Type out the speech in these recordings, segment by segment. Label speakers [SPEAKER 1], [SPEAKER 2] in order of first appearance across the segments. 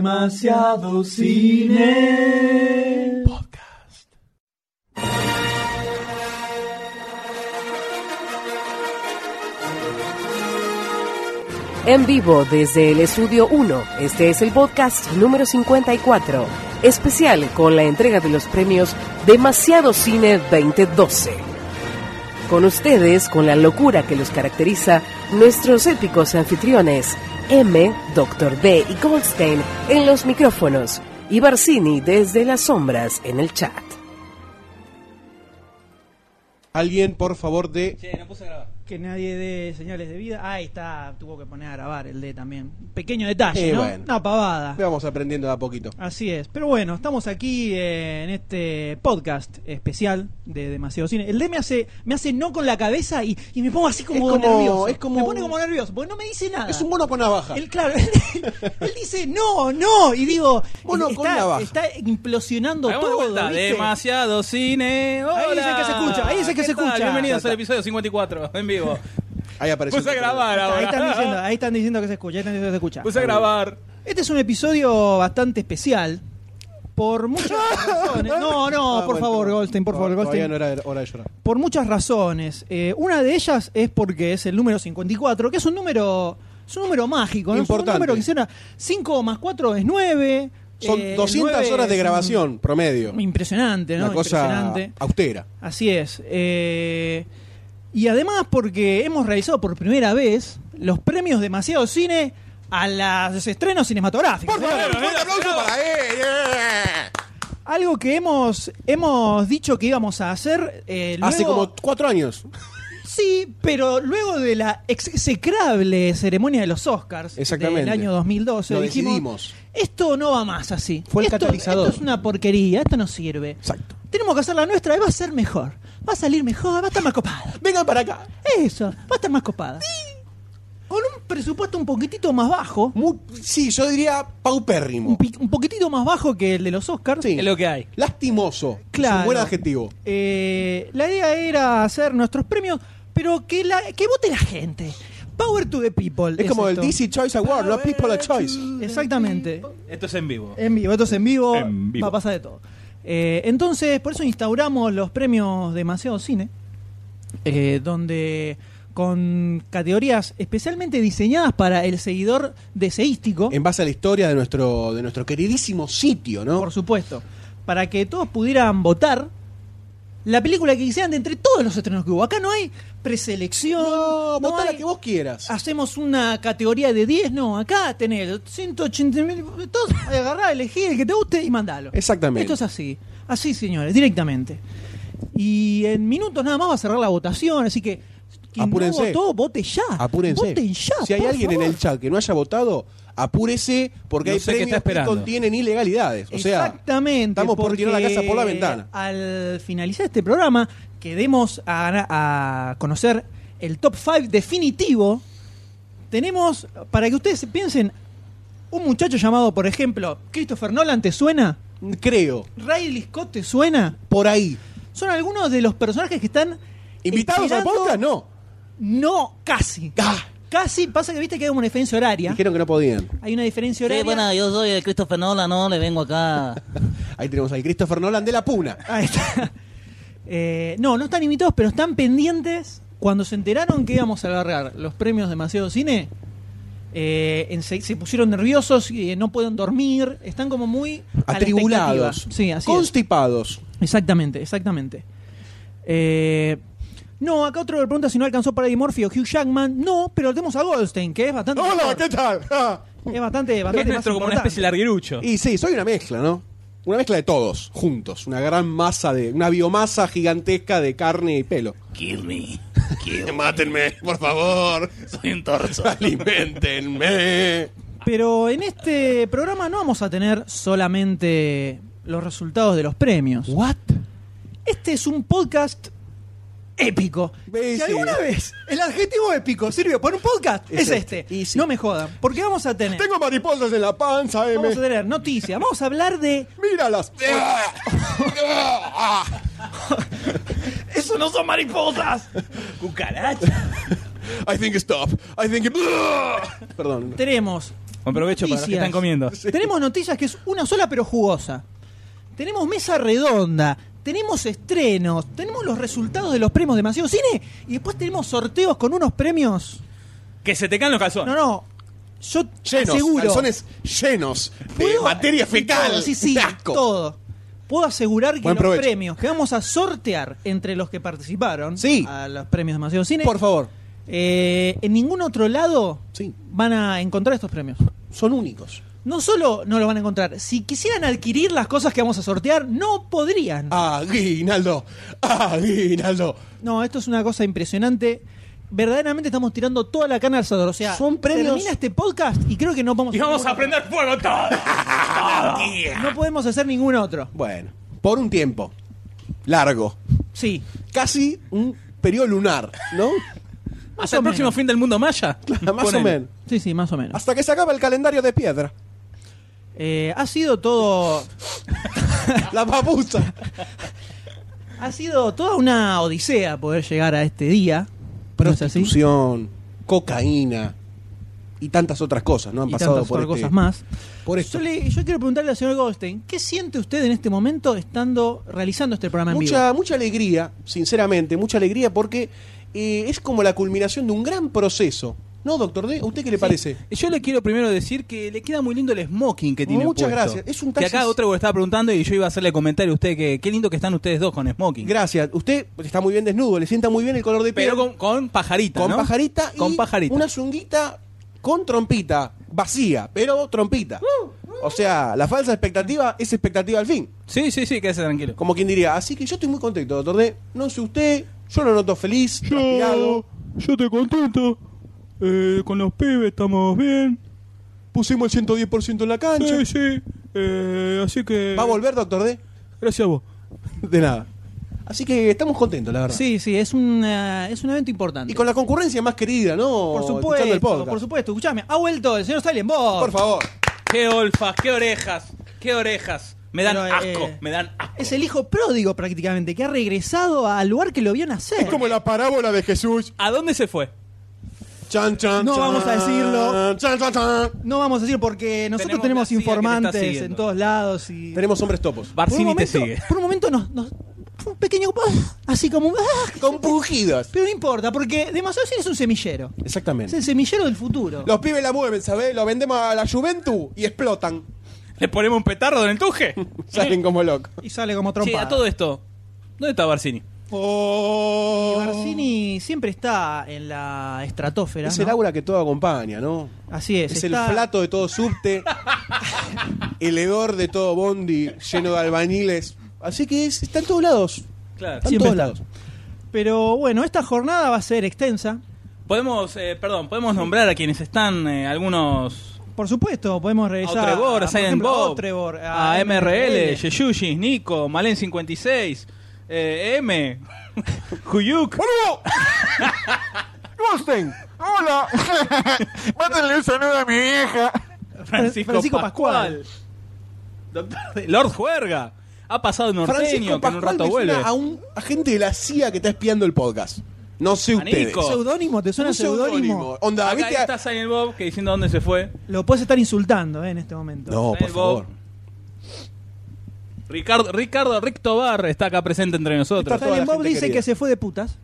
[SPEAKER 1] Demasiado cine. Podcast.
[SPEAKER 2] En vivo desde el estudio 1, este es el podcast número 54, especial con la entrega de los premios Demasiado Cine 2012. Con ustedes, con la locura que los caracteriza, nuestros épicos anfitriones, M, Dr. D y Goldstein en los micrófonos y Barcini desde las sombras en el chat.
[SPEAKER 3] Alguien, por favor, de...
[SPEAKER 4] Che, no puse a grabar. Que nadie dé señales de vida. Ah, Ahí está, tuvo que poner a grabar el D también. Pequeño detalle,
[SPEAKER 3] Eh,
[SPEAKER 4] ¿no?
[SPEAKER 3] bueno.
[SPEAKER 4] Una pavada.
[SPEAKER 3] Vamos aprendiendo de a poquito.
[SPEAKER 4] Así es. Pero bueno, estamos aquí eh, en este podcast especial de Demasiado Cine. El D me hace, me hace no con la cabeza y, y me pongo así como,
[SPEAKER 3] Es como-
[SPEAKER 4] nervioso.
[SPEAKER 3] es como-
[SPEAKER 4] Me pone como nervioso, porque no me dice nada.
[SPEAKER 3] Es un mono con navaja.
[SPEAKER 4] Él, claro, él, él dice no, no, y digo,
[SPEAKER 3] Mono con
[SPEAKER 4] está,
[SPEAKER 3] navaja.
[SPEAKER 4] está implosionando
[SPEAKER 5] Hagamos de
[SPEAKER 4] todo.
[SPEAKER 5] vuelta.
[SPEAKER 4] ¿viste?
[SPEAKER 5] Demasiado cine. Hola.
[SPEAKER 4] Ahí dice que se escucha, ahí dice que
[SPEAKER 5] ¿Qué
[SPEAKER 4] se
[SPEAKER 5] tal?
[SPEAKER 4] escucha.
[SPEAKER 5] Bienvenidos
[SPEAKER 4] Exacto.
[SPEAKER 5] al episodio 54 en vivo.
[SPEAKER 3] Ahí apareció.
[SPEAKER 5] Puse a grabar ahora.
[SPEAKER 4] Ahí están, diciendo, ahí están diciendo que se escucha, ahí están diciendo que se escucha.
[SPEAKER 5] Puse a grabar.
[SPEAKER 4] Este es un episodio bastante especial por muchas razones. No, no,
[SPEAKER 3] Ah,
[SPEAKER 4] por
[SPEAKER 3] bueno,
[SPEAKER 4] favor, Goldstein, por
[SPEAKER 3] to-
[SPEAKER 4] favor,
[SPEAKER 3] Todavía
[SPEAKER 4] Goldstein.
[SPEAKER 3] no era hora de llorar.
[SPEAKER 4] Por muchas razones. Eh, una de ellas es porque es el número 54, que es un número es un número mágico, ¿no? Es
[SPEAKER 3] Importante.
[SPEAKER 4] un número que hiciera 5 más 4 es 9.
[SPEAKER 3] Son
[SPEAKER 4] Eh,
[SPEAKER 3] 200 horas de grabación, promedio.
[SPEAKER 4] Impresionante, ¿no?
[SPEAKER 3] Una cosa
[SPEAKER 4] Impresionante.
[SPEAKER 3] austera.
[SPEAKER 4] Así es. eh, y además porque hemos realizado por primera vez los premios Demasiado Cine a los estrenos cinematográficos.
[SPEAKER 3] Por favor,
[SPEAKER 5] eh,
[SPEAKER 3] un fuerte aplauso para él. Yeah.
[SPEAKER 4] Algo que hemos, hemos dicho que íbamos a hacer. eh,
[SPEAKER 3] Hace
[SPEAKER 4] luego-
[SPEAKER 3] como cuatro años.
[SPEAKER 4] Sí, pero luego de la execrable ceremonia de los Oscars
[SPEAKER 3] Exactamente.
[SPEAKER 4] del año 2012,
[SPEAKER 3] Lo
[SPEAKER 4] dijimos:
[SPEAKER 3] decidimos.
[SPEAKER 4] Esto no va más así.
[SPEAKER 3] Fue el
[SPEAKER 4] esto,
[SPEAKER 3] catalizador.
[SPEAKER 4] Esto es una porquería, esto no sirve.
[SPEAKER 3] Exacto.
[SPEAKER 4] Tenemos que hacer la nuestra y va a ser mejor. Va a salir mejor, va a estar más copada.
[SPEAKER 3] Vengan para acá.
[SPEAKER 4] Eso, va a estar más copada. Con un presupuesto un poquitito más bajo,
[SPEAKER 3] Mu- sí, yo diría paupérrimo.
[SPEAKER 4] un, pi- un poquitito más bajo que el de los Oscars.
[SPEAKER 3] Sí.
[SPEAKER 5] Es lo que hay.
[SPEAKER 3] Lastimoso. Es
[SPEAKER 4] Claro.
[SPEAKER 3] un buen adjetivo.
[SPEAKER 4] Eh, la idea era hacer nuestros premios, pero que, la, que vote la gente. Power to the people.
[SPEAKER 3] Es como el
[SPEAKER 4] esto.
[SPEAKER 3] DC Choice Award, no People a Choice.
[SPEAKER 4] Exactamente.
[SPEAKER 5] Esto es en vivo.
[SPEAKER 4] En vivo, esto es en vivo,
[SPEAKER 5] En vivo.
[SPEAKER 4] va a pasar de todo. Eh, entonces, por eso instauramos los premios Demasiado Cine, eh, donde con categorías especialmente diseñadas para el seguidor deseístico,
[SPEAKER 3] En base a la historia de nuestro, de nuestro queridísimo sitio, ¿no?
[SPEAKER 4] por supuesto, para que todos pudieran votar la película que quisieran de entre todos los estrenos que hubo. Acá no hay preselección.
[SPEAKER 3] No, Ah, votá
[SPEAKER 4] hay-
[SPEAKER 3] la que vos quieras.
[SPEAKER 4] Hacemos una categoría de 10, no, acá tenés 180 mil, todos agarrá, elegí el que te guste y mandalo.
[SPEAKER 3] Exactamente.
[SPEAKER 4] Esto es así, así señores, directamente. Y en minutos nada más va a cerrar la votación, así que quien
[SPEAKER 3] Apúrense.
[SPEAKER 4] no votó, vote ya.
[SPEAKER 3] Apúrense.
[SPEAKER 4] Voten ya.
[SPEAKER 3] si hay
[SPEAKER 4] por
[SPEAKER 3] alguien en
[SPEAKER 4] favor.
[SPEAKER 3] el chat que no haya votado, apúrese porque
[SPEAKER 5] No
[SPEAKER 3] hay
[SPEAKER 5] sé qué
[SPEAKER 3] premios
[SPEAKER 5] está
[SPEAKER 3] que
[SPEAKER 5] esperando.
[SPEAKER 3] contienen ilegalidades. O sea,
[SPEAKER 4] Exactamente.
[SPEAKER 3] estamos por tirar la
[SPEAKER 4] porque
[SPEAKER 3] casa por la ventana.
[SPEAKER 4] Al finalizar este programa, quedemos a, a conocer el top 5 definitivo. Tenemos, para que ustedes piensen, un muchacho llamado, por ejemplo, Christopher Nolan, ¿te suena?
[SPEAKER 3] creo,
[SPEAKER 4] ¿Riley Scott te suena?
[SPEAKER 3] por ahí.
[SPEAKER 4] Son algunos de los personajes que están.
[SPEAKER 3] ¿Invitados al
[SPEAKER 4] esperando-
[SPEAKER 3] podcast? No.
[SPEAKER 4] No, casi.
[SPEAKER 3] Ah,
[SPEAKER 4] Casi, pasa que viste que hay una diferencia horaria.
[SPEAKER 3] dijeron que no podían.
[SPEAKER 4] Hay una diferencia
[SPEAKER 6] Sí,
[SPEAKER 4] horaria.
[SPEAKER 6] bueno, yo soy el Christopher Nolan, no le vengo acá.
[SPEAKER 3] Ahí tenemos al Christopher Nolan de la Puna.
[SPEAKER 4] Ahí está. Eh, no, no están invitados, pero están pendientes. Cuando se enteraron que íbamos a agarrar los premios Demasiado Cine, eh, en- se, se pusieron nerviosos, y eh, no pueden dormir, están como muy a la
[SPEAKER 3] Atribulados.
[SPEAKER 4] expectativa. Sí, así es.
[SPEAKER 3] constipados.
[SPEAKER 4] Exactamente, exactamente. Eh, no, acá otro le pregunta si no alcanzó para Eddie Murphy o Hugh Jackman. No, pero tenemos a Goldstein, que es bastante. mejor.
[SPEAKER 3] tal? Ah.
[SPEAKER 4] Es bastante, bastante.
[SPEAKER 5] Es nuestro
[SPEAKER 4] más
[SPEAKER 5] como una
[SPEAKER 4] importante.
[SPEAKER 5] especie de larguirucho.
[SPEAKER 3] Y sí, soy una mezcla, ¿no? Una mezcla de todos, juntos. Una gran masa de. Una biomasa gigantesca de carne y pelo.
[SPEAKER 6] Kill me.
[SPEAKER 3] Mátenme, por favor.
[SPEAKER 6] Soy un torso.
[SPEAKER 3] Alimentenme.
[SPEAKER 4] Pero en este programa no vamos a tener solamente los resultados de los premios.
[SPEAKER 3] ¿What?
[SPEAKER 4] Este es un podcast épico.
[SPEAKER 3] Ve,
[SPEAKER 4] Si
[SPEAKER 3] sí.
[SPEAKER 4] alguna vez el adjetivo épico sirvió para un podcast,
[SPEAKER 3] Es
[SPEAKER 4] es,
[SPEAKER 3] este.
[SPEAKER 4] este.
[SPEAKER 3] Y sí.
[SPEAKER 4] No me jodan. Porque vamos a tener.
[SPEAKER 3] Tengo mariposas en la panza, M.
[SPEAKER 4] Vamos a tener noticias. Vamos a hablar de.
[SPEAKER 3] Míralas.
[SPEAKER 4] ¡Eso no son mariposas!
[SPEAKER 5] Cucaracha.
[SPEAKER 3] I think stop. I think. Perdón.
[SPEAKER 4] Tenemos
[SPEAKER 5] Buen provecho para los que
[SPEAKER 4] Noticias.
[SPEAKER 5] están comiendo.
[SPEAKER 4] Tenemos noticias que es una sola pero jugosa. Tenemos mesa redonda, tenemos estrenos, tenemos los resultados de los premios Demasiado Cine y después tenemos sorteos con unos premios.
[SPEAKER 5] Que se te caen los
[SPEAKER 4] No,
[SPEAKER 5] calzones.
[SPEAKER 4] no. Yo
[SPEAKER 3] Llenos,
[SPEAKER 4] aseguro.
[SPEAKER 3] calzones llenos de
[SPEAKER 4] puedo-
[SPEAKER 3] materia fecal.
[SPEAKER 4] Todo, sí, sí,
[SPEAKER 3] Qué asco.
[SPEAKER 4] todo. Puedo asegurar que
[SPEAKER 3] Buen
[SPEAKER 4] los
[SPEAKER 3] provecho.
[SPEAKER 4] premios que vamos a sortear entre los que participaron
[SPEAKER 3] Sí.
[SPEAKER 4] a los premios Demasiado Cine,
[SPEAKER 3] Por favor.
[SPEAKER 4] eh, en ningún otro lado
[SPEAKER 3] Sí,
[SPEAKER 4] van a encontrar estos premios.
[SPEAKER 3] son únicos.
[SPEAKER 4] No solo no lo van a encontrar, si quisieran adquirir las cosas que vamos a sortear, no podrían.
[SPEAKER 3] Ah. Aguinaldo, Aguinaldo.
[SPEAKER 4] No, esto es una cosa impresionante. Verdaderamente estamos tirando toda la cana al asador. O sea,
[SPEAKER 3] Son premios-
[SPEAKER 4] termina este podcast y creo que no vamos
[SPEAKER 5] Y vamos a
[SPEAKER 4] hacer
[SPEAKER 5] prender fuego todo.
[SPEAKER 4] ningún- No podemos hacer ningún otro.
[SPEAKER 3] Bueno, por un tiempo largo,
[SPEAKER 4] Sí.
[SPEAKER 3] casi un periodo lunar, ¿no?
[SPEAKER 4] Más
[SPEAKER 5] Hasta
[SPEAKER 4] o
[SPEAKER 5] el próximo
[SPEAKER 4] menos.
[SPEAKER 5] fin del mundo maya.
[SPEAKER 3] Más o
[SPEAKER 5] Ponele.
[SPEAKER 3] menos.
[SPEAKER 4] Sí, sí, más o menos.
[SPEAKER 3] Hasta que se acaba el calendario de piedra.
[SPEAKER 4] Eh, ha sido todo.
[SPEAKER 3] La papusa.
[SPEAKER 4] Ha sido toda una odisea poder llegar a este día. ¿No es así?
[SPEAKER 3] Prostitución, cocaína y tantas otras cosas, ¿no? Han
[SPEAKER 4] y
[SPEAKER 3] pasado
[SPEAKER 4] tantas
[SPEAKER 3] por
[SPEAKER 4] otras
[SPEAKER 3] este-
[SPEAKER 4] cosas más.
[SPEAKER 3] Por esto.
[SPEAKER 4] Yo, le- yo quiero preguntarle al señor Goldstein, ¿qué siente usted en este momento estando realizando este programa en vivo?
[SPEAKER 3] mucha, mucha alegría, sinceramente, mucha alegría porque eh, es como la culminación de un gran proceso. ¿No, doctor D? ¿A usted qué le parece?
[SPEAKER 5] Yo le quiero primero decir que le queda muy lindo el smoking que tiene.
[SPEAKER 3] Muchas
[SPEAKER 5] puesto.
[SPEAKER 3] gracias. Es un
[SPEAKER 5] Que
[SPEAKER 3] taxi-
[SPEAKER 5] acá otro le estaba preguntando y yo iba a hacerle comentario a usted que qué lindo que están ustedes dos con smoking.
[SPEAKER 3] Gracias. Usted está muy bien desnudo, le sienta muy bien el color de piel.
[SPEAKER 5] Pero con, con pajarita.
[SPEAKER 3] con
[SPEAKER 5] ¿no?
[SPEAKER 3] pajarita y
[SPEAKER 5] Con pajarita.
[SPEAKER 3] una zunguita con trompita, vacía, pero trompita. O sea, la falsa expectativa es expectativa al fin.
[SPEAKER 5] Sí, sí, sí, quédese tranquilo.
[SPEAKER 3] Como quien diría, así que yo estoy muy contento, doctor D. No sé usted, yo lo noto feliz, transpirado.
[SPEAKER 5] yo te contento. Eh, con los pibes estamos bien.
[SPEAKER 3] Pusimos el 110% en la cancha.
[SPEAKER 5] sí. Eh, así que.
[SPEAKER 3] ¿Va a volver, doctor D?
[SPEAKER 5] Gracias a vos.
[SPEAKER 3] De nada. Así que estamos contentos, la verdad.
[SPEAKER 4] Sí, sí, es, una- es un evento importante.
[SPEAKER 3] Y con la concurrencia más querida, ¿no?
[SPEAKER 4] Por
[SPEAKER 3] Escuchando
[SPEAKER 4] supuesto,
[SPEAKER 3] el podcast.
[SPEAKER 4] por supuesto. Escuchame, ha vuelto el señor Silent Bob.
[SPEAKER 3] Por favor.
[SPEAKER 5] Qué olfas, qué orejas, qué orejas. Me dan
[SPEAKER 4] Pero, eh,
[SPEAKER 5] asco, me dan asco.
[SPEAKER 4] Es el hijo pródigo prácticamente, que ha regresado al lugar que lo vio nacer.
[SPEAKER 3] la parábola de Jesús.
[SPEAKER 5] ¿A dónde se fue?
[SPEAKER 3] Chan, chan,
[SPEAKER 4] No
[SPEAKER 3] chan.
[SPEAKER 4] vamos a decirlo.
[SPEAKER 3] Chan, chan, chan.
[SPEAKER 4] No vamos a decir porque nosotros tenemos,
[SPEAKER 5] Tenemos la CIA que te está
[SPEAKER 4] informantes
[SPEAKER 5] siguiendo.
[SPEAKER 4] en todos lados y...
[SPEAKER 3] Tenemos hombres topos.
[SPEAKER 4] por un
[SPEAKER 5] Barcini te
[SPEAKER 4] momento,
[SPEAKER 5] sigue.
[SPEAKER 4] Por un momento nos... nos- fue un pequeño... Así como... "Ah",
[SPEAKER 3] Compungidos.
[SPEAKER 4] Pero no importa, porque demasiado cine es un semillero. Es
[SPEAKER 3] Exactamente.
[SPEAKER 4] el semillero del futuro.
[SPEAKER 3] Los pibes la mueven, ¿sabes? Lo vendemos a la Juventud y explotan.
[SPEAKER 5] ¿Le ponemos un petardo en el tuje?
[SPEAKER 3] Salen como locos.
[SPEAKER 4] Y sale como
[SPEAKER 5] Che,
[SPEAKER 4] trompa.
[SPEAKER 5] a todo esto. ¿Dónde está Barcini?
[SPEAKER 3] Oh.
[SPEAKER 4] Barcini siempre está en la estratosfera.
[SPEAKER 3] Es
[SPEAKER 4] ¿no?
[SPEAKER 3] el aura que todo acompaña, ¿no?
[SPEAKER 4] Así es.
[SPEAKER 3] Es
[SPEAKER 4] está-
[SPEAKER 3] el plato de todo subte, el hedor de todo bondi lleno de albañiles. Así que es- está en todos lados.
[SPEAKER 5] Claro.
[SPEAKER 3] Está en
[SPEAKER 4] Siempre
[SPEAKER 3] todos
[SPEAKER 4] está.
[SPEAKER 3] lados.
[SPEAKER 4] Pero bueno, esta jornada va a ser extensa.
[SPEAKER 5] Podemos, eh, perdón, podemos nombrar a quienes están eh, algunos.
[SPEAKER 4] Por supuesto, podemos
[SPEAKER 5] A
[SPEAKER 4] regresar
[SPEAKER 5] Trevor, a
[SPEAKER 4] ah, por
[SPEAKER 5] Silent
[SPEAKER 4] ejemplo,
[SPEAKER 5] Bob,
[SPEAKER 4] Otrevor,
[SPEAKER 5] a, MRL, Yeyushi, Nico, Malen 56, eh, M, Juyuk.
[SPEAKER 3] ¡Boludo!
[SPEAKER 1] Goldstein, hola. Mándale un saludo a mi vieja.
[SPEAKER 5] Francisco,
[SPEAKER 4] Francisco
[SPEAKER 5] Pascual. Doctor- Lord Juerga. Ha pasado norteño,
[SPEAKER 3] Francisco
[SPEAKER 5] que en un
[SPEAKER 3] Pascual
[SPEAKER 5] rato
[SPEAKER 3] me
[SPEAKER 5] vuelve.
[SPEAKER 3] suena a un agente de la CIA que está espiando el podcast. No sé
[SPEAKER 5] A
[SPEAKER 3] ustedes.
[SPEAKER 5] Nico.
[SPEAKER 4] Seudónimo, ¿te suena
[SPEAKER 3] Un
[SPEAKER 4] seudónimo?
[SPEAKER 3] seudónimo. Onda,
[SPEAKER 5] Acá
[SPEAKER 3] ¿viste?
[SPEAKER 5] está Silent Bob que diciendo dónde se fue.
[SPEAKER 4] Lo puedes estar insultando eh, en este momento.
[SPEAKER 3] No, por
[SPEAKER 5] Silent Bob.
[SPEAKER 3] favor.
[SPEAKER 5] Ricardo, Ricardo Rick Tobar está acá presente entre nosotros.
[SPEAKER 3] Está toda la
[SPEAKER 4] Silent Bob
[SPEAKER 3] gente
[SPEAKER 4] dice
[SPEAKER 3] querida.
[SPEAKER 4] que se fue de putas.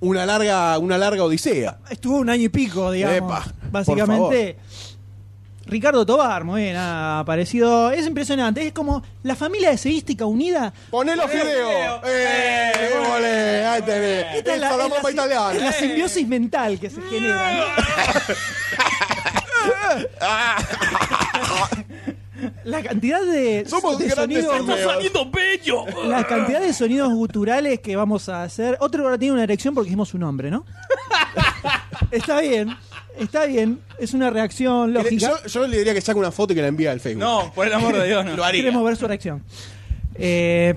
[SPEAKER 3] Una larga, una larga odisea.
[SPEAKER 4] Estuvo un año y pico, digamos.
[SPEAKER 3] Epa, por
[SPEAKER 4] básicamente. Ricardo Tobar, muy bien, ha aparecido. Es impresionante, es como la familia deseística unida.
[SPEAKER 3] ¡Poné los
[SPEAKER 5] Poné los
[SPEAKER 3] fideos!
[SPEAKER 5] fideos.
[SPEAKER 3] ¡Eh! ¡Ole! ¡Ahí tenés!
[SPEAKER 4] Esta es
[SPEAKER 3] Esa
[SPEAKER 4] la,
[SPEAKER 3] la
[SPEAKER 4] es la
[SPEAKER 3] papa
[SPEAKER 4] si-
[SPEAKER 3] italiana.
[SPEAKER 4] es la simbiosis mental que se genera. ¿no? la cantidad de,
[SPEAKER 3] Somos
[SPEAKER 4] de
[SPEAKER 3] grandes
[SPEAKER 4] sonidos.
[SPEAKER 3] amigos.
[SPEAKER 5] ¡Está saliendo bello!
[SPEAKER 4] La cantidad de sonidos guturales que vamos a hacer. Otro ahora tiene una erección porque dijimos su nombre, ¿no? está bien, está bien. Es una reacción
[SPEAKER 3] Que le-
[SPEAKER 4] lógica.
[SPEAKER 3] Yo, yo le diría que saque una foto y que la envíe al Facebook.
[SPEAKER 5] No, por el amor de Dios, no.
[SPEAKER 3] Lo haría.
[SPEAKER 4] Queremos ver su reacción. Eh,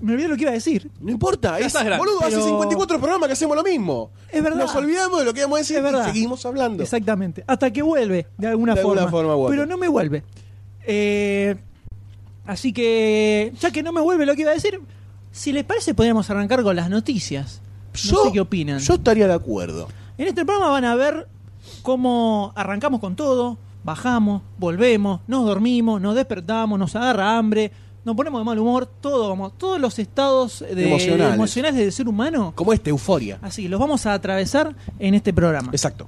[SPEAKER 4] me olvidé lo que iba a decir.
[SPEAKER 3] No importa, es,
[SPEAKER 5] estás grande.
[SPEAKER 3] boludo, hace
[SPEAKER 4] Pero-
[SPEAKER 3] 54 programas que hacemos lo mismo.
[SPEAKER 4] Es verdad.
[SPEAKER 3] Nos olvidamos de lo que íbamos a decir
[SPEAKER 4] Es verdad.
[SPEAKER 3] y seguimos hablando.
[SPEAKER 4] Exactamente. Hasta que vuelve, de alguna
[SPEAKER 3] De
[SPEAKER 4] forma.
[SPEAKER 3] alguna forma vuelve.
[SPEAKER 4] Pero no me vuelve. Eh, así que, ya que no me vuelve lo que iba a decir, si les parece, podríamos arrancar con las noticias. No sé qué opinan.
[SPEAKER 3] Yo estaría de acuerdo.
[SPEAKER 4] En este programa van a ver cómo arrancamos con todo, bajamos, volvemos, nos dormimos, nos despertamos, nos agarra hambre, nos ponemos de mal humor, todo, vamos, todos los estados de-
[SPEAKER 3] Emocionales.
[SPEAKER 4] emocionales del ser humano,
[SPEAKER 3] Como este, euforia.
[SPEAKER 4] así, los vamos a atravesar en este programa.
[SPEAKER 3] Exacto.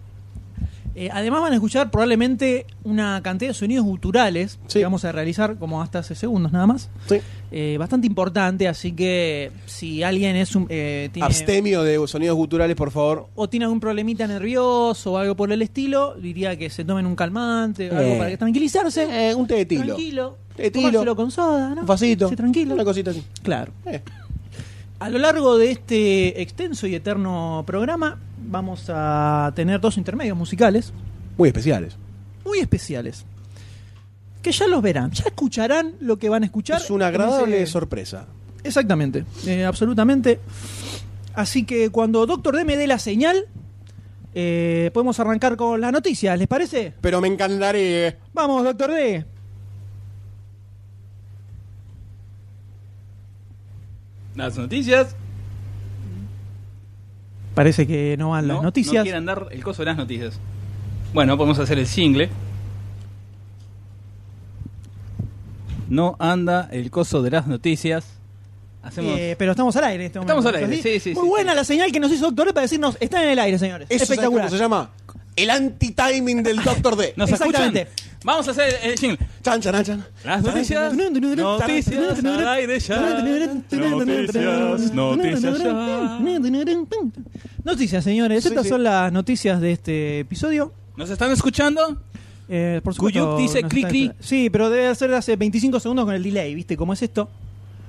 [SPEAKER 4] Eh, además van a escuchar probablemente una cantidad de sonidos guturales
[SPEAKER 3] Sí.
[SPEAKER 4] que vamos a realizar como hasta hace segundos nada más.
[SPEAKER 3] Sí.
[SPEAKER 4] Eh, bastante importante, así que si alguien es un, eh, tiene,
[SPEAKER 3] Abstemio de sonidos guturales, por favor.
[SPEAKER 4] o tiene algún problemita nervioso o algo por el estilo, diría que se tomen un calmante, algo
[SPEAKER 3] Eh.
[SPEAKER 4] para que tranquilizarse.
[SPEAKER 3] Eh, un té de tilo.
[SPEAKER 4] Tranquilo.
[SPEAKER 3] Té de tilo.
[SPEAKER 4] tomárselo con soda, ¿no?
[SPEAKER 3] Un vasito.
[SPEAKER 4] Sí, tranquilo.
[SPEAKER 3] Una cosita así.
[SPEAKER 4] Claro.
[SPEAKER 3] Eh.
[SPEAKER 4] A lo largo de este extenso y eterno programa vamos a tener dos intermedios musicales.
[SPEAKER 3] Muy especiales.
[SPEAKER 4] muy especiales. Que ya los verán, ya escucharán lo que van a escuchar.
[SPEAKER 3] Es una agradable
[SPEAKER 4] en ese-
[SPEAKER 3] sorpresa.
[SPEAKER 4] Exactamente, eh, absolutamente. Así que cuando Doctor D me dé la señal, eh, podemos arrancar con las noticias, ¿les parece?
[SPEAKER 3] Pero me encantaría.
[SPEAKER 4] Vamos, Doctor D.
[SPEAKER 5] Las noticias.
[SPEAKER 4] Parece que no van las
[SPEAKER 5] no, No
[SPEAKER 4] noticias.
[SPEAKER 5] quieren dar el coso de las noticias. Bueno, podemos hacer el single. No anda el coso de las noticias. Hacemos.
[SPEAKER 4] Eh, pero estamos al aire en este momento.
[SPEAKER 5] Estamos al aire, sí, sí,
[SPEAKER 4] Muy
[SPEAKER 5] sí,
[SPEAKER 4] buena
[SPEAKER 5] sí.
[SPEAKER 4] la señal que nos hizo Doctor D para decirnos, están en el aire, señores.
[SPEAKER 3] Eso ¿sabes cómo
[SPEAKER 4] Espectacular.
[SPEAKER 3] se llama el anti-timing del Doctor D.
[SPEAKER 5] ¿Nos escuchan?
[SPEAKER 4] exactamente.
[SPEAKER 5] Vamos a hacer el jingle.
[SPEAKER 3] Chan, chan, chan.
[SPEAKER 5] Las noticias. Noticias al aire ya. Noticias, noticias ya.
[SPEAKER 4] Noticias, señores.
[SPEAKER 3] Sí,
[SPEAKER 4] Estas
[SPEAKER 3] sí.
[SPEAKER 4] son las noticias de este episodio.
[SPEAKER 5] ¿Nos están escuchando?
[SPEAKER 4] Eh, por supuesto,
[SPEAKER 5] Guyuk dice
[SPEAKER 4] nos
[SPEAKER 5] cri,
[SPEAKER 4] está-
[SPEAKER 5] cri.
[SPEAKER 4] Sí, pero debe ser de hace 25 segundos con el delay, ¿viste cómo es esto?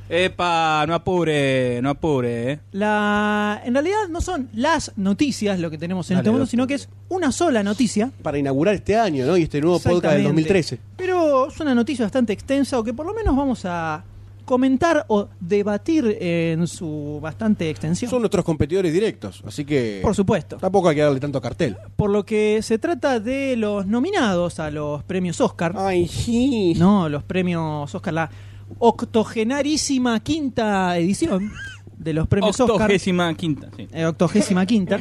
[SPEAKER 5] Epa, no apure, no apure, eh.
[SPEAKER 4] La... En realidad no son las noticias lo que tenemos en
[SPEAKER 5] Dale,
[SPEAKER 4] este momento,
[SPEAKER 5] doctor.
[SPEAKER 4] sino que es una sola noticia.
[SPEAKER 3] Para inaugurar este año, ¿no? Y este nuevo podcast del
[SPEAKER 4] Exactamente.
[SPEAKER 3] 2013.
[SPEAKER 4] Pero es una noticia bastante extensa o que por lo menos vamos a comentar o debatir en su bastante extensión.
[SPEAKER 3] Son nuestros competidores directos, así que.
[SPEAKER 4] Por supuesto.
[SPEAKER 3] Tampoco hay que darle tanto cartel.
[SPEAKER 4] Por lo que se trata de los nominados a los premios Oscar.
[SPEAKER 3] Ay, sí.
[SPEAKER 4] No, los premios Oscar, la octogenarísima quinta edición de los premios Oscar.
[SPEAKER 5] Octogésima quinta. sí.
[SPEAKER 4] eh, octogésima quinta.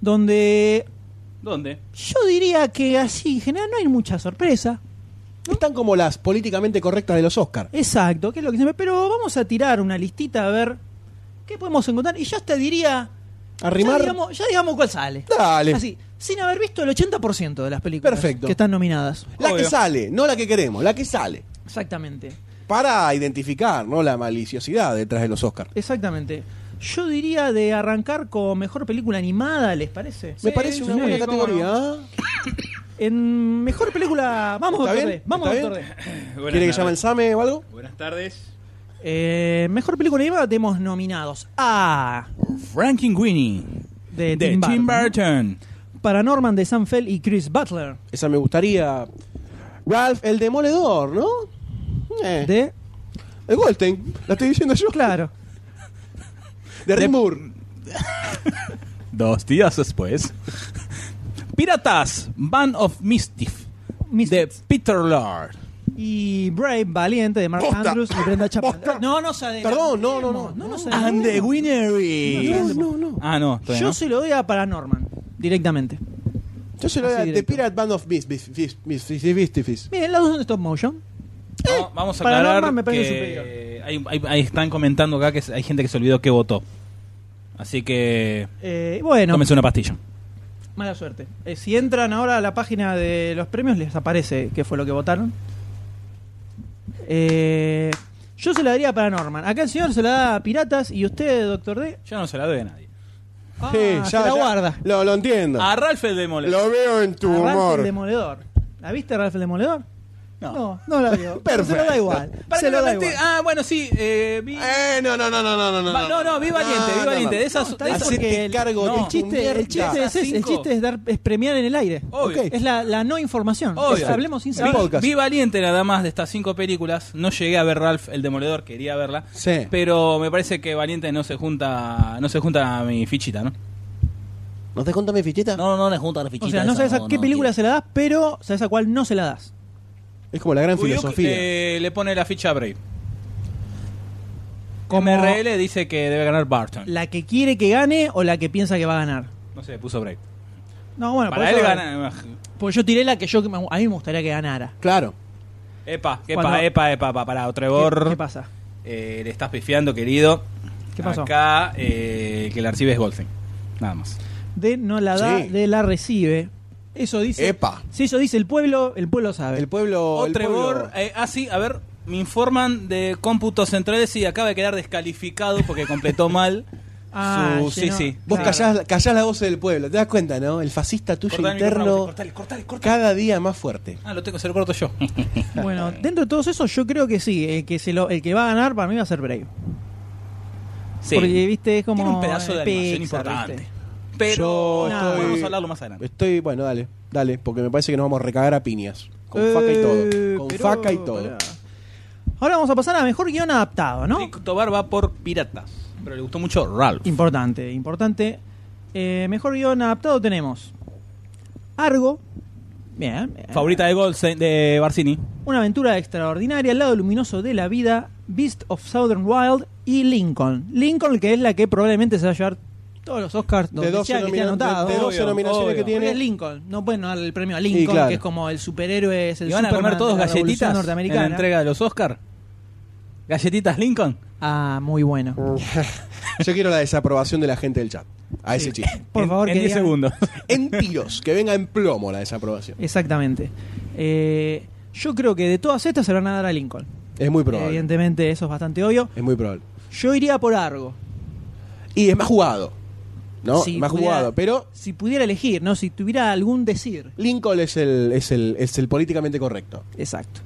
[SPEAKER 4] Donde
[SPEAKER 5] ¿Dónde?
[SPEAKER 4] yo diría que así, en general, no hay mucha sorpresa.
[SPEAKER 3] Están como las políticamente correctas de los Oscar.
[SPEAKER 4] Exacto, que es lo que se me... Pero vamos a tirar una listita a ver qué podemos encontrar. Y ya hasta diría... Ya
[SPEAKER 3] Arrimar.
[SPEAKER 4] digamos, ya digamos cuál sale.
[SPEAKER 3] Dale.
[SPEAKER 4] Así, sin haber visto el 80% de las películas
[SPEAKER 3] Perfecto.
[SPEAKER 4] que están nominadas.
[SPEAKER 3] La que
[SPEAKER 5] Obvio.
[SPEAKER 3] sale, no la que queremos, la que sale.
[SPEAKER 4] Exactamente.
[SPEAKER 3] Para identificar, ¿no? La maliciosidad detrás de los Oscar.
[SPEAKER 4] Exactamente. Yo diría de arrancar con mejor película animada, ¿les parece?
[SPEAKER 3] Me parece una
[SPEAKER 4] sí,
[SPEAKER 3] buena
[SPEAKER 4] cómo
[SPEAKER 3] categoría. ¿ah?
[SPEAKER 4] En mejor película. Vamos,
[SPEAKER 3] ¿Está
[SPEAKER 4] doctor
[SPEAKER 3] bien?
[SPEAKER 4] D. Vamos,
[SPEAKER 3] ¿Está
[SPEAKER 4] doctor
[SPEAKER 3] bien?
[SPEAKER 4] D.
[SPEAKER 5] Buenas
[SPEAKER 3] ¿Quiere que
[SPEAKER 5] tardes.
[SPEAKER 3] llame el SAME o algo?
[SPEAKER 5] Buenas tardes.
[SPEAKER 4] Eh, mejor película animada tenemos nominados a.
[SPEAKER 5] Frankie Winnie.
[SPEAKER 4] De,
[SPEAKER 5] De
[SPEAKER 4] Tim,
[SPEAKER 5] Tim
[SPEAKER 4] Burton.
[SPEAKER 5] Burton.
[SPEAKER 4] Paranorman de Sam Fell y Chris Butler.
[SPEAKER 3] Esa me gustaría. Ralph, el demoledor, ¿no? Eh,
[SPEAKER 4] De.
[SPEAKER 3] El Goldstein, la estoy diciendo yo.
[SPEAKER 4] Claro.
[SPEAKER 3] De Rick
[SPEAKER 5] De-
[SPEAKER 3] Moore.
[SPEAKER 5] Dos días después. Piratas, Band of Mischief. De
[SPEAKER 4] Misfits.
[SPEAKER 5] Peter Lord.
[SPEAKER 4] Y Brave, Valiente de Mark
[SPEAKER 3] Bosta.
[SPEAKER 4] Andrews y Brenda Chapman.
[SPEAKER 3] Bosta.
[SPEAKER 4] No, no se adelantemos.
[SPEAKER 3] Perdón, no, no, no. Ah,
[SPEAKER 4] Ah, No nos
[SPEAKER 5] And the
[SPEAKER 4] adelantemos.
[SPEAKER 5] winner
[SPEAKER 4] No,
[SPEAKER 5] is...
[SPEAKER 4] no,
[SPEAKER 5] Ah, no, todavía
[SPEAKER 4] Yo
[SPEAKER 5] no.
[SPEAKER 4] se lo doy a Paranorman directamente.
[SPEAKER 3] Yo se lo
[SPEAKER 4] Ah, Así
[SPEAKER 3] voy a The
[SPEAKER 4] directo.
[SPEAKER 3] Pirate Band of Miss, Miss, Miss, Miss, Miss, Miss, Miss, Miss.
[SPEAKER 4] Miren, las dos son de stop motion.
[SPEAKER 5] No, vamos a
[SPEAKER 4] para
[SPEAKER 5] aclarar
[SPEAKER 4] Norman me parece
[SPEAKER 5] que hay, hay- hay- están comentando acá que se- hay gente que se olvidó que votó. Así que
[SPEAKER 4] Eh, bueno,
[SPEAKER 5] tómense una pastilla.
[SPEAKER 4] mala suerte. Eh, si entran ahora a la página de los premios, les aparece qué fue lo que votaron. Eh, yo se la daría a Paranorman. Acá el señor se la da a Piratas y usted, doctor D.
[SPEAKER 5] Yo no se la doy a nadie.
[SPEAKER 4] ah,
[SPEAKER 3] Sí, ya,
[SPEAKER 4] se la
[SPEAKER 3] ya.
[SPEAKER 4] guarda.
[SPEAKER 3] Lo, lo entiendo.
[SPEAKER 5] A Ralph el Demoledor.
[SPEAKER 3] Lo veo en tu
[SPEAKER 4] A Ralph el
[SPEAKER 3] humor.
[SPEAKER 4] Demoledor. ¿La viste, Ralph el Demoledor?
[SPEAKER 5] No.
[SPEAKER 4] no, no la vio. Pero se lo
[SPEAKER 3] Perfecto.
[SPEAKER 4] da igual.
[SPEAKER 5] Para
[SPEAKER 4] se
[SPEAKER 5] que
[SPEAKER 4] lo
[SPEAKER 5] me
[SPEAKER 4] da
[SPEAKER 5] mentí-
[SPEAKER 4] igual.
[SPEAKER 5] Ah, bueno, sí. Eh, vi-
[SPEAKER 3] Eh, no, no, no, no, no, no.
[SPEAKER 5] Va- no, no, vi Valiente, vi Valiente. De esas,
[SPEAKER 4] está
[SPEAKER 5] de
[SPEAKER 4] bien
[SPEAKER 5] esas-
[SPEAKER 4] porque
[SPEAKER 3] Hacete
[SPEAKER 4] el-
[SPEAKER 3] cargo
[SPEAKER 5] no.
[SPEAKER 3] de
[SPEAKER 4] El chiste, el chiste es, ese, el chiste es dar, es premiar en el aire.
[SPEAKER 5] Obvio.
[SPEAKER 4] Es la, la no información.
[SPEAKER 5] Obvio.
[SPEAKER 4] Es- hablemos sin
[SPEAKER 5] Vi-
[SPEAKER 4] saber.
[SPEAKER 3] podcast.
[SPEAKER 5] Vi Valiente nada más de estas cinco películas. No llegué a ver Ralph el Demoledor, quería verla.
[SPEAKER 3] Sí.
[SPEAKER 5] Pero me parece que Valiente no se junta no se junta a mi fichita, ¿no?
[SPEAKER 3] ¿No te contó mi fichita?
[SPEAKER 6] No, no le junta la fichita.
[SPEAKER 4] O sea, no
[SPEAKER 6] esa,
[SPEAKER 4] sabes a
[SPEAKER 6] no,
[SPEAKER 4] qué
[SPEAKER 6] no,
[SPEAKER 4] película
[SPEAKER 6] tío.
[SPEAKER 4] se la das, pero sabes a cuál no se la das.
[SPEAKER 3] Es como la gran
[SPEAKER 5] Uyuk,
[SPEAKER 3] filosofía.
[SPEAKER 5] eh, le pone la ficha a Brave.
[SPEAKER 4] Como
[SPEAKER 5] MRL dice que debe ganar Barton.
[SPEAKER 4] la que quiere que gane o la que piensa que va a ganar.
[SPEAKER 5] No sé, puso Brave.
[SPEAKER 4] No, bueno, por
[SPEAKER 5] Para él
[SPEAKER 4] eso-
[SPEAKER 5] gana.
[SPEAKER 4] Pues yo tiré la que yo que me- a mí me gustaría que ganara.
[SPEAKER 3] Claro.
[SPEAKER 5] Epa, epa,
[SPEAKER 4] Cuando-
[SPEAKER 5] epa, epa, epa, pará, Trevor.
[SPEAKER 4] ¿Qué, qué pasa?
[SPEAKER 5] Eh, le estás pifiando, querido.
[SPEAKER 4] ¿Qué pasó?
[SPEAKER 5] Acá eh, el que la recibe es Goldstein. Nada más.
[SPEAKER 4] De no la da,
[SPEAKER 3] Sí.
[SPEAKER 4] de la recibe. Eso dice. Oh,
[SPEAKER 3] Epa.
[SPEAKER 4] Si eso dice el pueblo, el pueblo sabe.
[SPEAKER 3] El pueblo.
[SPEAKER 5] O
[SPEAKER 3] Oh, el pueblo-
[SPEAKER 5] Trevor. eh, ah, sí, a ver, me informan de cómputos centrales y acaba de quedar descalificado porque completó mal.
[SPEAKER 4] Ah,
[SPEAKER 5] su- sí,
[SPEAKER 4] llenó-
[SPEAKER 5] sí.
[SPEAKER 3] Vos
[SPEAKER 4] Claro.
[SPEAKER 3] callás, callás la voz del pueblo, te das cuenta, ¿no? El fascista tuyo
[SPEAKER 5] Cortale el micrófono,
[SPEAKER 3] interno
[SPEAKER 5] cortale, cortale, cortale.
[SPEAKER 3] cada día más fuerte.
[SPEAKER 5] Ah, lo tengo, se lo corto yo.
[SPEAKER 4] Bueno, dentro de todos esos, yo creo que sí. El que, se lo, el que va a ganar para mí va a ser Brave.
[SPEAKER 5] Sí.
[SPEAKER 4] Porque, viste, es como.
[SPEAKER 5] Tiene un pedazo de animación
[SPEAKER 4] Pixar,
[SPEAKER 5] importante.
[SPEAKER 4] ¿viste?
[SPEAKER 5] Pero
[SPEAKER 3] Yo
[SPEAKER 4] estoy-
[SPEAKER 5] vamos a hablarlo más adelante.
[SPEAKER 3] Estoy, bueno, dale, dale, porque me parece que nos vamos a recagar a piñas. Con faca y
[SPEAKER 4] Eh,
[SPEAKER 3] todo. Con
[SPEAKER 4] pero-
[SPEAKER 3] faca y todo.
[SPEAKER 4] pará. Ahora vamos a pasar a mejor guión adaptado, ¿no?
[SPEAKER 5] Sí, Tobar va por pirata, pero le gustó mucho Ralph.
[SPEAKER 4] Importante, importante. Eh, mejor guión adaptado tenemos Argo. Bien. eh,
[SPEAKER 5] Favorita de Goldstein, de Barcini.
[SPEAKER 4] Una aventura extraordinaria, El lado luminoso de la vida, Beast of Southern Wild y Lincoln. Lincoln, que es la que probablemente se va a llevar todos los Oscars donde
[SPEAKER 3] De 12,
[SPEAKER 4] sea que esté
[SPEAKER 3] nomina-
[SPEAKER 4] anotado.
[SPEAKER 3] de- de 12
[SPEAKER 5] Obvio,
[SPEAKER 3] nominaciones
[SPEAKER 5] obvio.
[SPEAKER 3] que
[SPEAKER 4] Porque es
[SPEAKER 3] tiene.
[SPEAKER 4] Lincoln. No pueden darle el premio a Lincoln,
[SPEAKER 3] Y claro.
[SPEAKER 4] que es como el superhéroe, es el
[SPEAKER 5] ¿Y van a comer
[SPEAKER 4] Superman
[SPEAKER 5] todos
[SPEAKER 4] de la Revolución
[SPEAKER 5] galletitas en
[SPEAKER 4] norteamericana.
[SPEAKER 5] la entrega de los Oscar? ¿Galletitas Lincoln?
[SPEAKER 4] Ah, muy bueno.
[SPEAKER 3] Yo quiero la desaprobación de la gente del chat a ese chiste.
[SPEAKER 4] Por
[SPEAKER 5] En-
[SPEAKER 4] favor,
[SPEAKER 5] en
[SPEAKER 4] que
[SPEAKER 5] 10
[SPEAKER 4] digan-
[SPEAKER 5] segundos.
[SPEAKER 3] En tiros, que venga en plomo la desaprobación.
[SPEAKER 4] Exactamente. Eh, yo creo que de todas estas se van a dar a Lincoln.
[SPEAKER 3] Es muy probable.
[SPEAKER 4] Evidentemente, eso es bastante obvio.
[SPEAKER 3] Es muy probable.
[SPEAKER 4] Yo iría por Argo.
[SPEAKER 3] Y es más jugado. ¿No?
[SPEAKER 4] Si
[SPEAKER 3] más
[SPEAKER 4] pudiera-
[SPEAKER 3] jugado. Pero
[SPEAKER 4] Si pudiera elegir, ¿no? Si tuviera algún decir.
[SPEAKER 3] Lincoln es el, es el, es el políticamente correcto.
[SPEAKER 4] Exacto.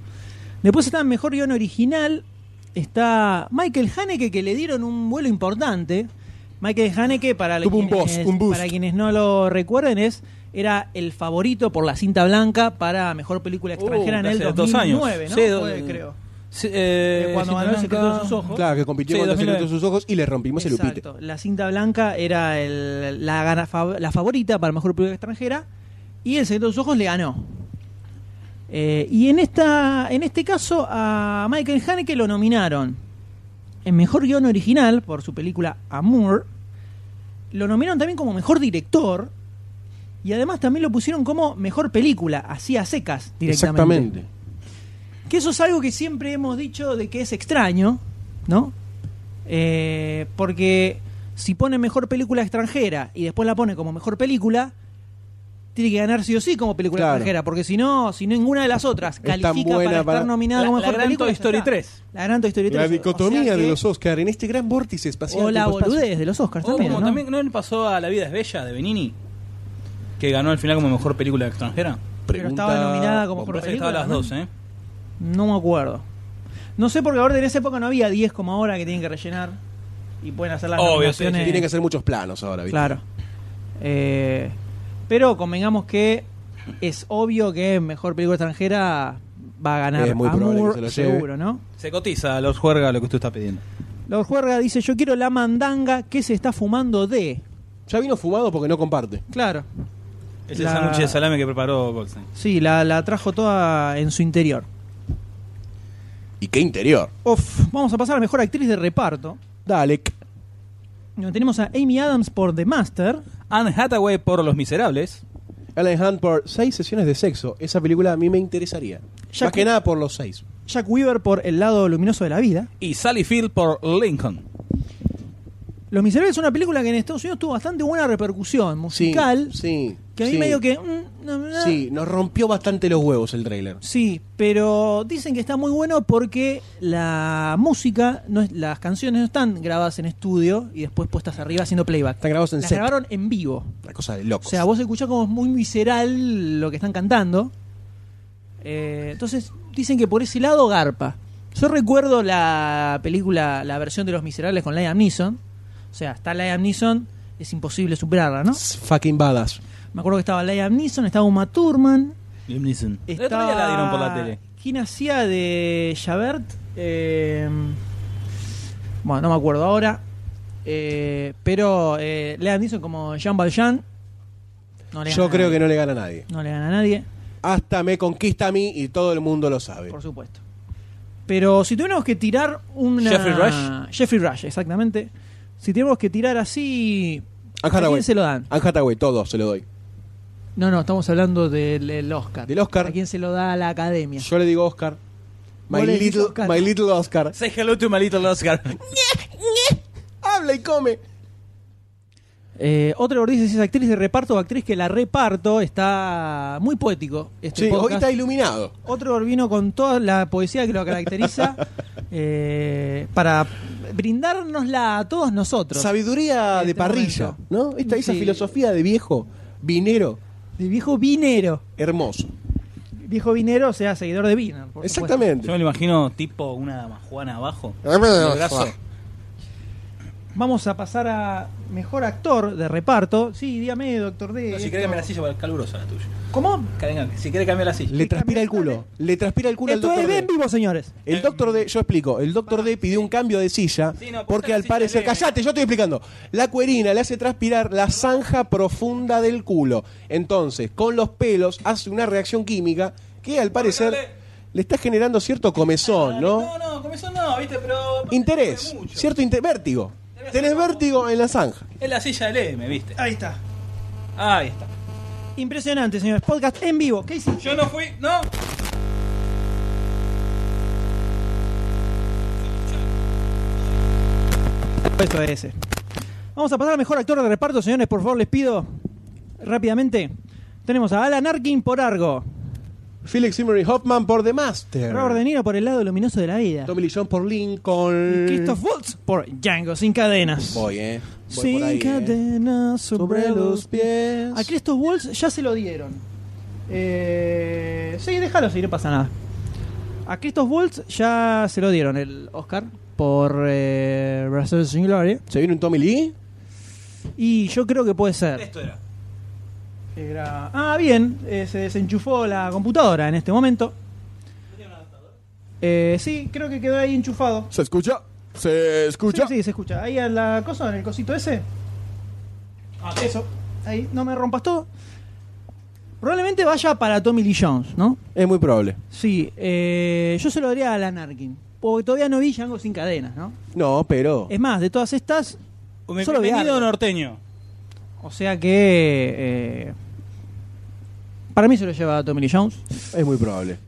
[SPEAKER 4] Después está Mejor Guión Original. Está Michael Haneke, que le dieron un vuelo importante. Michael Haneke, para,
[SPEAKER 3] Tuvo un
[SPEAKER 4] quienes,
[SPEAKER 3] boost, un boost.
[SPEAKER 4] para quienes no lo recuerden, es era el favorito por la cinta blanca para Mejor Película Extranjera en
[SPEAKER 5] Uh, hace
[SPEAKER 4] el
[SPEAKER 5] dos
[SPEAKER 4] 2009,
[SPEAKER 5] años.
[SPEAKER 4] ¿no?
[SPEAKER 5] Sí, do-
[SPEAKER 4] Fue, creo.
[SPEAKER 5] Sí, eh,
[SPEAKER 4] Eh, cuando
[SPEAKER 5] Cinta
[SPEAKER 4] ganó el secreto de
[SPEAKER 5] Blanca.
[SPEAKER 4] sus ojos.
[SPEAKER 3] Claro, que compitió
[SPEAKER 5] Sí,
[SPEAKER 3] con el
[SPEAKER 5] 2009.
[SPEAKER 3] secreto de sus ojos y le rompimos el upite.
[SPEAKER 4] Exacto. La cinta blanca era el- la, gana- fa- la favorita para mejor película extranjera y el secreto de sus ojos le ganó. Eh, y en esta en este caso a Michael Haneke lo nominaron en mejor guión original por su película Amour. Lo nominaron también como mejor director y además también lo pusieron como mejor película, así a secas directamente.
[SPEAKER 3] Exactamente.
[SPEAKER 4] Que eso es algo que siempre hemos dicho de que es extraño, ¿no? Eh, porque si pone mejor película extranjera y después la pone como mejor película, tiene que ganar sí o sí como película
[SPEAKER 3] Claro.
[SPEAKER 4] extranjera, porque si no, si ninguna de las otras
[SPEAKER 3] tan
[SPEAKER 4] califica
[SPEAKER 3] buena
[SPEAKER 4] para,
[SPEAKER 3] para-
[SPEAKER 4] estar nominada
[SPEAKER 5] La-
[SPEAKER 4] como
[SPEAKER 5] la
[SPEAKER 4] mejor
[SPEAKER 5] gran
[SPEAKER 4] película.
[SPEAKER 5] Toy
[SPEAKER 4] ya
[SPEAKER 5] Story
[SPEAKER 4] está.
[SPEAKER 5] 3.
[SPEAKER 4] La gran Toy Story 3.
[SPEAKER 3] La
[SPEAKER 4] O sea
[SPEAKER 3] dicotomía de
[SPEAKER 4] que-
[SPEAKER 3] los Oscar en este gran vórtice espacial.
[SPEAKER 4] O la
[SPEAKER 3] tiempo-espacio.
[SPEAKER 4] boludez de los Oscars
[SPEAKER 5] O
[SPEAKER 4] también,
[SPEAKER 5] como
[SPEAKER 4] ¿no?
[SPEAKER 5] también no le pasó a La vida es bella de Benini, que ganó al final como mejor película extranjera.
[SPEAKER 4] Pero estaba
[SPEAKER 3] Pregunta-
[SPEAKER 4] nominada como mejor
[SPEAKER 5] Parece que estaba
[SPEAKER 4] película.
[SPEAKER 5] las
[SPEAKER 4] ¿no?
[SPEAKER 5] dos, ¿eh?
[SPEAKER 4] No me acuerdo. No sé porque ahora en esa época no había 10 como ahora que tienen que rellenar y pueden hacer las
[SPEAKER 5] Obvio, sí, sí.
[SPEAKER 4] nominaciones.
[SPEAKER 3] Tienen que hacer muchos planos ahora, ¿viste?
[SPEAKER 4] Claro. Eh, pero convengamos que es obvio que mejor película extranjera va a ganar
[SPEAKER 3] Es muy probable
[SPEAKER 4] Amour,
[SPEAKER 3] que se lo lleve.
[SPEAKER 4] seguro, ¿no?
[SPEAKER 5] ¿eh? Se cotiza a los juerga lo que tú estás pidiendo.
[SPEAKER 4] Lord Juerga dice, yo quiero la mandanga que se está fumando de...
[SPEAKER 3] Ya vino fumado porque no comparte.
[SPEAKER 4] Claro.
[SPEAKER 5] Ese
[SPEAKER 4] La-
[SPEAKER 5] sándwich de salame que preparó Goldstein.
[SPEAKER 4] Sí, la, la trajo toda en su interior.
[SPEAKER 3] ¿Y qué interior?
[SPEAKER 4] Uf, vamos a pasar a mejor actriz de reparto.
[SPEAKER 3] Dalek.
[SPEAKER 4] Donde tenemos a Amy Adams por The Master.
[SPEAKER 5] Anne Hathaway por Los Miserables.
[SPEAKER 3] Alan Hunt por seis sesiones de sexo. Esa película a mí me interesaría.
[SPEAKER 4] Ya
[SPEAKER 3] Más
[SPEAKER 4] que-
[SPEAKER 3] que nada por los seis.
[SPEAKER 4] Jack Weaver por El lado luminoso de la vida.
[SPEAKER 5] Y Sally Field por Lincoln.
[SPEAKER 4] Los Miserables es una película que en Estados Unidos tuvo bastante buena repercusión
[SPEAKER 3] Sí,
[SPEAKER 4] musical.
[SPEAKER 3] sí.
[SPEAKER 4] Que a mí
[SPEAKER 3] sí.
[SPEAKER 4] medio que... mm, no, no,
[SPEAKER 3] Sí, nos rompió bastante los huevos el tráiler.
[SPEAKER 4] Sí, pero dicen que está muy bueno porque la música, no es- las canciones no están grabadas en estudio y después puestas arriba haciendo playback.
[SPEAKER 3] Están grabados en
[SPEAKER 4] las
[SPEAKER 3] set.
[SPEAKER 4] grabaron en vivo.
[SPEAKER 3] Una cosa de
[SPEAKER 4] O
[SPEAKER 3] locos.
[SPEAKER 4] sea, vos escuchás como es muy visceral lo que están cantando. Eh, entonces, dicen que por ese lado garpa. Yo recuerdo la película, la versión de Los Miserables con Liam Neeson. O sea, está Liam Neeson, es imposible superarla, ¿no?
[SPEAKER 3] Fucking badass.
[SPEAKER 4] Me acuerdo que estaba Liam Neeson, estaba Uma Thurman,
[SPEAKER 5] Liam Neeson. El otro
[SPEAKER 4] estaba-
[SPEAKER 5] día la dieron por la tele.
[SPEAKER 4] ¿Quién hacía de Javert? Eh, bueno, no me acuerdo ahora. Eh, pero eh, Liam Neeson como Jean Valjean. No le
[SPEAKER 3] Yo
[SPEAKER 4] gana a
[SPEAKER 3] creo
[SPEAKER 4] nadie.
[SPEAKER 3] que no le gana a nadie.
[SPEAKER 4] no le gana a nadie,
[SPEAKER 3] Hasta me conquista a mí y todo el mundo lo sabe.
[SPEAKER 4] por supuesto. Pero si tuviéramos que tirar una.
[SPEAKER 5] Jeffrey Rush.
[SPEAKER 4] Jeffrey Rush, exactamente. Si tuviéramos que tirar así.
[SPEAKER 3] Anne
[SPEAKER 4] ¿A quién
[SPEAKER 3] Hathaway.
[SPEAKER 4] se lo dan?
[SPEAKER 3] Anne Hathaway, todo se lo doy.
[SPEAKER 4] No, no, estamos hablando del, del Oscar.
[SPEAKER 3] Del Oscar.
[SPEAKER 4] ¿A quién se lo da la academia?
[SPEAKER 3] Yo le digo Oscar. My
[SPEAKER 4] Vos le decís
[SPEAKER 3] little,
[SPEAKER 4] Oscar.
[SPEAKER 3] my little Oscar.
[SPEAKER 5] Say hello to my little Oscar.
[SPEAKER 3] Habla y come.
[SPEAKER 4] Eh, otra gordiza es actriz de reparto o actriz que la reparto. Está muy poético. Este
[SPEAKER 3] Sí, hoy
[SPEAKER 4] podcast.
[SPEAKER 3] está iluminado.
[SPEAKER 4] Otro Gorbino con toda la poesía que lo caracteriza eh, para brindárnosla a todos nosotros.
[SPEAKER 3] Sabiduría
[SPEAKER 4] En
[SPEAKER 3] de
[SPEAKER 4] este
[SPEAKER 3] parrilla,
[SPEAKER 4] momento.
[SPEAKER 3] ¿no? Esta, esa
[SPEAKER 4] Sí.
[SPEAKER 3] filosofía de viejo, vinero,
[SPEAKER 4] De viejo vinero.
[SPEAKER 3] hermoso.
[SPEAKER 4] Viejo vinero, o sea, seguidor de Viner. por supuesto.
[SPEAKER 5] Yo
[SPEAKER 3] Exactamente.
[SPEAKER 5] me lo imagino tipo una damajuana abajo.
[SPEAKER 1] Dame
[SPEAKER 5] El brazo.
[SPEAKER 4] Vamos a pasar a mejor actor de reparto. Sí, dígame, doctor D.
[SPEAKER 5] No, si
[SPEAKER 4] esto-
[SPEAKER 5] querés cambiar la silla, porque es calurosa la tuya.
[SPEAKER 4] ¿Cómo?
[SPEAKER 5] Venga, Si querés cambiar la silla.
[SPEAKER 3] Le transpira el culo. Le transpira el culo al
[SPEAKER 4] Esto es
[SPEAKER 3] doctor
[SPEAKER 4] de
[SPEAKER 3] D.
[SPEAKER 4] en vivo, señores.
[SPEAKER 3] El doctor D, yo explico, el doctor D pidió un cambio de silla
[SPEAKER 5] Ah, Sí, no,
[SPEAKER 3] porque
[SPEAKER 5] ponte
[SPEAKER 3] al
[SPEAKER 5] la silla,
[SPEAKER 3] parecer,
[SPEAKER 5] lee.
[SPEAKER 3] callate, yo estoy explicando, la cuerina le hace transpirar la zanja profunda del culo. Entonces, con los pelos hace una reacción química que al parecer le está generando cierto comezón, ¿no?
[SPEAKER 5] No, no, comenzó no, viste, pero.
[SPEAKER 3] Interés,
[SPEAKER 5] mucho.
[SPEAKER 3] cierto inte- vértigo.
[SPEAKER 5] Debe
[SPEAKER 3] Tenés
[SPEAKER 5] hacer como-
[SPEAKER 3] vértigo en la zanja.
[SPEAKER 5] Es la silla del M, viste.
[SPEAKER 4] Ahí está.
[SPEAKER 5] Ahí está.
[SPEAKER 4] Impresionante, señores. Podcast en vivo. ¿Qué hiciste?
[SPEAKER 5] Yo no fui, no.
[SPEAKER 4] Eso es ese. Vamos a pasar al mejor actor de reparto, señores. Por favor, les pido rápidamente. Tenemos a Alan Arkin por Argo.
[SPEAKER 3] Felix Emery Hoffman por The Master.
[SPEAKER 4] Robert De Niro por El lado luminoso de la vida.
[SPEAKER 3] Tommy Lee Jones por Lincoln.
[SPEAKER 4] Y Christoph Waltz por Django, sin cadenas.
[SPEAKER 3] Voy, eh. Voy
[SPEAKER 4] sin
[SPEAKER 3] por ahí, eh.
[SPEAKER 4] cadenas sobre
[SPEAKER 3] Sobre los
[SPEAKER 4] los pies.
[SPEAKER 3] pies.
[SPEAKER 4] A Christoph Waltz ya se lo dieron. Eh, sí, déjalo si no pasa nada. A Christoph Waltz ya se lo dieron el Oscar por eh, Brazos sin Gloria.
[SPEAKER 3] ¿Se viene un Tommy Lee?
[SPEAKER 4] Y yo creo que puede ser.
[SPEAKER 5] Esto era.
[SPEAKER 4] Era- Ah, bien, eh, se desenchufó la computadora en este momento. Eh, sí, creo que quedó ahí enchufado.
[SPEAKER 3] ¿Se escucha? ¿Se
[SPEAKER 4] Sí, sí, se escucha. Ahí a la cosa, en el cosito ese. Ah, eso. Ahí, no me rompas todo. Probablemente vaya para Tommy Lee Jones, ¿no?
[SPEAKER 3] Es muy probable.
[SPEAKER 4] Sí, eh, yo se lo daría a Alan Arkin. Porque todavía no vi Django sin cadenas, ¿no?
[SPEAKER 3] No, pero.
[SPEAKER 4] Es más, de todas estas, Solo
[SPEAKER 5] Bienvenido
[SPEAKER 4] Viardo.
[SPEAKER 5] norteño.
[SPEAKER 4] o sea que. eh, para mí se lo lleva a Tommy Lee Jones.
[SPEAKER 3] Es muy probable.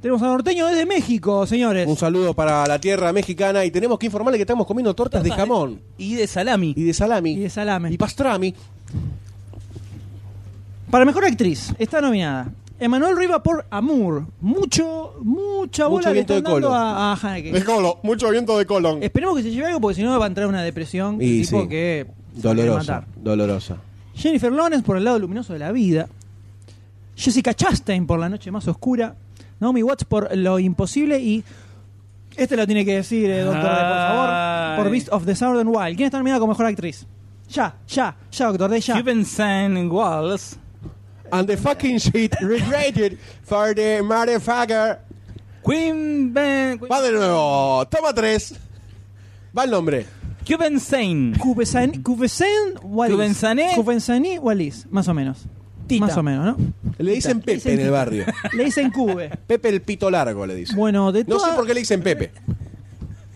[SPEAKER 4] Tenemos a Norteño desde México, señores.
[SPEAKER 3] Un saludo para la tierra mexicana y tenemos que informarle que estamos comiendo tortas de jamón
[SPEAKER 5] Y de salami.
[SPEAKER 3] y de salami
[SPEAKER 4] Y de salame.
[SPEAKER 3] y pastrami.
[SPEAKER 4] Para mejor actriz, está nominada. Emanuel Riva por Amour. Mucho, mucha
[SPEAKER 3] Mucho
[SPEAKER 4] bola le
[SPEAKER 3] viento
[SPEAKER 4] están
[SPEAKER 3] de
[SPEAKER 4] dando
[SPEAKER 3] colon.
[SPEAKER 4] a, a Haneke.
[SPEAKER 3] colon, mucho viento de colon.
[SPEAKER 4] Esperemos que se lleve algo porque si no va a entrar una depresión
[SPEAKER 3] Y
[SPEAKER 4] tipo
[SPEAKER 3] sí.
[SPEAKER 4] que se va a querer
[SPEAKER 3] Dolorosa, dolorosa.
[SPEAKER 4] Jennifer Lawrence por El lado luminoso de la vida. Jessica Chastain por La noche más oscura. Naomi Watts por Lo imposible y este lo tiene que decir eh, doctor D, por favor,
[SPEAKER 5] Ay.
[SPEAKER 4] por Beast of the Southern Wild. ¿Quién está nominada como mejor actriz? Ya, ya, ya, doctor D, ya.
[SPEAKER 5] Cuban San Walls.
[SPEAKER 3] And the fucking shit regretted for the motherfucker.
[SPEAKER 5] Queen Ben.
[SPEAKER 3] Va de nuevo. Toma tres. Va el nombre.
[SPEAKER 5] Cuban Saint.
[SPEAKER 4] Cubesen, Cubesen, Wallis.
[SPEAKER 5] Cubensané.
[SPEAKER 4] Cubensaní, Wallis, más o menos.
[SPEAKER 5] Tita.
[SPEAKER 4] Más o menos, ¿no?
[SPEAKER 3] Le dicen Pepe en el barrio.
[SPEAKER 4] Le dicen Cube.
[SPEAKER 3] Pepe el pito largo le dicen.
[SPEAKER 4] Bueno, de
[SPEAKER 3] No sé
[SPEAKER 4] toda-
[SPEAKER 3] por qué le dicen Pepe.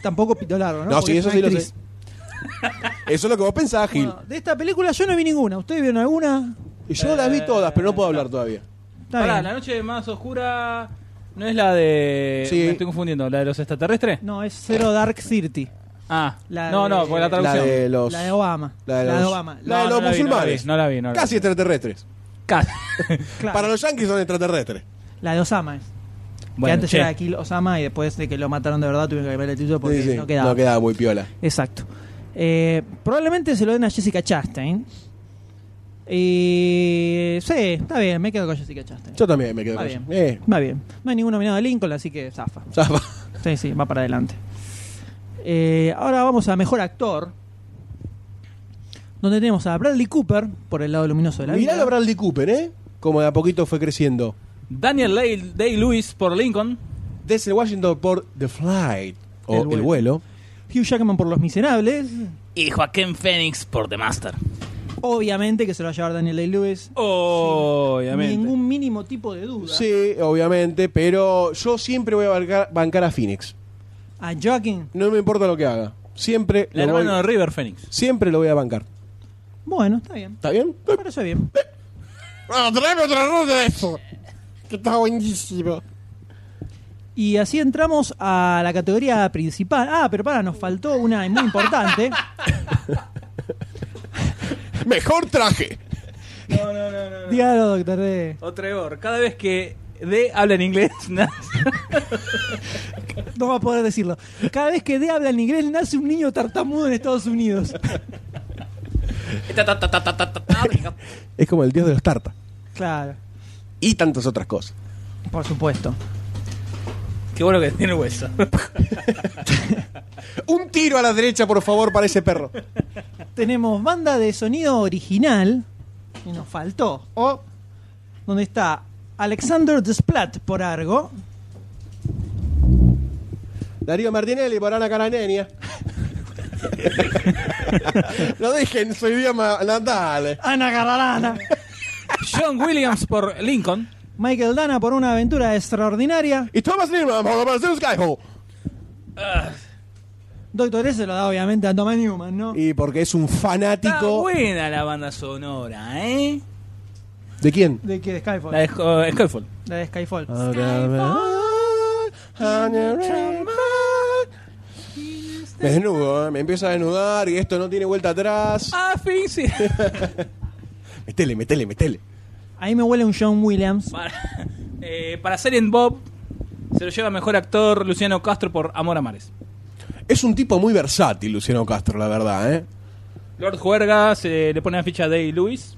[SPEAKER 4] Tampoco Pito Largo, ¿no?
[SPEAKER 3] No,
[SPEAKER 4] Porque
[SPEAKER 3] sí,
[SPEAKER 4] es
[SPEAKER 3] eso
[SPEAKER 4] una
[SPEAKER 3] sí lo
[SPEAKER 4] actriz.
[SPEAKER 3] sé. Eso es lo que vos pensás, Gil.
[SPEAKER 4] Bueno, de esta película yo no vi ninguna. ¿Ustedes vieron alguna?
[SPEAKER 3] Y Yo las vi todas, pero no puedo hablar todavía.
[SPEAKER 4] Está
[SPEAKER 5] Pará,
[SPEAKER 4] bien.
[SPEAKER 5] la noche más oscura. ¿No es la de.?
[SPEAKER 3] Sí.
[SPEAKER 5] Me estoy confundiendo. ¿La de los extraterrestres?
[SPEAKER 4] No, es Zero Dark Thirty.
[SPEAKER 5] Ah,
[SPEAKER 4] La
[SPEAKER 5] no,
[SPEAKER 4] de-
[SPEAKER 5] no, por la
[SPEAKER 3] La
[SPEAKER 5] traducción.
[SPEAKER 3] de los.
[SPEAKER 4] La de Obama.
[SPEAKER 3] La de los,
[SPEAKER 4] Obama.
[SPEAKER 3] la de los
[SPEAKER 5] No, no la vi, no la
[SPEAKER 3] musulmanes.
[SPEAKER 5] vi, no la vi, no la
[SPEAKER 3] Casi
[SPEAKER 5] vi.
[SPEAKER 3] extraterrestres.
[SPEAKER 5] Casi.
[SPEAKER 4] Claro,
[SPEAKER 3] Para los yanquis son extraterrestres.
[SPEAKER 4] La de Osama es. que
[SPEAKER 5] Bueno,
[SPEAKER 4] antes
[SPEAKER 5] che.
[SPEAKER 4] era Kill Osama y después de que lo mataron de verdad tuvieron que cambiar el título porque
[SPEAKER 3] Sí, sí,
[SPEAKER 4] no quedaba.
[SPEAKER 3] muy piola.
[SPEAKER 4] Exacto. Eh, probablemente se lo den a Jessica Chastain. Eh, sí, está bien, me quedo con Jessica Chastain.
[SPEAKER 3] Yo también me quedo
[SPEAKER 4] Va
[SPEAKER 3] con
[SPEAKER 4] bien.
[SPEAKER 3] eso. Eh,
[SPEAKER 4] Va bien. No hay ningún nominado de Lincoln, así que zafa.
[SPEAKER 3] zafa.
[SPEAKER 4] Sí, sí, va para adelante. Eh, ahora vamos a mejor actor. Donde tenemos a Bradley Cooper por el lado luminoso de la
[SPEAKER 3] Mirá
[SPEAKER 4] vida.
[SPEAKER 3] a Bradley Cooper, ¿eh? Como de a poquito fue creciendo.
[SPEAKER 5] Daniel Lay- Day-Lewis por Lincoln.
[SPEAKER 3] Desde Washington por The Flight. O
[SPEAKER 4] El
[SPEAKER 3] el
[SPEAKER 4] vuelo.
[SPEAKER 3] vuelo.
[SPEAKER 4] Hugh Jackman por Los Miserables.
[SPEAKER 6] Y Joaquín Phoenix por The Master.
[SPEAKER 4] Obviamente que se lo va a llevar Daniel Day-Lewis.
[SPEAKER 5] Obviamente.
[SPEAKER 4] Ningún mínimo tipo de duda.
[SPEAKER 3] Sí, obviamente, pero yo siempre voy a bancar, bancar a Phoenix.
[SPEAKER 4] A Joaquin.
[SPEAKER 3] No me importa lo que haga. Siempre
[SPEAKER 5] La
[SPEAKER 3] lo,
[SPEAKER 5] hermana de
[SPEAKER 3] voy,
[SPEAKER 5] River Phoenix.
[SPEAKER 3] siempre lo voy a bancar.
[SPEAKER 4] Bueno, está bien.
[SPEAKER 3] ¿Está bien?
[SPEAKER 4] Me parece bien.
[SPEAKER 3] Ah,
[SPEAKER 1] Bueno, traeme otra ronda de eso. Que está buenísimo.
[SPEAKER 4] Y así entramos a la categoría principal. Ah, pero para, nos faltó una muy importante.
[SPEAKER 3] Mejor traje.
[SPEAKER 5] No, no, no, no.
[SPEAKER 4] Dígalo, doctor D.
[SPEAKER 5] Otra Cada vez que D habla en inglés,
[SPEAKER 4] No va a poder decirlo. Cada vez que D habla en inglés, nace un niño tartamudo en Estados Unidos.
[SPEAKER 6] Ta, ta, ta, ta, ta, ta, ta, ta.
[SPEAKER 3] Es como el dios de los tartas.
[SPEAKER 4] Claro,
[SPEAKER 3] Y tantas otras cosas.
[SPEAKER 4] por supuesto.
[SPEAKER 5] qué bueno que tiene hueso.
[SPEAKER 3] Un tiro a la derecha, por favor, para ese perro.
[SPEAKER 4] Tenemos banda de sonido original. Y nos faltó. O, donde está Alexander Desplat por Argo.
[SPEAKER 3] Darío Martinelli por Ana Karanenia. Lo dije en su idioma natal.
[SPEAKER 4] Ana Garalana.
[SPEAKER 5] John Williams por Lincoln.
[SPEAKER 4] Michael Dana por una aventura extraordinaria.
[SPEAKER 3] Y Thomas Newman por Operación Skyhook.
[SPEAKER 4] Doctor S se lo da obviamente a Thomas Newman, ¿no?
[SPEAKER 3] Y porque es un
[SPEAKER 5] Está
[SPEAKER 3] fanático.
[SPEAKER 5] buena la banda sonora, ¿eh?
[SPEAKER 3] ¿De quién?
[SPEAKER 4] De que de Skyfall.
[SPEAKER 5] La de Sc- eh, Skyfall.
[SPEAKER 4] La de Skyfall.
[SPEAKER 3] Ah, Me desnudo, ¿eh? me empiezo a desnudar y esto no tiene vuelta atrás.
[SPEAKER 5] Ah, fin, sí.
[SPEAKER 3] Metele, metele, metele.
[SPEAKER 4] Ahí me huele un John Williams.
[SPEAKER 5] Para, eh, para Silent Bob se lo lleva mejor actor Luciano Castro por Amor a Mares.
[SPEAKER 3] Es un tipo muy versátil, Luciano Castro, la verdad, ¿eh?
[SPEAKER 5] Lord Juerga se le pone la ficha a Day Lewis.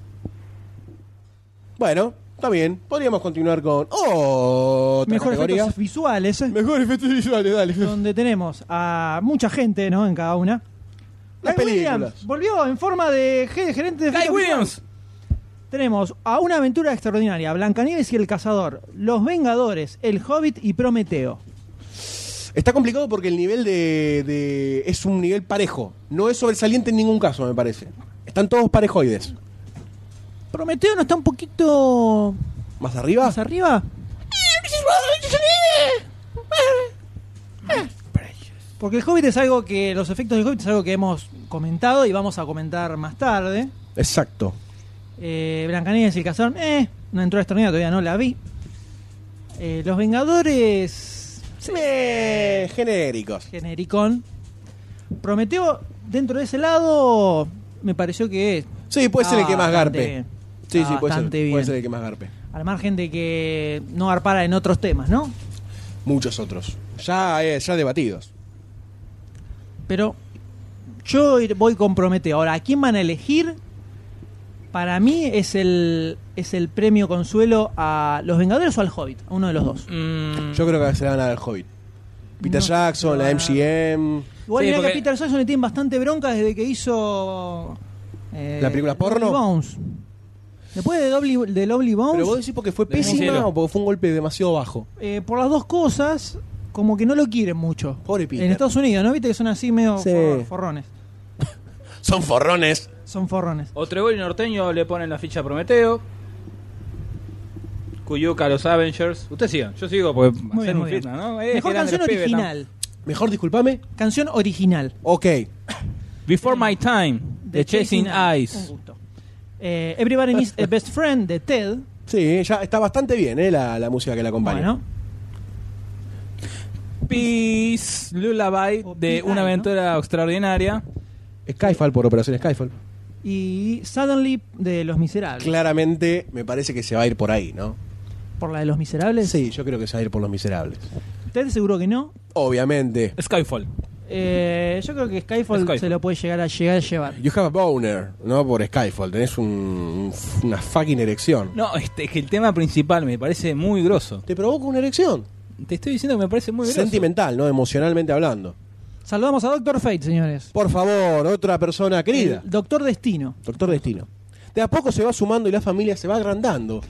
[SPEAKER 3] Bueno, está bien. Podríamos continuar con otra
[SPEAKER 4] Mejor
[SPEAKER 3] categoría.
[SPEAKER 4] efectos visuales. ¿eh?
[SPEAKER 3] Mejor efectos visuales, dale.
[SPEAKER 4] Donde tenemos a mucha gente, ¿no? En cada una.
[SPEAKER 3] Las
[SPEAKER 4] Guy
[SPEAKER 3] películas.
[SPEAKER 4] Williams volvió en forma de ge- gerente de
[SPEAKER 5] Guy
[SPEAKER 4] efectos
[SPEAKER 5] Williams.
[SPEAKER 4] visuales. Tenemos a una aventura extraordinaria: Blancanieves y el cazador, Los Vengadores, El Hobbit y Prometeo.
[SPEAKER 3] Está complicado porque el nivel de, de- es un nivel parejo. No es sobresaliente en ningún caso, me parece. Están todos parejoides.
[SPEAKER 4] Prometeo no está un poquito
[SPEAKER 3] ¿Más arriba?
[SPEAKER 4] más arriba. Porque el Hobbit es algo que los efectos del Hobbit es algo que hemos comentado y vamos a comentar más tarde.
[SPEAKER 3] Exacto.
[SPEAKER 4] Eh, Blancanieves y el cazador, eh, una entrada extraordinaria todavía no la vi. Eh, los Vengadores,
[SPEAKER 3] Meh, genéricos.
[SPEAKER 4] genericón. Prometeo dentro de ese lado me pareció que
[SPEAKER 3] Sí, puede ser el que más
[SPEAKER 4] Ah, Bastante
[SPEAKER 3] garpe.
[SPEAKER 4] bien.
[SPEAKER 3] Sí, sí,
[SPEAKER 4] Está
[SPEAKER 3] puede ser,
[SPEAKER 4] bastante bien.
[SPEAKER 3] puede ser el que más garpe.
[SPEAKER 4] al margen de que no arpara en otros temas, ¿no?
[SPEAKER 3] Muchos otros. Ya, eh, ya debatidos.
[SPEAKER 4] Pero yo ir- voy con Prometeo. Ahora, ¿a quién van a elegir? Para mí es el, es el premio consuelo a los Vengadores o al Hobbit, a uno de los dos.
[SPEAKER 5] Mm,
[SPEAKER 3] Yo creo que se la van a dar al Hobbit. Peter
[SPEAKER 4] No,
[SPEAKER 3] Jackson,
[SPEAKER 4] se la
[SPEAKER 3] la
[SPEAKER 4] van a
[SPEAKER 3] MGM.
[SPEAKER 4] Igual mirá
[SPEAKER 5] Sí,
[SPEAKER 4] que a
[SPEAKER 5] porque-
[SPEAKER 4] Peter Jackson le tienen bastante bronca desde que hizo... eh,
[SPEAKER 3] ¿La película porno?
[SPEAKER 4] Lovely Bones. Después de Lovely, de Lovely Bones,
[SPEAKER 3] Pero vos decís porque fue
[SPEAKER 5] Del
[SPEAKER 3] pésima
[SPEAKER 5] cielo.
[SPEAKER 3] o porque fue un golpe demasiado bajo.
[SPEAKER 4] eh, por las dos cosas, como que no lo quieren mucho.
[SPEAKER 3] Pobre Peter.
[SPEAKER 4] En Estados Unidos, ¿no? Viste que son así medio
[SPEAKER 3] Sí.
[SPEAKER 4] for- forrones.
[SPEAKER 3] Son forrones.
[SPEAKER 4] Son forrones.
[SPEAKER 5] Otro y norteño le ponen la ficha a Prometeo. Cuyuca a los Avengers. Ustedes sigan, yo sigo porque
[SPEAKER 4] Muy bien,
[SPEAKER 5] hacer un
[SPEAKER 4] muy bien.
[SPEAKER 5] fitna, ¿no?
[SPEAKER 4] Mejor
[SPEAKER 5] Eh, que eran de
[SPEAKER 4] canción
[SPEAKER 5] los pibes, tam-
[SPEAKER 4] original.
[SPEAKER 3] Mejor disculpame.
[SPEAKER 4] Canción original.
[SPEAKER 3] Ok.
[SPEAKER 5] Before My Time, de Chasing
[SPEAKER 4] Un
[SPEAKER 5] Eyes.
[SPEAKER 4] gusto. Eh, Everybody Needs a Best Friend de Ted.
[SPEAKER 3] Sí, ya está bastante bien, eh, la, la música que la acompaña.
[SPEAKER 4] Bueno,
[SPEAKER 5] Peace Lullaby,
[SPEAKER 4] O P.I.,
[SPEAKER 5] de Una
[SPEAKER 4] Oh, ¿no?
[SPEAKER 5] Aventura Extraordinaria.
[SPEAKER 3] Skyfall por Operación Skyfall.
[SPEAKER 4] y Suddenly de Los Miserables.
[SPEAKER 3] Claramente me parece que se va a ir por ahí, ¿no?
[SPEAKER 4] Por la de Los Miserables.
[SPEAKER 3] Sí, yo creo que se va a ir por Los Miserables.
[SPEAKER 4] Ted seguro que no.
[SPEAKER 3] Obviamente.
[SPEAKER 5] Skyfall.
[SPEAKER 4] Eh, yo creo que Skyfall,
[SPEAKER 5] Skyfall.
[SPEAKER 4] se lo puede llegar a llegar a llevar.
[SPEAKER 3] You have a boner, ¿no? Por Skyfall. Tenés un- una fucking erección.
[SPEAKER 5] No, este, es que el tema principal me parece muy grosso.
[SPEAKER 3] Te provoca una erección.
[SPEAKER 5] Te estoy diciendo que me parece muy grosso.
[SPEAKER 3] Sentimental, ¿no? Emocionalmente hablando.
[SPEAKER 4] Saludamos a Doctor Fate, señores.
[SPEAKER 3] Por favor, otra persona querida.
[SPEAKER 4] El Doctor Destino.
[SPEAKER 3] Doctor Destino. De a poco se va sumando y la familia se va agrandando.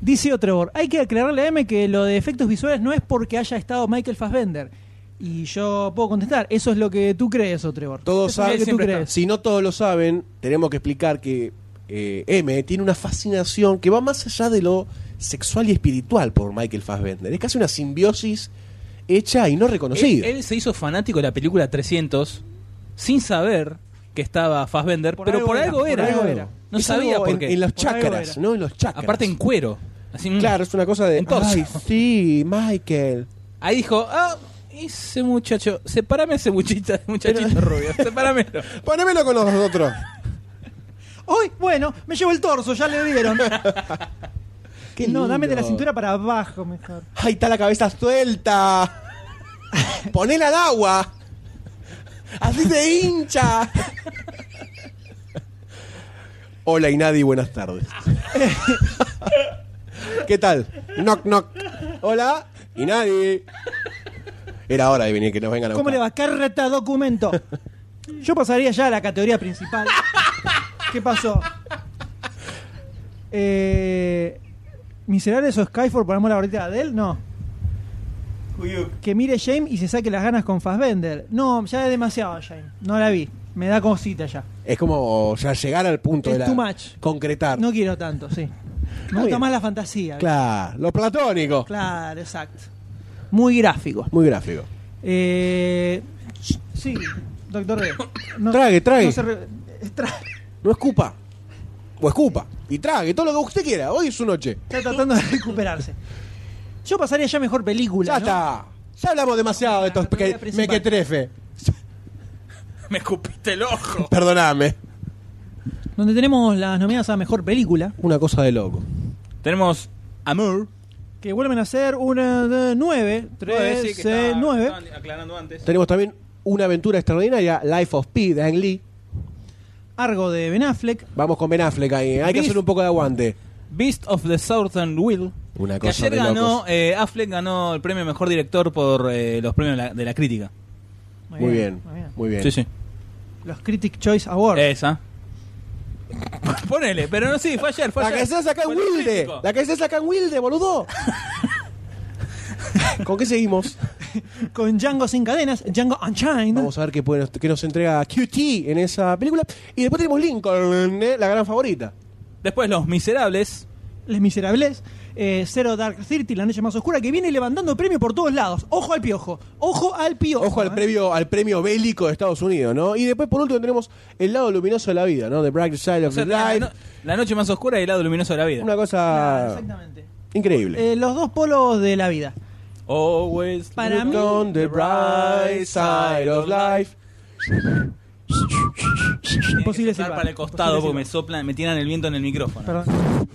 [SPEAKER 4] Dice Otrevor, hay que aclararle a M que lo de efectos visuales no es porque haya estado Michael Fassbender. Y yo puedo contestar, eso es lo que tú crees, Otrevor.
[SPEAKER 3] Todos
[SPEAKER 4] Eso es lo
[SPEAKER 3] saben-
[SPEAKER 4] que tú
[SPEAKER 5] Siempre
[SPEAKER 4] crees.
[SPEAKER 3] Si no todos lo saben, tenemos que explicar que eh, M tiene una fascinación que va más allá de lo sexual y espiritual por Michael Fassbender. Es casi una simbiosis hecha y no
[SPEAKER 5] Él,
[SPEAKER 3] reconocida.
[SPEAKER 5] él se hizo fanático de la película 300 sin saber que estaba Fassbender,
[SPEAKER 4] Por
[SPEAKER 5] pero
[SPEAKER 4] algo
[SPEAKER 5] por
[SPEAKER 4] era,
[SPEAKER 5] algo
[SPEAKER 4] por
[SPEAKER 5] era.
[SPEAKER 4] algo era.
[SPEAKER 5] No
[SPEAKER 3] Es
[SPEAKER 5] sabía
[SPEAKER 3] algo en-
[SPEAKER 5] por qué.
[SPEAKER 3] En, los
[SPEAKER 4] Por algo
[SPEAKER 3] chakras,
[SPEAKER 4] era.
[SPEAKER 3] ¿no? En los chakras.
[SPEAKER 5] Aparte en cuero. Así, mm.
[SPEAKER 3] Ah, Claro, es una cosa de.
[SPEAKER 5] Entonces.
[SPEAKER 3] Ay, sí, Michael.
[SPEAKER 5] Ahí dijo, ah, ese muchacho, sepárame ese muchita- muchachito rubio, sepáramelo.
[SPEAKER 3] Ponémelo con los otros.
[SPEAKER 4] Hoy, bueno, me llevo el torso, ya le dieron.
[SPEAKER 3] Qué
[SPEAKER 4] no,
[SPEAKER 3] lindo.
[SPEAKER 4] dame de la cintura para abajo mejor.
[SPEAKER 3] Ahí está la cabeza suelta. Ponela al agua. Así se hincha. Hola Inadi, buenas tardes. ¿Qué tal? Knock, knock. Hola, Inadi. Era hora de venir, que nos vengan a
[SPEAKER 4] ¿Cómo le
[SPEAKER 3] buscar.
[SPEAKER 4] va? Carta documento. Yo pasaría ya a la categoría principal. ¿Qué pasó? Eh, ¿Miserables o Skyfall ponemos la ahorita de él? No. Que mire James y se saque las ganas con Fassbender. No, ya es demasiado, James. No la vi. Me da cosita ya.
[SPEAKER 3] Es como o sea, llegar al punto
[SPEAKER 4] Es
[SPEAKER 3] de la...
[SPEAKER 4] too much.
[SPEAKER 3] Concretar.
[SPEAKER 4] No quiero tanto, sí. Me
[SPEAKER 3] Muy
[SPEAKER 4] gusta
[SPEAKER 3] bien.
[SPEAKER 4] más la fantasía.
[SPEAKER 3] Claro, lo platónico.
[SPEAKER 4] Claro, exacto. Muy gráfico.
[SPEAKER 3] Muy gráfico.
[SPEAKER 4] Eh, sí, doctor D. No-
[SPEAKER 3] Trague, trague.
[SPEAKER 4] no se re- es trague.
[SPEAKER 3] No escupa. O escupa. Y trague todo lo que usted quiera. Hoy es su noche.
[SPEAKER 4] Está tratando de recuperarse. Yo pasaría ya mejor película.
[SPEAKER 3] Ya
[SPEAKER 4] ¿no?
[SPEAKER 3] está. Ya hablamos demasiado de estos
[SPEAKER 4] La categoría
[SPEAKER 3] peque-
[SPEAKER 4] principal.
[SPEAKER 3] mequetrefe.
[SPEAKER 5] Me escupiste el ojo.
[SPEAKER 3] Perdoname.
[SPEAKER 4] Donde tenemos las nominadas a mejor película.
[SPEAKER 3] Una cosa de loco.
[SPEAKER 5] Tenemos Amour.
[SPEAKER 4] Que vuelven a ser una de nueve. Tres,
[SPEAKER 5] Sí, que
[SPEAKER 4] seis,
[SPEAKER 5] estaba-
[SPEAKER 4] nueve.
[SPEAKER 5] estaban Aclarando antes.
[SPEAKER 3] Tenemos también una aventura extraordinaria, Life of Pi de Ang Lee.
[SPEAKER 4] Argo de Ben Affleck.
[SPEAKER 3] Vamos con Ben Affleck ahí. ¿eh? Hay que
[SPEAKER 5] Beast.
[SPEAKER 3] hacer un poco de aguante.
[SPEAKER 5] Beast of the Southern Will.
[SPEAKER 3] Una
[SPEAKER 5] Que
[SPEAKER 3] cosa
[SPEAKER 5] ayer
[SPEAKER 3] de locos.
[SPEAKER 5] ganó, eh, Affleck ganó el premio Mejor Director por eh, los premios de la, de la crítica.
[SPEAKER 3] Muy bien,
[SPEAKER 4] muy bien.
[SPEAKER 3] muy bien.
[SPEAKER 5] Sí, sí.
[SPEAKER 4] Los Critic Choice Awards.
[SPEAKER 5] Esa. Ponele, pero no, sí, fue ayer, fue
[SPEAKER 3] La
[SPEAKER 5] ayer.
[SPEAKER 3] que se saca en
[SPEAKER 5] Fue el
[SPEAKER 3] Wilde.
[SPEAKER 5] crítico.
[SPEAKER 3] La que se saca en Wilde, boludo. ¿Con qué seguimos?
[SPEAKER 4] Con Django sin cadenas. Django Unchained.
[SPEAKER 3] Vamos a ver qué, puede- qué nos entrega QT en esa película. Y después tenemos Lincoln, eh, la gran favorita.
[SPEAKER 5] Después Los Miserables.
[SPEAKER 4] Les Miserables, eh, Zero Dark Thirty, La Noche Más Oscura, que viene levantando premio por todos lados. Ojo al piojo, ojo al piojo.
[SPEAKER 3] Ojo al,
[SPEAKER 4] ¿eh?
[SPEAKER 3] previo, al premio bélico de Estados Unidos, ¿no? Y después, por último, tenemos El lado luminoso de la vida, ¿no? The Bright Side
[SPEAKER 5] O
[SPEAKER 3] of
[SPEAKER 5] sea,
[SPEAKER 3] Life.
[SPEAKER 5] la, no- la noche más oscura y el lado luminoso de la vida.
[SPEAKER 3] Una
[SPEAKER 4] Claro,
[SPEAKER 3] cosa
[SPEAKER 4] Ah, exactamente.
[SPEAKER 3] increíble.
[SPEAKER 4] Eh, los dos polos de la vida.
[SPEAKER 5] Always
[SPEAKER 4] Para
[SPEAKER 3] Look
[SPEAKER 4] mí-
[SPEAKER 3] on the bright side of life.
[SPEAKER 4] Imposible
[SPEAKER 5] Imposible
[SPEAKER 4] silbar.
[SPEAKER 5] para el costado porque
[SPEAKER 4] Imposible
[SPEAKER 5] me soplan, me tiran el viento en el micrófono.
[SPEAKER 4] Perdón.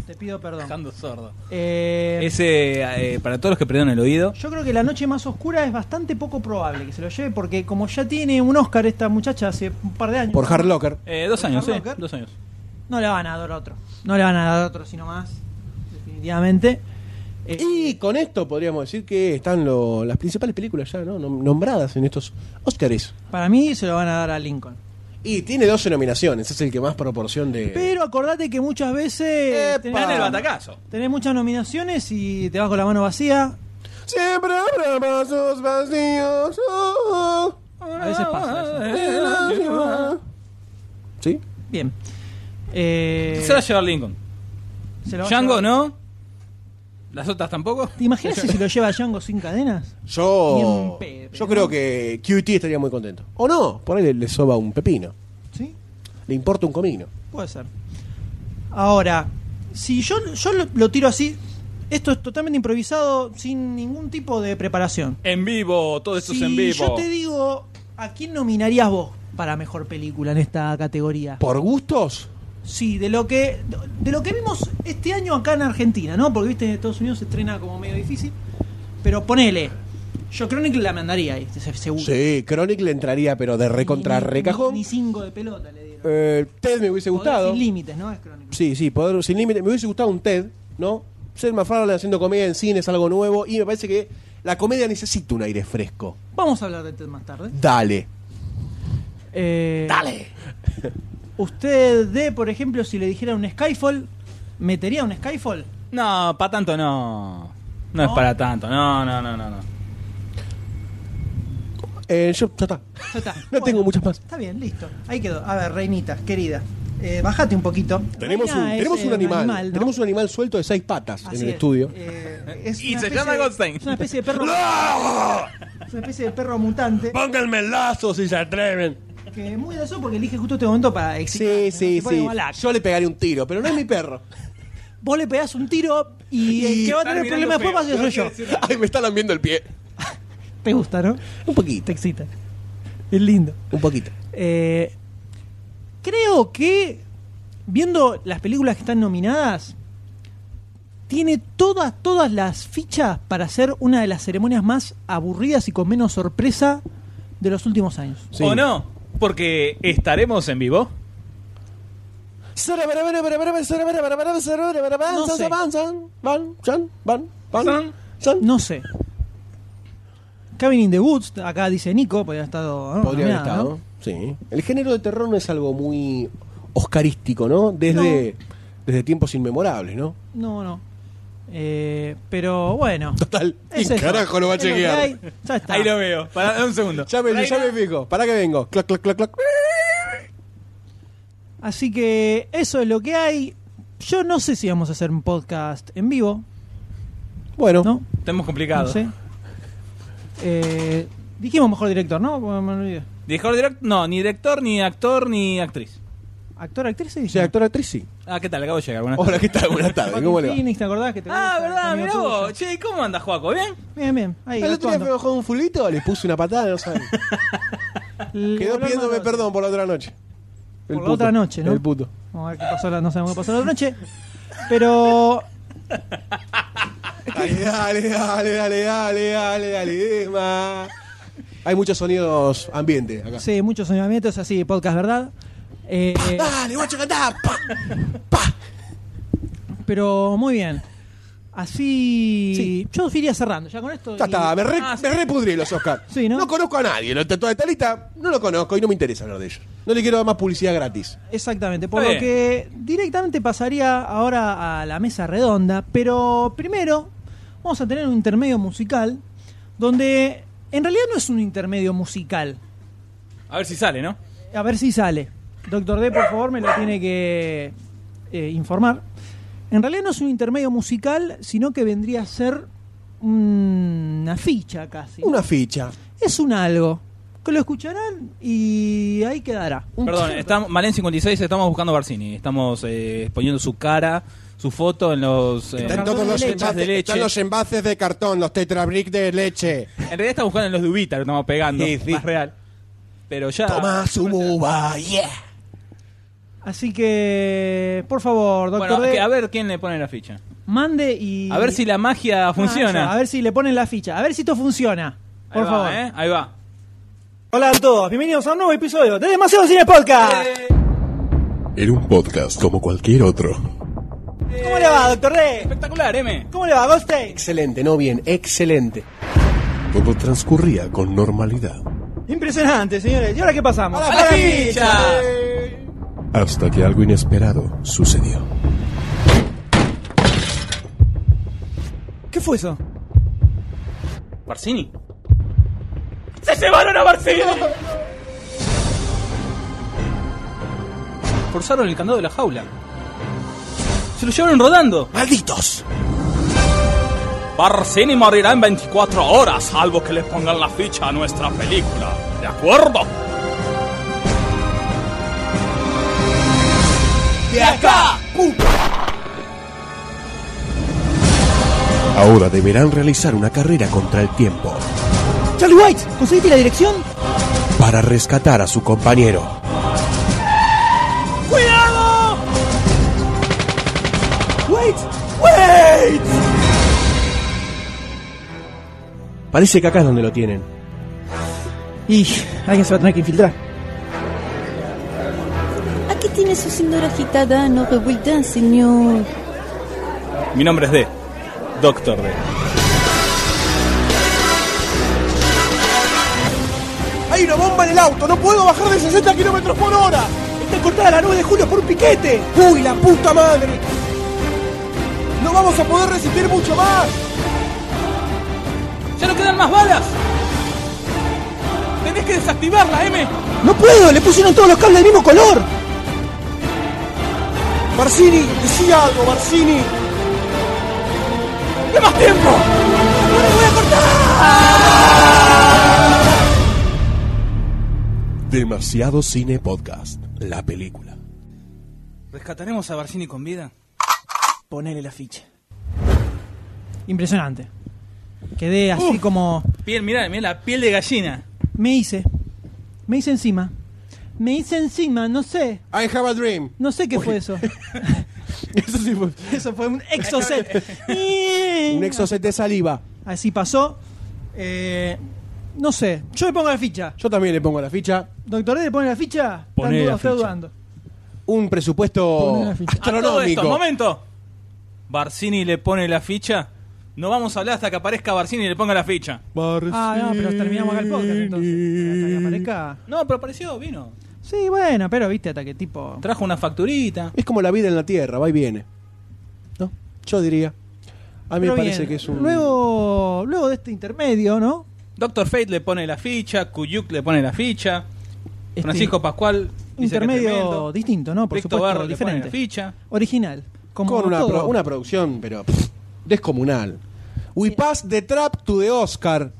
[SPEAKER 4] Te pido perdón.
[SPEAKER 5] Dejando sordo.
[SPEAKER 4] Eh,
[SPEAKER 5] Ese, eh, para todos los que perdieron el oído.
[SPEAKER 4] Yo creo que La Noche Más Oscura es bastante poco probable que se lo lleve, porque como ya tiene un Oscar esta muchacha hace un par de años.
[SPEAKER 3] Por Hard Locker.
[SPEAKER 5] Eh, dos
[SPEAKER 4] ¿Por
[SPEAKER 5] años, sí,
[SPEAKER 4] Hard Locker?
[SPEAKER 5] dos años.
[SPEAKER 4] No le van a dar otro. No le van a dar otro, sino más. Definitivamente. Eh,
[SPEAKER 3] Y con esto podríamos decir que están lo- las principales películas ya, ¿no? Nom- Nombradas en estos Oscars.
[SPEAKER 4] para mí se lo van a dar a Lincoln.
[SPEAKER 3] Y tiene 12 nominaciones, es el que más proporción de.
[SPEAKER 4] Pero acordate que muchas veces
[SPEAKER 3] Epa.
[SPEAKER 4] tenés,
[SPEAKER 5] Gana Eh. el batacazo.
[SPEAKER 4] tenés muchas nominaciones y te vas con la mano vacía.
[SPEAKER 3] Siempre habrá vasos vacíos. oh,
[SPEAKER 4] A veces pasa. eso.
[SPEAKER 5] Eh,
[SPEAKER 3] oh. ¿Sí?
[SPEAKER 4] Bien. Eh,
[SPEAKER 5] Se va a llevar Lincoln.
[SPEAKER 4] se lo va a
[SPEAKER 5] Django,
[SPEAKER 4] llevar-
[SPEAKER 5] ¿no? ¿Las otras tampoco?
[SPEAKER 4] ¿Te imaginas si se lo lleva Django sin cadenas? Ni en
[SPEAKER 3] Yo,
[SPEAKER 4] pedo,
[SPEAKER 3] yo
[SPEAKER 4] ¿no?
[SPEAKER 3] creo que QT estaría muy contento. O no, por ahí le, le soba un pepino.
[SPEAKER 4] Sí,
[SPEAKER 3] Le importa un comino.
[SPEAKER 4] puede ser. Ahora, si yo, yo lo, lo tiro así, esto es totalmente improvisado, sin ningún tipo de preparación.
[SPEAKER 5] En vivo, todo esto
[SPEAKER 4] si
[SPEAKER 5] es en vivo.
[SPEAKER 4] yo te digo, ¿a quién nominarías vos para mejor película en esta categoría?
[SPEAKER 3] ¿Por gustos?
[SPEAKER 4] Sí, de lo que de lo que vimos este año acá en Argentina, ¿no? Porque viste en Estados Unidos se estrena como medio difícil, pero ponele. Yo Chronicle la mandaría ahí, se- seguro.
[SPEAKER 3] Sí, Chronic le entraría, pero de
[SPEAKER 4] Ni-
[SPEAKER 3] recontra
[SPEAKER 4] ni-
[SPEAKER 3] recajón.
[SPEAKER 4] Ni cinco de pelota le dieron.
[SPEAKER 3] Eh, Ted me hubiese
[SPEAKER 4] Poder
[SPEAKER 3] gustado.
[SPEAKER 4] Sin límites, ¿no? Es Chronicle.
[SPEAKER 3] Sí, sí, Poder Sin Límite. Me hubiese gustado un TED, ¿no? Ser McFarlane haciendo comedia en cine es algo nuevo y me parece que la comedia necesita un aire fresco.
[SPEAKER 4] Vamos a hablar de Ted más tarde.
[SPEAKER 3] Dale.
[SPEAKER 4] Dale. Eh, Usted de, por ejemplo, si le dijera un Skyfall, ¿metería un Skyfall?
[SPEAKER 5] No, para tanto no. No es
[SPEAKER 4] ¿No?
[SPEAKER 5] para tanto, no, no, no, no. no.
[SPEAKER 3] Eh, yo, ya está.
[SPEAKER 4] Ya está.
[SPEAKER 3] No tengo muchas más.
[SPEAKER 4] Está bien, listo. Ahí quedó. A ver, reinita, querida. eh, bájate un poquito.
[SPEAKER 3] Tenemos
[SPEAKER 4] Reina
[SPEAKER 3] un,
[SPEAKER 4] es,
[SPEAKER 3] tenemos
[SPEAKER 4] eh,
[SPEAKER 3] un animal.
[SPEAKER 4] ¿no?
[SPEAKER 3] Tenemos un animal suelto de seis patas
[SPEAKER 4] Así
[SPEAKER 3] en el
[SPEAKER 4] es.
[SPEAKER 3] estudio.
[SPEAKER 4] Eh, es
[SPEAKER 5] Y
[SPEAKER 4] una
[SPEAKER 5] se
[SPEAKER 4] especie
[SPEAKER 5] llama
[SPEAKER 4] de-
[SPEAKER 5] Goldstein.
[SPEAKER 4] Es una especie de perro. es una especie de perro mutante.
[SPEAKER 3] Pónganme lazos si se atreven.
[SPEAKER 4] que muy de eso porque elige justo este momento para
[SPEAKER 3] Sí,
[SPEAKER 4] exigir.
[SPEAKER 3] sí, sí. Yo le pegaría un tiro, pero no es mi perro.
[SPEAKER 4] Vos le pegás un tiro y, el que va a tener
[SPEAKER 5] Están
[SPEAKER 4] problemas después va a
[SPEAKER 5] mirando
[SPEAKER 4] ser soy yo.
[SPEAKER 5] feo. Quiero decir-
[SPEAKER 3] Ay, me está lambiendo el pie.
[SPEAKER 4] Te gusta, ¿no?
[SPEAKER 3] Un poquito,
[SPEAKER 4] Te excita. Es lindo.
[SPEAKER 3] un poquito.
[SPEAKER 4] Eh, creo que, viendo las películas que están nominadas, tiene todas, todas las fichas para ser una de las ceremonias más aburridas y con menos sorpresa de los últimos años.
[SPEAKER 3] Sí.
[SPEAKER 5] ¿O no? Porque estaremos en vivo.
[SPEAKER 4] No sé.
[SPEAKER 5] San.
[SPEAKER 4] No sé. Cabin in the Woods, acá dice Nico, podría haber estado. ¿no?
[SPEAKER 3] Podría haber
[SPEAKER 4] nominada, ¿no?
[SPEAKER 3] estado. Sí. El género de terror no es algo muy oscarístico, ¿no? Desde, desde tiempos inmemorables, ¿no?
[SPEAKER 4] No, no. Eh, pero bueno.
[SPEAKER 3] Total.
[SPEAKER 4] Es
[SPEAKER 3] ¿Quién
[SPEAKER 4] eso.
[SPEAKER 3] carajo lo va a
[SPEAKER 4] Es lo que
[SPEAKER 3] chequear?
[SPEAKER 4] hay. Ya está.
[SPEAKER 5] Ahí lo veo. Para, un segundo.
[SPEAKER 3] Ya me, ya me fijo. ¿Para que vengo? Clac, clac, clac, clac.
[SPEAKER 4] Así que eso es lo que hay. Yo no sé si vamos a hacer un podcast en vivo,
[SPEAKER 3] Bueno.
[SPEAKER 4] ¿no?
[SPEAKER 5] Estamos
[SPEAKER 4] No
[SPEAKER 5] complicados.
[SPEAKER 4] sé. Eh, dijimos mejor director, ¿no? Bueno, me olvidé.
[SPEAKER 5] Director, direct- No, ni director, ni actor, ni actriz.
[SPEAKER 4] Actor, actriz, sí.
[SPEAKER 3] O sea, actor, actriz, sí.
[SPEAKER 5] Ah, ¿qué tal? Acabo de llegar. Buenas
[SPEAKER 3] Hola,
[SPEAKER 5] tardes.
[SPEAKER 3] ¿qué tal? Buenas tardes.
[SPEAKER 4] Joaquin
[SPEAKER 3] ¿Cómo le va?
[SPEAKER 4] Phoenix, ¿te acordás que te
[SPEAKER 5] Ah,
[SPEAKER 4] gusta?
[SPEAKER 5] verdad,
[SPEAKER 4] Amigo
[SPEAKER 5] mirá
[SPEAKER 4] tuyo.
[SPEAKER 5] vos. Che, ¿cómo anda, Juaco? ¿Bien?
[SPEAKER 4] Bien, bien. Ahí,
[SPEAKER 3] El otro día me
[SPEAKER 4] actuando.
[SPEAKER 3] bajó un fulito, le puse una patada, no sabes.
[SPEAKER 4] Le
[SPEAKER 3] Quedó
[SPEAKER 4] voló el
[SPEAKER 3] pidiéndome
[SPEAKER 4] mano.
[SPEAKER 3] perdón por la otra noche.
[SPEAKER 4] Por la otra noche, ¿no?
[SPEAKER 3] El puto.
[SPEAKER 4] Vamos a ver qué pasó la, no sabemos qué pasó la otra noche. Pero
[SPEAKER 3] Ay, dale, dale, dale, dale, dale, dale, Desma. Hay muchos sonidos ambiente acá.
[SPEAKER 4] sí, muchos soñamientos así, podcast, ¿verdad? Eh,
[SPEAKER 3] Dale, guacho, cantá. pa, pa.
[SPEAKER 4] pero muy bien. Así. Yo iría cerrando. Ya con esto.
[SPEAKER 3] Ya
[SPEAKER 4] y-
[SPEAKER 3] está, me, re,
[SPEAKER 5] Ah, sí.
[SPEAKER 3] me repudrí los Oscar.
[SPEAKER 4] Sí, ¿no?
[SPEAKER 3] conozco a nadie. Los tatuajes de Talita no lo conozco y no me interesa hablar de ellos. No le quiero dar más publicidad gratis.
[SPEAKER 4] Exactamente, por
[SPEAKER 5] Está
[SPEAKER 4] lo
[SPEAKER 5] bien.
[SPEAKER 4] que directamente pasaría ahora a la mesa redonda, pero primero vamos a tener un intermedio musical donde en realidad no es un intermedio musical.
[SPEAKER 5] A ver si sale, ¿no?
[SPEAKER 4] A ver si sale. Doctor D, por favor, me lo tiene que eh, informar. En realidad no es un intermedio musical, sino que vendría a ser una ficha casi.
[SPEAKER 3] Una ficha.
[SPEAKER 4] Es un algo que lo escucharán y ahí quedará.
[SPEAKER 5] Perdón, estamos, Malen 56, estamos buscando a Barcini. Estamos eh, poniendo su cara, su foto en los. eh,
[SPEAKER 4] Están
[SPEAKER 1] Están
[SPEAKER 4] todos
[SPEAKER 1] todos
[SPEAKER 4] Cartón de los em-
[SPEAKER 1] los
[SPEAKER 4] leche.
[SPEAKER 5] envases de
[SPEAKER 1] envases,
[SPEAKER 5] leche.
[SPEAKER 1] están los envases de cartón, los tetrabric de leche.
[SPEAKER 5] En realidad estamos buscando en los de Ubita, lo estamos pegando.
[SPEAKER 3] Sí, sí.
[SPEAKER 5] Más real. Pero
[SPEAKER 4] Ah.
[SPEAKER 5] ya.
[SPEAKER 3] Toma su boba, yeah.
[SPEAKER 4] Así que, por favor, doctor
[SPEAKER 5] Bueno,
[SPEAKER 4] D,
[SPEAKER 5] que- a ver quién le pone la ficha.
[SPEAKER 4] mande y...
[SPEAKER 5] A ver si la magia funciona.
[SPEAKER 4] Ah, a ver si le ponen la ficha. A ver si esto funciona.
[SPEAKER 5] Ahí
[SPEAKER 4] Por
[SPEAKER 5] va,
[SPEAKER 4] favor.
[SPEAKER 5] ¿eh? Ahí va.
[SPEAKER 4] Hola a todos, bienvenidos a un nuevo episodio de Demasiado Cine Podcast.
[SPEAKER 5] Eh.
[SPEAKER 7] Era un podcast como cualquier otro.
[SPEAKER 4] ¿Cómo le va, doctor D?
[SPEAKER 5] Espectacular, M.
[SPEAKER 4] ¿Cómo le va, Goldstein?
[SPEAKER 3] Excelente, no bien, excelente.
[SPEAKER 7] Todo transcurría con normalidad.
[SPEAKER 4] Impresionante, señores. ¿Y ahora qué pasamos?
[SPEAKER 5] ¡A la ficha!
[SPEAKER 3] Eh.
[SPEAKER 7] Hasta que algo inesperado sucedió.
[SPEAKER 4] ¿Qué fue eso?
[SPEAKER 5] ¿Barcini? ¡Se llevaron a Barcini! Forzaron el candado de la jaula. Se lo llevaron rodando.
[SPEAKER 3] ¡Malditos!
[SPEAKER 5] Barcini morirá en 24 horas, salvo que le pongan la ficha a nuestra película. ¿De acuerdo?
[SPEAKER 3] ¡De acá!
[SPEAKER 7] Ahora deberán realizar una carrera contra el tiempo
[SPEAKER 4] Charlie White, ¿conseguiste la dirección?
[SPEAKER 7] para rescatar a su compañero.
[SPEAKER 4] White.
[SPEAKER 3] Parece que acá es donde lo tienen.
[SPEAKER 4] Y alguien se va a tener que infiltrar.
[SPEAKER 8] Aquí tiene su señora agitada, no revuelta, señor.
[SPEAKER 5] Mi nombre es D. Doctor D.
[SPEAKER 3] ¡Hay una bomba en el auto! ¡No puedo bajar de 60 kilómetros por hora! ¡Está cortada la 9 de julio por un piquete! ¡Uy, la puta madre! ¡No vamos a poder resistir mucho más!
[SPEAKER 5] ¡Ya no quedan más balas! ¡Tenés que desactivarla, M!
[SPEAKER 3] ¡No puedo! ¡Le pusieron todos los cables del mismo color! Barcini, decí algo, Barcini.
[SPEAKER 5] ¡Qué más tiempo!
[SPEAKER 7] De Demasiado Cine Podcast, la película.
[SPEAKER 5] ¿Rescataremos a Barcini con vida?
[SPEAKER 4] Ponele la ficha. Impresionante. Quedé así
[SPEAKER 5] Uf.
[SPEAKER 4] como.
[SPEAKER 5] Piel, mirá, mirá la piel de gallina.
[SPEAKER 4] Me hice. Me hice encima. Me hice encima, no sé.
[SPEAKER 3] I have a dream.
[SPEAKER 4] No sé qué fue eso.
[SPEAKER 3] Eso sí pues, fue
[SPEAKER 4] Eso fue un exocet.
[SPEAKER 3] un exocet de saliva.
[SPEAKER 4] Así pasó. Eh, no sé. Yo le pongo la ficha.
[SPEAKER 3] Yo también le pongo la ficha.
[SPEAKER 4] Doctor D le pone la ficha.
[SPEAKER 5] Poné
[SPEAKER 4] Están
[SPEAKER 5] la
[SPEAKER 4] dudas, feo
[SPEAKER 5] ficha.
[SPEAKER 4] dudando.
[SPEAKER 3] Un
[SPEAKER 4] Poné
[SPEAKER 3] presupuesto
[SPEAKER 4] la ficha.
[SPEAKER 5] A todo esto,
[SPEAKER 3] astronómico.
[SPEAKER 5] momento. Barcini le pone la ficha. No vamos a hablar hasta que aparezca Barcini y le ponga la ficha.
[SPEAKER 4] Ah, no, pero terminamos acá el podcast entonces. Hasta que aparezca.
[SPEAKER 5] No, pero apareció, vino.
[SPEAKER 4] Sí, bueno, pero viste hasta que tipo.
[SPEAKER 5] Trajo una facturita.
[SPEAKER 3] Es como la vida en la Tierra, va y viene. ¿No? Yo diría. A mí
[SPEAKER 4] Pero
[SPEAKER 3] me parece
[SPEAKER 4] bien,
[SPEAKER 3] que es un...
[SPEAKER 4] Luego, luego de este intermedio, ¿no?
[SPEAKER 5] Doctor Fate le pone la ficha, Kuyuk le pone la ficha,
[SPEAKER 4] Este
[SPEAKER 5] Francisco Pascual dice que es
[SPEAKER 4] intermedio
[SPEAKER 5] tremendo,
[SPEAKER 4] distinto, ¿no? Por
[SPEAKER 5] Víctor
[SPEAKER 4] supuesto,
[SPEAKER 5] Barro le pone la
[SPEAKER 4] diferente.
[SPEAKER 5] ficha.
[SPEAKER 4] Original. Como
[SPEAKER 3] con una,
[SPEAKER 4] todo.
[SPEAKER 3] pro- una producción, pero pff, descomunal. We pass the trap to the Oscar.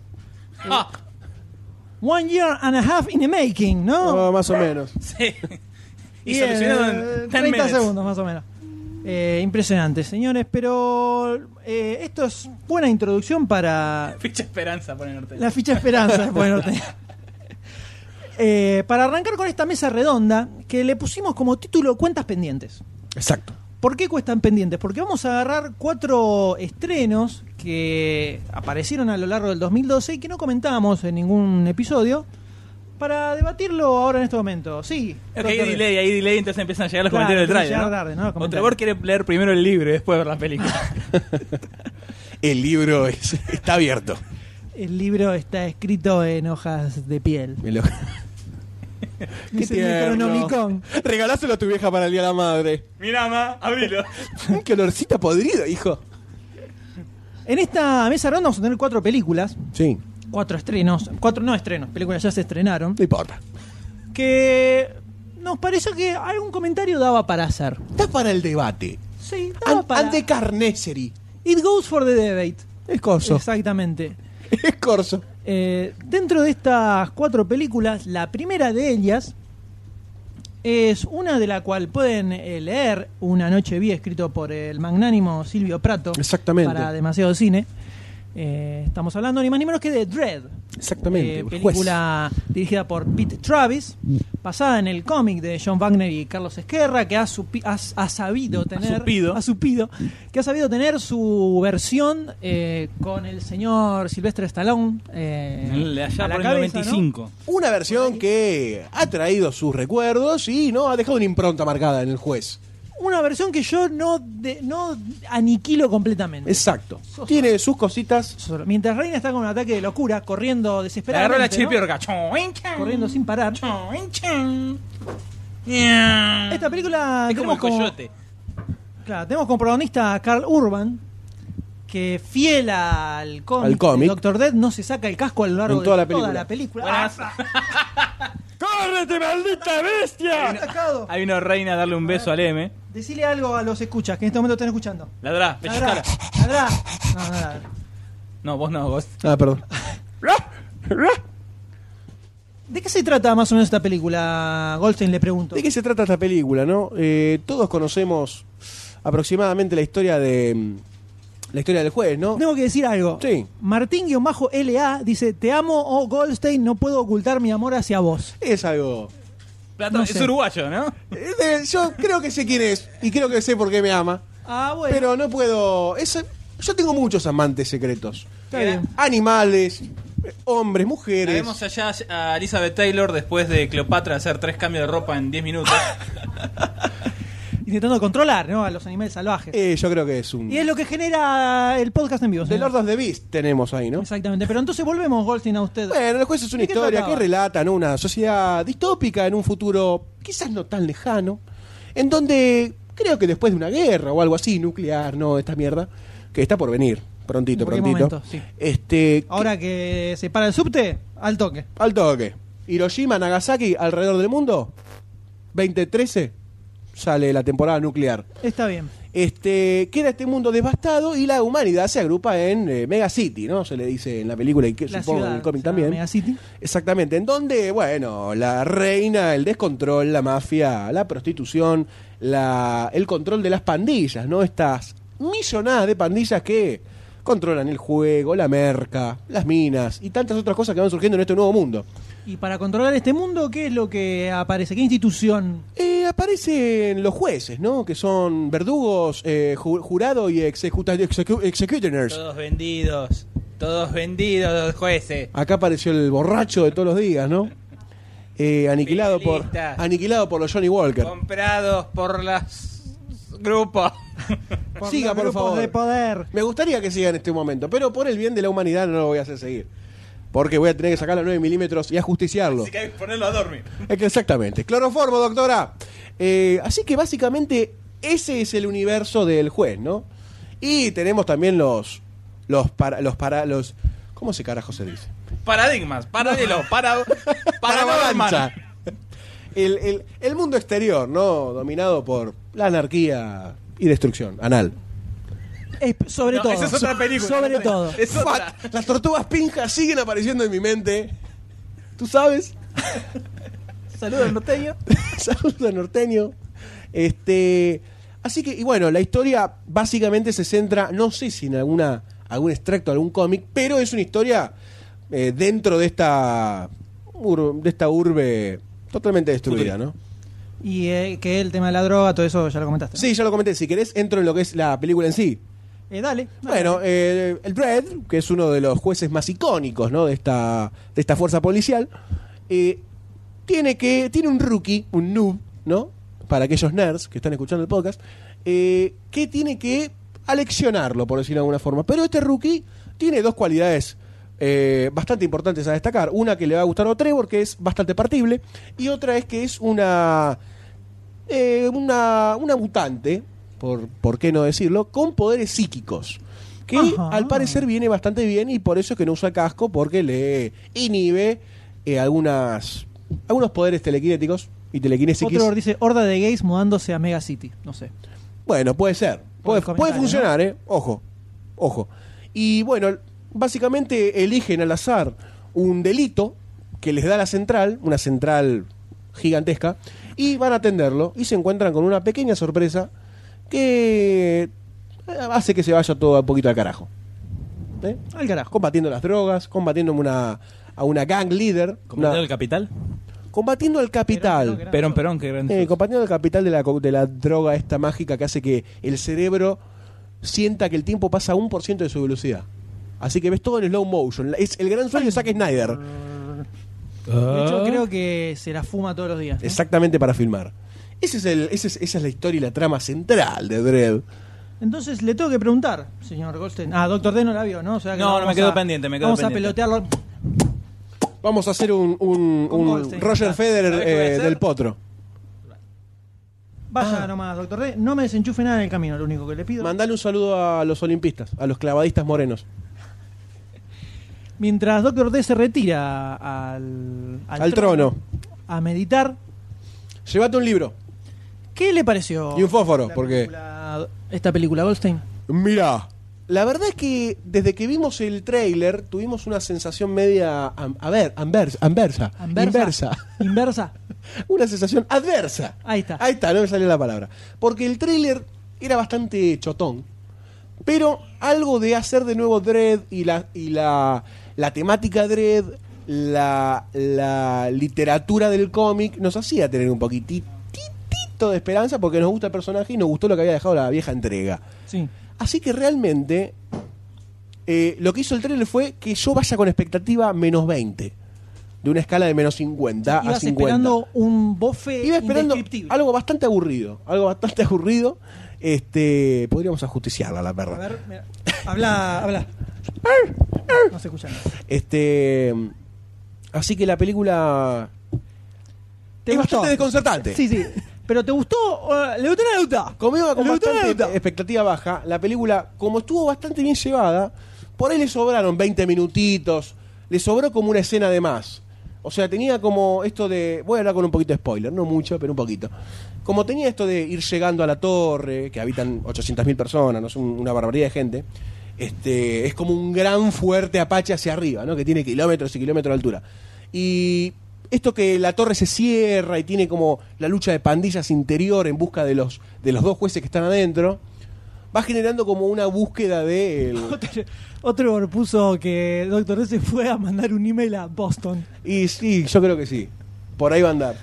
[SPEAKER 5] Ah,
[SPEAKER 4] One year and a half in the making, ¿no?
[SPEAKER 3] Ah, más o menos.
[SPEAKER 5] sí. Y
[SPEAKER 4] Bien,
[SPEAKER 5] solucionado en 10
[SPEAKER 4] 30
[SPEAKER 5] minutes.
[SPEAKER 4] eh, segundos más o menos. Eh, impresionante, señores, pero eh, esto es buena introducción para
[SPEAKER 5] Ficha Esperanza pone Norteño.
[SPEAKER 4] La ficha esperanza después de Norte. Eh, para arrancar con esta mesa redonda, que le pusimos como título Cuentas Pendientes.
[SPEAKER 3] Exacto.
[SPEAKER 4] ¿Por qué cuestan pendientes? Porque vamos a agarrar cuatro estrenos que aparecieron a lo largo del 2012 y que no comentamos en ningún episodio para debatirlo ahora en este momento. Sí.
[SPEAKER 5] Ok,
[SPEAKER 4] doctor
[SPEAKER 5] hay
[SPEAKER 4] D.
[SPEAKER 5] delay, hay delay, entonces empiezan a llegar los
[SPEAKER 4] Claro,
[SPEAKER 5] comentarios del
[SPEAKER 4] empiezan a
[SPEAKER 5] trailer.
[SPEAKER 4] llegar
[SPEAKER 5] ¿no?
[SPEAKER 4] tarde, ¿no? Los
[SPEAKER 5] O
[SPEAKER 4] comentarios.
[SPEAKER 5] Trevor quiere leer primero el libro y después ver la película.
[SPEAKER 3] El libro es- está abierto.
[SPEAKER 4] El libro está escrito en hojas de piel.
[SPEAKER 3] Me lo-
[SPEAKER 4] Qué
[SPEAKER 3] tierno. Regaláselo a tu vieja para el Día de la Madre.
[SPEAKER 5] Mirá, ma, abrilo.
[SPEAKER 3] Qué olorcita podrido, hijo.
[SPEAKER 4] En esta mesa redonda vamos a tener cuatro películas,
[SPEAKER 3] Sí,
[SPEAKER 4] cuatro estrenos, cuatro no estrenos, películas ya se estrenaron,
[SPEAKER 3] no importa.
[SPEAKER 4] que nos pareció que algún comentario daba para hacer.
[SPEAKER 3] Está para el debate.
[SPEAKER 4] Sí, daba
[SPEAKER 3] Ante
[SPEAKER 4] para...
[SPEAKER 3] Carnesseri.
[SPEAKER 4] It goes for the debate.
[SPEAKER 3] Es corso.
[SPEAKER 4] Exactamente.
[SPEAKER 3] Es corso.
[SPEAKER 4] Eh, dentro de estas cuatro películas, la primera de ellas es una de la cual pueden eh, leer Una noche vi escrito por el magnánimo Silvio Prato
[SPEAKER 3] Exactamente.
[SPEAKER 4] para demasiado cine. Eh, estamos hablando ni más ni menos que de Dread,
[SPEAKER 3] Exactamente.
[SPEAKER 4] eh,
[SPEAKER 3] el juez.
[SPEAKER 4] película dirigida por Pete Travis, basada en el cómic de John Wagner y Carlos Esquerra, que ha, supi- ha- ha sabido tener,
[SPEAKER 5] supido.
[SPEAKER 4] ha supido, que ha sabido tener su versión eh, con el señor Silvestre Stallone eh,
[SPEAKER 5] Allá
[SPEAKER 4] a la
[SPEAKER 5] por el
[SPEAKER 4] cabeza, ¿no?
[SPEAKER 5] 95.
[SPEAKER 3] Una versión que ha traído sus recuerdos y no ha dejado una impronta marcada en el juez.
[SPEAKER 4] Una versión que yo no, de- no aniquilo completamente.
[SPEAKER 3] Exacto. Tiene sus cositas.
[SPEAKER 4] Solo- Mientras Reina está con un ataque de locura, corriendo
[SPEAKER 5] Le agarró
[SPEAKER 4] desesperadamente,
[SPEAKER 5] la
[SPEAKER 4] ¿no?
[SPEAKER 5] chiripiorca.
[SPEAKER 4] corriendo sin parar. Esta
[SPEAKER 5] Esta
[SPEAKER 4] película
[SPEAKER 5] es como el
[SPEAKER 4] tenemos como-
[SPEAKER 5] coyote.
[SPEAKER 4] Claro, tenemos como protagonista a Carl Urban, que fiel al cómic,
[SPEAKER 3] Al cómic.
[SPEAKER 4] Doctor Dead no se saca el casco a lo largo
[SPEAKER 3] En toda
[SPEAKER 4] de
[SPEAKER 3] la película.
[SPEAKER 4] toda la película.
[SPEAKER 5] Buenas.
[SPEAKER 4] Ah,
[SPEAKER 5] ¡Córrete, maldita
[SPEAKER 4] está
[SPEAKER 5] bestia!
[SPEAKER 4] atacado.
[SPEAKER 5] Hay una reina a darle un beso al M.
[SPEAKER 4] Ah, Decile algo a los escuchas que en este momento están escuchando.
[SPEAKER 5] Ladrá,
[SPEAKER 4] Ladrá,
[SPEAKER 5] pellizcala.
[SPEAKER 4] ladrá. No, no, ladrá.
[SPEAKER 5] No, vos no, vos.
[SPEAKER 3] Ah, perdón.
[SPEAKER 4] ¿De qué se trata más o menos esta película? Goldstein le pregunto.
[SPEAKER 3] ¿De qué se trata esta película, no? Eh, todos conocemos aproximadamente la historia de mm, la historia del juez, ¿no?
[SPEAKER 4] Tengo que decir algo.
[SPEAKER 3] Sí.
[SPEAKER 4] Martín-LA dice, te amo, oh Goldstein, no puedo ocultar mi amor hacia vos.
[SPEAKER 3] Es algo.
[SPEAKER 5] Plata-
[SPEAKER 4] No
[SPEAKER 5] es
[SPEAKER 4] sé.
[SPEAKER 5] uruguayo, ¿no?
[SPEAKER 3] Eh, de- yo creo que sé quién es y creo que sé por qué me ama,
[SPEAKER 4] Ah, bueno.
[SPEAKER 3] pero no puedo. es- yo tengo muchos amantes secretos.
[SPEAKER 4] Está bien.
[SPEAKER 3] Animales, eh, hombres,
[SPEAKER 5] La
[SPEAKER 3] mujeres.
[SPEAKER 5] vemos allá a Elizabeth Taylor después de Cleopatra hacer tres cambios de ropa en 10 minutos.
[SPEAKER 4] Intentando controlar, ¿no? A los animales salvajes.
[SPEAKER 3] Eh, yo creo que es un.
[SPEAKER 4] Y es lo que genera el podcast en vivo.
[SPEAKER 3] De
[SPEAKER 4] señor.
[SPEAKER 3] Lord of the Beast tenemos ahí, ¿no?
[SPEAKER 4] Exactamente. Pero entonces volvemos, Goldstein, a usted.
[SPEAKER 3] Bueno, el juez es una
[SPEAKER 4] ¿De qué
[SPEAKER 3] historia
[SPEAKER 4] trataba?
[SPEAKER 3] que relata ¿no? una sociedad distópica en un futuro quizás no tan lejano, en donde creo que después de una guerra o algo así, nuclear, no, esta mierda, que está por venir, prontito,
[SPEAKER 4] En cualquier
[SPEAKER 3] prontito.
[SPEAKER 4] momento, sí.
[SPEAKER 3] Este,
[SPEAKER 4] Ahora que se para el subte, al toque.
[SPEAKER 3] que- al toque. Hiroshima, Nagasaki, alrededor del mundo, 2013 sale la temporada nuclear.
[SPEAKER 4] Está bien.
[SPEAKER 3] Este, queda este mundo devastado y la humanidad se agrupa en eh, Mega City, ¿no? Se le dice en la película y que
[SPEAKER 4] La
[SPEAKER 3] supongo
[SPEAKER 4] ciudad,
[SPEAKER 3] en el cómic
[SPEAKER 4] o sea,
[SPEAKER 3] también.
[SPEAKER 4] Megacity.
[SPEAKER 3] Exactamente, en donde, bueno, la reina, el descontrol, la mafia, la prostitución, la, el control de las pandillas, ¿no? Estas millonadas de pandillas que controlan el juego, la merca, las minas y tantas otras cosas que van surgiendo en este nuevo mundo.
[SPEAKER 4] Y para controlar este mundo, ¿qué es lo que aparece? ¿Qué institución?
[SPEAKER 3] Eh, aparecen los jueces, ¿no? Que son verdugos, eh, ju- jurado y executa- execu- executioners.
[SPEAKER 9] Todos vendidos. Todos vendidos, los jueces.
[SPEAKER 3] Acá apareció el borracho de todos los días, ¿no? Eh, aniquilado, por,
[SPEAKER 9] Penalistas.
[SPEAKER 3] aniquilado por los Johnny Walker.
[SPEAKER 9] Comprados por las grupos.
[SPEAKER 4] Por
[SPEAKER 3] Siga,
[SPEAKER 4] los
[SPEAKER 3] por
[SPEAKER 4] grupos
[SPEAKER 3] favor.
[SPEAKER 4] de poder.
[SPEAKER 3] Me gustaría que siga en este momento, pero por el bien de la humanidad no lo voy a hacer seguir. Porque voy a tener que sacar los 9 milímetros y ajusticiarlo.
[SPEAKER 9] Así que hay que ponerlo a dormir.
[SPEAKER 3] Es que Exactamente. Cloroformo, doctora. Eh, así que básicamente ese es el universo del juez, ¿no? Y tenemos también los. Los para. Los para los, ¿Cómo se carajo se dice?
[SPEAKER 9] Paradigmas, paralelo, para, para
[SPEAKER 3] Paravalancha. El, el, el mundo exterior, ¿no? Dominado por la anarquía y destrucción. Anal.
[SPEAKER 4] Es- sobre
[SPEAKER 9] No,
[SPEAKER 4] todo.
[SPEAKER 9] esa es otra película.
[SPEAKER 4] Sobre todo.
[SPEAKER 9] Es otra.
[SPEAKER 3] Fuck, Las tortugas pinjas siguen apareciendo en mi mente. ¿Tú sabes?
[SPEAKER 4] Saludos al norteño.
[SPEAKER 3] Saludos norteño. Este, así que, y bueno, la historia básicamente se centra, no sé si en alguna, algún extracto, algún cómic, pero es una historia eh, dentro de esta, ur- de esta urbe totalmente destruida, ¿no?
[SPEAKER 4] Y eh, que el tema de la droga, todo eso ya lo comentaste. ¿no?
[SPEAKER 3] Sí, ya lo comenté, si querés entro en lo que es la película en sí.
[SPEAKER 4] Eh, dale.
[SPEAKER 3] Bueno, eh, el Red, que es uno de los jueces más icónicos ¿no? de, esta, de esta fuerza policial, eh, tiene, que, tiene un rookie, un noob, ¿no? para aquellos nerds que están escuchando el podcast, eh, que tiene que aleccionarlo, por decirlo de alguna forma. Pero este rookie tiene dos cualidades eh, bastante importantes a destacar. Una que le va a gustar a Trevor, que es bastante partible, y otra es que es una eh, una, una mutante, por, por qué no decirlo, con poderes psíquicos. Que
[SPEAKER 4] Ajá.
[SPEAKER 3] al parecer viene bastante bien y por eso es que no usa casco, porque le inhibe eh, algunas algunos poderes telequinéticos y telequinésicos.
[SPEAKER 4] Otro dice horda de gays mudándose a Mega City. No sé.
[SPEAKER 3] Bueno, puede ser.
[SPEAKER 4] Por
[SPEAKER 3] Puede,
[SPEAKER 4] el
[SPEAKER 3] puede
[SPEAKER 4] comentario,
[SPEAKER 3] funcionar, ¿eh? Ojo. Ojo. Y bueno, básicamente eligen al azar un delito que les da la central, una central gigantesca, y van a atenderlo y se encuentran con una pequeña sorpresa que eh, hace que se vaya todo un poquito al carajo. ¿Eh?
[SPEAKER 4] Al carajo.
[SPEAKER 3] Combatiendo las drogas, combatiendo una, a una gang leader,
[SPEAKER 5] ¿Comentado
[SPEAKER 3] una-
[SPEAKER 5] el capital?
[SPEAKER 3] combatiendo al capital.
[SPEAKER 4] Pero no, que era-
[SPEAKER 5] Perón, Perón, qué grande.
[SPEAKER 3] Eh, compañero del capital de la, co- de la droga esta mágica que hace que el cerebro sienta que el tiempo pasa a un por ciento de su velocidad. Así que ves todo en slow motion. La- Es el gran sueño de Zack Snyder.
[SPEAKER 4] De hecho, creo que se la fuma todos los días. ¿no?
[SPEAKER 3] Exactamente para filmar. Ese es el, ese es- esa es la historia y la trama central de Dredd.
[SPEAKER 4] Entonces le tengo que preguntar, señor Goldstein. Ah, Doctor D no la vio, ¿no? O sea, que
[SPEAKER 5] No, no,
[SPEAKER 4] vamos
[SPEAKER 5] me quedo
[SPEAKER 4] a-
[SPEAKER 5] pendiente, me quedo
[SPEAKER 4] Vamos
[SPEAKER 5] pendiente.
[SPEAKER 4] a pelotearlo.
[SPEAKER 3] Vamos a hacer un, un-
[SPEAKER 4] Con
[SPEAKER 3] un
[SPEAKER 4] Goldstein.
[SPEAKER 3] Roger
[SPEAKER 9] ¿Sabés
[SPEAKER 3] Federer
[SPEAKER 9] qué voy a
[SPEAKER 3] eh,
[SPEAKER 9] hacer?
[SPEAKER 3] del potro. Ah.
[SPEAKER 4] Vaya nomás, Doctor D. No me desenchufe nada en el camino, lo único que le pido.
[SPEAKER 3] Mandale un saludo a los olimpistas, a los clavadistas morenos.
[SPEAKER 4] Mientras Doctor D se retira al,
[SPEAKER 3] Al trono.
[SPEAKER 4] a meditar,
[SPEAKER 3] Llévate un libro
[SPEAKER 4] ¿qué le pareció?
[SPEAKER 3] y un fósforo,
[SPEAKER 4] la
[SPEAKER 3] porque...
[SPEAKER 4] película- esta película Goldstein?
[SPEAKER 3] Mira. La verdad es que desde que vimos el tráiler tuvimos una sensación media am- a ver, anvers- anversa, inversa.
[SPEAKER 4] Inversa.
[SPEAKER 3] Una sensación adversa.
[SPEAKER 4] Ahí está.
[SPEAKER 3] Ahí está, no me salió la palabra. Porque el tráiler era bastante chotón, pero algo de hacer de nuevo Dread y la y la, la temática Dread, la, la literatura del cómic nos hacía tener un poquitito de esperanza porque nos gusta el personaje y nos gustó lo que había dejado la vieja entrega.
[SPEAKER 4] Sí.
[SPEAKER 3] Así que realmente eh, lo que hizo el trailer fue que yo vaya con expectativa menos 20. De una escala de menos 50 a
[SPEAKER 4] Ibas
[SPEAKER 3] 50.
[SPEAKER 4] esperando un bofe
[SPEAKER 3] Iba esperando
[SPEAKER 4] indescriptible.
[SPEAKER 3] algo bastante aburrido. Algo bastante aburrido. Este, podríamos ajusticiarla, la
[SPEAKER 4] A
[SPEAKER 3] verdad.
[SPEAKER 4] ver, mira. habla, habla. No se escucha nada.
[SPEAKER 3] Este, así que la película
[SPEAKER 4] ¿Te
[SPEAKER 3] es
[SPEAKER 4] gustó?
[SPEAKER 3] bastante desconcertante.
[SPEAKER 4] Sí, sí. ¿Pero te gustó? o- ¿Le gustó o no le gustó?
[SPEAKER 3] Conmigo con
[SPEAKER 4] ¿Le gustó o no le
[SPEAKER 3] bastante
[SPEAKER 4] gustó?
[SPEAKER 3] expectativa baja. La película, como estuvo bastante bien llevada, por ahí le sobraron 20 minutitos. Le sobró como una escena de más. O sea, tenía como esto de. Voy a hablar con un poquito de spoiler, no mucho, pero un poquito. Como tenía esto de ir llegando a la torre, que habitan 800.000 personas, no es Un- una barbaridad de gente. Este, es como un gran fuerte apache hacia arriba, ¿no? Que tiene kilómetros y kilómetros de altura. Y esto que la torre se cierra y tiene como la lucha de pandillas interior en busca de los, de los dos jueces que están adentro, va generando como una búsqueda de...
[SPEAKER 4] Otro puso que Doctor D se fue a mandar un email a Boston.
[SPEAKER 3] Y sí, yo creo que sí. Por ahí va a andar.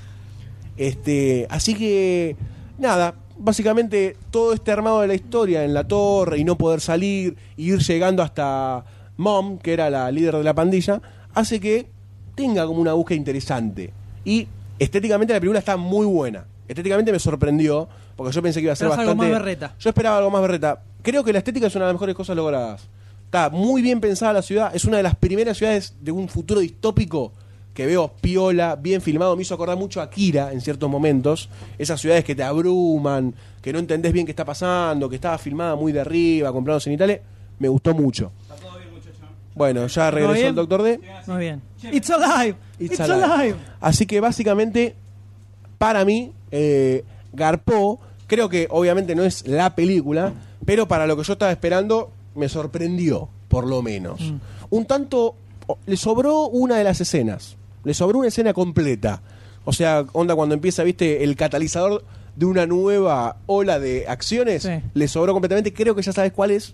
[SPEAKER 3] Este, así que, nada, básicamente todo este armado de la historia en la torre y no poder salir y ir llegando hasta Mom, que era la líder de la pandilla, hace que tenga como una búsqueda interesante. Y estéticamente la película está muy buena. Estéticamente me sorprendió, porque yo pensé que iba a ser
[SPEAKER 4] Esperabas
[SPEAKER 3] bastante...
[SPEAKER 4] algo más berreta.
[SPEAKER 3] Yo esperaba algo más berreta. Creo que la estética es una de las mejores cosas logradas. Está muy bien pensada la ciudad. Es una de las primeras ciudades de un futuro distópico que veo piola, bien filmado. Me hizo acordar mucho a Kira en ciertos momentos. Esas ciudades que te abruman, que no entendés bien qué está pasando, que estaba filmada muy de arriba, con planos cenitales. Me gustó mucho. Bueno, ya
[SPEAKER 4] ¿Todo
[SPEAKER 3] regresó
[SPEAKER 4] bien?
[SPEAKER 3] el Doctor D.
[SPEAKER 4] Muy bien. It's alive. It's, alive.
[SPEAKER 3] Así que básicamente, para mí, eh, Garpó, creo que obviamente no es la película, pero para lo que yo estaba esperando, me sorprendió, por lo menos.
[SPEAKER 4] Mm.
[SPEAKER 3] Un tanto, o- le sobró una de las escenas, le sobró una escena completa. O sea, onda cuando empieza, viste, el catalizador de una nueva ola de acciones,
[SPEAKER 4] Sí.
[SPEAKER 3] le sobró completamente, creo que ya sabes cuál es.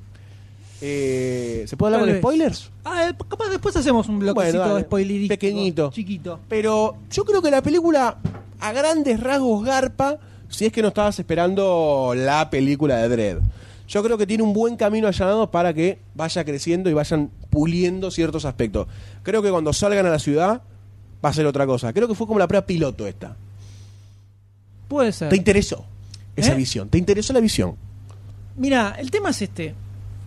[SPEAKER 3] Eh, ¿Se puede hablar
[SPEAKER 4] Tal
[SPEAKER 3] con
[SPEAKER 4] vez.
[SPEAKER 3] spoilers?
[SPEAKER 4] Ah, eh, capaz después hacemos un bloquecito
[SPEAKER 3] Bueno, dale.
[SPEAKER 4] spoilerístico,
[SPEAKER 3] Pequeñito.
[SPEAKER 4] Chiquito.
[SPEAKER 3] Pero yo creo que la película, a grandes rasgos, garpa, si es que no estabas esperando la película de Dredd. Yo creo que tiene un buen camino allanado para que vaya creciendo y vayan puliendo ciertos aspectos. Creo que cuando salgan a la ciudad va a ser otra cosa. Creo que fue como la prueba piloto esta.
[SPEAKER 4] Puede ser.
[SPEAKER 3] ¿Te interesó esa
[SPEAKER 4] ¿Eh?
[SPEAKER 3] visión? ¿Te interesó la visión?
[SPEAKER 4] Mira, el tema es este.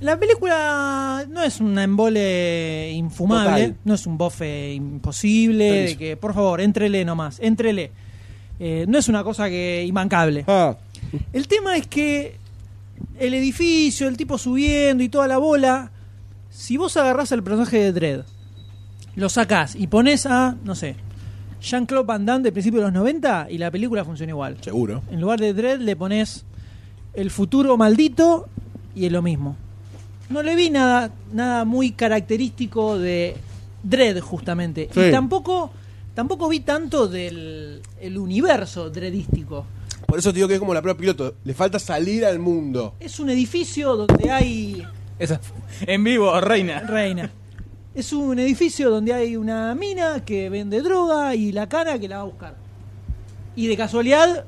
[SPEAKER 4] La película no es un embole infumable,
[SPEAKER 3] Total.
[SPEAKER 4] no es un bofe imposible, de
[SPEAKER 3] Permiso.
[SPEAKER 4] que por favor, entrele nomás, entrele. Eh, no es una cosa que imbancable.
[SPEAKER 3] Ah,
[SPEAKER 4] El tema es que el edificio, el tipo subiendo y toda la bola, si vos agarrás al personaje de Dredd, lo sacás y pones a, no sé, Jean-Claude Van Damme de principios de los 90 y la película funciona igual.
[SPEAKER 3] seguro.
[SPEAKER 4] En lugar de Dread le pones el futuro maldito y es lo mismo. No le vi nada, nada muy característico de Dread, justamente.
[SPEAKER 3] Sí.
[SPEAKER 4] Y tampoco, tampoco vi tanto del el universo dreadístico.
[SPEAKER 3] Por eso te digo que es como la prueba piloto. Le falta salir al mundo.
[SPEAKER 4] Es un edificio donde hay
[SPEAKER 5] Esa- en vivo, reina.
[SPEAKER 4] reina. Es un edificio donde hay una mina que vende droga y la cana que la va a buscar. Y de casualidad,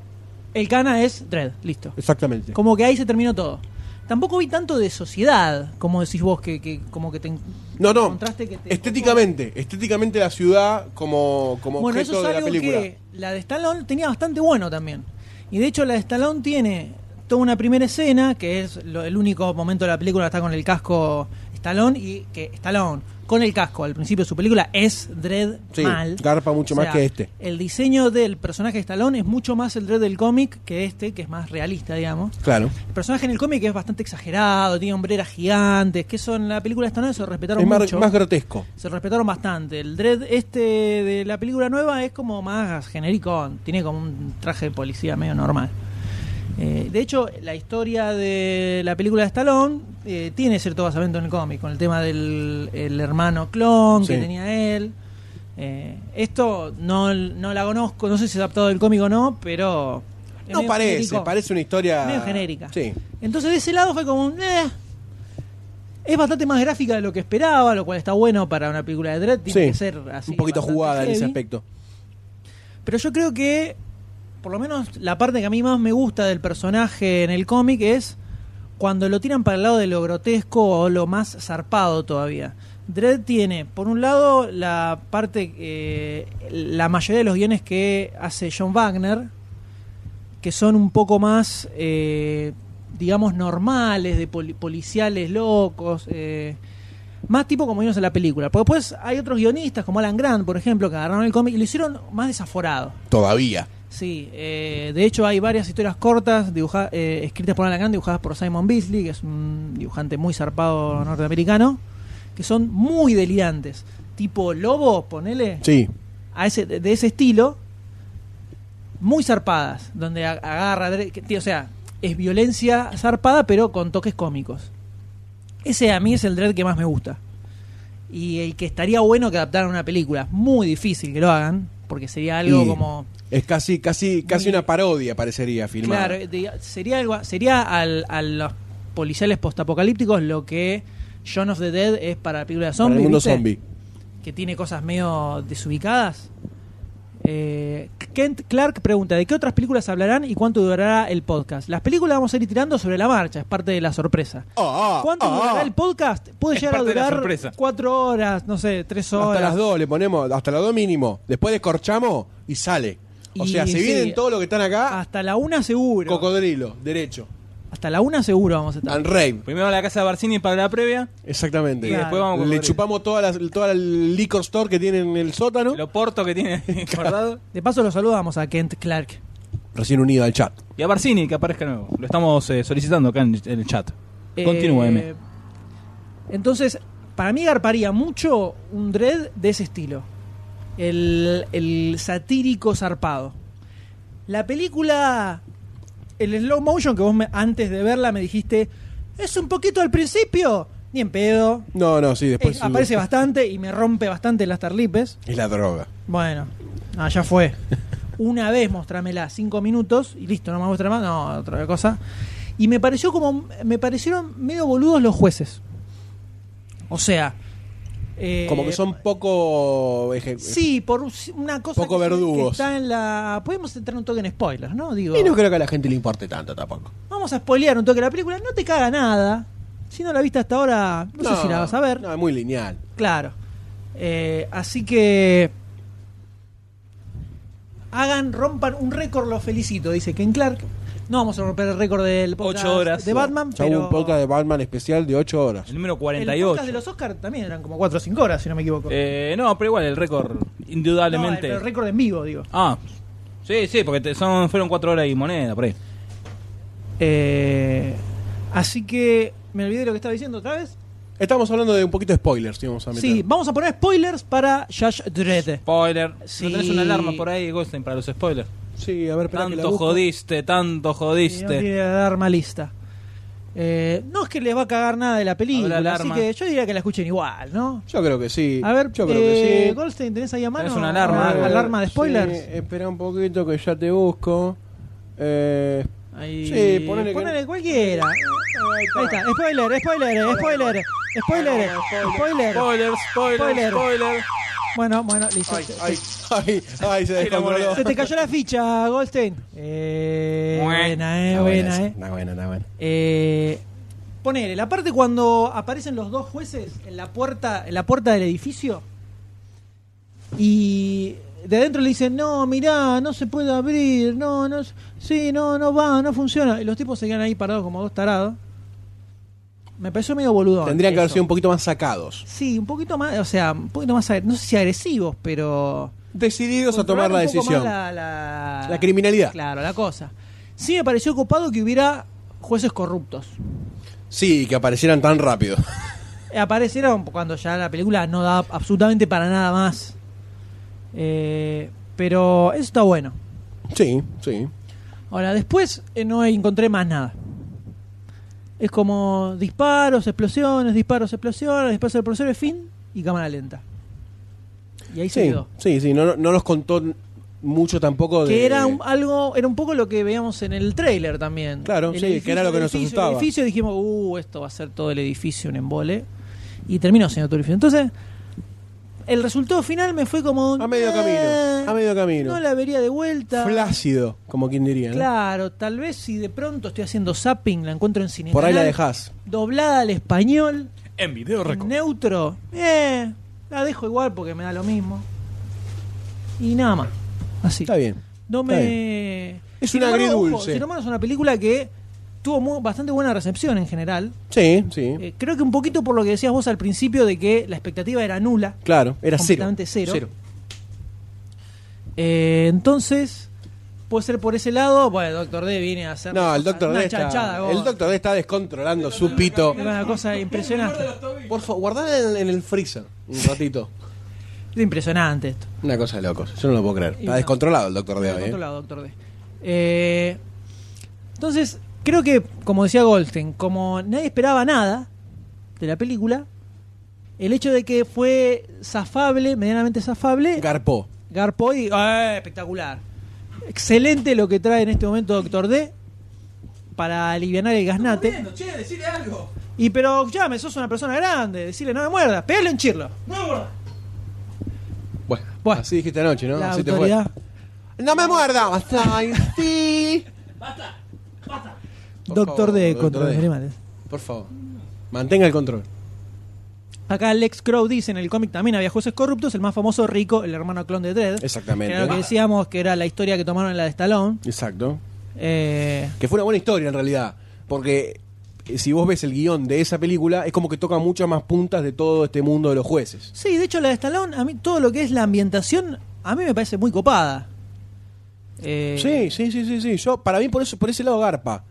[SPEAKER 4] el cana es Dread. Listo.
[SPEAKER 3] Exactamente.
[SPEAKER 4] Como que ahí se terminó todo. Tampoco vi tanto de sociedad, como decís vos, que, que como que te... en-
[SPEAKER 3] No, no.
[SPEAKER 4] Contraste que te-
[SPEAKER 3] Este, Estéticamente, estéticamente la ciudad como, como
[SPEAKER 4] Bueno,
[SPEAKER 3] objeto
[SPEAKER 4] eso es
[SPEAKER 3] de la
[SPEAKER 4] algo
[SPEAKER 3] película.
[SPEAKER 4] que la de Stallone tenía bastante bueno también. Y de hecho la de Stallone tiene toda una primera escena, que es lo- el único momento de la película que está con el casco Stallone, y que Stallone con el casco al principio de su película es Dread
[SPEAKER 3] Sí,
[SPEAKER 4] mal.
[SPEAKER 3] garpa mucho más que este.
[SPEAKER 4] El diseño del personaje de Stallone es mucho más el Dread del cómic que este, que es más realista, digamos.
[SPEAKER 3] Claro.
[SPEAKER 4] El personaje en el cómic es bastante exagerado, tiene hombreras gigantes, que eso en la película esta no se respetaron
[SPEAKER 3] Es más,
[SPEAKER 4] mucho.
[SPEAKER 3] más grotesco.
[SPEAKER 4] se respetaron bastante. El dread este de la película nueva es como más genérico, tiene como un traje de policía medio normal. Eh, de hecho, la historia de la película de Stallone eh, tiene cierto basamento en el cómic, con el tema del el hermano clon que
[SPEAKER 3] Sí.
[SPEAKER 4] tenía él. Eh, esto no, no la conozco, no sé si es adaptado del cómic o no, pero... es
[SPEAKER 3] No
[SPEAKER 4] medio
[SPEAKER 3] parece,
[SPEAKER 4] genérico.
[SPEAKER 3] parece una historia.
[SPEAKER 4] Medio genérica.
[SPEAKER 3] Sí.
[SPEAKER 4] Entonces de ese lado fue como un, eh. Es bastante más gráfica de lo que esperaba, lo cual está bueno para una película de Dread. Tiene
[SPEAKER 3] Sí.
[SPEAKER 4] que ser así.
[SPEAKER 3] un poquito
[SPEAKER 4] bastante
[SPEAKER 3] jugada en ese
[SPEAKER 4] heavy.
[SPEAKER 3] aspecto.
[SPEAKER 4] Pero yo creo que, por lo menos, la parte que a mí más me gusta del personaje en el cómic es cuando lo tiran para el lado de lo grotesco o lo más zarpado todavía. Dredd tiene, por un lado, la parte, eh, la mayoría de los guiones que hace John Wagner, que son un poco más, eh, digamos, normales, de poli- policiales locos. eh, más tipo como vimos en la película. Porque después hay otros guionistas, como Alan Grant, por ejemplo, que agarraron el cómic y lo hicieron más desaforado.
[SPEAKER 3] Todavía.
[SPEAKER 4] Sí, eh, de hecho hay varias historias cortas dibuja- eh, escritas por Alan Grant, dibujadas por Simon Beasley, que es un dibujante muy zarpado norteamericano, que son muy delirantes. Tipo Lobo, ponele,
[SPEAKER 3] Sí.
[SPEAKER 4] a ese, de ese estilo, muy zarpadas, donde a- agarra, dre- que- tío, o sea, es violencia zarpada, pero con toques cómicos. Ese a mí es el Dread que más me gusta. Y el que estaría bueno que adaptaran a una película. Muy difícil que lo hagan, porque sería algo
[SPEAKER 3] Y
[SPEAKER 4] como...
[SPEAKER 3] Es casi, casi, casi
[SPEAKER 4] Muy-
[SPEAKER 3] una parodia, parecería, filmada.
[SPEAKER 4] Claro, diga- sería algo, sería al, a los policiales postapocalípticos lo que Shaun of the Dead es para la película de
[SPEAKER 3] Para
[SPEAKER 4] zombies.
[SPEAKER 3] el mundo
[SPEAKER 4] ¿viste?
[SPEAKER 3] zombie.
[SPEAKER 4] Que tiene cosas medio desubicadas. Eh, Kent Clark pregunta: ¿de qué otras películas hablarán y cuánto durará el podcast? Las películas vamos a ir tirando sobre la marcha, es parte de la sorpresa.
[SPEAKER 3] Ah, ah,
[SPEAKER 4] ¿Cuánto
[SPEAKER 3] ah,
[SPEAKER 4] durará
[SPEAKER 3] ah.
[SPEAKER 4] el podcast? Puede
[SPEAKER 5] Es
[SPEAKER 4] llegar a
[SPEAKER 5] parte de la
[SPEAKER 4] durar
[SPEAKER 5] sorpresa.
[SPEAKER 4] cuatro horas, no sé, tres horas.
[SPEAKER 3] Hasta las dos le ponemos, hasta las dos mínimo. Después descorchamos y sale. O
[SPEAKER 4] Y
[SPEAKER 3] sea, se
[SPEAKER 4] sí.
[SPEAKER 3] vienen todos los que están acá, Ah,
[SPEAKER 4] Hasta la una seguro.
[SPEAKER 3] cocodrilo, derecho.
[SPEAKER 4] Hasta la una seguro vamos a estar.
[SPEAKER 3] And rave.
[SPEAKER 5] Primero a la casa de Barcini para la previa.
[SPEAKER 3] Exactamente.
[SPEAKER 5] Y después vamos con
[SPEAKER 3] Le
[SPEAKER 5] cocodrilo.
[SPEAKER 3] chupamos toda la, toda la liquor store que tienen en el sótano.
[SPEAKER 5] Lo porto que tiene guardado.
[SPEAKER 4] De paso lo saludamos a Kent Clark.
[SPEAKER 3] Recién unido al chat.
[SPEAKER 5] Y a Barcini que aparezca nuevo. Lo estamos eh, solicitando acá en, en el chat. Continúa,
[SPEAKER 4] Eh,
[SPEAKER 5] M.
[SPEAKER 4] Entonces, para mí garparía mucho un dread de ese estilo. El, el satírico zarpado. La película, el slow motion que vos me- antes de verla me dijiste, es un poquito al principio, ni en pedo.
[SPEAKER 3] No, no, sí, después.
[SPEAKER 4] Es- Eh, aparece bastante y me rompe bastante las tarlipes.
[SPEAKER 3] Es la droga.
[SPEAKER 4] Bueno, ah, ya fue. Una vez mostrámela, cinco minutos, y listo, no me muestra más, no, otra cosa. Y me pareció como. Me parecieron medio boludos los jueces. O sea. eh,
[SPEAKER 3] Como que son poco. eje-
[SPEAKER 4] Sí, por un- una cosa.
[SPEAKER 3] Poco
[SPEAKER 4] que- que
[SPEAKER 3] verdugos.
[SPEAKER 4] está en la. Podemos entrar un toque en spoilers, ¿no? Digo.
[SPEAKER 3] Y no creo que a la gente le importe tanto tampoco.
[SPEAKER 4] Vamos a spoilear un toque la película, no te caga nada. Si no la viste hasta ahora, no, sé si la vas a ver.
[SPEAKER 3] No, es muy lineal.
[SPEAKER 4] Claro. Eh, así que. Hagan, rompan un récord, los felicito, dice Ken Clark. No vamos a romper el récord del podcast
[SPEAKER 5] Ocho horas.
[SPEAKER 4] de Batman,
[SPEAKER 3] Ya
[SPEAKER 4] pero
[SPEAKER 3] hubo un podcast de Batman especial de 8 horas.
[SPEAKER 5] El número
[SPEAKER 4] el podcast de
[SPEAKER 5] 48.
[SPEAKER 4] los Oscars también eran como 4 o 5 horas, si no me equivoco.
[SPEAKER 5] Eh, no, pero igual el récord,
[SPEAKER 4] No, el,
[SPEAKER 5] indudablemente.
[SPEAKER 4] pero el récord en vivo, digo.
[SPEAKER 5] ah, sí, sí, porque te- son, fueron cuatro horas y moneda por ahí.
[SPEAKER 4] Eh, así que me olvidé de lo que estaba diciendo otra vez.
[SPEAKER 3] Estamos hablando de un poquito de spoilers, si vamos a meter.
[SPEAKER 4] Sí, vamos a poner spoilers para Josh Dredd.
[SPEAKER 5] Spoiler.
[SPEAKER 4] Sí.
[SPEAKER 5] ¿No tenés una alarma por ahí, Goldstein, para los spoilers?
[SPEAKER 3] Sí, a ver, esperá que la
[SPEAKER 5] Tanto
[SPEAKER 3] busco.
[SPEAKER 5] jodiste, tanto
[SPEAKER 4] Y Eh, No
[SPEAKER 5] jodiste.
[SPEAKER 4] tiene alarma lista. Eh, no es que les va a cagar nada de la película,
[SPEAKER 5] Habrá
[SPEAKER 4] así
[SPEAKER 5] alarma.
[SPEAKER 4] que yo diría que la escuchen igual, ¿no?
[SPEAKER 3] Yo creo que sí.
[SPEAKER 4] A ver,
[SPEAKER 3] yo creo
[SPEAKER 4] eh,
[SPEAKER 3] que sí.
[SPEAKER 4] Goldstein, ¿tenés ahí a mano?
[SPEAKER 5] Tenés una alarma, eh.
[SPEAKER 4] Ah,
[SPEAKER 5] algo.
[SPEAKER 4] ¿Alarma de spoilers?
[SPEAKER 3] Sí, espera un poquito que ya te busco. Eh,
[SPEAKER 4] Ahí.
[SPEAKER 3] Sí, ponele que-
[SPEAKER 4] cualquiera. Ahí está, spoiler, spoiler, spoiler, spoiler, spoiler.
[SPEAKER 5] Spoiler, spoiler,
[SPEAKER 4] Spoiler.
[SPEAKER 5] spoiler.
[SPEAKER 4] Bueno, bueno, listo.
[SPEAKER 3] ay, ay, ay, ay, se descontroló.
[SPEAKER 4] Se te cayó la ficha, Goldstein. Eh, buena, eh,
[SPEAKER 3] Está
[SPEAKER 4] buena,
[SPEAKER 3] esa,
[SPEAKER 4] eh.
[SPEAKER 3] Está buena, está buena.
[SPEAKER 4] Eh, ponele, la parte cuando aparecen los dos jueces en la puerta, en la puerta del edificio y de adentro le dicen, no, mirá, no se puede abrir, no, no, sí, no, no va, no funciona. Y los tipos se quedan ahí parados como dos tarados. Me pareció medio boludón.
[SPEAKER 3] Tendrían que haber
[SPEAKER 4] eso.
[SPEAKER 3] sido un poquito más sacados.
[SPEAKER 4] Sí, un poquito más, o sea, un poquito más, agre- no sé si agresivos, pero
[SPEAKER 3] Decididos a
[SPEAKER 4] controlar
[SPEAKER 3] tomar la
[SPEAKER 4] un poco
[SPEAKER 3] decisión.
[SPEAKER 4] más La, la-
[SPEAKER 3] La criminalidad.
[SPEAKER 4] Claro, la cosa. Sí me pareció copado que hubiera jueces corruptos.
[SPEAKER 3] Sí, que aparecieran tan rápido.
[SPEAKER 4] Eh, Aparecieron cuando ya la película no da absolutamente para nada más. Eh, pero eso está bueno.
[SPEAKER 3] Sí, sí.
[SPEAKER 4] Ahora, después eh, no encontré más nada. Es como disparos, explosiones, disparos, explosiones, disparos, explosiones, fin y cámara lenta. Y ahí se
[SPEAKER 3] Sí,
[SPEAKER 4] quedó.
[SPEAKER 3] sí, sí. No, no nos contó mucho tampoco de.
[SPEAKER 4] que era un- algo era un poco lo que veíamos en el tráiler también
[SPEAKER 3] Claro,
[SPEAKER 4] El
[SPEAKER 3] sí, que era lo que
[SPEAKER 4] el
[SPEAKER 3] nos
[SPEAKER 4] edificio,
[SPEAKER 3] asustaba.
[SPEAKER 4] el edificio dijimos uh esto va a ser todo el edificio un embole y terminó siendo todo el edificio entonces el resultado final me fue como un,
[SPEAKER 3] A medio camino, a medio camino. ¿eh?
[SPEAKER 4] no la vería de vuelta
[SPEAKER 3] Flácido, como quien diría. ¿no?
[SPEAKER 4] claro tal vez si de pronto estoy haciendo zapping la encuentro en cine
[SPEAKER 3] Por ahí la
[SPEAKER 4] Canal,
[SPEAKER 3] dejás.
[SPEAKER 4] doblada al español
[SPEAKER 5] En video
[SPEAKER 4] en
[SPEAKER 5] récord.
[SPEAKER 4] neutro eh, la dejo igual porque me da lo mismo y nada más así
[SPEAKER 3] Está bien.
[SPEAKER 4] no
[SPEAKER 3] Está
[SPEAKER 4] me.
[SPEAKER 3] Es
[SPEAKER 4] Sin
[SPEAKER 3] un
[SPEAKER 4] embargo, ojo,
[SPEAKER 3] agridulce.
[SPEAKER 4] Sin embargo, es una película que tuvo mu- bastante buena recepción en general.
[SPEAKER 3] Sí, sí.
[SPEAKER 4] Eh, creo que un poquito por lo que decías vos al principio de que la expectativa era nula.
[SPEAKER 3] claro, era cero.
[SPEAKER 4] completamente cero. Eh, entonces, puede ser por ese lado. Bueno, Doctor D viene a hacer.
[SPEAKER 3] No, el
[SPEAKER 4] una
[SPEAKER 3] doctor
[SPEAKER 4] cosa- una
[SPEAKER 3] D está,
[SPEAKER 4] chanchada, vos.
[SPEAKER 3] el doctor D está descontrolando su pito.
[SPEAKER 4] Una cosa impresionante.
[SPEAKER 3] Por favor, guardala en, en el freezer un ratito.
[SPEAKER 4] Es impresionante esto.
[SPEAKER 3] Una cosa de locos. Yo no lo puedo creer.
[SPEAKER 4] Y
[SPEAKER 3] Está
[SPEAKER 4] no.
[SPEAKER 3] descontrolado el doctor de hoy.
[SPEAKER 4] Por
[SPEAKER 3] ¿eh?
[SPEAKER 4] otro lado, Doctor D. Eh, entonces, creo que, como decía Goldstein, como nadie esperaba nada de la película, el hecho de que fue zafable, medianamente zafable,
[SPEAKER 3] Garpó.
[SPEAKER 4] garpó y ¡ah, espectacular. Excelente lo que trae en este momento Doctor D para aliviar el gasnate.
[SPEAKER 9] che, decile algo.
[SPEAKER 4] Y pero ya me sos una persona grande, decirle no me muerdas, pegale un chirlo.
[SPEAKER 3] Bueno,
[SPEAKER 4] Bueno.
[SPEAKER 3] así dijiste anoche, ¿no?
[SPEAKER 4] la
[SPEAKER 3] Así te fue.
[SPEAKER 4] autoridad.
[SPEAKER 3] ¡No me muerda! ¡Basta! sí. Por
[SPEAKER 4] Doctor
[SPEAKER 3] favor,
[SPEAKER 4] D
[SPEAKER 3] Dr.
[SPEAKER 4] contra
[SPEAKER 3] D.
[SPEAKER 4] los animales.
[SPEAKER 3] Por favor, mantenga el control.
[SPEAKER 4] Acá Lex Crow dice en el cómic también había jueces corruptos, el más famoso rico, el hermano clon de Dredd. Que
[SPEAKER 3] Exactamente.
[SPEAKER 4] era lo que decíamos que era la historia que tomaron en la de Stallone.
[SPEAKER 3] Exacto.
[SPEAKER 4] Eh,
[SPEAKER 3] Que fue una buena historia en realidad. Porque eh, si vos ves el guión de esa película, es como que toca muchas más puntas de todo este mundo de los jueces.
[SPEAKER 4] sí, de hecho la de Stallone, a mí todo lo que es la ambientación, a mí me parece muy copada. Eh,
[SPEAKER 3] Sí, sí, sí, sí, sí. Yo, para mí, por eso, por ese lado garpa.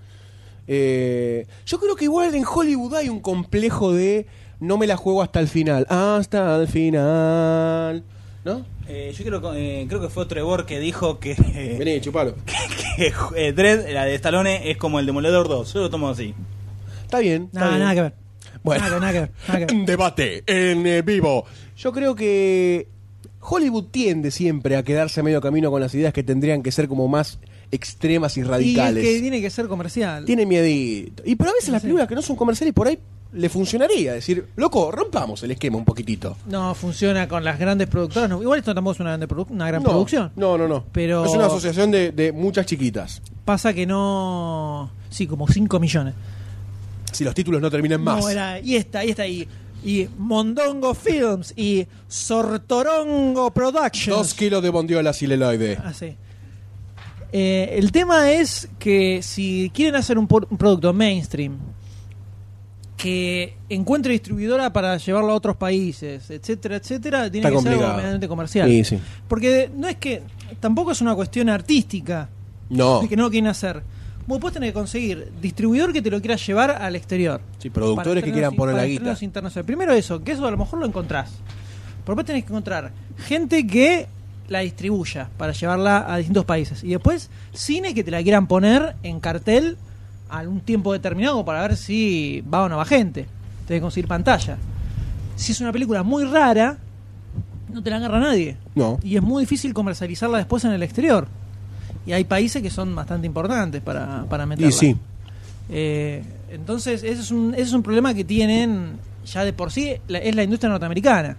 [SPEAKER 3] Eh, yo creo que igual en Hollywood hay un complejo de no me la juego hasta el final. Hasta el final. ¿No?
[SPEAKER 9] Eh, yo creo, que- eh, creo que fue Trevor que dijo que,
[SPEAKER 3] Vení, chupalo.
[SPEAKER 9] que eh, Dredd, la de Stallone, es como el Demoledor 2. Yo lo tomo así.
[SPEAKER 3] Está bien. está
[SPEAKER 4] Nada,
[SPEAKER 3] bien.
[SPEAKER 4] nada que ver.
[SPEAKER 3] Bueno.
[SPEAKER 4] Nada, que- nada que ver. nada que ver.
[SPEAKER 3] Un debate en eh, vivo. Yo creo que Hollywood tiende siempre a quedarse a medio camino con las ideas que tendrían que ser como más extremas y
[SPEAKER 4] Y es
[SPEAKER 3] radicales.
[SPEAKER 4] que tiene que ser comercial.
[SPEAKER 3] Tiene miedito. Y pero a veces las películas que no son comerciales por ahí le funcionaría. Decir, loco, rompamos el esquema un poquitito.
[SPEAKER 4] No funciona con las grandes productoras. no. Igual esto tampoco es una, grande produ- una gran
[SPEAKER 3] no,
[SPEAKER 4] producción.
[SPEAKER 3] No, no, no.
[SPEAKER 4] Pero-
[SPEAKER 3] Es una asociación de, de muchas chiquitas.
[SPEAKER 4] Pasa que no. Sí, como 5 millones.
[SPEAKER 3] Si los títulos no terminan más.
[SPEAKER 4] No, era. Y esta, y esta, y. Y Mondongo Films y Sortorongo Productions.
[SPEAKER 3] Dos kilos de bondiola sileloide.
[SPEAKER 4] Ah, sí. Eh, el tema es que si quieren hacer un, por- un producto mainstream que encuentre distribuidora para llevarlo a otros países, etcétera, etcétera, tiene
[SPEAKER 3] Está
[SPEAKER 4] que ser
[SPEAKER 3] complicado.
[SPEAKER 4] algo medianamente comercial.
[SPEAKER 3] Sí, sí.
[SPEAKER 4] Porque no es que tampoco es una cuestión artística
[SPEAKER 3] No.
[SPEAKER 4] de que no lo quieren hacer. Vos podés tener que conseguir distribuidor que te lo quiera llevar al exterior.
[SPEAKER 3] Sí, productores
[SPEAKER 4] Para
[SPEAKER 3] que
[SPEAKER 4] estrenos
[SPEAKER 3] quieran
[SPEAKER 4] in-
[SPEAKER 3] poner
[SPEAKER 4] para
[SPEAKER 3] la guita.
[SPEAKER 4] estrenos internacionales. Primero eso, que eso a lo mejor lo encontrás. Por después tenés que encontrar gente que la distribuya para llevarla a distintos países. Y después cine que te la quieran poner en cartel a un tiempo determinado para ver si va o no va gente. Tenés que conseguir pantalla. Si es una película muy rara, no te la agarra nadie.
[SPEAKER 3] No.
[SPEAKER 4] Y es muy difícil comercializarla después en el exterior. Y hay países que son bastante importantes para, para meterla.
[SPEAKER 3] Y sí.
[SPEAKER 4] Eh, entonces, ese es, un, ese es un problema que tienen ya de por sí, la- es la industria norteamericana.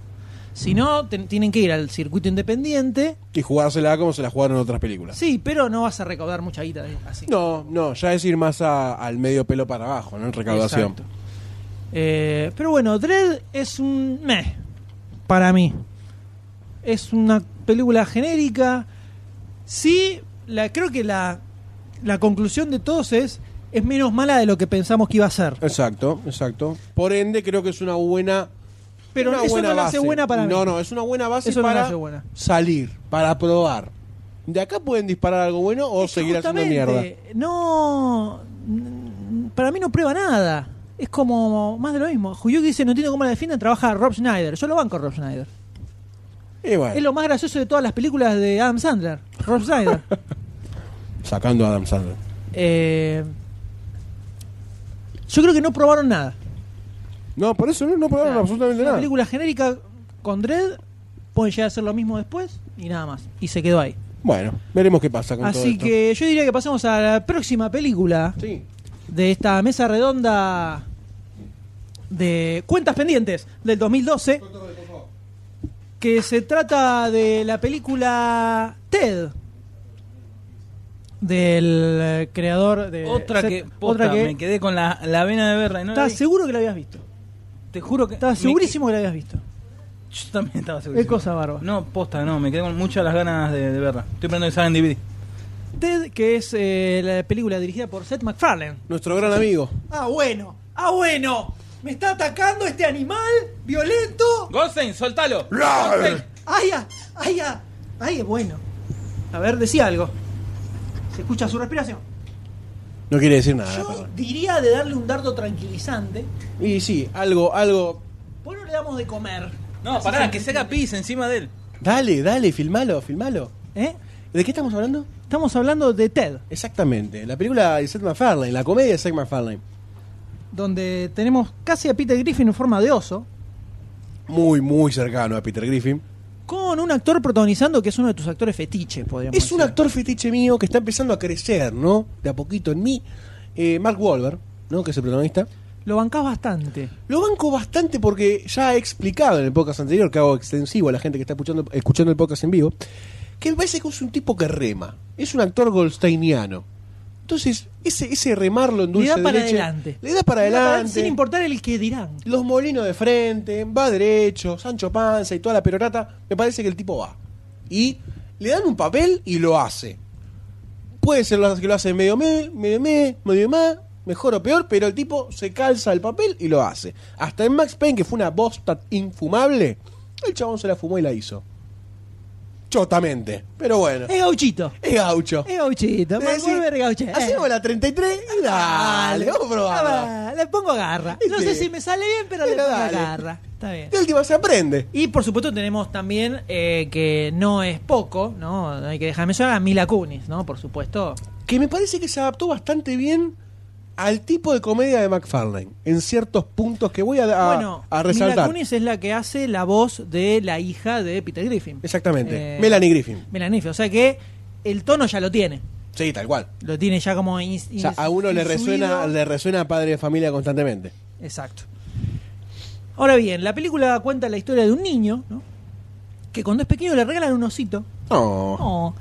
[SPEAKER 4] Si no, ten- tienen que ir al circuito independiente.
[SPEAKER 3] Y jugársela como se la jugaron en otras películas.
[SPEAKER 4] Sí, pero no vas a recaudar mucha guita de- así.
[SPEAKER 3] No, no, ya es ir más a- al medio pelo para abajo, ¿no? En recaudación.
[SPEAKER 4] Exacto. Eh, pero bueno, Dread es un meh para mí. Es una película genérica. Sí, la, creo que la, la conclusión de todos es es menos mala de lo que pensamos que iba a ser.
[SPEAKER 3] Exacto, exacto. Por ende, creo que es una buena.
[SPEAKER 4] Pero
[SPEAKER 3] una
[SPEAKER 4] eso
[SPEAKER 3] buena
[SPEAKER 4] no la
[SPEAKER 3] base.
[SPEAKER 4] hace buena para mí.
[SPEAKER 3] No, no, es una buena base
[SPEAKER 4] Eso no la
[SPEAKER 3] para
[SPEAKER 4] hace buena.
[SPEAKER 3] salir, para probar. De acá pueden disparar algo bueno o
[SPEAKER 4] Es que
[SPEAKER 3] seguir haciendo mierda.
[SPEAKER 4] justamente, No. n- Para mí no prueba nada. Es como más de lo mismo. Huyuki dice: No entiendo cómo la defienden. Trabaja Rob Schneider. Yo lo banco a Rob Schneider.
[SPEAKER 3] Y bueno,
[SPEAKER 4] Es lo más gracioso de todas las películas de Adam Sandler. Rob Schneider.
[SPEAKER 3] sacando a Adam Sandler.
[SPEAKER 4] Eh, yo creo que no probaron nada.
[SPEAKER 3] No, por eso no, no probaron
[SPEAKER 4] O sea,
[SPEAKER 3] absolutamente
[SPEAKER 4] Una
[SPEAKER 3] nada.
[SPEAKER 4] película genérica con Dredd. Pueden llegar a hacer lo mismo después y nada más. Y se quedó ahí.
[SPEAKER 3] Bueno, veremos qué pasa con todo
[SPEAKER 4] Así
[SPEAKER 3] esto.
[SPEAKER 4] que yo diría que pasamos a la próxima película.
[SPEAKER 3] Sí.
[SPEAKER 4] de esta mesa redonda de cuentas pendientes del 2012, que se trata de la película Ted del eh, creador de
[SPEAKER 5] Otra
[SPEAKER 4] se-
[SPEAKER 5] que,
[SPEAKER 4] otra
[SPEAKER 5] otra
[SPEAKER 4] que-
[SPEAKER 5] me quedé con la, la vena de verla. y No la
[SPEAKER 4] estaba
[SPEAKER 5] vi.
[SPEAKER 4] seguro que la habías visto
[SPEAKER 5] Te juro que.
[SPEAKER 4] estaba
[SPEAKER 5] me
[SPEAKER 4] segurísimo que la habías visto
[SPEAKER 5] que- Yo también estaba seguro.
[SPEAKER 4] es cosa barba
[SPEAKER 5] No, posta, no, me quedé con muchas las ganas de, de verla. Estoy esperando que salga en DVD.
[SPEAKER 4] Ted que es eh, la película dirigida por Seth MacFarlane
[SPEAKER 3] Nuestro gran amigo.
[SPEAKER 4] ah bueno ah bueno me está atacando este animal violento
[SPEAKER 5] Goldstein, soltalo.
[SPEAKER 4] ¡Ay, ah! ay, ah! ay, es bueno! A ver, decía algo. Se escucha su respiración.
[SPEAKER 3] No quiere decir nada,
[SPEAKER 4] Yo
[SPEAKER 3] perdón.
[SPEAKER 4] diría de darle un dardo tranquilizante.
[SPEAKER 3] Y sí, algo, algo.
[SPEAKER 4] Por no le damos de comer.
[SPEAKER 5] No, pará, que se haga pis encima de él.
[SPEAKER 3] Dale, dale, filmalo, filmalo.
[SPEAKER 4] ¿Eh?
[SPEAKER 3] ¿De qué estamos hablando?
[SPEAKER 4] Estamos hablando de Ted,
[SPEAKER 3] Exactamente, la película de Seth MacFarlane, la comedia de Seth MacFarlane.
[SPEAKER 4] donde tenemos casi a Peter Griffin en forma de oso,
[SPEAKER 3] Muy, muy cercano a Peter Griffin.
[SPEAKER 4] con un actor protagonizando que es uno de tus actores fetiches, podríamos
[SPEAKER 3] Es un
[SPEAKER 4] decir.
[SPEAKER 3] actor fetiche mío que está empezando a crecer, ¿no? De a poquito en mí. Eh, Mark Wahlberg, ¿no? Que es el protagonista.
[SPEAKER 4] Lo bancás bastante.
[SPEAKER 3] Lo banco bastante porque ya he explicado en el podcast anterior, que hago extensivo a la gente que está escuchando, escuchando el podcast en vivo, que me parece que es un tipo que rema. Es un actor goldsteiniano. Entonces, ese, ese remarlo en dulce
[SPEAKER 4] da
[SPEAKER 3] de
[SPEAKER 4] para
[SPEAKER 3] leche-
[SPEAKER 4] adelante.
[SPEAKER 3] Le da para
[SPEAKER 4] Sin
[SPEAKER 3] adelante.
[SPEAKER 4] importar el que dirán.
[SPEAKER 3] los molinos de frente, va derecho, Sancho Panza y toda la perorata, me parece que el tipo va. Y le dan un papel y lo hace. Puede ser lo- que lo hace medio me, medio me, medio más, mejor o peor, pero el tipo se calza el papel y lo hace. Hasta en Max Payne, que fue una bosta infumable, el chabón se la fumó y la hizo. Chotamente. Pero bueno.
[SPEAKER 4] Es gauchito.
[SPEAKER 3] Es gaucho.
[SPEAKER 4] Es gauchito.
[SPEAKER 3] Es decir,
[SPEAKER 4] Volver gauchito.
[SPEAKER 3] Hacemos la 33 y dale, vamos a probarla.
[SPEAKER 4] Ah, Le pongo garra. No
[SPEAKER 3] Sí.
[SPEAKER 4] sé si me sale bien, pero, le
[SPEAKER 3] Pero
[SPEAKER 4] pongo
[SPEAKER 3] dale.
[SPEAKER 4] garra. Está bien.
[SPEAKER 3] De última se aprende.
[SPEAKER 4] Y por supuesto tenemos también eh, que no es poco, ¿no? No Hay que dejarme mencionar a Mila Kunis, ¿no? Por supuesto.
[SPEAKER 3] que me parece que se adaptó bastante bien al tipo de comedia de McFarlane, en ciertos puntos que voy a, a-
[SPEAKER 4] bueno,
[SPEAKER 3] Ah, a
[SPEAKER 4] Mila
[SPEAKER 3] resaltar.
[SPEAKER 4] Kunis es la que hace la voz de la hija de Peter Griffin.
[SPEAKER 3] Exactamente,
[SPEAKER 4] Eh,
[SPEAKER 3] Melanie Griffin.
[SPEAKER 4] Melanie Griffin. O sea que el tono ya lo tiene.
[SPEAKER 3] Sí, tal cual.
[SPEAKER 4] Lo tiene ya como... ins-
[SPEAKER 3] O sea, a uno le
[SPEAKER 4] insuido.
[SPEAKER 3] resuena, le resuena a padre de familia constantemente.
[SPEAKER 4] Exacto. Ahora bien, la película cuenta la historia de un niño, ¿no? Que cuando es pequeño le regalan un osito.
[SPEAKER 3] No.
[SPEAKER 4] Oh.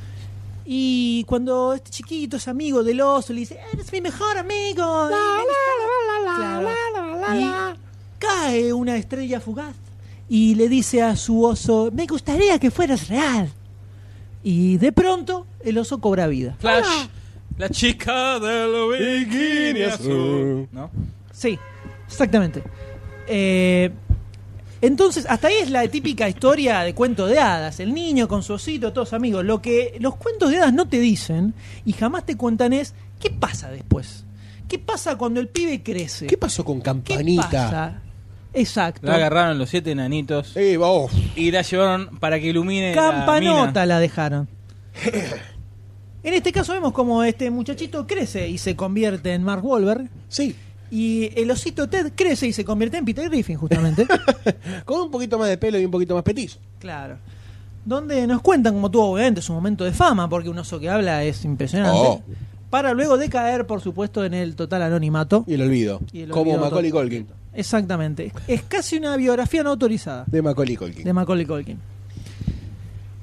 [SPEAKER 4] Y cuando este chiquito es amigo del oso, le dice, eres mi mejor amigo. y me gusta". Claro. Y cae una estrella fugaz y le dice a su oso, me gustaría que fueras real. Y de pronto el oso cobra vida.
[SPEAKER 5] Flash. La chica del bikini azul. ¿No?
[SPEAKER 4] Sí, exactamente. Eh, entonces, hasta ahí es la típica historia de cuento de hadas. El niño con su osito, todos amigos. Lo que los cuentos de hadas no te dicen y jamás te cuentan es qué pasa después. ¿Qué pasa cuando el pibe crece?
[SPEAKER 3] ¿Qué pasó con
[SPEAKER 4] ¿Qué
[SPEAKER 3] Campanita?
[SPEAKER 4] pasa? Exacto.
[SPEAKER 5] La agarraron los siete enanitos
[SPEAKER 3] Eh, va, oh.
[SPEAKER 5] y la llevaron para que ilumine la
[SPEAKER 4] Campanota
[SPEAKER 5] mina.
[SPEAKER 4] la dejaron. En este caso vemos como este muchachito crece y se convierte en Mark Wahlberg.
[SPEAKER 3] Sí,
[SPEAKER 4] Y el osito Ted crece y se convierte en Peter Griffin, justamente.
[SPEAKER 3] con un poquito más de pelo y un poquito más petizo.
[SPEAKER 4] Claro. Donde nos cuentan cómo tuvo obviamente su momento de fama, porque un oso que habla es impresionante.
[SPEAKER 3] Oh.
[SPEAKER 4] Para luego decaer, por supuesto, en el total anonimato.
[SPEAKER 3] Y el olvido.
[SPEAKER 4] Y el
[SPEAKER 3] como
[SPEAKER 4] olvido
[SPEAKER 3] Macaulay
[SPEAKER 4] total.
[SPEAKER 3] Colkin.
[SPEAKER 4] Exactamente. Es casi una biografía no autorizada
[SPEAKER 3] De Macaulay Colkin.
[SPEAKER 4] de Macaulay Culkin.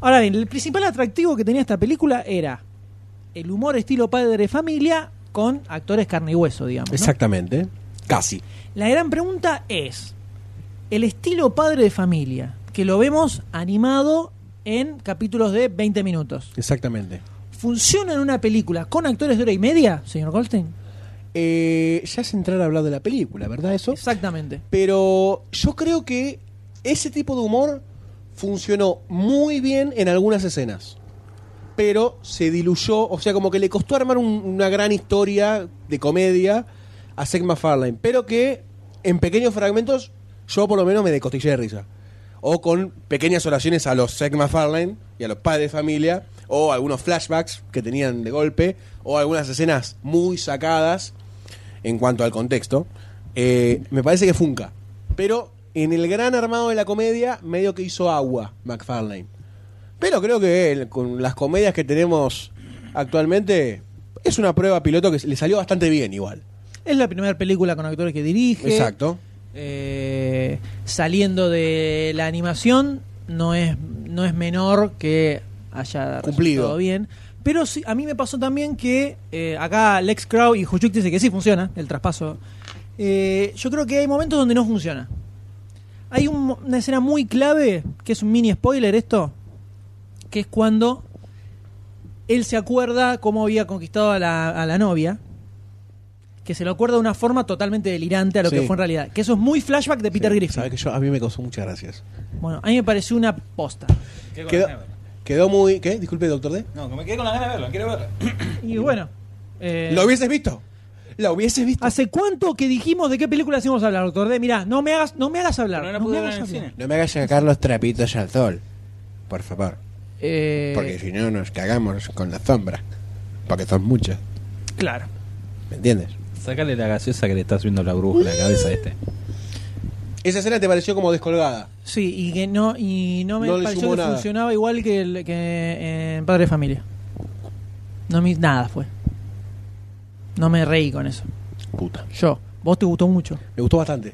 [SPEAKER 4] Ahora bien, el principal atractivo que tenía esta película era el humor estilo padre familia con actores carne y hueso, digamos. ¿no?
[SPEAKER 3] Exactamente. Casi.
[SPEAKER 4] La gran pregunta es, el estilo padre de familia, que lo vemos animado en capítulos de 20 minutos,
[SPEAKER 3] Exactamente.
[SPEAKER 4] ¿funciona en una película con actores de hora y media, señor Goldstein?
[SPEAKER 3] Eh, ya es entrar a hablar de la película, ¿verdad eso?
[SPEAKER 4] Exactamente.
[SPEAKER 3] Pero yo creo que ese tipo de humor funcionó muy bien en algunas escenas. Pero se diluyó, o sea, como que le costó armar un- una gran historia de comedia a Seth MacFarlane. Pero que en pequeños fragmentos yo por lo menos me decostillé de risa. O con pequeñas oraciones a los Seth MacFarlane y a los padres de familia. O algunos flashbacks que tenían de golpe. O algunas escenas muy sacadas en cuanto al contexto. Eh, me parece que funca. Pero en el gran armado de la comedia, medio que hizo agua McFarlane. Pero creo que él, con las comedias que tenemos actualmente, es una prueba piloto que le salió bastante bien igual.
[SPEAKER 4] Es la primera película con actores que dirige.
[SPEAKER 3] Exacto.
[SPEAKER 4] Eh, saliendo de la animación, no es, no es menor que haya
[SPEAKER 3] Cumplido.
[SPEAKER 4] resultado bien. Pero sí, a mí me pasó también que eh, acá Lex Crow y Jujuk dice que sí funciona el traspaso. Eh, yo creo que hay momentos donde no funciona. Hay un mo- una escena muy clave, que es un mini spoiler esto, que es cuando él se acuerda cómo había conquistado a la, a la novia, que se lo acuerda de una forma totalmente delirante a lo
[SPEAKER 3] Sí.
[SPEAKER 4] que fue en realidad. Que eso es muy flashback de Peter
[SPEAKER 3] Sí,
[SPEAKER 4] Griffin.
[SPEAKER 3] sabe que yo, a mí me causó muchas gracias.
[SPEAKER 4] Bueno, a mí me pareció una posta.
[SPEAKER 3] Quedó, quedó muy... ¿Qué?
[SPEAKER 5] Eh.
[SPEAKER 3] Disculpe, doctor D.
[SPEAKER 9] No, que me quedé con las ganas de verlo, quiero verlo.
[SPEAKER 4] Y bueno. eh,
[SPEAKER 3] ¿Lo hubieses visto? la hubieses visto.
[SPEAKER 4] ¿Hace cuánto que dijimos de qué película íbamos a hablar, doctor D? Mirá, no me hagas, no me hagas hablar.
[SPEAKER 5] Pero no la
[SPEAKER 4] no
[SPEAKER 5] pude
[SPEAKER 4] me
[SPEAKER 5] ver
[SPEAKER 4] hagas
[SPEAKER 5] en el
[SPEAKER 4] hablar.
[SPEAKER 5] cine.
[SPEAKER 3] No me hagas sacar los trapitos al sol, por favor.
[SPEAKER 4] Eh,
[SPEAKER 3] Porque si no nos cagamos con la sombra. Porque son muchas,
[SPEAKER 4] Claro.
[SPEAKER 3] ¿me entiendes?
[SPEAKER 5] Sácale la gaseosa que le está subiendo la bruja en la cabeza a este.
[SPEAKER 3] Esa escena te pareció como descolgada.
[SPEAKER 4] Sí, y que no, y no me
[SPEAKER 3] No le
[SPEAKER 4] pareció
[SPEAKER 3] sumó
[SPEAKER 4] que
[SPEAKER 3] nada.
[SPEAKER 4] funcionaba igual que, el, que en Padre de Familia. No me nada fue. No me reí con eso.
[SPEAKER 3] Puta.
[SPEAKER 4] Yo. Vos te gustó mucho.
[SPEAKER 3] Me gustó bastante.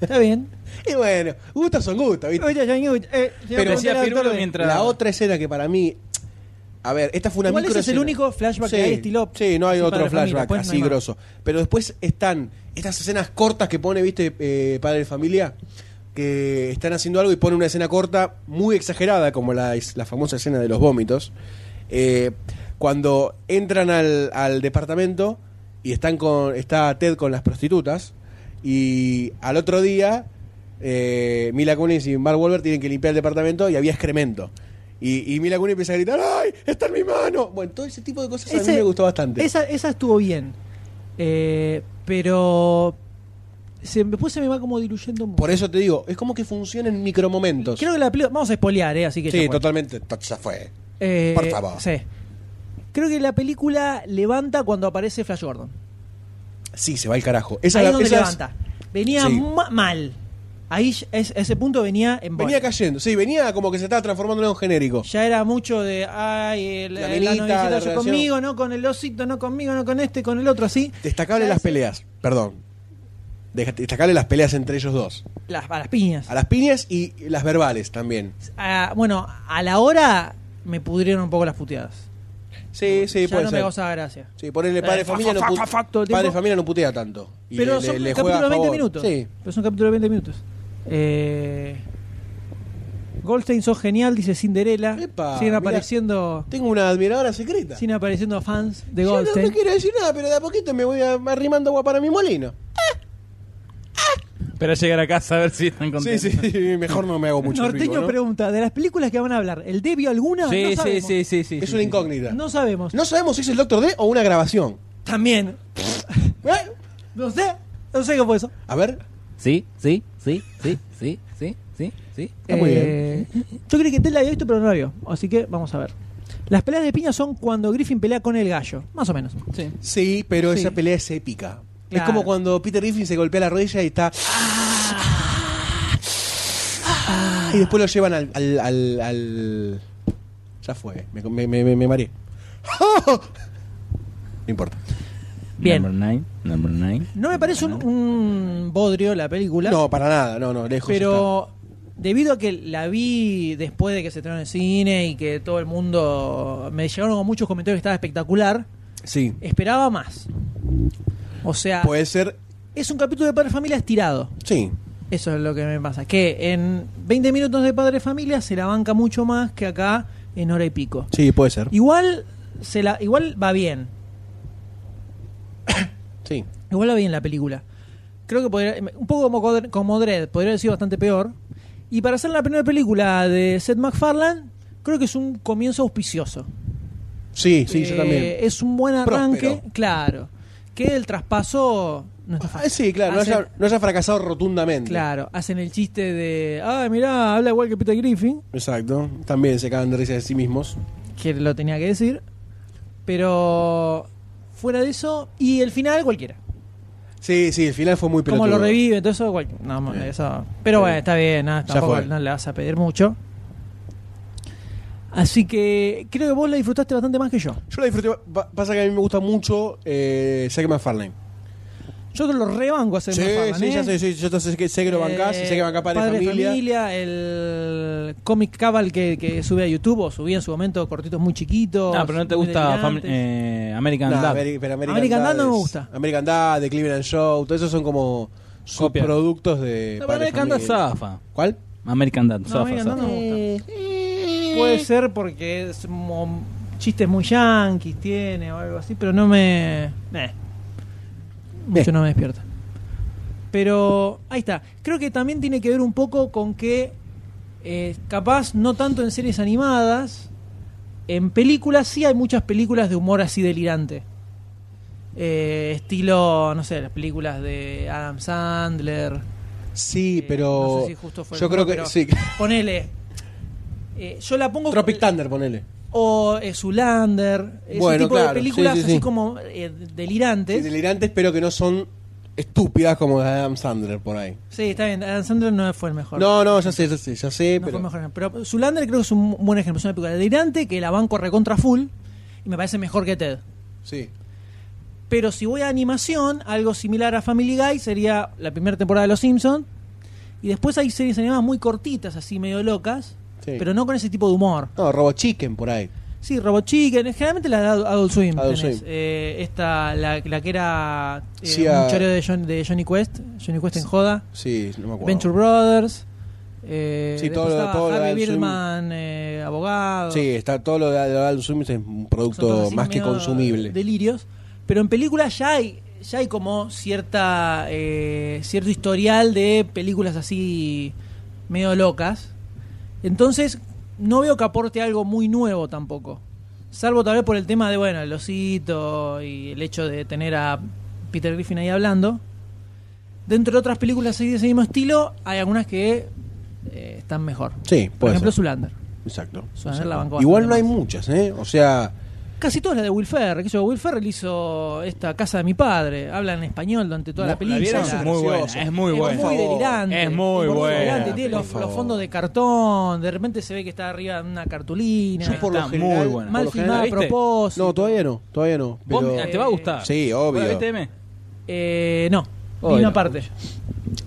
[SPEAKER 4] Está bien.
[SPEAKER 3] Y bueno, gustos son gustos, ¿viste?
[SPEAKER 4] Pero
[SPEAKER 5] decía Pirulo mientras-
[SPEAKER 3] La otra escena que para mí. A ver, esta fue una
[SPEAKER 4] Igual
[SPEAKER 3] micro
[SPEAKER 4] ese es el
[SPEAKER 3] escena.
[SPEAKER 4] único flashback que hay estilo-
[SPEAKER 3] Sí, no hay
[SPEAKER 4] sí,
[SPEAKER 3] otro
[SPEAKER 4] Padre Familia,
[SPEAKER 3] flashback
[SPEAKER 4] después no
[SPEAKER 3] así
[SPEAKER 4] hay más.
[SPEAKER 3] grosso. Pero después están estas escenas cortas que pone, viste, eh, Padre de Familia, que están haciendo algo y pone una escena corta muy exagerada, como la, es- la famosa escena de los vómitos. Eh, cuando entran al, al departamento y están con está Ted con las prostitutas y al otro día eh, Mila Kunis y Mark Wahlberg tienen que limpiar el departamento y había excremento y, y Mila Kunis empieza a gritar ¡ay! ¡está en mi mano! bueno todo ese tipo de cosas a mí me gustó bastante
[SPEAKER 4] Esa, esa estuvo bien. Eh, pero se, después se me va como diluyendo mucho.
[SPEAKER 3] por eso te digo es como que funciona en micromomentos
[SPEAKER 4] Creo que la película. Vamos a spoilear, eh, así que. ya
[SPEAKER 3] sí
[SPEAKER 4] fue.
[SPEAKER 3] totalmente to- ya fue
[SPEAKER 4] Eh,
[SPEAKER 3] por favor.
[SPEAKER 4] sí. Creo que la película levanta cuando aparece Flash Gordon.
[SPEAKER 3] sí se va el carajo esa
[SPEAKER 4] Ahí
[SPEAKER 3] la-
[SPEAKER 4] es donde
[SPEAKER 3] esa es-
[SPEAKER 4] levanta. Venía
[SPEAKER 3] Sí.
[SPEAKER 4] ma- mal. Ahí ya- es- ese punto venía en
[SPEAKER 3] venía
[SPEAKER 4] bola.
[SPEAKER 3] cayendo sí venía como que se estaba transformando en un genérico
[SPEAKER 4] Ya era mucho de, ay, el-
[SPEAKER 3] La
[SPEAKER 4] la,
[SPEAKER 3] minita,
[SPEAKER 4] noviecita
[SPEAKER 3] la
[SPEAKER 4] yo
[SPEAKER 3] relación.
[SPEAKER 4] conmigo, no con el osito, no conmigo, no con este, con el otro, así.
[SPEAKER 3] Destacable
[SPEAKER 4] Ya
[SPEAKER 3] las
[SPEAKER 4] ese-
[SPEAKER 3] peleas, perdón. Deja- Destacable las peleas entre ellos dos.
[SPEAKER 4] Las, a las piñas.
[SPEAKER 3] A las piñas y las verbales también.
[SPEAKER 4] Ah, bueno, a la hora me pudrieron un poco las puteadas.
[SPEAKER 3] Sí, sí,
[SPEAKER 4] ya
[SPEAKER 3] puede
[SPEAKER 4] no me
[SPEAKER 3] ser.
[SPEAKER 4] causaba gracia.
[SPEAKER 3] Sí, ponerle padre de
[SPEAKER 4] Eh, fa,
[SPEAKER 3] familia
[SPEAKER 4] fa,
[SPEAKER 3] no
[SPEAKER 4] fa,
[SPEAKER 3] pu-
[SPEAKER 4] fa, fa, todo el
[SPEAKER 3] padre de
[SPEAKER 4] tiempo.
[SPEAKER 3] familia no putea tanto. Y
[SPEAKER 4] Pero
[SPEAKER 3] le-
[SPEAKER 4] son
[SPEAKER 3] le- le juega
[SPEAKER 4] capítulos
[SPEAKER 3] a
[SPEAKER 4] de 20
[SPEAKER 3] favor.
[SPEAKER 4] minutos.
[SPEAKER 3] Sí.
[SPEAKER 4] Pero son capítulos de 20 minutos. Eh, Goldstein, sos genial, dice Cinderella.
[SPEAKER 3] Epa,
[SPEAKER 4] siguen
[SPEAKER 3] mirá.
[SPEAKER 4] apareciendo
[SPEAKER 3] Tengo una admiradora secreta.
[SPEAKER 4] siguen apareciendo fans de eh.
[SPEAKER 3] Yo no,
[SPEAKER 4] Goldstein.
[SPEAKER 3] no quiero decir nada, pero de a poquito me voy a- arrimando agua para mi molino.
[SPEAKER 5] Espera llegar a casa a ver si están
[SPEAKER 3] Sí,
[SPEAKER 5] contentos.
[SPEAKER 3] sí, mejor no me hago mucho el
[SPEAKER 4] Norteño
[SPEAKER 3] vivo, ¿no?
[SPEAKER 4] pregunta, de las películas que van a hablar, ¿el debió alguna? no
[SPEAKER 5] Sí, sí,
[SPEAKER 4] sabemos.
[SPEAKER 5] sí, sí, sí,
[SPEAKER 3] Es
[SPEAKER 5] sí,
[SPEAKER 3] una
[SPEAKER 5] sí.
[SPEAKER 3] incógnita. No.
[SPEAKER 4] No sabemos.
[SPEAKER 3] sabemos si es el Doctor D o una grabación.
[SPEAKER 4] También.
[SPEAKER 3] ¿Eh?
[SPEAKER 4] No sé. No sé qué fue eso.
[SPEAKER 3] A ver.
[SPEAKER 5] Sí, sí, sí, sí, sí, sí, sí, sí.
[SPEAKER 3] Está muy
[SPEAKER 4] Eh, Yo creí que Ted la había visto, pero no la vio. Así que vamos a ver. Las peleas de piña son cuando Griffin pelea con el gallo. Más o menos.
[SPEAKER 5] Sí.
[SPEAKER 3] Sí, pero
[SPEAKER 4] Sí.
[SPEAKER 3] esa pelea es épica. Es
[SPEAKER 4] Claro.
[SPEAKER 3] como cuando Peter Griffin se golpea la rodilla y está.
[SPEAKER 4] Ah.
[SPEAKER 3] Y después lo llevan al. al, al- al- Ya fue, me, me, me, me mareé. No importa.
[SPEAKER 4] Bien.
[SPEAKER 5] Number nine, number nine.
[SPEAKER 4] No me parece un, un bodrio la película.
[SPEAKER 3] No, para nada, no, no, lejos.
[SPEAKER 4] Pero debido a que la vi después de que se estrenó en el cine y que todo el mundo me llegaron con muchos comentarios que estaba espectacular,
[SPEAKER 3] está. Sí.
[SPEAKER 4] esperaba más. O sea,
[SPEAKER 3] Puede ser.
[SPEAKER 4] es un capítulo de Padre Familia estirado.
[SPEAKER 3] Sí.
[SPEAKER 4] Eso es lo que me pasa. Que en 20 minutos de Padre Familia se la banca mucho más que acá en hora y pico.
[SPEAKER 3] Sí, puede ser.
[SPEAKER 4] Igual, se la, igual va bien.
[SPEAKER 3] Sí.
[SPEAKER 4] Igual la vi en la película. Creo que podría. Un poco como, Cod- como Dread, podría haber sido bastante peor. Y para hacer la primera película de Seth MacFarlane, creo que es un comienzo auspicioso.
[SPEAKER 3] Sí, sí, yo
[SPEAKER 4] Eh,
[SPEAKER 3] también.
[SPEAKER 4] Es un buen arranque,
[SPEAKER 3] Próspero.
[SPEAKER 4] claro. Que el traspaso. No está
[SPEAKER 3] Ah,
[SPEAKER 4] fácil.
[SPEAKER 3] sí, claro, no
[SPEAKER 4] Hacen-
[SPEAKER 3] haya, no haya fracasado rotundamente.
[SPEAKER 4] Claro, hacen el chiste de. Ah, mirá, habla igual que Peter Griffin.
[SPEAKER 3] Exacto. También se cagan de risa de sí mismos.
[SPEAKER 4] Que lo tenía que decir. Pero. Fuera de eso. Y el final, cualquiera.
[SPEAKER 3] Sí, sí, el final fue muy
[SPEAKER 4] Cómo
[SPEAKER 3] pelotudo.
[SPEAKER 4] lo revive, todo eso. cual- no, mo-
[SPEAKER 3] Bien.
[SPEAKER 4] eso- Pero bueno,
[SPEAKER 3] Bien.
[SPEAKER 4] está bien, nada,
[SPEAKER 3] Ya
[SPEAKER 4] tampoco
[SPEAKER 3] fue.
[SPEAKER 4] no le vas a pedir mucho. Así que creo que vos la disfrutaste bastante más que yo.
[SPEAKER 3] Yo la disfruté. pa- Pasa que a mí me gusta mucho eh, Zack McFarlane.
[SPEAKER 4] Yo te lo rebanco a Seth
[SPEAKER 3] Sí,
[SPEAKER 4] MacFarlane,
[SPEAKER 3] sí,
[SPEAKER 4] ¿eh?
[SPEAKER 3] ya sé, sí, yo sé que, sé que lo bancás y sé que bancás padre, de familia.
[SPEAKER 4] el Comic Cabal que, que sube a YouTube o subía en su momento cortitos muy chiquitos.
[SPEAKER 5] No, Ah, pero no te
[SPEAKER 4] muy
[SPEAKER 5] gusta fam-
[SPEAKER 4] delirantes.
[SPEAKER 5] eh, American
[SPEAKER 3] No,
[SPEAKER 5] Dad.
[SPEAKER 3] Ameri- pero American,
[SPEAKER 4] American Dad
[SPEAKER 3] Dad
[SPEAKER 4] no me
[SPEAKER 3] es-
[SPEAKER 4] gusta.
[SPEAKER 3] American Dad, The Cleveland Show, todo eso son como
[SPEAKER 5] Copia.
[SPEAKER 3] subproductos de. Padre
[SPEAKER 5] No, pero
[SPEAKER 3] de
[SPEAKER 5] American Dad
[SPEAKER 3] Familia.
[SPEAKER 5] zafa.
[SPEAKER 3] ¿Cuál?
[SPEAKER 5] American Dad,
[SPEAKER 4] No,
[SPEAKER 5] zafa,
[SPEAKER 4] American
[SPEAKER 5] zafa.
[SPEAKER 4] Dad no me gusta. Puede ser porque es mo- chistes muy yanquis tiene o algo así, pero no me. eh. Mucho no me despierta. Pero ahí está. Creo que también tiene que ver un poco con que, eh, capaz, no tanto en series animadas, en películas sí hay muchas películas de humor así delirante. eh, estilo, no sé, las películas de Adam Sandler.
[SPEAKER 3] Sí,
[SPEAKER 4] eh,
[SPEAKER 3] pero.
[SPEAKER 4] no sé si justo fue el
[SPEAKER 3] yo creo
[SPEAKER 4] mismo,
[SPEAKER 3] que
[SPEAKER 4] pero
[SPEAKER 3] sí.
[SPEAKER 4] Ponele. eh, yo la pongo.
[SPEAKER 3] Tropic Thunder, ponele.
[SPEAKER 4] O eh, Zoolander. Ese
[SPEAKER 3] Bueno,
[SPEAKER 4] tipo
[SPEAKER 3] claro,
[SPEAKER 4] de películas
[SPEAKER 3] sí, sí,
[SPEAKER 4] así
[SPEAKER 3] sí.
[SPEAKER 4] como eh, delirantes.
[SPEAKER 3] Sí, delirantes, pero que no son estúpidas como las de Adam Sandler por ahí.
[SPEAKER 4] Sí, está bien. Adam Sandler no fue el mejor.
[SPEAKER 3] No, no, ya sé, ya sé, ya sé,
[SPEAKER 4] No fue
[SPEAKER 3] pero.
[SPEAKER 4] el mejor ejemplo. Pero Zoolander creo que es un buen ejemplo. Es una película delirante que la banco recontra full. Y me parece mejor que Ted.
[SPEAKER 3] Sí.
[SPEAKER 4] Pero si voy a animación, algo similar a Family Guy sería la primera temporada de Los Simpsons. Y después hay series animadas muy cortitas, así medio locas.
[SPEAKER 3] Sí.
[SPEAKER 4] Pero no con ese tipo de humor.
[SPEAKER 3] No, Robo Chicken por ahí.
[SPEAKER 4] Sí, Robot Chicken, generalmente la de Ad- Adult Swim.
[SPEAKER 3] Adult
[SPEAKER 4] tenés.
[SPEAKER 3] Swim.
[SPEAKER 4] Eh, esta, la, la que era eh,
[SPEAKER 3] Sí,
[SPEAKER 4] un
[SPEAKER 3] a-
[SPEAKER 4] choreo de, John- de Johnny Quest, Johnny Quest en joda,
[SPEAKER 3] Sí, no me acuerdo.
[SPEAKER 4] Venture Brothers, eh,
[SPEAKER 3] Sí,
[SPEAKER 4] después
[SPEAKER 3] todo lo-
[SPEAKER 4] estaba
[SPEAKER 3] todo lo de
[SPEAKER 4] Harvey
[SPEAKER 3] Adult Swim.
[SPEAKER 4] Birdman, eh, abogado.
[SPEAKER 3] Sí, está todo lo de Adult Swim es un
[SPEAKER 4] Son todos
[SPEAKER 3] producto
[SPEAKER 4] así
[SPEAKER 3] más que
[SPEAKER 4] medio
[SPEAKER 3] consumible.
[SPEAKER 4] Delirios, pero en películas ya hay ya hay como cierta eh, cierto historial de películas así medio locas. Entonces, no veo que aporte algo muy nuevo tampoco. Salvo tal vez por el tema de, bueno, el osito y el hecho de tener a Peter Griffin ahí hablando. Dentro de otras películas así de ese mismo estilo, hay algunas que eh, están mejor.
[SPEAKER 3] Sí,
[SPEAKER 4] Por
[SPEAKER 3] puede
[SPEAKER 4] ejemplo,
[SPEAKER 3] ser.
[SPEAKER 4] Zulander.
[SPEAKER 3] Exacto.
[SPEAKER 4] Zoolander
[SPEAKER 3] Exacto.
[SPEAKER 4] la bancó
[SPEAKER 3] Igual
[SPEAKER 4] bastante
[SPEAKER 3] no hay
[SPEAKER 4] más.
[SPEAKER 3] muchas, ¿eh? O sea,
[SPEAKER 4] Casi todas las de Will Ferrell. Que yo, Will Ferrell hizo esta casa de mi padre. Habla en español durante toda la
[SPEAKER 3] ¿la
[SPEAKER 4] película.
[SPEAKER 3] vieron?
[SPEAKER 4] Es
[SPEAKER 5] Es muy buena,
[SPEAKER 3] gracioso.
[SPEAKER 5] es muy
[SPEAKER 4] muy
[SPEAKER 5] buena.
[SPEAKER 3] favor.
[SPEAKER 4] delirante.
[SPEAKER 5] Es muy
[SPEAKER 4] muy
[SPEAKER 5] buena,
[SPEAKER 4] delirante, Tiene
[SPEAKER 3] por
[SPEAKER 4] los,
[SPEAKER 3] favor.
[SPEAKER 4] los fondos de cartón. De repente se ve que está arriba de una cartulina.
[SPEAKER 3] yo por
[SPEAKER 5] está
[SPEAKER 3] lo general,
[SPEAKER 5] muy buena.
[SPEAKER 3] por
[SPEAKER 4] mal
[SPEAKER 3] lo
[SPEAKER 4] filmada
[SPEAKER 5] general,
[SPEAKER 4] a
[SPEAKER 5] ¿viste?
[SPEAKER 4] propósito.
[SPEAKER 3] No, todavía no, todavía no.
[SPEAKER 5] Vos,
[SPEAKER 3] Pero,
[SPEAKER 5] mirá, ¿Te va a gustar?
[SPEAKER 3] Sí,
[SPEAKER 5] ¿Vos la
[SPEAKER 3] obvio.
[SPEAKER 5] viste, M?
[SPEAKER 4] Eh, no.
[SPEAKER 5] Oh,
[SPEAKER 4] Vino
[SPEAKER 5] no.
[SPEAKER 4] aparte.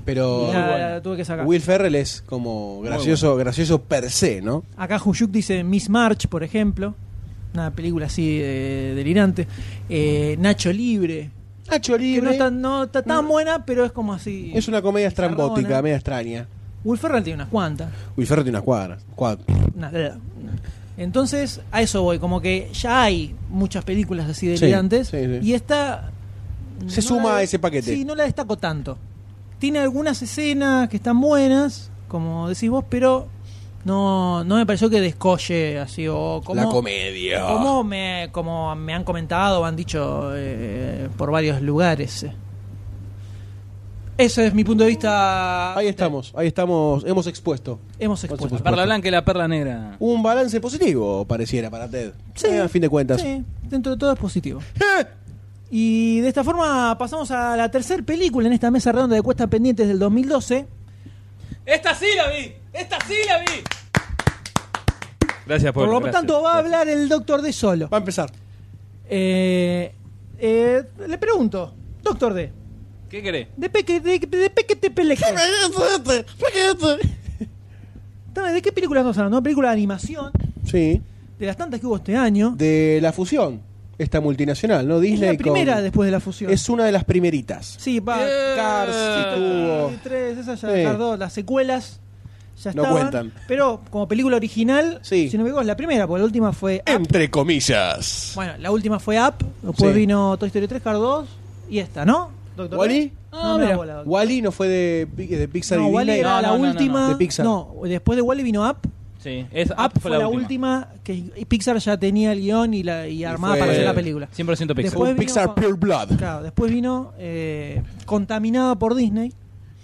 [SPEAKER 3] Pero
[SPEAKER 4] La- la tuve que sacar.
[SPEAKER 3] Will Ferrell es como gracioso, gracioso per se, ¿no?
[SPEAKER 4] Acá Huyuk dice Miss March, por ejemplo. Una película así eh, delirante. Eh, Nacho Libre.
[SPEAKER 3] Nacho
[SPEAKER 4] Que no
[SPEAKER 3] Libre
[SPEAKER 4] está, no está tan buena, pero es como así.
[SPEAKER 3] es una comedia estrambótica,
[SPEAKER 4] Bizarrona.
[SPEAKER 3] media extraña.
[SPEAKER 4] Will Ferrell tiene unas cuantas.
[SPEAKER 3] Will Ferrell tiene unas cuadras. cuad-
[SPEAKER 4] Una- una- Entonces, a eso voy. Como que ya hay muchas películas así
[SPEAKER 3] Sí,
[SPEAKER 4] delirantes.
[SPEAKER 3] sí, sí.
[SPEAKER 4] Y esta.
[SPEAKER 3] Se
[SPEAKER 4] no
[SPEAKER 3] suma
[SPEAKER 4] la-
[SPEAKER 3] a ese paquete.
[SPEAKER 4] Sí, no la destaco tanto. Tiene algunas escenas que están buenas, como decís vos, pero no, no me pareció que descolle así. O como,
[SPEAKER 3] la comedia.
[SPEAKER 4] Como me, como me han comentado, han dicho eh, por varios lugares. eh. Ese es mi punto de vista.
[SPEAKER 3] Ahí estamos, ahí estamos, hemos expuesto.
[SPEAKER 4] Hemos expuesto.
[SPEAKER 5] La perla blanca y la perla negra.
[SPEAKER 3] Un balance positivo pareciera para Ted.
[SPEAKER 4] Sí.
[SPEAKER 3] Eh, a fin de cuentas. Eh,
[SPEAKER 4] Sí, dentro de todo es positivo. Y de esta forma pasamos a la tercera película en esta mesa redonda de Cuestas Pendientes del 2012.
[SPEAKER 6] Esta sí la vi. Esta sí la vi.
[SPEAKER 5] Gracias
[SPEAKER 4] Por,
[SPEAKER 5] por
[SPEAKER 4] lo
[SPEAKER 5] gracias.
[SPEAKER 4] tanto, va a hablar el Doctor D solo.
[SPEAKER 3] Va a empezar.
[SPEAKER 4] Eh, eh, le pregunto, Doctor D,
[SPEAKER 5] ¿Qué querés?
[SPEAKER 4] ¿de peque, de, de peque te peleje? Dame, ¿De qué película estamos hablando? Una película de animación,
[SPEAKER 3] Sí.
[SPEAKER 4] de las tantas que hubo este año.
[SPEAKER 3] De la fusión, esta multinacional, ¿no?
[SPEAKER 4] es
[SPEAKER 3] Disney
[SPEAKER 4] la primera
[SPEAKER 3] con-
[SPEAKER 4] después de la fusión.
[SPEAKER 3] Es una de las primeritas.
[SPEAKER 4] Sí, va.
[SPEAKER 3] Cars estuvo.
[SPEAKER 4] 23, esas ya
[SPEAKER 3] Sí.
[SPEAKER 4] tardó, las secuelas ya
[SPEAKER 3] No
[SPEAKER 4] estaban,
[SPEAKER 3] cuentan.
[SPEAKER 4] Pero como película original,
[SPEAKER 3] Sí.
[SPEAKER 4] si no me equivoco, es la primera, porque la última fue Up.
[SPEAKER 7] Entre comillas.
[SPEAKER 4] Bueno, la última fue Up, después
[SPEAKER 3] Sí.
[SPEAKER 4] vino Toy Story 3, Cars 2 y esta, ¿no? Doctor
[SPEAKER 3] ¿Wall-E?
[SPEAKER 4] D? No,
[SPEAKER 5] Ah,
[SPEAKER 4] me da
[SPEAKER 5] mira.
[SPEAKER 4] bola, Doctor.
[SPEAKER 3] Wally no fue de, Pi- de Pixar
[SPEAKER 4] No,
[SPEAKER 3] y
[SPEAKER 4] Wall-E
[SPEAKER 3] Disney.
[SPEAKER 4] era la
[SPEAKER 5] No, no, no, no,
[SPEAKER 4] última.
[SPEAKER 3] no. De Pixar.
[SPEAKER 4] No, después de Wall-E vino Up.
[SPEAKER 5] Sí, es,
[SPEAKER 4] Up, fue, la última. que Pixar ya tenía el guión y, la, y armada
[SPEAKER 3] fue-
[SPEAKER 5] Eh,
[SPEAKER 4] para hacer la película.
[SPEAKER 5] 100% Pixar.
[SPEAKER 4] Después
[SPEAKER 3] Un
[SPEAKER 4] vino
[SPEAKER 3] Pixar
[SPEAKER 4] con-
[SPEAKER 3] Pure Blood.
[SPEAKER 4] Claro, después vino eh, contaminada por Disney.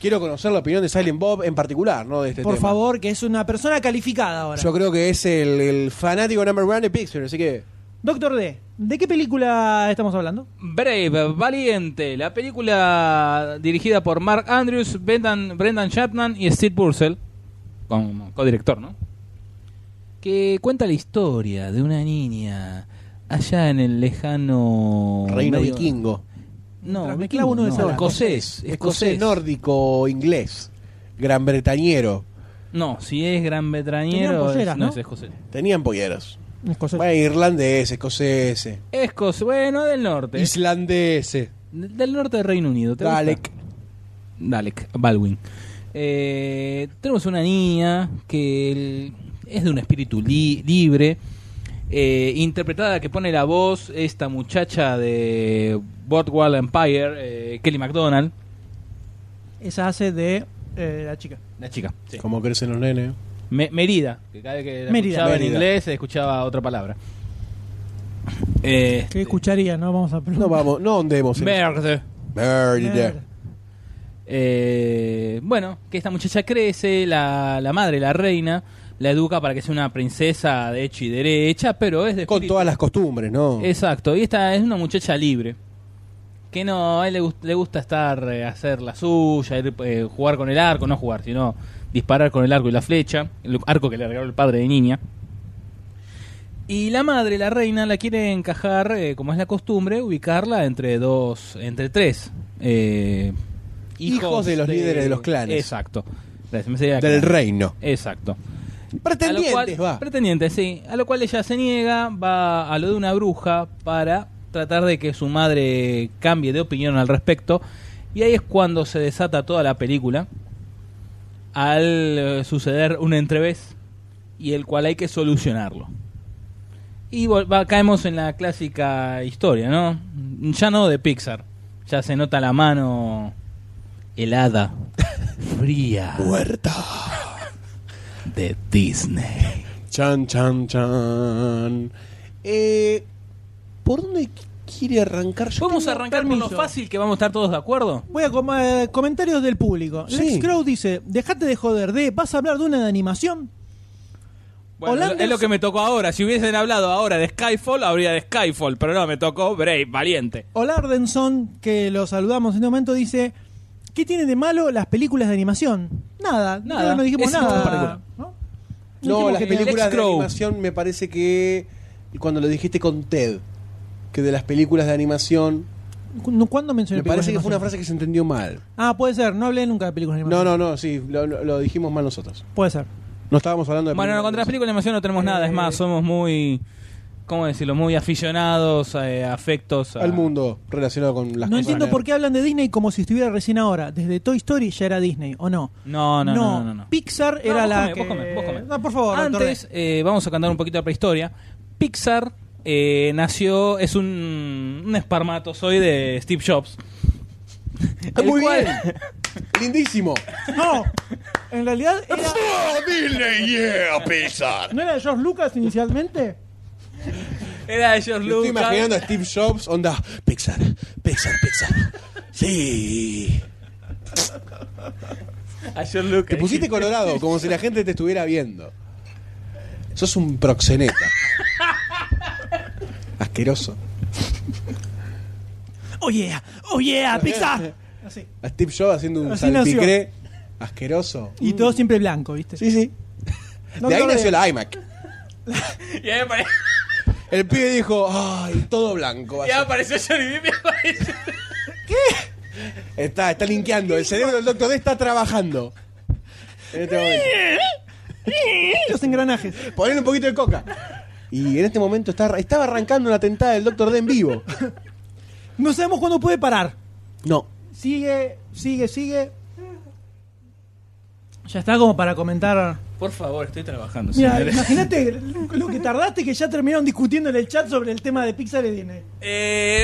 [SPEAKER 3] Quiero conocer la opinión de Silent Bob en particular, ¿no? De este
[SPEAKER 4] Por
[SPEAKER 3] tema.
[SPEAKER 4] favor, que es una persona calificada ahora.
[SPEAKER 3] Yo creo que es el, el fanático number one de Pixar, así que.
[SPEAKER 4] Doctor D, ¿de qué película estamos hablando?
[SPEAKER 5] Brave, Valiente, la película dirigida por Mark Andrews, Brendan, Brendan Chapman y Steve Purcell, como codirector, ¿no? Que cuenta la historia de una niña allá en el lejano...
[SPEAKER 3] Reino
[SPEAKER 5] medio-
[SPEAKER 3] vikingo.
[SPEAKER 5] No,
[SPEAKER 4] Mientras me
[SPEAKER 5] vikingo
[SPEAKER 4] clavo uno de
[SPEAKER 5] no,
[SPEAKER 4] esas-
[SPEAKER 5] escocés,
[SPEAKER 3] Escocés
[SPEAKER 5] escocés.
[SPEAKER 3] nórdico inglés. Gran bretañero.
[SPEAKER 5] No, si es gran
[SPEAKER 4] Tenían
[SPEAKER 5] vetrañero,
[SPEAKER 4] polleras,
[SPEAKER 5] no
[SPEAKER 4] ¿no?
[SPEAKER 5] es escocés.
[SPEAKER 3] Tenían polleras. Bueno, irlandés, escocés,
[SPEAKER 5] Escocés, bueno, del norte.
[SPEAKER 3] islandés.
[SPEAKER 5] Del norte del Reino Unido. ¿te gusta?
[SPEAKER 3] Dalek.
[SPEAKER 5] Dalek, Baldwin. Eh, tenemos una niña que el- es de un espíritu li- libre. eh, interpretada que pone la voz esta muchacha de Boardwalk Empire, eh, Kelly MacDonald.
[SPEAKER 4] Esa hace de eh, la chica.
[SPEAKER 5] La chica. sí.
[SPEAKER 3] Como crecen los nenes.
[SPEAKER 5] Me- Merida. Que cada vez que la
[SPEAKER 4] Merida.
[SPEAKER 5] escuchaba en
[SPEAKER 3] Merida.
[SPEAKER 5] inglés se escuchaba otra palabra.
[SPEAKER 10] Eh,
[SPEAKER 4] ¿Qué escucharía? No vamos a
[SPEAKER 3] No vamos, no ondemos. en eso.
[SPEAKER 9] Merde.
[SPEAKER 3] Merde.
[SPEAKER 4] Merde.
[SPEAKER 9] Eh, bueno, que esta muchacha crece, la, la madre, la reina, la educa para que sea una princesa de hecho y derecha, pero es de
[SPEAKER 3] Con
[SPEAKER 9] espíritu-
[SPEAKER 3] todas las costumbres, ¿no?
[SPEAKER 9] Exacto, y esta es una muchacha libre. Que no, a él le, gust- le gusta estar, eh, hacer la suya, ir, eh, jugar con el arco, no jugar, sino disparar con el arco y la flecha, el arco que le regaló el padre de niña. Y la madre, la reina, la quiere encajar, eh, como es la costumbre, ubicarla entre dos, entre tres eh,
[SPEAKER 3] Hijos de los líderes de los clanes.
[SPEAKER 9] Exacto. Gracias, me salía
[SPEAKER 3] Del
[SPEAKER 9] claro.
[SPEAKER 3] reino.
[SPEAKER 9] Exacto. A lo
[SPEAKER 3] Pretendientes,
[SPEAKER 9] cual-
[SPEAKER 3] va.
[SPEAKER 9] Pretendientes, sí. A lo cual ella se niega, va a lo de una bruja para tratar de que su madre cambie de opinión al respecto. Y ahí es cuando se desata toda la película. Al eh, suceder un entrevés y el cual hay que solucionarlo. Y vol- va- caemos en la clásica historia, ¿no? Ya no de Pixar. Ya se nota la mano helada, fría
[SPEAKER 3] Puerta.
[SPEAKER 9] de Disney.
[SPEAKER 3] Chan, chan, chan. Eh, ¿Por dónde quiere arrancar yo?
[SPEAKER 9] ¿Podemos
[SPEAKER 4] tengo
[SPEAKER 9] arrancar con lo
[SPEAKER 4] permiso.
[SPEAKER 9] fácil que vamos a estar todos de acuerdo?
[SPEAKER 4] Voy a com- eh, comentarios del público.
[SPEAKER 3] Sí.
[SPEAKER 4] Lex Crow dice, dejate de joder, de, ¿vas a hablar de una de animación?
[SPEAKER 9] Bueno,
[SPEAKER 4] Holanders-
[SPEAKER 9] es lo que me tocó ahora. Si hubiesen hablado ahora de Skyfall, habría de Skyfall, pero no, me tocó Brave, valiente.
[SPEAKER 4] Olardenson, que lo saludamos en este momento, dice, ¿qué tienen de malo las películas de animación? Nada,
[SPEAKER 9] Nada.
[SPEAKER 4] creo que no dijimos
[SPEAKER 9] Es un particular.
[SPEAKER 4] nada. ¿no?
[SPEAKER 3] No,
[SPEAKER 9] Dijimos
[SPEAKER 3] las
[SPEAKER 9] que Lex
[SPEAKER 3] películas de
[SPEAKER 9] Crow.
[SPEAKER 3] animación me parece que. Cuando lo dijiste con Ted, que de las películas de animación.
[SPEAKER 4] ¿Cu- ¿Cuándo mencioné
[SPEAKER 3] Me
[SPEAKER 4] películas
[SPEAKER 3] parece que
[SPEAKER 4] de
[SPEAKER 3] fue una
[SPEAKER 4] animación?
[SPEAKER 3] frase que se entendió mal.
[SPEAKER 4] Ah, puede ser, no hablé nunca de películas de
[SPEAKER 3] No,
[SPEAKER 4] animación.
[SPEAKER 3] no, no, sí, lo, lo- lo dijimos mal nosotros.
[SPEAKER 4] Puede ser.
[SPEAKER 3] No estábamos hablando de.
[SPEAKER 9] Bueno, no, contra las películas de animación no tenemos nada, es más,
[SPEAKER 4] Eh.
[SPEAKER 9] somos muy, ¿cómo decirlo? Muy aficionados, eh, afectos a-
[SPEAKER 3] Al mundo relacionado con las
[SPEAKER 4] no
[SPEAKER 3] cosas
[SPEAKER 4] entiendo
[SPEAKER 3] nerd.
[SPEAKER 4] por qué hablan de Disney como si estuviera recién ahora. Desde Toy Story ya era Disney, ¿o no?
[SPEAKER 9] No, no, no, no, no, no.
[SPEAKER 4] Pixar
[SPEAKER 9] No,
[SPEAKER 4] era
[SPEAKER 9] vos
[SPEAKER 4] la
[SPEAKER 9] come,
[SPEAKER 4] que...
[SPEAKER 9] vos come, vos come.
[SPEAKER 4] No, por favor, doctor
[SPEAKER 9] Antes,
[SPEAKER 4] D.
[SPEAKER 9] eh, vamos a contar un poquito de prehistoria. Pixar eh, nació, es un, un espermatozoide de Steve Jobs.
[SPEAKER 3] Ah,
[SPEAKER 9] El
[SPEAKER 3] Muy
[SPEAKER 9] cual-
[SPEAKER 3] bien. Lindísimo.
[SPEAKER 4] No, en realidad era...
[SPEAKER 7] Dile, yeah, Pixar.
[SPEAKER 4] ¿No era de George Lucas inicialmente?
[SPEAKER 9] Era de George
[SPEAKER 3] Me Estoy
[SPEAKER 9] Lucas.
[SPEAKER 3] imaginando a Steve Jobs, onda, Pixar, Pixar, Pixar. Sí. Te pusiste colorado, como si la gente te estuviera viendo. Sos un proxeneta. Asqueroso.
[SPEAKER 4] Oh yeah, oh yeah, Pixar. Así.
[SPEAKER 3] A Steve Jobs haciendo un
[SPEAKER 4] Así nació.
[SPEAKER 3] salpicré. Asqueroso.
[SPEAKER 4] Y
[SPEAKER 9] Mm.
[SPEAKER 4] todo siempre blanco, ¿viste?
[SPEAKER 3] Sí, sí.
[SPEAKER 4] No,
[SPEAKER 3] De ahí
[SPEAKER 4] no,
[SPEAKER 3] nació
[SPEAKER 4] de-
[SPEAKER 3] la iMac.
[SPEAKER 9] Y ahí apare-
[SPEAKER 3] El pibe dijo, ay, todo blanco. va a
[SPEAKER 9] y ahí
[SPEAKER 3] ser".
[SPEAKER 9] apareció Johnny Depp y apareció-
[SPEAKER 3] Está, está linkeando. El cerebro del Doctor D está trabajando. En este momento.
[SPEAKER 4] Los engranajes.
[SPEAKER 3] Poner un poquito de coca. Y en este momento está, estaba arrancando una tentada del Doctor D en vivo.
[SPEAKER 4] No sabemos cuándo puede parar.
[SPEAKER 3] No.
[SPEAKER 4] Sigue, sigue, sigue. Ya está como para comentar.
[SPEAKER 9] Por favor, estoy trabajando.
[SPEAKER 4] Mira,
[SPEAKER 9] señores.
[SPEAKER 4] imagínate lo que tardaste que ya terminaron discutiendo en el chat sobre el tema de Pixar y Disney.
[SPEAKER 9] Eh,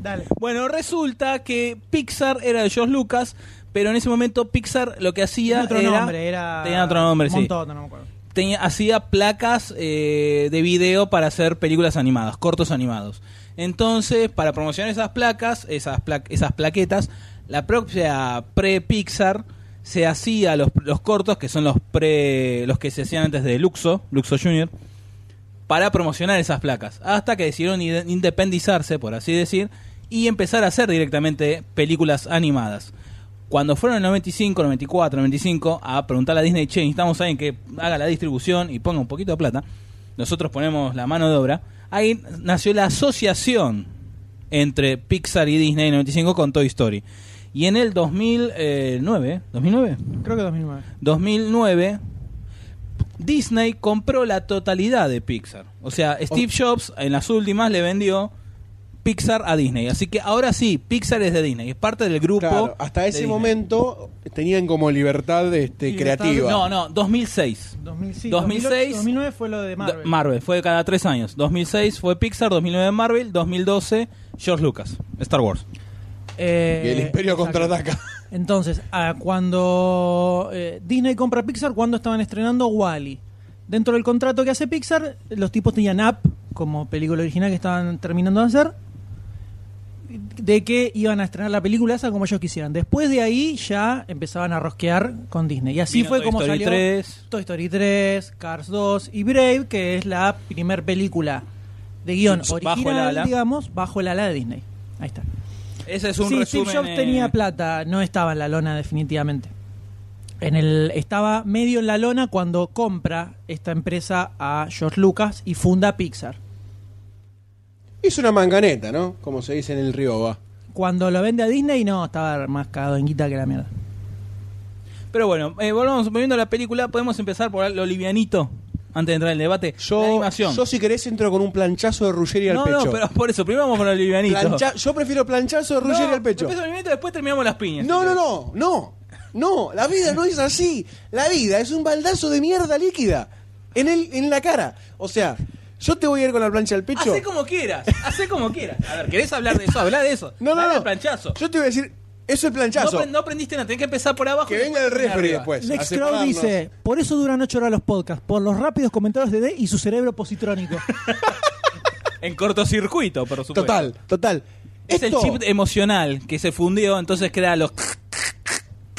[SPEAKER 4] Dale.
[SPEAKER 9] bueno, resulta que Pixar era de George Lucas, pero en ese momento Pixar lo que hacía
[SPEAKER 4] Tenía otro
[SPEAKER 9] era,
[SPEAKER 4] nombre, era.
[SPEAKER 9] tenía otro nombre, sí.
[SPEAKER 4] Montoto, no me acuerdo.
[SPEAKER 9] Tenía- hacía placas eh, de video para hacer películas animadas, cortos animados. Entonces, para promocionar esas placas, esas, pla- esas plaquetas, la propia pre-Pixar se hacía los, los cortos, que son los, pre, los que se hacían antes de Luxo, Luxo Junior, para promocionar esas placas. Hasta que decidieron ide- independizarse, por así decir, y empezar a hacer directamente películas animadas. Cuando fueron en el 95, 94, 95 a preguntar a Disney, che, necesitamos a alguien que haga la distribución y ponga un poquito de plata, nosotros ponemos la mano de obra, ahí nació la asociación entre Pixar y Disney en el 95 con Toy Story. Y en el 2009, ¿2009?
[SPEAKER 4] Creo que 2009.
[SPEAKER 9] 2009, Disney compró la totalidad de Pixar. O sea, Steve
[SPEAKER 3] Oh.
[SPEAKER 9] Jobs en las últimas le vendió Pixar a Disney. Así que ahora sí, Pixar es de Disney, es parte del grupo.
[SPEAKER 3] Claro, hasta
[SPEAKER 9] de
[SPEAKER 3] ese
[SPEAKER 9] Disney.
[SPEAKER 3] momento tenían como libertad este,
[SPEAKER 4] Libertad-
[SPEAKER 3] creativa.
[SPEAKER 9] No, no, 2006.
[SPEAKER 4] 2006.
[SPEAKER 9] 2006.
[SPEAKER 4] 2009 fue lo de Marvel.
[SPEAKER 9] Do- Marvel, fue cada tres años. 2006 fue Pixar, 2009 Marvel, 2012 George Lucas, Star Wars.
[SPEAKER 4] Eh,
[SPEAKER 3] Y el imperio
[SPEAKER 4] exacto.
[SPEAKER 3] contraataca.
[SPEAKER 4] Entonces, ah, cuando eh, Disney compra Pixar, cuando estaban estrenando Wally. Dentro del contrato que hace Pixar, los tipos tenían app como película original que estaban terminando de hacer, de que iban a estrenar la película esa como ellos quisieran. Después de ahí ya empezaban a rosquear con Disney. Y así
[SPEAKER 9] Vino
[SPEAKER 4] fue
[SPEAKER 9] Toy
[SPEAKER 4] como
[SPEAKER 9] Story
[SPEAKER 4] salió
[SPEAKER 9] 3.
[SPEAKER 4] Toy Story 3, Cars 2 y Brave, que es la primer película de guión
[SPEAKER 9] Bajo el
[SPEAKER 4] original,
[SPEAKER 9] ala.
[SPEAKER 4] digamos, bajo el ala de Disney. Ahí está.
[SPEAKER 9] Ese es un
[SPEAKER 4] sí,
[SPEAKER 9] resumen.
[SPEAKER 4] Steve Jobs
[SPEAKER 9] eh,
[SPEAKER 4] tenía plata, no estaba en la lona definitivamente. En el, estaba medio en la lona cuando compra esta empresa a George Lucas y funda Pixar.
[SPEAKER 3] Hizo una manganeta, ¿no? Como se dice en el río va.
[SPEAKER 4] Cuando lo vende a Disney, no, estaba más cagado en guita que la mierda.
[SPEAKER 9] Pero bueno, eh, volvamos volviendo a la película. Podemos empezar por lo livianito antes de entrar en el debate. la
[SPEAKER 3] Yo,
[SPEAKER 9] animación.
[SPEAKER 3] yo si querés entro con un planchazo de Ruggeri al
[SPEAKER 9] no,
[SPEAKER 3] pecho.
[SPEAKER 9] no, pero por eso, primero vamos con lo livianito.
[SPEAKER 3] Plancha- yo prefiero planchazo de Ruggeri
[SPEAKER 9] No,
[SPEAKER 3] al pecho.
[SPEAKER 9] empezó el livianito, después terminamos las piñas.
[SPEAKER 3] No, no, no, no. No, la vida no es así. La vida es un baldazo de mierda líquida en el en la cara. O sea, yo te voy a ir con la plancha al pecho.
[SPEAKER 9] Hacé como quieras, hacé como quieras. A ver, ¿querés hablar de eso? Habla de eso.
[SPEAKER 3] No, no,
[SPEAKER 9] Dale
[SPEAKER 3] no.
[SPEAKER 9] al planchazo.
[SPEAKER 3] Yo te voy a decir, eso es
[SPEAKER 9] No,
[SPEAKER 3] planchazo.
[SPEAKER 9] pre- no aprendiste nada, tenés que empezar por abajo.
[SPEAKER 3] que
[SPEAKER 9] y
[SPEAKER 3] venga el
[SPEAKER 9] terminar
[SPEAKER 3] refri
[SPEAKER 9] arriba.
[SPEAKER 3] después. a
[SPEAKER 4] Lex Crow
[SPEAKER 3] separarnos.
[SPEAKER 4] dice: Por eso duran 8 horas los podcasts, por los rápidos comentarios de D y su cerebro positrónico.
[SPEAKER 9] En cortocircuito, por supuesto.
[SPEAKER 3] Total, total.
[SPEAKER 9] Es
[SPEAKER 3] Esto-
[SPEAKER 9] el chip emocional que se fundió, entonces queda los.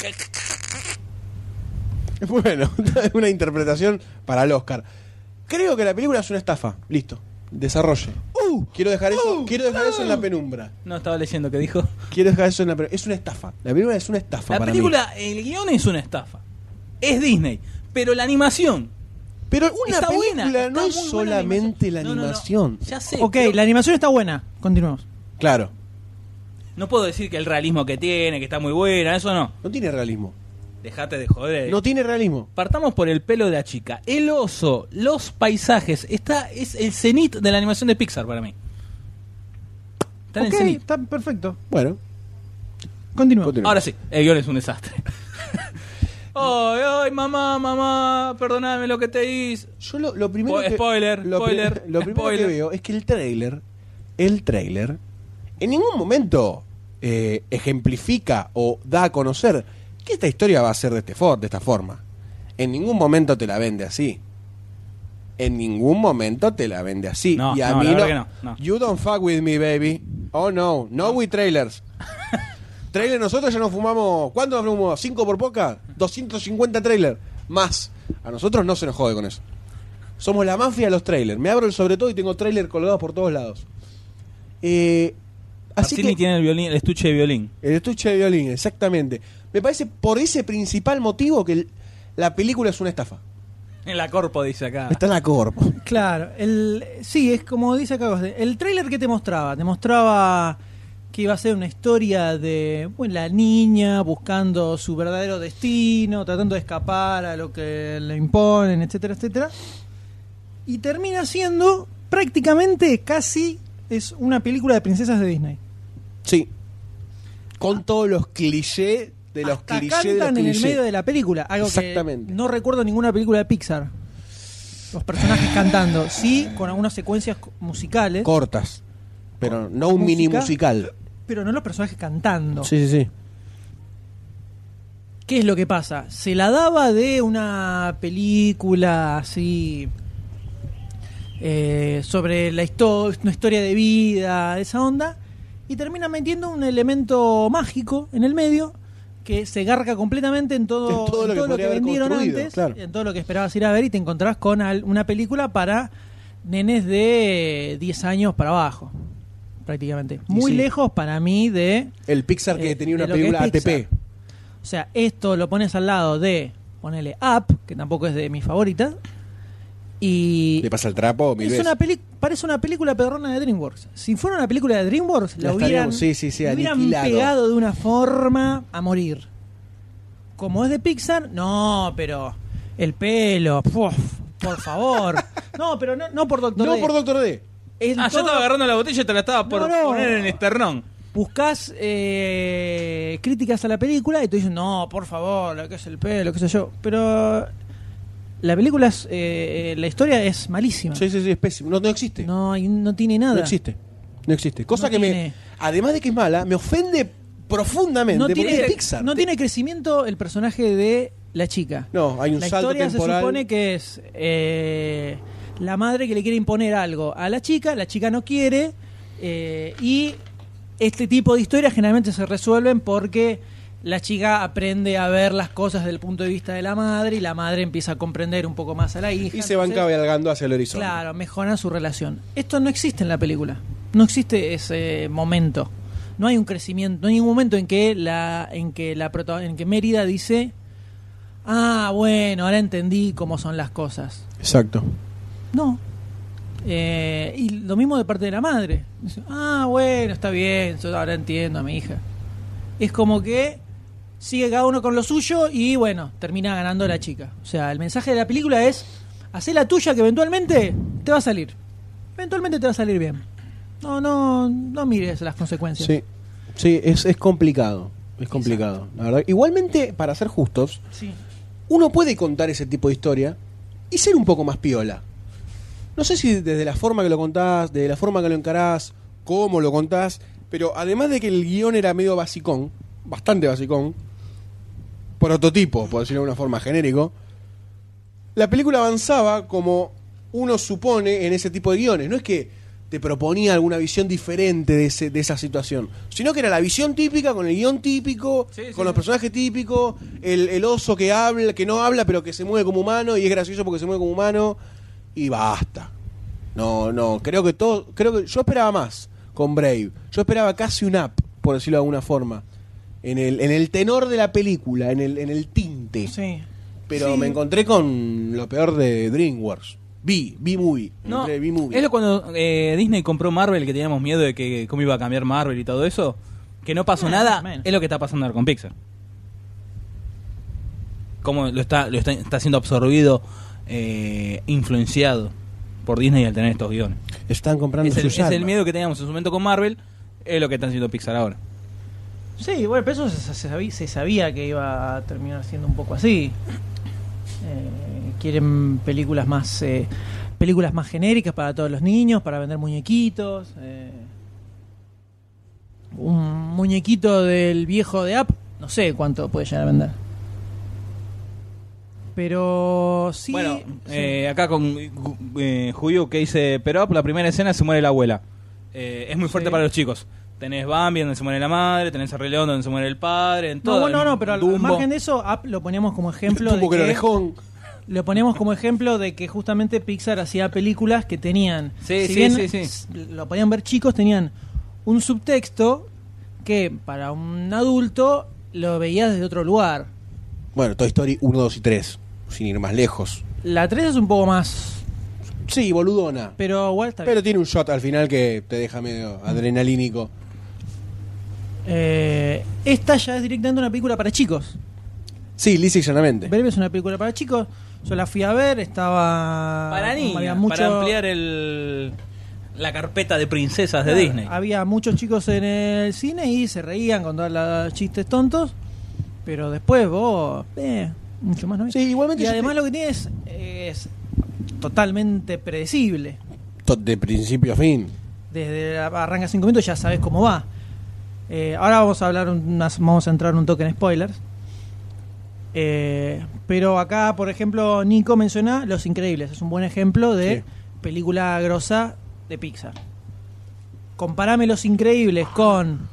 [SPEAKER 3] Bueno, una interpretación para el Oscar. Creo que la película es una estafa. Listo. Desarrollo.
[SPEAKER 9] Uh,
[SPEAKER 3] quiero dejar eso, quiero dejar eso en la penumbra.
[SPEAKER 9] No estaba leyendo que dijo.
[SPEAKER 3] Quiero dejar eso en la penumbra. Es una estafa. La película es una estafa
[SPEAKER 9] La
[SPEAKER 3] para
[SPEAKER 9] película, el guión es una estafa. Es Disney. Pero la animación.
[SPEAKER 3] mí. Pero una
[SPEAKER 9] está
[SPEAKER 3] película
[SPEAKER 9] buena. está
[SPEAKER 3] no es
[SPEAKER 9] muy buena
[SPEAKER 3] solamente la
[SPEAKER 9] No, no, no,
[SPEAKER 3] animación.
[SPEAKER 9] Ya sé.
[SPEAKER 4] ok,
[SPEAKER 9] pero
[SPEAKER 4] la animación está buena. Continuemos.
[SPEAKER 3] Claro.
[SPEAKER 9] No puedo decir que el realismo que tiene, que está muy buena, eso no.
[SPEAKER 3] No tiene realismo.
[SPEAKER 9] Dejate de joder.
[SPEAKER 3] No tiene realismo.
[SPEAKER 9] Partamos por el pelo de la chica. El oso, los paisajes. Está, es el cenit de la animación de Pixar para mí. Está en
[SPEAKER 4] Ok,
[SPEAKER 9] el cenit.
[SPEAKER 4] está perfecto.
[SPEAKER 3] Bueno,
[SPEAKER 4] Continuemos.
[SPEAKER 3] continuemos.
[SPEAKER 9] Ahora sí, el guión es un desastre. ay, ay, mamá, mamá, perdóname lo que te hice.
[SPEAKER 3] Yo lo, lo primero
[SPEAKER 9] Spo-
[SPEAKER 3] que,
[SPEAKER 9] spoiler,
[SPEAKER 3] lo pri-
[SPEAKER 9] spoiler,
[SPEAKER 3] lo primero que
[SPEAKER 9] spoiler.
[SPEAKER 3] veo es que el trailer, el trailer, en ningún momento eh, ejemplifica o da a conocer que esta historia va a ser de este for- de esta forma. En ningún momento te la vende así. En ningún momento te la vende así.
[SPEAKER 9] No,
[SPEAKER 3] y a
[SPEAKER 9] no,
[SPEAKER 3] mí
[SPEAKER 9] la
[SPEAKER 3] no,
[SPEAKER 9] verdad que no, no.
[SPEAKER 3] You don't fuck with me, baby. Oh no, no with trailers. Trailer nosotros ya nos fumamos. ¿Cuánto nos fumamos? ¿Cinco por poca? 250 trailer. Más. A nosotros no se nos jode con eso. Somos la mafia de los trailers. Me abro el sobre todo y tengo trailer colgados por todos lados. Eh, así
[SPEAKER 9] Martini
[SPEAKER 3] que.
[SPEAKER 9] tiene el, violín, el estuche de violín.
[SPEAKER 3] El estuche de violín, exactamente. Me parece por ese principal motivo que el- la película es una estafa.
[SPEAKER 9] En la corpo dice acá.
[SPEAKER 3] Está en la corpo.
[SPEAKER 4] Claro, el, sí, es como dice acá Gosde. El tráiler que te mostraba, te mostraba que iba a ser una historia de bueno, la niña buscando su verdadero destino, tratando de escapar a lo que le imponen, etcétera, etcétera. Y termina siendo prácticamente casi es una película de princesas de Disney.
[SPEAKER 3] Sí. Con todos los clichés de los
[SPEAKER 4] Hasta
[SPEAKER 3] clichés de los
[SPEAKER 4] cantan en el
[SPEAKER 3] clichés.
[SPEAKER 4] medio de la película, algo
[SPEAKER 3] Exactamente.
[SPEAKER 4] que no recuerdo ninguna película de Pixar. Los personajes cantando, sí, con algunas secuencias co- musicales.
[SPEAKER 3] Cortas. Pero no un
[SPEAKER 4] Música.
[SPEAKER 3] mini musical.
[SPEAKER 4] pero no los personajes cantando.
[SPEAKER 3] Sí, sí, sí.
[SPEAKER 4] ¿Qué es lo que pasa? Se la daba de una película así eh, sobre la histo- una historia de vida, esa onda, y termina metiendo un elemento mágico en el medio que se garca completamente en todo,
[SPEAKER 3] En todo lo que podría haber
[SPEAKER 4] vendieron
[SPEAKER 3] construido,
[SPEAKER 4] antes,
[SPEAKER 3] claro.
[SPEAKER 4] en todo lo que esperabas ir a ver y te encontrás con al- una película para nenes de 10 años para abajo, prácticamente. Muy
[SPEAKER 3] sí.
[SPEAKER 4] lejos para mí de
[SPEAKER 3] El Pixar que
[SPEAKER 4] Eh,
[SPEAKER 3] tenía
[SPEAKER 4] de
[SPEAKER 3] una
[SPEAKER 4] lo que es
[SPEAKER 3] película ATP.
[SPEAKER 4] Pixar. o sea, esto lo pones al lado de, ponele Up, que tampoco es de mis favoritas, y
[SPEAKER 3] Le pasa el trapo mil
[SPEAKER 4] es
[SPEAKER 3] veces.
[SPEAKER 4] una peli- parece una película perrona de DreamWorks. Si fuera una película de DreamWorks,
[SPEAKER 3] La
[SPEAKER 4] la hubieran,
[SPEAKER 3] estaríamos- sí, sí, sí,
[SPEAKER 4] la hubieran
[SPEAKER 3] aniquilado.
[SPEAKER 4] pegado de una forma a morir. Como es de Pixar, no, pero el pelo, puf, por favor. No, pero no, no por Doctor
[SPEAKER 3] No
[SPEAKER 4] D.
[SPEAKER 3] por Doctor D.
[SPEAKER 4] En
[SPEAKER 9] Ah, yo
[SPEAKER 4] todo-
[SPEAKER 9] estaba agarrando la botella y te la estaba por
[SPEAKER 4] No, no.
[SPEAKER 9] poner en el esternón.
[SPEAKER 4] buscas eh, críticas a la película y te dicen, no, por favor, lo que es el pelo, qué sé yo. Pero la película es, eh, eh, la historia es malísima.
[SPEAKER 3] Sí, sí, sí, es pésimo. No, no existe. No,
[SPEAKER 4] No, hay- no tiene nada.
[SPEAKER 3] existe. No existe. Cosa
[SPEAKER 4] No
[SPEAKER 3] que me.
[SPEAKER 4] tiene.
[SPEAKER 3] Además de que es mala, me ofende profundamente.
[SPEAKER 4] No
[SPEAKER 3] porque
[SPEAKER 4] tiene,
[SPEAKER 3] es Pixar.
[SPEAKER 4] no
[SPEAKER 3] Te-
[SPEAKER 4] tiene crecimiento el personaje de la chica.
[SPEAKER 3] No, hay un
[SPEAKER 4] la
[SPEAKER 3] salto
[SPEAKER 4] historia
[SPEAKER 3] temporal.
[SPEAKER 4] se supone que es eh, la madre que le quiere imponer algo a la chica, la chica no quiere, eh, y este tipo de historias generalmente se resuelven porque la chica aprende a ver las cosas desde el punto de vista de la madre y la madre empieza a comprender un poco más a la hija.
[SPEAKER 3] y se
[SPEAKER 4] entonces-
[SPEAKER 3] van cabalgando hacia el horizonte.
[SPEAKER 4] Claro, mejoran su relación. Esto no existe en la película. No existe ese momento. No hay un crecimiento, no hay ningún momento en que la en que la prota- en que Mérida dice, "Ah, bueno, ahora entendí cómo son las cosas."
[SPEAKER 3] Exacto.
[SPEAKER 4] No. Eh, y lo mismo de parte de la madre. Dice, ah, bueno, está bien, yo ahora entiendo a mi hija. Es como que sigue cada uno con lo suyo y bueno, termina ganando la chica. O sea, el mensaje de la película es, hacé la tuya que eventualmente te va a salir. Eventualmente te va a salir bien. No, no, no mires las consecuencias.
[SPEAKER 3] Sí, sí es, es complicado. Es complicado, la verdad. Igualmente, para ser justos,
[SPEAKER 4] Sí.
[SPEAKER 3] uno puede contar ese tipo de historia y ser un poco más piola. No sé si desde la forma que lo contás, desde la forma que lo encarás, cómo lo contás, pero además de que el guión era medio basicón, bastante basicón, prototipo, por decirlo de una forma genérico, la película avanzaba como uno supone en ese tipo de guiones. No es que te proponía alguna visión diferente de, ese- de esa situación, sino que era la visión típica con el guión típico, con los personajes típicos, el, el oso que habla, que no habla pero que se mueve como humano y es gracioso porque se mueve como humano y basta. No, no, creo que todo, creo que yo esperaba más con Brave. Yo esperaba casi un up, por decirlo de alguna forma, en el, en el tenor de la película, en el, en el tinte.
[SPEAKER 4] Sí.
[SPEAKER 3] Pero
[SPEAKER 4] Sí.
[SPEAKER 3] me encontré con lo peor de DreamWorks. Vi, vi movie.
[SPEAKER 9] No,
[SPEAKER 3] entré, vi movie.
[SPEAKER 9] es lo cuando eh, Disney compró Marvel, que teníamos miedo de que cómo iba a cambiar Marvel y todo eso, que no pasó
[SPEAKER 4] Ah,
[SPEAKER 9] nada,
[SPEAKER 4] man.
[SPEAKER 9] es lo que está pasando ahora con Pixar. Cómo lo está, lo está, está siendo absorbido, eh, influenciado por Disney al tener estos guiones.
[SPEAKER 3] Están comprando
[SPEAKER 9] Es el,
[SPEAKER 3] sus
[SPEAKER 9] es el
[SPEAKER 3] almas.
[SPEAKER 9] miedo que teníamos en su momento con Marvel, es lo que están haciendo Pixar ahora.
[SPEAKER 4] Sí, bueno, pero eso se, se sabí- se sabía que iba a terminar siendo un poco así. Eh, quieren películas más eh, películas más genéricas para todos los niños, para vender muñequitos. eh. Un muñequito del viejo de App, no sé cuánto puede llegar a vender. Pero sí.
[SPEAKER 9] bueno,
[SPEAKER 4] sí.
[SPEAKER 9] eh, acá con eh, Julio que dice, pero la primera escena se muere la abuela. Eh, es muy fuerte
[SPEAKER 4] Sí.
[SPEAKER 9] para los chicos. Tenés Bambi donde se muere la madre, tenés el Rey León donde se muere el padre, en
[SPEAKER 4] no,
[SPEAKER 9] todo.
[SPEAKER 4] bueno, no, pero al- al
[SPEAKER 9] Dumbo.
[SPEAKER 4] margen de eso, App lo ponemos como ejemplo. de
[SPEAKER 3] Tuvo que el
[SPEAKER 4] que-
[SPEAKER 3] orejón.
[SPEAKER 4] Lo ponemos como ejemplo de que justamente Pixar hacía películas que tenían.
[SPEAKER 9] Sí, sí, sí, sí.
[SPEAKER 4] s- Lo podían ver chicos, tenían un subtexto que para un adulto lo veías desde otro lugar.
[SPEAKER 3] Bueno, Toy Story 1, 2 y 3. Sin ir más lejos.
[SPEAKER 4] La 3 es un poco más.
[SPEAKER 3] Sí, boludona.
[SPEAKER 4] Pero igual está bien.
[SPEAKER 3] Pero tiene un shot al final que te deja medio adrenalínico.
[SPEAKER 4] Eh, esta ya es directamente una película para chicos.
[SPEAKER 3] Sí, lisa y llanamente.
[SPEAKER 4] Breve es una película para chicos. Yo la fui a ver, estaba.
[SPEAKER 9] Para niños,
[SPEAKER 4] había
[SPEAKER 9] para
[SPEAKER 4] mucho-
[SPEAKER 9] ampliar el, la carpeta de princesas de
[SPEAKER 4] Claro,
[SPEAKER 9] Disney.
[SPEAKER 4] Había muchos chicos en el cine y se reían con todos los chistes tontos, pero después vos, eh, mucho más no vi.
[SPEAKER 3] Sí, igualmente
[SPEAKER 4] Y
[SPEAKER 3] yo
[SPEAKER 4] además
[SPEAKER 3] te-
[SPEAKER 4] lo que tiene es, es totalmente predecible.
[SPEAKER 3] To- De principio a fin.
[SPEAKER 4] Desde la- arranca cinco minutos ya sabes cómo va. Eh, ahora vamos a hablar unas, vamos a entrar un toque en spoilers. Eh, pero acá, por ejemplo, Nico menciona Los Increíbles. Es un buen ejemplo de
[SPEAKER 3] Sí.
[SPEAKER 4] película grosa de Pixar. Comparame Los Increíbles con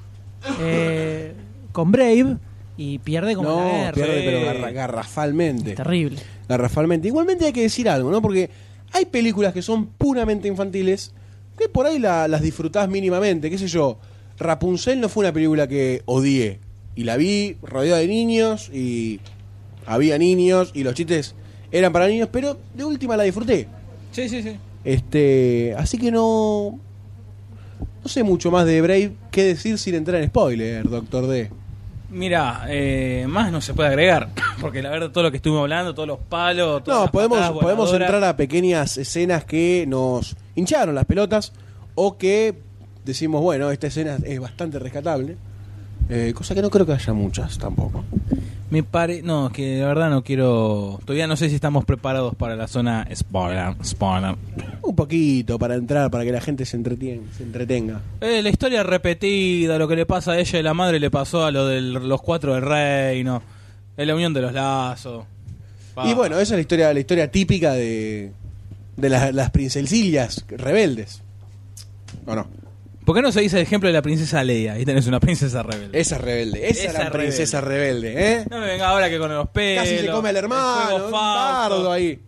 [SPEAKER 4] eh, con Brave y pierde como la
[SPEAKER 3] No,
[SPEAKER 4] guerra.
[SPEAKER 3] pierde,
[SPEAKER 9] Sí.
[SPEAKER 3] pero garra- garrafalmente.
[SPEAKER 4] Terrible.
[SPEAKER 3] garrafalmente. Igualmente hay que decir algo, ¿no? Porque hay películas que son puramente infantiles que por ahí la- las disfrutás mínimamente. ¿Qué sé yo? Rapunzel no fue una película que odié. Y la vi rodeada de niños y había niños y los chistes eran para niños, pero de última la disfruté.
[SPEAKER 9] Sí, sí, sí.
[SPEAKER 3] Este, así que no. No sé mucho más de Brave que decir sin entrar en spoiler, Doctor D.
[SPEAKER 9] Mira, eh, más no se puede agregar, porque la verdad todo lo que estuvimos hablando, todos los palos, todas
[SPEAKER 3] No,
[SPEAKER 9] las
[SPEAKER 3] podemos,
[SPEAKER 9] patadas
[SPEAKER 3] podemos
[SPEAKER 9] voladoras.
[SPEAKER 3] entrar a pequeñas escenas que nos hincharon las pelotas o que decimos, bueno, esta escena es bastante rescatable. Eh, cosa que no creo que haya muchas tampoco.
[SPEAKER 9] Me pare... No, es que la verdad no quiero... Todavía no sé si estamos preparados para la zona spoiler, spoiler.
[SPEAKER 3] Un poquito para entrar, para que la gente se, entretien- se entretenga.
[SPEAKER 9] Eh, la historia repetida, lo que le pasa a ella y la madre le pasó a lo de los cuatro del reino. Es la unión de los lazos. Pa.
[SPEAKER 3] Y bueno, esa es la historia, la historia típica de, de las, las princesillas rebeldes. ¿O no?
[SPEAKER 9] ¿Por qué no se dice el ejemplo de la princesa Leia? Ahí tenés una princesa rebelde.
[SPEAKER 3] Esa es rebelde, esa,
[SPEAKER 9] Esa
[SPEAKER 3] era
[SPEAKER 9] rebelde.
[SPEAKER 3] princesa rebelde, ¿eh?
[SPEAKER 9] No me venga ahora que con los pelos.
[SPEAKER 3] Casi se come al
[SPEAKER 9] el
[SPEAKER 3] hermano,
[SPEAKER 9] fuego
[SPEAKER 3] un
[SPEAKER 9] fausto.
[SPEAKER 3] bardo ahí.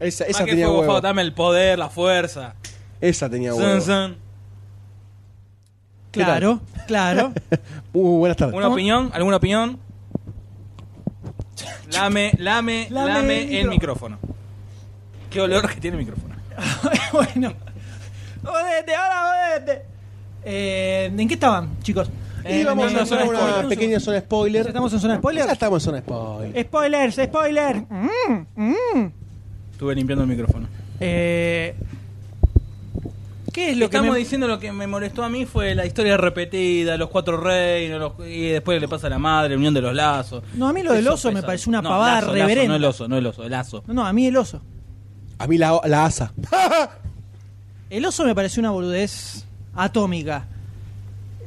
[SPEAKER 3] Esa,
[SPEAKER 9] Más
[SPEAKER 3] esa
[SPEAKER 9] que
[SPEAKER 3] tenía
[SPEAKER 9] fuego
[SPEAKER 3] huevo.
[SPEAKER 9] fausto, dame el poder, la fuerza.
[SPEAKER 3] Esa tenía
[SPEAKER 9] Zun,
[SPEAKER 3] huevo.
[SPEAKER 9] zun.
[SPEAKER 3] ¿Qué tal?
[SPEAKER 4] Claro, claro.
[SPEAKER 3] Uh, buenas tardes.
[SPEAKER 9] ¿Una opinión? ¿Alguna opinión? Lame, lame,
[SPEAKER 4] Lame
[SPEAKER 9] lame el
[SPEAKER 4] el
[SPEAKER 9] micrófono. Qué olor que tiene el micrófono.
[SPEAKER 4] bueno. Jodete, ahora jodete. Eh, ¿En qué estaban, chicos?
[SPEAKER 3] Y
[SPEAKER 4] Eh,
[SPEAKER 3] vamos
[SPEAKER 4] no,
[SPEAKER 3] a
[SPEAKER 4] no,
[SPEAKER 3] hacer
[SPEAKER 4] no,
[SPEAKER 3] una
[SPEAKER 4] no, no,
[SPEAKER 3] pequeña zona spoiler.
[SPEAKER 4] ¿Ya estamos en zona spoiler? Eh.
[SPEAKER 3] Ya estamos en zona spoiler.
[SPEAKER 4] Spoilers, spoilers. Mm, mm.
[SPEAKER 9] Estuve limpiando el micrófono.
[SPEAKER 4] Eh, ¿Qué es lo
[SPEAKER 9] Lo que estamos
[SPEAKER 4] que me-
[SPEAKER 9] diciendo lo que me molestó a mí fue la historia repetida, los cuatro reinos, los- y después le pasa a la madre, la unión de los lazos.
[SPEAKER 4] No, a mí lo del
[SPEAKER 9] Eso
[SPEAKER 4] oso me
[SPEAKER 9] pesa.
[SPEAKER 4] pareció una
[SPEAKER 9] No,
[SPEAKER 4] pavada
[SPEAKER 9] lazo, lazo,
[SPEAKER 4] reverenda.
[SPEAKER 9] no el oso, no el oso, el lazo.
[SPEAKER 4] No, no, a mí el oso.
[SPEAKER 3] A mí la, la asa.
[SPEAKER 4] El oso me pareció una boludez atómica.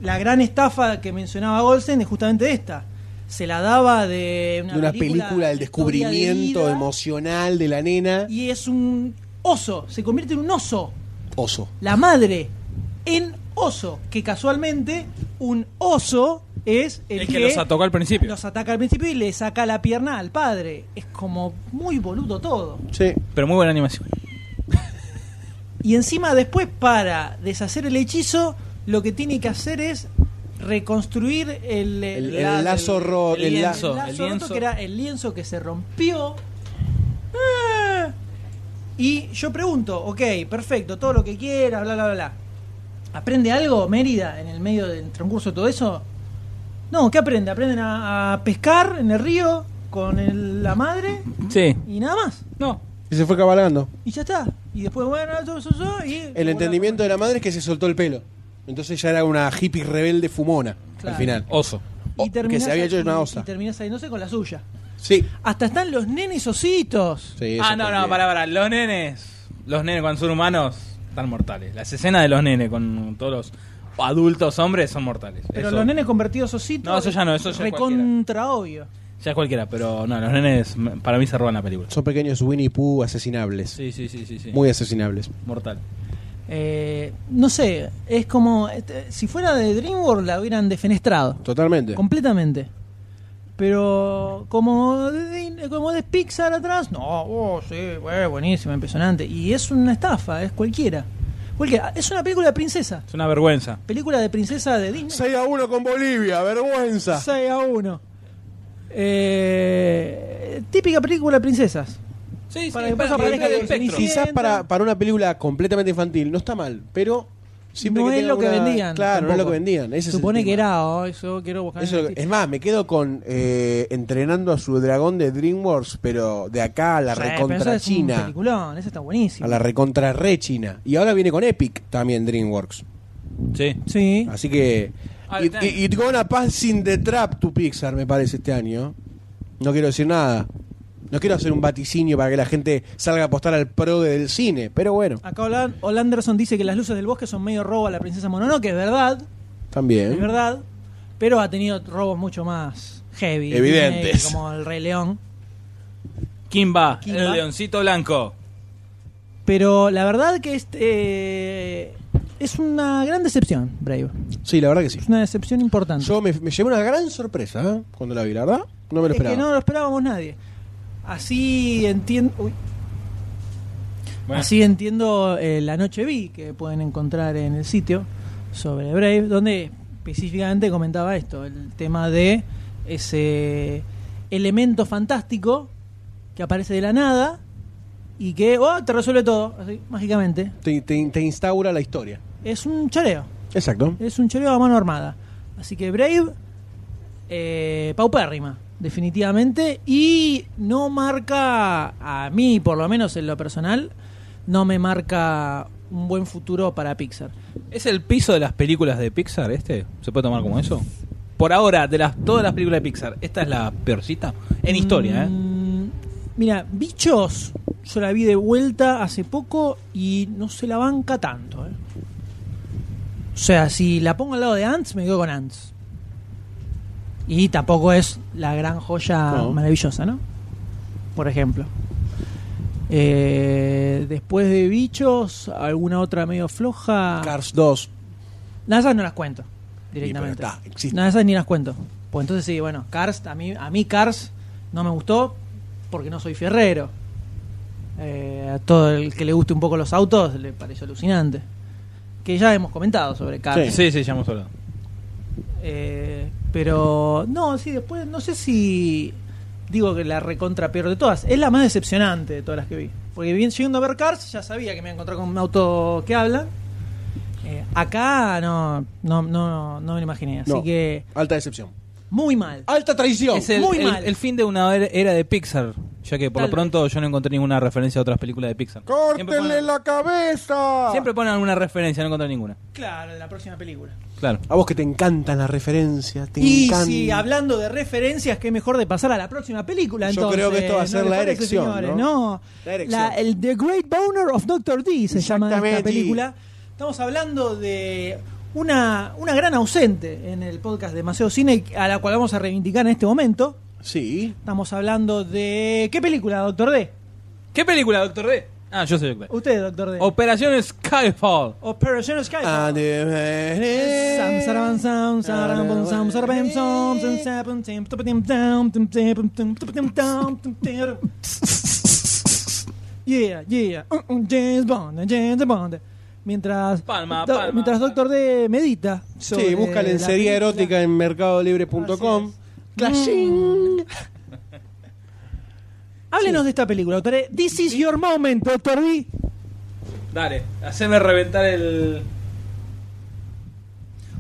[SPEAKER 4] La gran estafa que mencionaba Goldstein es justamente esta. Se la daba de una,
[SPEAKER 3] de una película del
[SPEAKER 4] de historia de
[SPEAKER 3] descubrimiento
[SPEAKER 4] vida,
[SPEAKER 3] emocional de la nena.
[SPEAKER 4] Y es un oso, se convierte en un oso.
[SPEAKER 3] Oso.
[SPEAKER 4] La madre en oso, que casualmente un oso es el,
[SPEAKER 9] El, que, los atacó al principio.
[SPEAKER 4] los ataca al principio y le saca la pierna al padre. Es como muy boludo todo.
[SPEAKER 3] Sí.
[SPEAKER 9] Pero muy buena animación.
[SPEAKER 4] Y encima después para deshacer el hechizo, lo que tiene que hacer es reconstruir el,
[SPEAKER 3] El,
[SPEAKER 4] la-
[SPEAKER 3] el lazo roto.
[SPEAKER 9] el
[SPEAKER 4] el
[SPEAKER 9] lienzo.
[SPEAKER 4] lazo
[SPEAKER 9] el
[SPEAKER 4] roto,
[SPEAKER 9] lienzo.
[SPEAKER 4] que era el lienzo que se rompió. Ah. Y yo pregunto, ok, perfecto, todo lo que quiera, bla, bla, bla, bla. ¿Aprende algo Mérida en el medio del transcurso de todo eso? No, ¿qué aprende? Aprenden a, a pescar en el río con el- la madre
[SPEAKER 9] Sí.
[SPEAKER 4] y nada más.
[SPEAKER 9] No.
[SPEAKER 3] Y se fue cabalgando.
[SPEAKER 4] Y ya está. Y después, bueno, yo, yo, yo, y
[SPEAKER 3] El entendimiento de la madre es que se soltó el pelo. Entonces ya era una hippie rebelde fumona
[SPEAKER 4] Claro.
[SPEAKER 3] al final.
[SPEAKER 9] Oso.
[SPEAKER 3] o-
[SPEAKER 4] y
[SPEAKER 3] que
[SPEAKER 4] terminás
[SPEAKER 3] se había hecho
[SPEAKER 4] y-
[SPEAKER 3] una osa.
[SPEAKER 4] Y terminás saliéndose con la suya.
[SPEAKER 3] Sí.
[SPEAKER 4] Hasta están los nenes ositos.
[SPEAKER 3] Sí,
[SPEAKER 9] Ah,
[SPEAKER 3] eso
[SPEAKER 9] no, no,
[SPEAKER 3] también.
[SPEAKER 9] pará, pará. Los nenes, los nenes cuando son humanos, están mortales. Las escenas de los nenes con todos los adultos hombres son mortales.
[SPEAKER 4] Pero
[SPEAKER 9] Eso
[SPEAKER 4] los nenes convertidos ositos.
[SPEAKER 9] No, eso ya no, eso ya
[SPEAKER 4] Recontra obvio.
[SPEAKER 9] Ya es cualquiera, pero no, los nenes me- para mí se roban la película.
[SPEAKER 3] Son pequeños Winnie Pooh asesinables.
[SPEAKER 9] Sí, sí, sí, sí. sí.
[SPEAKER 3] Muy asesinables.
[SPEAKER 9] mortal.
[SPEAKER 4] Eh, no sé, es como. este, Si fuera de DreamWorld la hubieran defenestrado.
[SPEAKER 3] Totalmente.
[SPEAKER 4] Completamente. Pero como de, como de Pixar atrás, no, oh, sí, bueno, buenísimo, impresionante. Y es una estafa, es cualquiera. cualquiera. Es una película de princesa.
[SPEAKER 9] Es una vergüenza.
[SPEAKER 4] Película de princesa de Disney.
[SPEAKER 3] 6 a 1 con Bolivia, vergüenza.
[SPEAKER 4] 6 a 1. Eh, típica película de princesas.
[SPEAKER 9] Sí,
[SPEAKER 4] Para que pasa pareja
[SPEAKER 9] de
[SPEAKER 4] de
[SPEAKER 9] espectro.
[SPEAKER 4] Cenicienta.
[SPEAKER 3] Quizás para, para una película completamente infantil no está mal, pero siempre
[SPEAKER 4] no
[SPEAKER 3] que
[SPEAKER 4] es
[SPEAKER 3] tenga
[SPEAKER 4] lo que
[SPEAKER 3] una-
[SPEAKER 4] vendían.
[SPEAKER 3] Claro, no es lo
[SPEAKER 4] tampoco.
[SPEAKER 3] que vendían. ese es el
[SPEAKER 4] Supone que
[SPEAKER 3] tema.
[SPEAKER 4] era, oh, eso quiero buscar. en
[SPEAKER 3] Eso es lo
[SPEAKER 4] el
[SPEAKER 3] que-
[SPEAKER 4] ti-
[SPEAKER 3] es más, me quedo con eh, entrenando a su dragón de DreamWorks, pero de acá a la
[SPEAKER 4] Sí, pero eso
[SPEAKER 3] recontra
[SPEAKER 4] es un
[SPEAKER 3] China.
[SPEAKER 4] peliculón, eso está buenísimo.
[SPEAKER 3] A la recontra re China. Y ahora viene con Epic también DreamWorks.
[SPEAKER 9] Sí.
[SPEAKER 4] Sí.
[SPEAKER 3] Así que.
[SPEAKER 9] Ah,
[SPEAKER 3] It,
[SPEAKER 9] está.
[SPEAKER 3] it- it gonna pass in the trap to Pixar, me parece, este año. No quiero decir nada. No quiero hacer un vaticinio para que la gente salga a apostar al pro del cine, pero bueno,
[SPEAKER 4] Acá Olan- Olanderson dice que las luces del bosque son medio robo a la princesa Mononoke, es verdad, es
[SPEAKER 3] también.
[SPEAKER 4] verdad, pero ha tenido robos mucho más heavy.
[SPEAKER 3] Evidentes.
[SPEAKER 4] Disney, Como el Rey León.
[SPEAKER 9] Kimba,
[SPEAKER 4] Kimba.
[SPEAKER 9] el leoncito blanco.
[SPEAKER 4] Pero la verdad que este eh, es una gran decepción, Brave.
[SPEAKER 3] Sí, la verdad que sí.
[SPEAKER 4] Es una decepción importante.
[SPEAKER 3] Yo me, me llevé una gran sorpresa ¿eh? cuando la vi, la verdad. No me lo
[SPEAKER 4] es que
[SPEAKER 3] esperaba.
[SPEAKER 4] no lo esperábamos nadie. Así entiendo. uy.
[SPEAKER 9] Bueno.
[SPEAKER 4] Así entiendo eh, La Noche Vi, que pueden encontrar en el sitio sobre Brave, donde específicamente comentaba esto, el tema de ese elemento fantástico que aparece de la nada y que oh, te resuelve todo, así, mágicamente.
[SPEAKER 3] Te, te- te instaura la historia.
[SPEAKER 4] Es un choreo.
[SPEAKER 3] Exacto.
[SPEAKER 4] Es un choreo a mano armada. Así que Brave, eh, paupérrima, definitivamente. Y no marca, a mí por lo menos en lo personal, no me marca un buen futuro para Pixar.
[SPEAKER 9] ¿Es el piso de las películas de Pixar este? ¿Se puede tomar como eso? Por ahora, de las todas las películas de Pixar, ¿esta es la peorcita? En historia, ¿eh?
[SPEAKER 4] Mm, Mira, Bichos, yo la vi de vuelta hace poco y no se la banca tanto. eh. O sea, si la pongo al lado de Ants, me quedo con Ants. Y tampoco es la gran joya
[SPEAKER 3] No.
[SPEAKER 4] maravillosa, ¿no? Por ejemplo. Eh, después de Bichos, alguna otra medio floja.
[SPEAKER 3] Cars 2.
[SPEAKER 4] No, esas no las cuento
[SPEAKER 3] Y, pero
[SPEAKER 4] directamente.
[SPEAKER 3] está, existe.
[SPEAKER 4] No, esas ni las cuento. Pues entonces sí, bueno, Cars, a mí, a mí Cars no me gustó porque no soy fierrero. Eh, a todo el que le guste un poco los autos le pareció alucinante. Que ya hemos comentado sobre Cars.
[SPEAKER 9] Sí, sí, ya hemos hablado.
[SPEAKER 4] Eh, pero no, sí, después no sé si digo que la recontra peor de todas. Es la más decepcionante de todas las que vi. Porque bien siguiendo a ver Cars, ya sabía que me iba a encontrar con un auto que habla. Eh, acá no, no, no, no me lo imaginé. Así
[SPEAKER 3] No.
[SPEAKER 4] que
[SPEAKER 3] Alta decepción.
[SPEAKER 4] muy mal.
[SPEAKER 3] Alta traición.
[SPEAKER 9] Es el,
[SPEAKER 4] Oh, Muy
[SPEAKER 9] el-
[SPEAKER 4] mal.
[SPEAKER 9] el fin de una era- era de Pixar, ya que por
[SPEAKER 4] Tal
[SPEAKER 9] lo pronto yo no encontré ninguna referencia a otras películas de Pixar. Siempre
[SPEAKER 11] ¡Córtenle
[SPEAKER 9] ponen,
[SPEAKER 11] la cabeza!
[SPEAKER 9] siempre ponen alguna referencia, no encontré ninguna.
[SPEAKER 4] Claro, de la próxima película.
[SPEAKER 9] Claro.
[SPEAKER 3] A vos que te encantan las referencias. Te
[SPEAKER 4] Y
[SPEAKER 3] encantan.
[SPEAKER 4] si hablando de referencias, qué mejor de pasar a la próxima película.
[SPEAKER 3] Yo
[SPEAKER 4] entonces,
[SPEAKER 3] creo que esto va a
[SPEAKER 4] ¿no
[SPEAKER 3] ser
[SPEAKER 4] les
[SPEAKER 3] la
[SPEAKER 4] parece,
[SPEAKER 3] erección,
[SPEAKER 4] señores?
[SPEAKER 3] ¿no?
[SPEAKER 4] No.
[SPEAKER 3] La erección.
[SPEAKER 4] La- el The Great Boner of Dr. D se llama esta
[SPEAKER 3] Exactamente.
[SPEAKER 4] película. Estamos hablando de una, una gran ausente en el podcast de Maceo Cine, a la cual vamos a reivindicar en este momento.
[SPEAKER 3] Sí.
[SPEAKER 4] Estamos hablando de. ¿Qué película, Doctor D?
[SPEAKER 9] ¿Qué película, Doctor D? Ah, yo soy Doctor D.
[SPEAKER 4] Usted, Doctor D.
[SPEAKER 9] Operación Skyfall.
[SPEAKER 4] Operation Skyfall.
[SPEAKER 3] And the-
[SPEAKER 4] Sam, saraban, sam,
[SPEAKER 3] Ah,
[SPEAKER 4] saraban, bom, sam, sarabem, som, sam, sapem, tem, tupetem, tam, tem, tepem, tem, tupetem, tam, tem, ter. Yeah, yeah, uh, uh, James Bond, James Bond. Mientras,
[SPEAKER 9] Palma,
[SPEAKER 4] Do-
[SPEAKER 9] palma.
[SPEAKER 4] mientras Doctor D medita. sobre
[SPEAKER 3] Sí, busca lencería
[SPEAKER 4] la película.
[SPEAKER 3] erótica en mercadolibre.com.
[SPEAKER 4] Así Mm.
[SPEAKER 3] Clashing.
[SPEAKER 4] Háblenos de esta película, Doctor D. This is your moment, Doctor E. D.
[SPEAKER 9] Dale, haceme reventar el.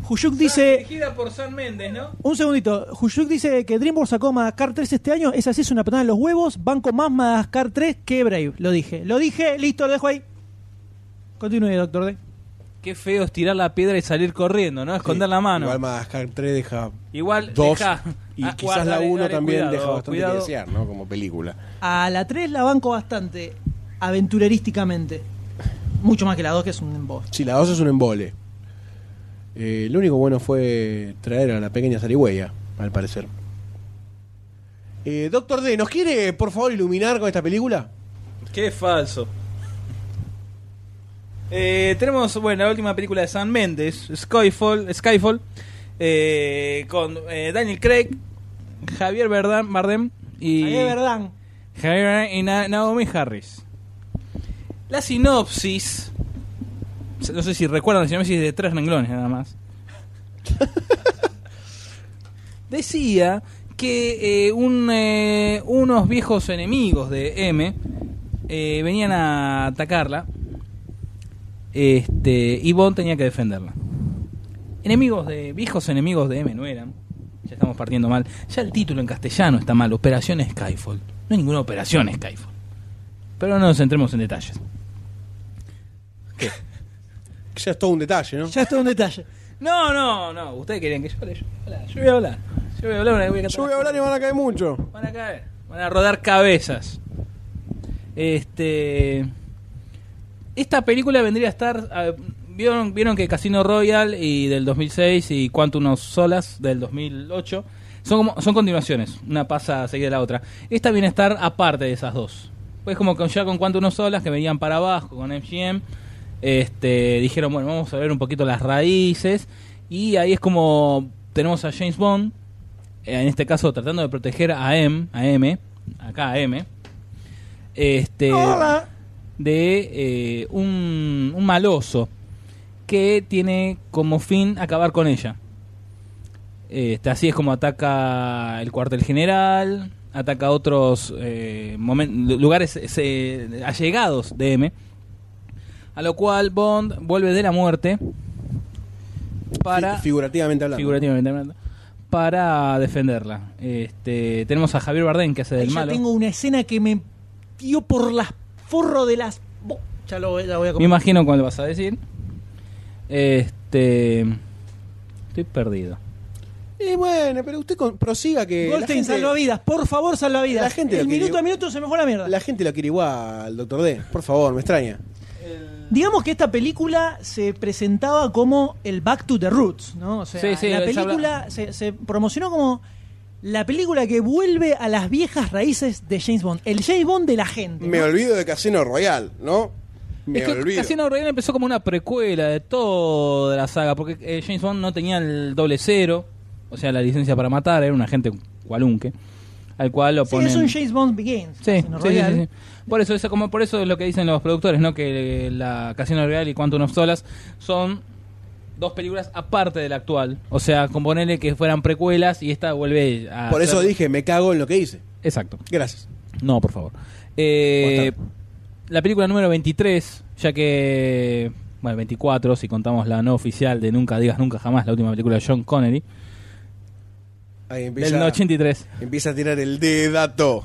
[SPEAKER 4] Huyuk dice.
[SPEAKER 9] Dirigida por San Méndez, ¿no?
[SPEAKER 4] Un segundito, Huyuk dice que DreamWorks sacó Madagascar 3 este año. Esa sí es una patada en los huevos. Banco más Madagascar 3 que Brave. Lo dije, lo dije, listo, lo dejo ahí. Continúe, Doctor D.
[SPEAKER 9] Qué feo es tirar la piedra y salir corriendo, ¿no? Esconder la mano.
[SPEAKER 3] Igual Madagascar 3 deja
[SPEAKER 9] Igual,
[SPEAKER 3] dos.
[SPEAKER 9] deja-
[SPEAKER 3] Y
[SPEAKER 9] Ah,
[SPEAKER 3] quizás
[SPEAKER 9] guarda,
[SPEAKER 3] la
[SPEAKER 9] dale,
[SPEAKER 3] 1
[SPEAKER 9] dale,
[SPEAKER 3] también
[SPEAKER 9] cuidado,
[SPEAKER 3] deja bastante
[SPEAKER 9] cuidado.
[SPEAKER 3] que desear, ¿no? Como película.
[SPEAKER 4] A la 3 la banco bastante aventurerísticamente. Mucho más que la 2, que es un emboss.
[SPEAKER 3] Sí, la 2 es un embole. Eh, lo único bueno fue traer a la pequeña zarigüeya, al parecer. Eh, Doctor D, ¿nos quiere, por favor, iluminar con esta película?
[SPEAKER 9] Qué falso. Eh, tenemos, bueno, la última película de San Méndez, Skyfall, Skyfall eh, con eh, Daniel Craig, Javier Bardem, Bardem y
[SPEAKER 4] Ahí es verdad.
[SPEAKER 9] Javier Bardem y Na- Naomi Harris. La sinopsis, no sé si recuerdan la sinopsis de tres renglones nada más. Decía que eh, un, eh, unos viejos enemigos de M eh, venían a atacarla este, y Bond tenía que defenderla. Enemigos de viejos enemigos de M no eran. Ya estamos partiendo mal. Ya el título en castellano está mal. Operación Skyfall. No hay ninguna operación Skyfall. Pero no nos centremos en detalles.
[SPEAKER 3] Que Ya es todo un detalle, ¿no?
[SPEAKER 4] Ya está un detalle.
[SPEAKER 9] No, no, no. Ustedes querían que yo hable. Yo voy a hablar. Yo voy a hablar. Yo voy a hablar. voy a
[SPEAKER 3] Yo voy a hablar y van a caer mucho.
[SPEAKER 9] Van a caer, van a rodar cabezas. Este. Esta película vendría a estar. a- ¿vieron, vieron que Casino Royale y del 2006 y Quantum of Solas del 2008 son, como, son continuaciones. Una pasa seguida de la otra. Esta viene a estar aparte de esas dos. Pues como con, ya con Quantum of Solas que venían para abajo con MGM. Este, dijeron, bueno, vamos a ver un poquito las raíces. Y ahí es como tenemos a James Bond eh, en este caso tratando de proteger a M, a M, acá a M, este, de eh, un, un maloso que tiene como fin acabar con ella. Este, así es como ataca el cuartel general, ataca otros eh, momen- lu- lugares eh, allegados de M. A lo cual Bond vuelve de la muerte para
[SPEAKER 3] Fi- figurativamente hablando.
[SPEAKER 9] figurativamente hablando, para defenderla. Este, tenemos a Javier Bardem que hace
[SPEAKER 4] Ahí
[SPEAKER 9] del
[SPEAKER 4] ya
[SPEAKER 9] malo.
[SPEAKER 4] tengo una escena que me dio por las forro de las. Bo- Ya lo voy- la voy a
[SPEAKER 9] Me
[SPEAKER 4] comer.
[SPEAKER 9] imagino cuándo vas a decir. Este, estoy perdido.
[SPEAKER 3] Y bueno, pero usted con- prosiga que. la
[SPEAKER 4] Goldstein,
[SPEAKER 3] gente-
[SPEAKER 4] salvavidas, por favor, salvavidas.
[SPEAKER 3] La gente lo
[SPEAKER 4] El
[SPEAKER 3] que
[SPEAKER 4] minuto
[SPEAKER 3] digo-
[SPEAKER 4] a minuto se me fue la mierda.
[SPEAKER 3] La gente lo quiere igual, doctor D. Por favor, me extraña.
[SPEAKER 4] Digamos que esta película se presentaba como el Back to the Roots, ¿no? O sea,
[SPEAKER 9] Sí, sí,
[SPEAKER 4] la
[SPEAKER 9] se habla-
[SPEAKER 4] película se, se promocionó como la película que vuelve a las viejas raíces de James Bond. El James Bond de la gente.
[SPEAKER 12] Me
[SPEAKER 4] ¿no?
[SPEAKER 12] olvido de Casino Royal, ¿no? Me
[SPEAKER 9] es que
[SPEAKER 12] olvido.
[SPEAKER 9] Casino Royale empezó como una precuela de toda la saga, porque eh, James Bond no tenía el doble cero, o sea, la licencia para matar, era un agente cualunque, al cual lo
[SPEAKER 4] Sí,
[SPEAKER 9] ponen...
[SPEAKER 4] es un James Bond Begins.
[SPEAKER 9] Sí,
[SPEAKER 4] Casino
[SPEAKER 9] sí, sí,
[SPEAKER 4] Royale.
[SPEAKER 9] sí, sí. Por eso, eso como por eso es lo que dicen los productores, ¿no? Que eh, la Casino Royale y Quantum of Solas son dos películas aparte de la actual. O sea, con ponerle que fueran precuelas y esta vuelve a
[SPEAKER 3] Por eso
[SPEAKER 9] ser-
[SPEAKER 3] dije, me cago en lo que hice.
[SPEAKER 9] Exacto.
[SPEAKER 3] Gracias.
[SPEAKER 9] No, por favor. Eh,
[SPEAKER 3] Bastante.
[SPEAKER 9] la película número 23, ya que. Bueno, 24, si contamos la no oficial de Nunca Digas Nunca Jamás, la última película de John Connery,
[SPEAKER 12] Ahí empieza,
[SPEAKER 9] del 83.
[SPEAKER 12] empieza a tirar el dedato.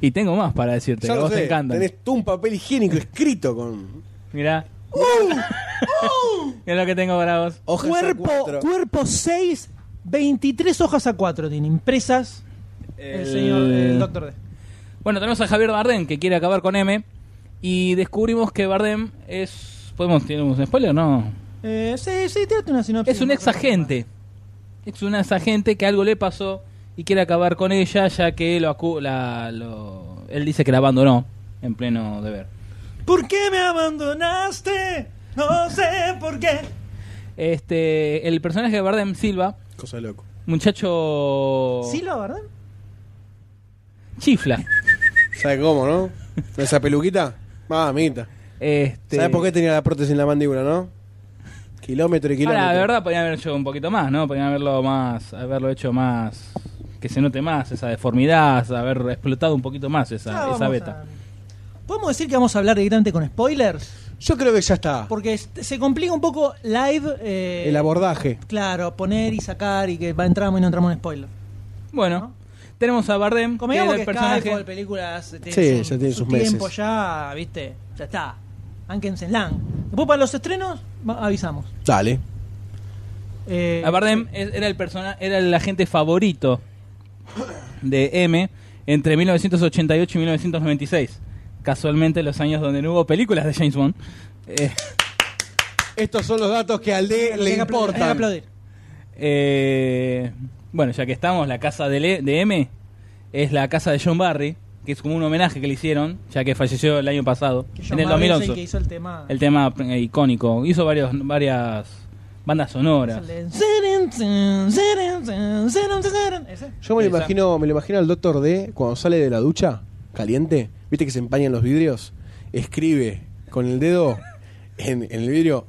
[SPEAKER 9] Y tengo más para decirte,
[SPEAKER 12] Ya
[SPEAKER 9] que a
[SPEAKER 12] lo
[SPEAKER 9] vos
[SPEAKER 12] sé,
[SPEAKER 9] te encantan.
[SPEAKER 12] tenés tú un papel higiénico escrito con
[SPEAKER 9] Mirá.
[SPEAKER 12] ¡Uh!
[SPEAKER 9] Mirá lo que tengo para vos.
[SPEAKER 12] hojas
[SPEAKER 4] Cuerpo,
[SPEAKER 12] A4.
[SPEAKER 4] cuerpo 6, 23 hojas a 4 tiene impresas el, señor
[SPEAKER 9] Eh,
[SPEAKER 4] el doctor D.
[SPEAKER 9] Bueno, tenemos a Javier Bardem que quiere acabar con M. Y descubrimos que Bardem es. ¿Podemos tener un spoiler? No.
[SPEAKER 4] Eh, sí, sí, tírate una sinopsis.
[SPEAKER 9] Es un ex agente. Es un ex agente que algo le pasó y quiere acabar con ella, ya que lo, acu- la- lo- él dice que la abandonó en pleno deber.
[SPEAKER 4] ¿Por qué me abandonaste? No sé por qué.
[SPEAKER 9] Este, el personaje de Bardem Silva,
[SPEAKER 12] Cosa de loco.
[SPEAKER 9] muchacho
[SPEAKER 4] ¿Sí lo verdad?
[SPEAKER 9] chifla.
[SPEAKER 12] ¿Sabes cómo, no? Esa peluquita. Mamita.
[SPEAKER 9] Este,
[SPEAKER 12] ¿Sabes por qué tenía la prótesis en la mandíbula, no? Kilómetro y kilómetro.
[SPEAKER 9] Ahora, de verdad podían haber hecho un poquito más, ¿no? Podían haberlo más, haberlo hecho más, que se note más esa deformidad, haber explotado un poquito más
[SPEAKER 4] Ah,
[SPEAKER 9] esa,
[SPEAKER 4] vamos
[SPEAKER 9] esa beta.
[SPEAKER 4] a- ¿Podemos decir que vamos a hablar directamente con spoilers?
[SPEAKER 3] Yo creo que ya
[SPEAKER 9] Ah.
[SPEAKER 3] está.
[SPEAKER 4] Porque este- se complica un poco live. eh,
[SPEAKER 3] El abordaje.
[SPEAKER 4] Claro, poner y sacar y que va entramos y no entramos en spoiler.
[SPEAKER 9] Bueno, tenemos a Bardem, que
[SPEAKER 4] Convengamos
[SPEAKER 9] era el
[SPEAKER 4] que
[SPEAKER 9] personaje.
[SPEAKER 4] Skyfall, películas, tiene
[SPEAKER 3] Sí, ya tiene sus
[SPEAKER 4] tiempo
[SPEAKER 3] meses.
[SPEAKER 4] ya, viste, ya está. Ánquense en LAN. Después para los estrenos va- avisamos.
[SPEAKER 3] Dale.
[SPEAKER 4] Eh,
[SPEAKER 9] A Bardem es- era el persona, era el agente favorito de M entre 1988 y 1996. Casualmente los años donde no hubo películas de James Bond. Eh,
[SPEAKER 3] Estos son los datos que al D le
[SPEAKER 4] hay que aplaudir, hay que
[SPEAKER 3] importan.
[SPEAKER 4] aplaudir.
[SPEAKER 9] eh, bueno, ya que estamos, la casa de, Le- de M es la casa de John Barry, que es como un homenaje que le hicieron, ya que falleció el año pasado,
[SPEAKER 4] Que John
[SPEAKER 9] en
[SPEAKER 4] Barry
[SPEAKER 9] el
[SPEAKER 4] es el
[SPEAKER 9] 2011.
[SPEAKER 4] que hizo el tema.
[SPEAKER 9] El tema eh, icónico. Hizo varios, varias bandas sonoras.
[SPEAKER 4] Ese.
[SPEAKER 3] Yo me lo
[SPEAKER 9] Esa.
[SPEAKER 3] imagino, me lo imagino al doctor D cuando sale de la ducha, caliente, viste que se empañan los vidrios, escribe con el dedo en, en el vidrio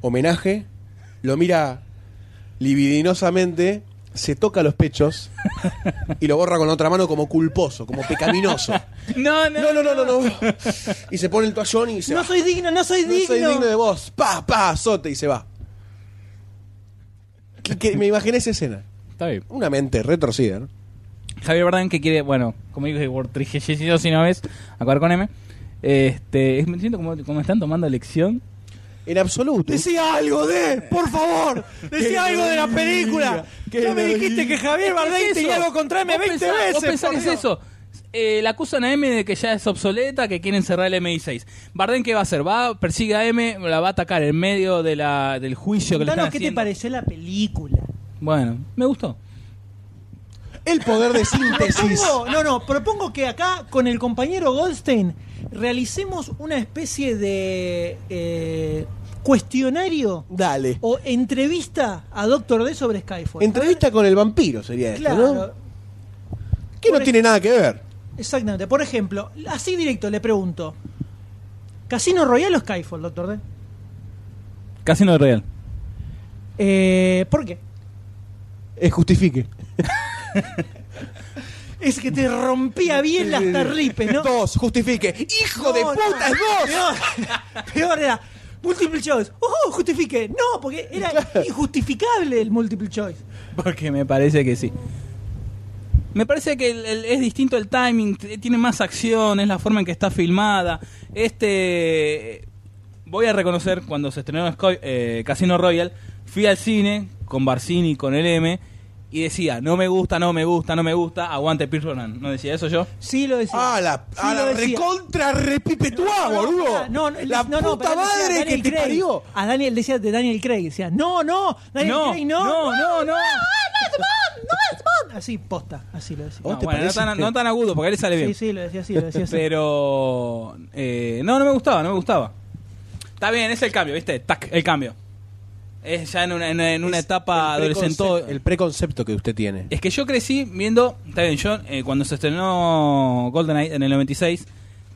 [SPEAKER 3] homenaje, lo mira libidinosamente, se toca los pechos y lo borra con la otra mano como culposo, como pecaminoso.
[SPEAKER 9] No,
[SPEAKER 3] No, no, no, no, no. Y se pone el toallón y se
[SPEAKER 4] No
[SPEAKER 3] va.
[SPEAKER 4] soy digno, no soy
[SPEAKER 3] No
[SPEAKER 4] digno.
[SPEAKER 3] soy digno de vos. Pa, pa, azote y se va. Que- que me imaginé esa escena.
[SPEAKER 9] Está bien.
[SPEAKER 3] Una mente retorcida, ¿no?
[SPEAKER 9] Javier Bardem que quiere, bueno, como dije, por 32 si no ves, acabar con M. Este, es- me siento como, como están tomando lección.
[SPEAKER 3] En absoluto.
[SPEAKER 12] Decía algo de, por favor.
[SPEAKER 4] Decía algo de la película.
[SPEAKER 12] qué
[SPEAKER 4] Ya me dijiste que Javier
[SPEAKER 9] ¿Qué
[SPEAKER 4] Bardem
[SPEAKER 9] es
[SPEAKER 4] tenía
[SPEAKER 9] eso?
[SPEAKER 4] algo contra M
[SPEAKER 9] ¿Vos
[SPEAKER 4] 20
[SPEAKER 9] pensá-
[SPEAKER 4] veces.
[SPEAKER 9] ¿Vos
[SPEAKER 4] por
[SPEAKER 9] pensás que es
[SPEAKER 4] Dios.
[SPEAKER 9] eso? Eh, la acusan a M de que ya es obsoleta, que quieren cerrar el MI6. Bardem, ¿qué va a hacer? Va, persigue a M, la va a atacar en medio de la, del juicio que le están
[SPEAKER 4] Contanos qué te
[SPEAKER 9] haciendo.
[SPEAKER 4] pareció la película.
[SPEAKER 9] Bueno, me gustó.
[SPEAKER 3] El poder de síntesis.
[SPEAKER 4] Propongo- no, no, propongo que acá con el compañero Goldstein realicemos una especie de eh, cuestionario
[SPEAKER 3] Dale.
[SPEAKER 4] o entrevista a Doctor D sobre Skyfall.
[SPEAKER 3] Entrevista con el vampiro sería esto,
[SPEAKER 4] Claro.
[SPEAKER 3] ¿no? Que no tiene nada que ver.
[SPEAKER 4] Exactamente. Por ejemplo, así directo le pregunto. ¿Casino Royale o Skyfall, Doctor D?
[SPEAKER 9] Casino Real.
[SPEAKER 4] Eh, ¿Por qué?
[SPEAKER 3] Es justifique.
[SPEAKER 4] Es que te rompía bien las tarripes, ¿no?
[SPEAKER 3] Dos, justifique. ¡Hijo de
[SPEAKER 4] No,
[SPEAKER 3] puta,
[SPEAKER 4] no.
[SPEAKER 3] es dos!
[SPEAKER 4] Peor, peor era multiple choice. ¡Oh, justifique! No, porque era injustificable el multiple choice.
[SPEAKER 9] Porque me parece que sí. Me parece que el- el- es distinto el timing, t- tiene más acción, es la forma en que está filmada. Este. Voy a reconocer cuando se estrenó Sky- eh, Casino Royal, fui al cine con Barcini y con el M y decía: No me gusta, no me gusta, no me gusta, aguante Pierce Brosnan". ¿No decía eso yo?
[SPEAKER 4] Sí lo decía.
[SPEAKER 3] A Ah, la,
[SPEAKER 4] Sí
[SPEAKER 3] a
[SPEAKER 4] lo
[SPEAKER 3] la
[SPEAKER 4] decía.
[SPEAKER 3] recontra
[SPEAKER 4] No,
[SPEAKER 3] repipetuá,
[SPEAKER 4] no,
[SPEAKER 3] boludo.
[SPEAKER 4] No, no, él
[SPEAKER 3] la
[SPEAKER 4] dice- no, no,
[SPEAKER 3] puta
[SPEAKER 4] pero él decía
[SPEAKER 3] madre que
[SPEAKER 4] Daniel
[SPEAKER 3] te
[SPEAKER 4] Craig.
[SPEAKER 3] parió.
[SPEAKER 4] A Daniel decía de Daniel Craig, decía, "No, no, Daniel
[SPEAKER 9] no,
[SPEAKER 4] Craig
[SPEAKER 9] no, no, no.
[SPEAKER 4] Así, posta, así lo decía.
[SPEAKER 9] No,
[SPEAKER 3] ¿Vos te
[SPEAKER 9] bueno, no
[SPEAKER 3] parece
[SPEAKER 9] tan,
[SPEAKER 3] que-
[SPEAKER 9] no tan agudo, porque a él sale bien.
[SPEAKER 4] Sí, sí, lo decía así, lo decía así.
[SPEAKER 9] Pero. eh, no, no me gustaba, no me gustaba. Está bien, es el cambio, ¿viste? Tac, el cambio. Es ya en una, en- en una
[SPEAKER 3] Es
[SPEAKER 9] etapa
[SPEAKER 3] el
[SPEAKER 9] adolescente.
[SPEAKER 3] preconce- El preconcepto que usted tiene.
[SPEAKER 9] Es que yo crecí viendo. Está bien, yo eh, cuando se estrenó GoldenEye en el 96,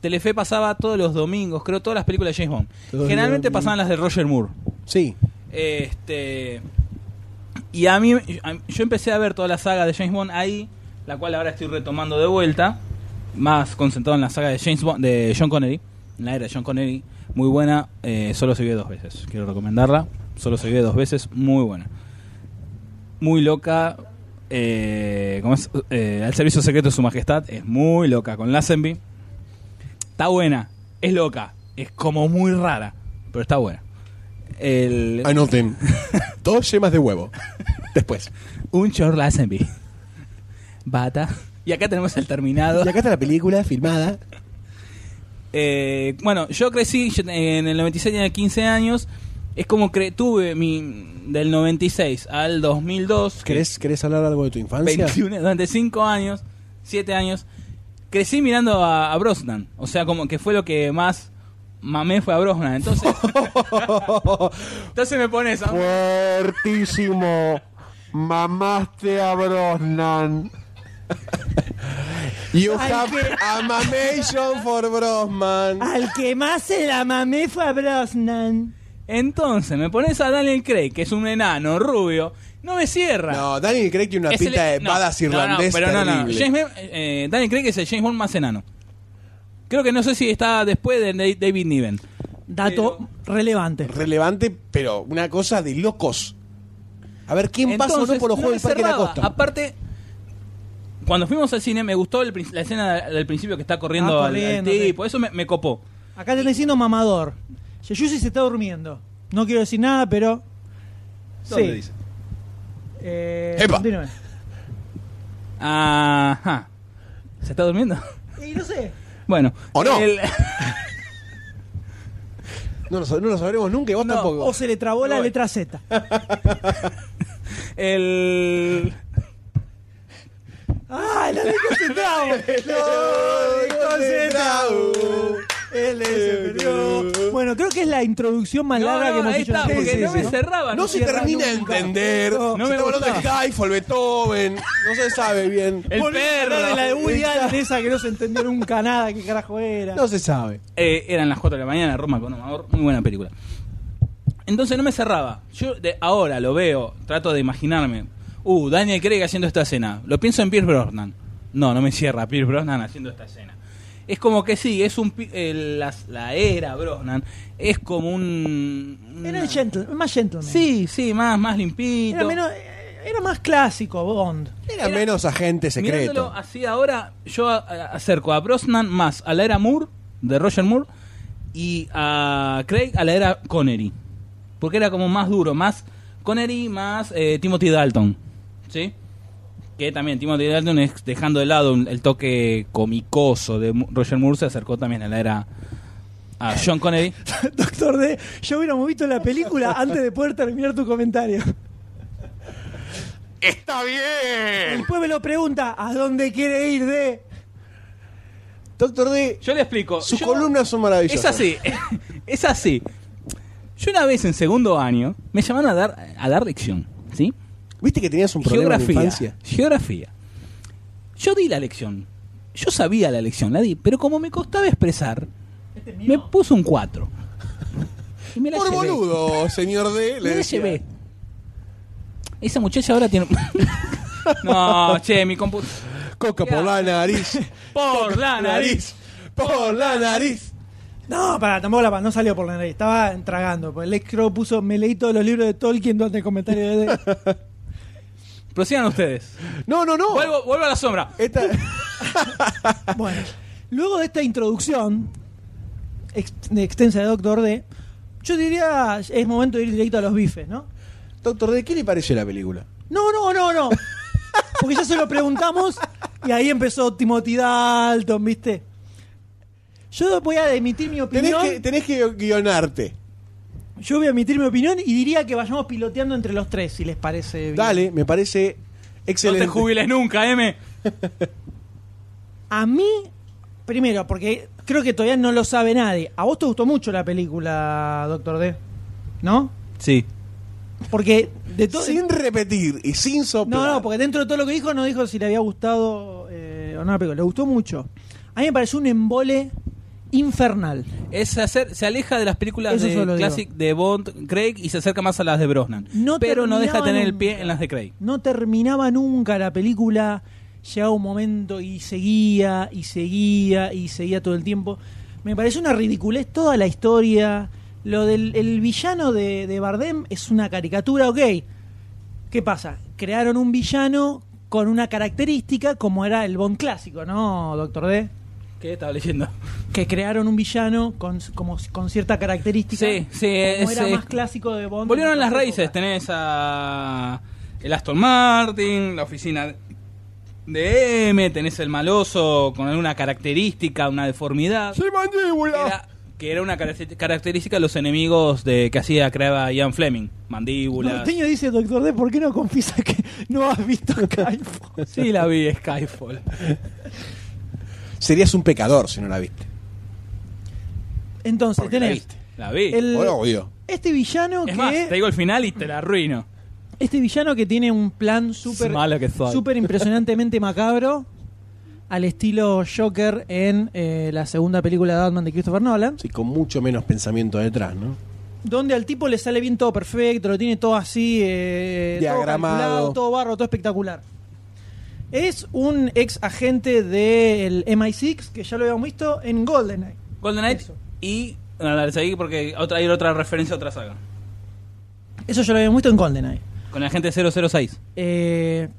[SPEAKER 9] Telefe pasaba todos los domingos, creo, todas las películas de James Bond.
[SPEAKER 3] Todos los
[SPEAKER 9] Generalmente
[SPEAKER 3] domingos.
[SPEAKER 9] pasaban las de Roger Moore.
[SPEAKER 3] Sí.
[SPEAKER 9] Este. Y a mí, a- yo empecé a ver toda la saga de James Bond ahí, la cual ahora estoy retomando de vuelta, más concentrado en la saga de James Bond, de John Connery, en la era de John Connery, muy buena, eh, solo se vio dos veces, quiero recomendarla, solo se vio dos veces, muy buena. Muy loca, eh, ¿cómo es? Eh, al servicio secreto de su majestad, es muy loca, con Lazenby. Está buena, es loca, es como muy rara, pero está buena. El,
[SPEAKER 12] Anoten. Dos yemas de huevo.
[SPEAKER 9] Después. Un short Lazenby. Bata. Y acá tenemos el terminado.
[SPEAKER 3] Y acá está la película filmada.
[SPEAKER 9] Eh, bueno, yo crecí yo, eh, en el 96, tenía 15 años. Es como que tuve mi. Del 96 al 2002. que
[SPEAKER 3] ¿Querés, querés hablar algo de tu infancia?
[SPEAKER 9] 21, durante 5 años, 7 años. Crecí mirando a, a Brosnan. O sea, como que fue lo que más mamé fue a Brosnan. Entonces. entonces me pones a.
[SPEAKER 1] Fuertísimo. Mamaste a Brosnan.
[SPEAKER 12] You
[SPEAKER 4] Ay,
[SPEAKER 12] have
[SPEAKER 4] qué-
[SPEAKER 12] a mamation for Brosman.
[SPEAKER 9] Ah.
[SPEAKER 4] Al que más se la mamé fue a Brosnan.
[SPEAKER 9] Entonces me pones a Daniel Craig, que es un enano rubio. No me cierra.
[SPEAKER 12] No, Daniel Craig tiene una
[SPEAKER 9] Es
[SPEAKER 12] pinta
[SPEAKER 9] el- e-
[SPEAKER 12] de
[SPEAKER 9] no,
[SPEAKER 12] badas
[SPEAKER 9] no, no,
[SPEAKER 12] irlandés
[SPEAKER 9] pero no, no.
[SPEAKER 12] terrible.
[SPEAKER 9] James Bond, eh, Daniel Craig es el James Bond más enano. Creo que no sé si está después de Na- David Niven.
[SPEAKER 4] Dato relevante.
[SPEAKER 12] Relevante, pero una cosa de locos. A ver, ¿quién pasa o no
[SPEAKER 9] Entonces,
[SPEAKER 12] por los juegos
[SPEAKER 9] me
[SPEAKER 12] del Parque de la
[SPEAKER 9] cerraba.
[SPEAKER 12] Costa?
[SPEAKER 9] Aparte, cuando fuimos al cine me gustó el prin- la escena del principio que está corriendo
[SPEAKER 4] Ah,
[SPEAKER 9] al, al
[SPEAKER 4] corriendo,
[SPEAKER 9] tipo. Eso me, me copó.
[SPEAKER 4] Acá te diciendo mamador. Yeyusi se está durmiendo. No quiero decir nada, pero. sí. Eh,
[SPEAKER 12] Epa.
[SPEAKER 4] continúe.
[SPEAKER 9] Ajá. ¿Se está durmiendo?
[SPEAKER 4] Y no sé.
[SPEAKER 9] Bueno.
[SPEAKER 12] ¿O no?
[SPEAKER 9] el-
[SPEAKER 3] No, lo sab- no lo sabremos nunca y vos
[SPEAKER 9] No,
[SPEAKER 3] tampoco.
[SPEAKER 4] O se le trabó la
[SPEAKER 9] Voy.
[SPEAKER 4] letra Z.
[SPEAKER 9] el
[SPEAKER 4] ¡Ah, la letra se trabó! Él se perdió. Bueno, creo que es la introducción más
[SPEAKER 9] No,
[SPEAKER 4] larga
[SPEAKER 9] no,
[SPEAKER 4] que hemos
[SPEAKER 9] ahí
[SPEAKER 4] hecho.
[SPEAKER 9] está,
[SPEAKER 4] en este el
[SPEAKER 9] porque
[SPEAKER 4] podcast.
[SPEAKER 9] no me cerraba.
[SPEAKER 12] No se
[SPEAKER 9] cierra
[SPEAKER 12] termina de
[SPEAKER 9] nunca.
[SPEAKER 12] entender.
[SPEAKER 9] No,
[SPEAKER 12] se
[SPEAKER 9] no me
[SPEAKER 12] está hablando de
[SPEAKER 9] gustaba.
[SPEAKER 12] Skyfall, Beethoven. No se sabe bien.
[SPEAKER 9] El
[SPEAKER 4] Volví a hablar
[SPEAKER 9] perro.
[SPEAKER 4] de la de Woody Allen, esa que no se entendió nunca nada, qué carajo era.
[SPEAKER 3] No se sabe.
[SPEAKER 9] Eh, eran las 4 de la mañana, Roma con Amador, muy buena película. Entonces no me cerraba. Yo de ahora lo veo, trato de imaginarme. Uh, Daniel Craig haciendo esta escena. Lo pienso en Pierce Brosnan. No, no me cierra Pierce Brosnan haciendo esta escena. Es como que sí, es un pi- el- las- la, era Brosnan es como un
[SPEAKER 4] Era
[SPEAKER 9] una-
[SPEAKER 4] el gentle, más gentleman.
[SPEAKER 9] Sí, sí, más más limpito.
[SPEAKER 4] Era, menos, era más clásico, Bond.
[SPEAKER 12] Era menos agente
[SPEAKER 9] Mirándolo
[SPEAKER 12] secreto.
[SPEAKER 9] así ahora, yo a- a- acerco a Brosnan más a la era Moore, de Roger Moore, y a Craig a la era Connery. Porque era como más duro, más Connery, más eh, Timothy Dalton. ¿Sí? Que también Timothy Dalton, es- dejando de lado un- el toque comicoso de Mo- Roger Moore, se acercó también a la era a John Connery.
[SPEAKER 4] Doctor D, yo hubiéramos visto la película antes de poder terminar tu comentario.
[SPEAKER 1] Está bien.
[SPEAKER 4] Después me lo pregunta, ¿a dónde quiere ir D?
[SPEAKER 3] Doctor D,
[SPEAKER 9] Yo le explico.
[SPEAKER 3] sus
[SPEAKER 9] yo-
[SPEAKER 3] columnas son maravillosas.
[SPEAKER 9] Es así, es así. Yo una vez en segundo año me llamaron a dar, a dar lección, ¿sí?
[SPEAKER 3] ¿Viste que tenías un problema en la
[SPEAKER 9] Geografía.
[SPEAKER 3] infancia?
[SPEAKER 9] Geografía. Yo di la lección. Yo sabía la lección, la di, pero como me costaba expresar, me puso un 4. Y me la
[SPEAKER 12] Por
[SPEAKER 9] llevé.
[SPEAKER 12] boludo, señor D.
[SPEAKER 9] Me
[SPEAKER 12] Le
[SPEAKER 9] la
[SPEAKER 12] decía.
[SPEAKER 9] llevé. Esa muchacha ahora tiene. no, che, mi compu.
[SPEAKER 12] Coca por la nariz.
[SPEAKER 9] Por la nariz.
[SPEAKER 12] Por la nariz.
[SPEAKER 4] No, para, tampoco la no salió por la nariz, estaba tragando. Pues el extro puso, me leí todos los libros de Tolkien durante el comentario de D.
[SPEAKER 9] Prosigan ustedes.
[SPEAKER 12] No, no, no.
[SPEAKER 9] Vuelvo, vuelvo a la sombra.
[SPEAKER 12] Esta-
[SPEAKER 4] Bueno, luego de esta introducción ex- de extensa de Doctor D, yo diría es momento de ir directo a los bifes, ¿no?
[SPEAKER 3] Doctor D, ¿qué le pareció la película?
[SPEAKER 4] No, no, no, no. Porque ya se lo preguntamos y ahí empezó Timothy Dalton, ¿viste? Yo voy a emitir mi
[SPEAKER 12] tenés,
[SPEAKER 4] opinión.
[SPEAKER 12] que, tenés que guionarte.
[SPEAKER 4] Yo voy a emitir mi opinión y diría que vayamos piloteando entre los tres, si les parece bien.
[SPEAKER 3] Dale, me parece Excelente.
[SPEAKER 9] No te jubiles nunca, M.
[SPEAKER 4] A mí, primero, porque creo que todavía no lo sabe nadie. ¿A vos te gustó mucho la película, Doctor D? ¿No?
[SPEAKER 9] Sí.
[SPEAKER 4] Porque de todo.
[SPEAKER 3] Sin repetir y sin soplar.
[SPEAKER 4] No, no, pues- porque dentro de todo lo que dijo, no dijo si le había gustado eh, o no la película. Le gustó mucho. A mí me pareció un embole infernal.
[SPEAKER 9] Es hacer, se aleja de las películas
[SPEAKER 4] Eso
[SPEAKER 9] de
[SPEAKER 4] solo digo.
[SPEAKER 9] Classic de Bond, Craig y se acerca más a las de Brosnan.
[SPEAKER 4] No
[SPEAKER 9] pero no deja
[SPEAKER 4] terminaba
[SPEAKER 9] de tener el
[SPEAKER 4] nunca.
[SPEAKER 9] pie en las de Craig.
[SPEAKER 4] No terminaba nunca la película. Llegaba un momento y seguía, y seguía, y seguía todo el tiempo. Me parece una ridiculez toda la historia. Lo del el villano de, de Bardem es una caricatura, ok. ¿Qué pasa? Crearon un villano con una característica como era el Bond clásico, ¿no, Doctor D?
[SPEAKER 9] ¿Qué estaba leyendo?
[SPEAKER 4] Que crearon un villano con, como, con cierta característica.
[SPEAKER 9] Sí, sí,
[SPEAKER 4] como
[SPEAKER 9] es-
[SPEAKER 4] era
[SPEAKER 9] es-
[SPEAKER 4] más clásico de Bond.
[SPEAKER 9] Volvieron
[SPEAKER 4] en
[SPEAKER 9] las
[SPEAKER 4] otras
[SPEAKER 9] raíces.
[SPEAKER 4] épocas.
[SPEAKER 9] Tenés a. El Aston Martin, la oficina de M. Tenés el maloso con alguna característica, una deformidad.
[SPEAKER 1] ¡Sí, mandíbula!
[SPEAKER 9] Era- que era una caracter- característica de los enemigos de que hacía creaba Ian Fleming. Mandíbula.
[SPEAKER 4] Norteño dice, doctor D, ¿por qué no confiesa que no has visto Skyfall?
[SPEAKER 9] Sí, la vi, Skyfall.
[SPEAKER 3] Serías un pecador si no la viste.
[SPEAKER 4] Entonces,
[SPEAKER 9] la
[SPEAKER 4] tenés
[SPEAKER 9] viste. La vi.
[SPEAKER 4] el-
[SPEAKER 3] O la odio.
[SPEAKER 4] este villano
[SPEAKER 9] Es
[SPEAKER 4] que
[SPEAKER 9] más, te digo el final y te la arruino.
[SPEAKER 4] este villano que tiene un plan súper
[SPEAKER 9] Malo que soy.
[SPEAKER 4] súper impresionantemente macabro al estilo Joker en eh, la segunda película de Batman de Christopher Nolan,
[SPEAKER 3] Sí, con mucho menos pensamiento detrás, ¿no?
[SPEAKER 4] donde al tipo le sale bien todo perfecto, lo tiene todo así eh,
[SPEAKER 3] Diagramado.
[SPEAKER 4] todo calculado, todo barro, todo espectacular. Es un ex agente del MI6 que ya lo habíamos visto en GoldenEye.
[SPEAKER 9] Golden Knight
[SPEAKER 4] Eso.
[SPEAKER 9] y. Nada, dale, seguí porque otra, hay otra referencia a otra saga.
[SPEAKER 4] Eso ya lo habíamos visto en GoldenEye.
[SPEAKER 9] Con la gente 006.
[SPEAKER 4] Eh,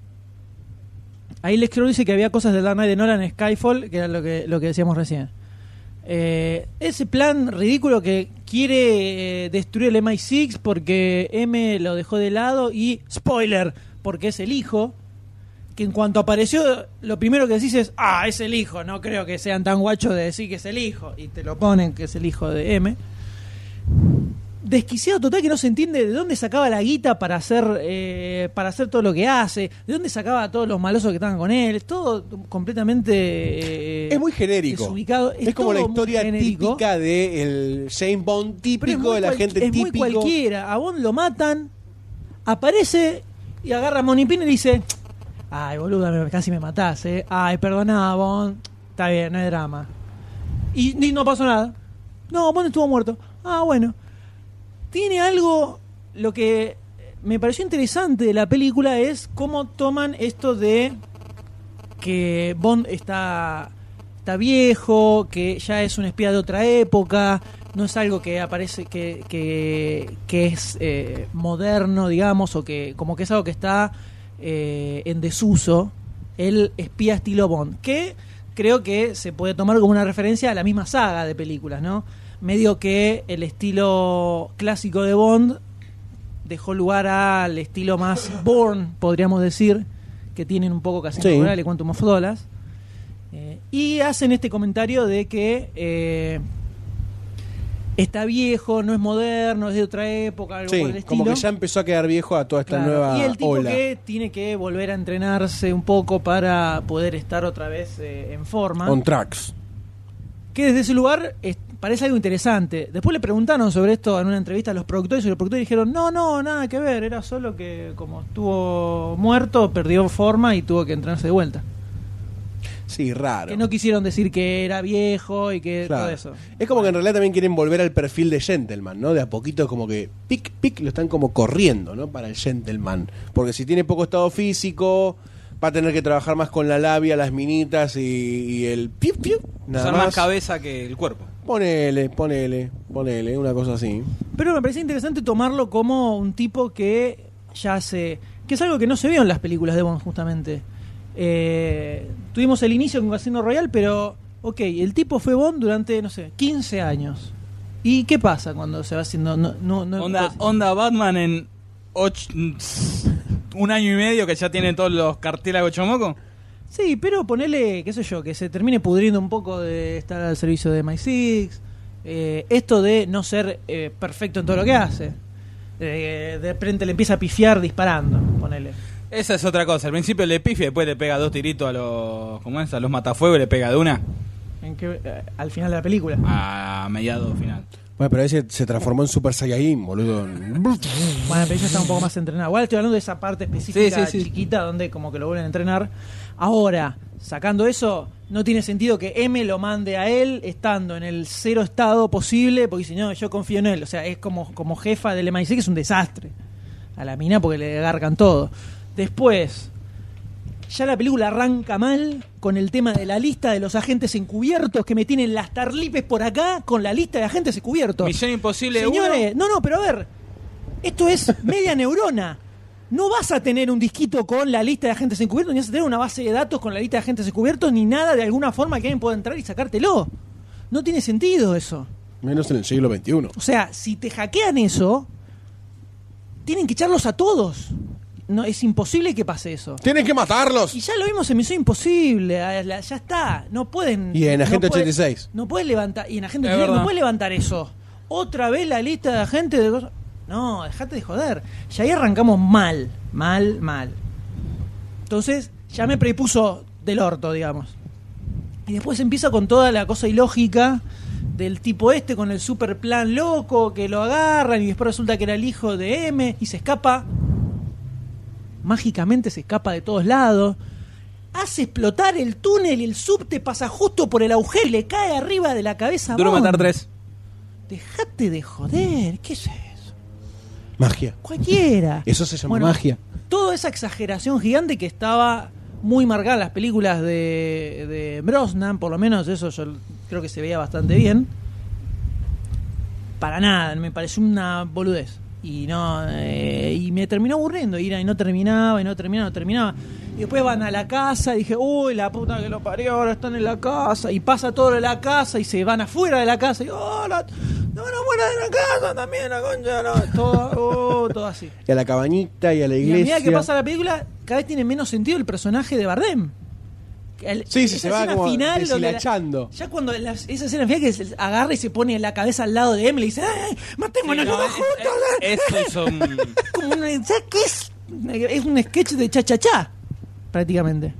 [SPEAKER 4] ahí Lex Luthor dice que había cosas de Dark Knight de Nolan en Skyfall, que era lo que, lo que decíamos recién. Eh, ese plan ridículo que quiere eh, destruir el MI6 porque M lo dejó de lado y, spoiler, porque es el hijo. Que en cuanto apareció, lo primero que decís es: Ah, es el hijo. No creo que sean tan guachos de decir que es el hijo. Y te lo ponen que es el hijo de M desquiciado total que no se entiende de dónde sacaba la guita para hacer eh, para hacer todo lo que hace, de dónde sacaba a todos los malosos que estaban con él, todo completamente eh,
[SPEAKER 3] Es muy genérico.
[SPEAKER 4] desubicado,
[SPEAKER 3] Es, como la
[SPEAKER 4] todo muy
[SPEAKER 3] historia
[SPEAKER 4] genérico,
[SPEAKER 3] típica del James Bond
[SPEAKER 4] pero es
[SPEAKER 3] típico,
[SPEAKER 4] muy
[SPEAKER 3] de la
[SPEAKER 4] cual-
[SPEAKER 3] gente
[SPEAKER 4] es
[SPEAKER 3] típico.
[SPEAKER 4] muy cualquiera, a Bond lo matan, aparece y agarra a Money Pin y le dice, ay boluda, me- casi me matás, eh. ay perdoná Bond, está bien, no hay drama. Y, y no pasó nada. No, Bond estuvo muerto. Ah, bueno. Tiene algo, lo que me pareció interesante de la película es cómo toman esto de que Bond está, está viejo, que ya es un espía de otra época, no es algo que aparece, que, que, que es eh, moderno, digamos, o que como que es algo que está eh, en desuso, el espía estilo Bond, que creo que se puede tomar como una referencia a la misma saga de películas, ¿no? Medio que el estilo clásico de Bond dejó lugar al estilo más Born, podríamos decir, que tienen un poco casi
[SPEAKER 3] Sí.
[SPEAKER 4] rural y Quantum of Dollars. Eh, y hacen este comentario de que eh, está viejo, no es moderno, es de otra época, algo por el
[SPEAKER 3] Sí,
[SPEAKER 4] estilo.
[SPEAKER 3] como que ya empezó a quedar viejo a toda esta
[SPEAKER 4] Claro,
[SPEAKER 3] nueva
[SPEAKER 4] y el tipo
[SPEAKER 3] ola.
[SPEAKER 4] que tiene que volver a entrenarse un poco para poder estar otra vez eh, en forma.
[SPEAKER 3] On tracks.
[SPEAKER 4] que desde ese lugar es- parece algo interesante. Después le preguntaron sobre esto en una entrevista a los productores y los productores dijeron, no, no, nada que ver, era solo que como estuvo muerto, perdió forma y tuvo que entrenarse de vuelta.
[SPEAKER 3] Sí, raro.
[SPEAKER 4] Que no quisieron decir que era viejo y que
[SPEAKER 3] Claro.
[SPEAKER 4] todo eso.
[SPEAKER 3] Es como que en realidad también quieren volver al perfil de gentleman, ¿no? De a poquito como que pic, pic, lo están como corriendo, ¿no? Para el gentleman. Porque si tiene poco estado físico, va a tener que trabajar más con la labia, las minitas y, y el piu, piu. Nada
[SPEAKER 9] Usar más.
[SPEAKER 3] más.
[SPEAKER 9] cabeza que el cuerpo.
[SPEAKER 3] Ponele, ponele, ponele, una cosa así.
[SPEAKER 4] Pero me parece interesante tomarlo como un tipo que ya se. que es algo que no se vio en las películas de Bond, justamente. Eh, tuvimos el inicio con Casino Royale, pero. Ok, el tipo fue Bond durante, no sé, 15 años. ¿Y qué pasa cuando se va haciendo.? No, no, no-
[SPEAKER 9] Onda,
[SPEAKER 4] pues-
[SPEAKER 9] onda Batman en. ocho- un año y medio que ya tiene todos los cartílagos chomocos.
[SPEAKER 4] Sí, pero ponele, qué sé yo, que se termine pudriendo un poco de estar al servicio de My6. eh, esto de no ser eh, perfecto en todo lo que hace. Eh, de frente le empieza a pifiar disparando, ponele.
[SPEAKER 9] Esa es otra cosa. Al principio le pifia, después le pega dos tiritos a los. ¿Cómo es? A los matafuegos y le pega de una
[SPEAKER 4] En que, eh, al final de la película.
[SPEAKER 9] Ah. a mediado final.
[SPEAKER 12] Bueno, pero ese se transformó en Super Saiyajin, boludo.
[SPEAKER 4] Bueno, pero ella está un poco más entrenada. Igual estoy hablando de esa parte específica
[SPEAKER 9] Sí, sí, sí.
[SPEAKER 4] chiquita donde como que lo vuelven a entrenar. Ahora, sacando eso, no tiene sentido que M lo mande a él estando en el cero estado posible, porque si no, yo confío en él. O sea, es como, como jefa del MIC, que es un desastre. A la mina porque le agarcan todo. Después, ya la película arranca mal con el tema de la lista de los agentes encubiertos que me tienen las tarlipes por acá con la lista de agentes encubiertos.
[SPEAKER 9] Misión Imposible
[SPEAKER 4] Señores, no, no, pero a ver, esto es media neurona. No vas a tener un disquito con la lista de agentes encubiertos, ni vas a tener una base de datos con la lista de agentes encubiertos, ni nada de alguna forma que alguien pueda entrar y sacártelo. No tiene sentido eso.
[SPEAKER 12] Menos en el siglo XXI.
[SPEAKER 4] O sea, si te hackean eso, tienen que echarlos a todos. No, es imposible que pase eso.
[SPEAKER 12] ¡Tienen que matarlos!
[SPEAKER 4] Y ya lo vimos en Misión Imposible, a la- ya está, no pueden...
[SPEAKER 12] Y en Agente
[SPEAKER 4] no puede-
[SPEAKER 12] 86.
[SPEAKER 4] no puedes levantar, y en Agente
[SPEAKER 9] Es
[SPEAKER 4] 86 no
[SPEAKER 9] verdad.
[SPEAKER 4] puedes levantar eso. Otra vez la lista de agentes de cosas... No, dejate de joder. Ya ahí arrancamos mal, mal, mal. Entonces, ya me prepuso del orto, digamos. Y después empieza con toda la cosa ilógica del tipo este con el super plan loco que lo agarran y después resulta que era el hijo de M y se escapa. Mágicamente se escapa de todos lados. Hace explotar el túnel y el subte pasa justo por el agujero y le cae arriba de la cabeza. a
[SPEAKER 9] Duro
[SPEAKER 4] Bond.
[SPEAKER 9] matar tres.
[SPEAKER 4] Dejate de joder. ¿Qué es eso?
[SPEAKER 12] Magia.
[SPEAKER 4] Cualquiera.
[SPEAKER 12] Eso se llama
[SPEAKER 4] Bueno,
[SPEAKER 12] magia.
[SPEAKER 4] Toda esa exageración gigante que estaba muy marcada en las películas de, de Brosnan, por lo menos eso yo creo que se veía bastante bien. Para nada, me pareció una boludez. Y no eh, y me terminó aburriendo, y era- y no terminaba, y no terminaba, no terminaba. Y después van a la casa, y dije, uy, la puta que lo parió, ahora están en la casa, y pasa todo lo de la casa, y se van afuera de la casa, y oh, la, no, no, fuera de la casa también, la concha, no, todo, oh, todo así.
[SPEAKER 12] Y a la cabañita y a la
[SPEAKER 4] Y a
[SPEAKER 12] iglesia.
[SPEAKER 4] medida que pasa la película, cada vez tiene menos sentido el personaje de Bardem. El-
[SPEAKER 12] Sí, sí,
[SPEAKER 4] esa
[SPEAKER 12] se va
[SPEAKER 4] escena
[SPEAKER 12] como
[SPEAKER 4] final donde la-
[SPEAKER 12] deshilachando.
[SPEAKER 4] ya cuando la- esa escena final que se agarra y se pone la cabeza al lado de Emily y dice, ¡ay, matémonos
[SPEAKER 9] No,
[SPEAKER 4] todos
[SPEAKER 9] es-
[SPEAKER 4] juntos!
[SPEAKER 9] es-
[SPEAKER 4] ah,
[SPEAKER 9] eso hizo un-
[SPEAKER 4] ah". Como una- ¿sabes qué es? Es un sketch de cha-cha-cha, prácticamente.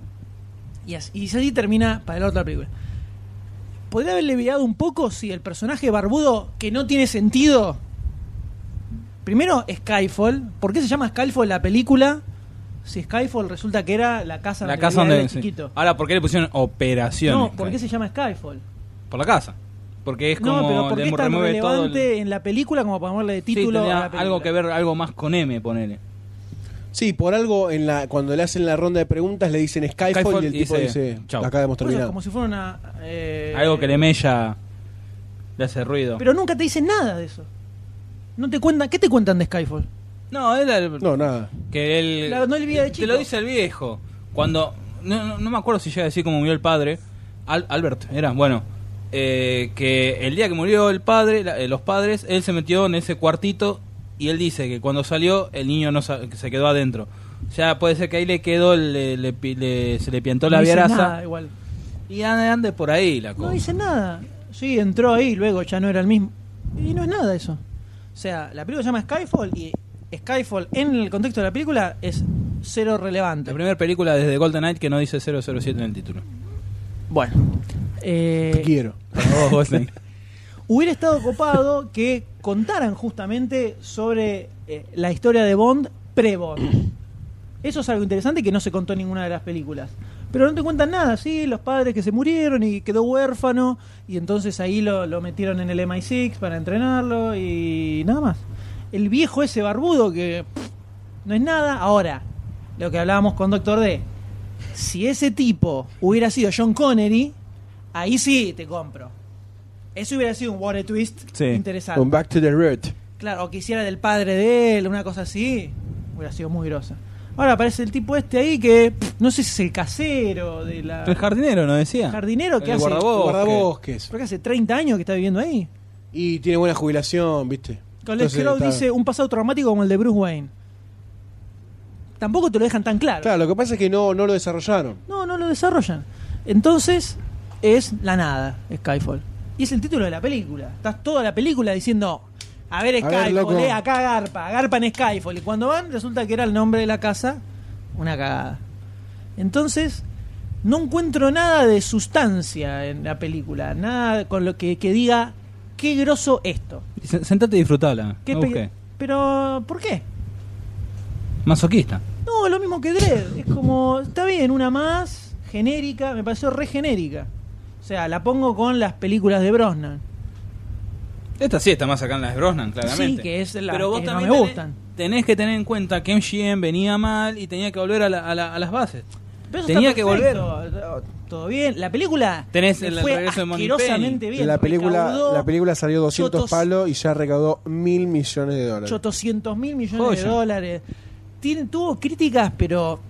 [SPEAKER 4] Y así, y así termina para el otro la película. ¿Podría haberle virado un poco si el personaje barbudo que no tiene sentido Primero, Skyfall. ¿Por qué se llama Skyfall la película? Si Skyfall resulta que era la casa
[SPEAKER 9] La
[SPEAKER 4] donde
[SPEAKER 9] casa
[SPEAKER 4] vivía él
[SPEAKER 9] donde. Ah,
[SPEAKER 4] de
[SPEAKER 9] sí.
[SPEAKER 4] chiquito.
[SPEAKER 9] Ahora, ¿por qué le pusieron operación?
[SPEAKER 4] No, ¿por qué se llama Skyfall?
[SPEAKER 9] Por la casa. Porque es como.
[SPEAKER 4] No, pero ¿por qué
[SPEAKER 9] le
[SPEAKER 4] es tan
[SPEAKER 9] remueve todo el-
[SPEAKER 4] relevante en la película como para ponerle de
[SPEAKER 9] Sí,
[SPEAKER 4] título?
[SPEAKER 9] tenía
[SPEAKER 4] a la película?
[SPEAKER 9] algo que ver, algo más con M, ponele.
[SPEAKER 12] Sí, por algo en la, cuando le hacen la ronda de preguntas le dicen Skyfall,
[SPEAKER 9] Skyfall
[SPEAKER 12] y el
[SPEAKER 9] y
[SPEAKER 12] tipo
[SPEAKER 9] dice,
[SPEAKER 12] dice,
[SPEAKER 9] "Chau".
[SPEAKER 12] acá hemos
[SPEAKER 4] Por eso,
[SPEAKER 12] terminado.
[SPEAKER 4] como si fuera una. eh,
[SPEAKER 9] Algo que le mella. Le hace ruido.
[SPEAKER 4] Pero nunca te dicen nada de eso. No te cuentan, ¿Qué te cuentan de Skyfall?
[SPEAKER 9] no, él.
[SPEAKER 12] No, nada.
[SPEAKER 9] Que él.
[SPEAKER 4] La- no el video de
[SPEAKER 9] Te
[SPEAKER 4] chico.
[SPEAKER 9] lo dice el viejo. Cuando. No, no, no me acuerdo si llega a decir cómo murió el padre. Al- Albert, era. Bueno. eh, que el día que murió el padre, la- eh, los padres, él se metió en ese cuartito. Y él dice que cuando salió, el niño no sa- se quedó adentro. O sea, puede ser que ahí le quedó, le, le pi- le- se le piantó la
[SPEAKER 4] no dicen
[SPEAKER 9] viaraza.
[SPEAKER 4] nada, igual.
[SPEAKER 9] Y ande, ande por ahí la cosa.
[SPEAKER 4] No dice nada. Sí, entró ahí, luego ya no era el mismo. Y no es nada eso. O sea, la película se llama Skyfall y Skyfall en el contexto de la película es cero relevante.
[SPEAKER 9] La primera película desde Golden Knight que no dice 007 en el título.
[SPEAKER 4] Bueno. eh,
[SPEAKER 12] Te quiero.
[SPEAKER 9] Para vos, Goldstein.
[SPEAKER 4] hubiera estado copado que contaran justamente sobre eh, la historia de Bond pre-Bond. Eso es algo interesante que no se contó en ninguna de las películas. Pero no te cuentan nada, sí, los padres que se murieron y quedó huérfano, y entonces ahí lo, lo metieron en el MI6 para entrenarlo y nada más. El viejo ese barbudo que pff, no es nada. Ahora, lo que hablábamos con Doctor D, si ese tipo hubiera sido John Connery, ahí sí te compro. Eso hubiera sido un water twist
[SPEAKER 9] Sí.
[SPEAKER 4] interesante.
[SPEAKER 12] Un back to the root.
[SPEAKER 4] Claro, o que hiciera del padre de él, una cosa así, hubiera sido muy grosa. Ahora aparece el tipo este ahí que pff, no sé si es el casero de la
[SPEAKER 9] El jardinero, ¿no decía?
[SPEAKER 4] jardinero que
[SPEAKER 9] El
[SPEAKER 4] hace,
[SPEAKER 9] guardabosque.
[SPEAKER 12] Guardabosques.
[SPEAKER 4] creo que hace 30 años que está viviendo ahí.
[SPEAKER 12] Y tiene buena jubilación, ¿viste?
[SPEAKER 4] Colette
[SPEAKER 12] Entonces,
[SPEAKER 4] Crow
[SPEAKER 12] está-
[SPEAKER 4] dice un pasado traumático como el de Bruce Wayne. Tampoco te lo dejan tan claro.
[SPEAKER 12] Claro, lo que pasa es que no, no lo desarrollaron.
[SPEAKER 4] No, no lo desarrollan. Entonces es la nada, Skyfall. Y es el título de la película. Estás toda la película diciendo, a ver
[SPEAKER 12] ver,
[SPEAKER 4] Skyfall,
[SPEAKER 12] loco.
[SPEAKER 4] eh, acá Garpa, Garpa en Skyfall. Y cuando van, resulta que era el nombre de la casa, una cagada. Entonces, no encuentro nada de sustancia en la película, nada con lo que, que diga qué groso esto.
[SPEAKER 5] S- Sentate y disfrutala.
[SPEAKER 4] ¿Qué
[SPEAKER 5] No
[SPEAKER 4] pe-
[SPEAKER 5] busqué.
[SPEAKER 4] Pero, ¿por qué?
[SPEAKER 5] Masoquista.
[SPEAKER 4] No, lo mismo que Dredd. Es como, está bien, una más, genérica, me pareció re genérica. O sea, la pongo con las películas de Brosnan.
[SPEAKER 9] Esta sí está más acá en las de Brosnan,
[SPEAKER 4] Sí,
[SPEAKER 9] claramente.
[SPEAKER 4] que es la
[SPEAKER 9] Pero vos
[SPEAKER 4] que no
[SPEAKER 9] también
[SPEAKER 4] me
[SPEAKER 9] tenés-
[SPEAKER 4] gustan.
[SPEAKER 9] Tenés que tener en cuenta que MGM venía mal y tenía que volver a, la- a la- a las bases.
[SPEAKER 4] Pero eso
[SPEAKER 9] Tenía
[SPEAKER 4] está
[SPEAKER 9] que
[SPEAKER 4] perfecto, Oh, Todo bien. La película
[SPEAKER 9] Tenés
[SPEAKER 4] le
[SPEAKER 9] el
[SPEAKER 4] fue
[SPEAKER 9] regreso de Money
[SPEAKER 4] asquerosamente bien.
[SPEAKER 3] la, película,
[SPEAKER 4] recaudó
[SPEAKER 3] la película salió 200
[SPEAKER 4] chotos-
[SPEAKER 3] palos y ya recaudó mil millones de dólares.
[SPEAKER 4] 800 mil millones de
[SPEAKER 9] Joya.
[SPEAKER 4] dólares. Tiene, tuvo críticas, pero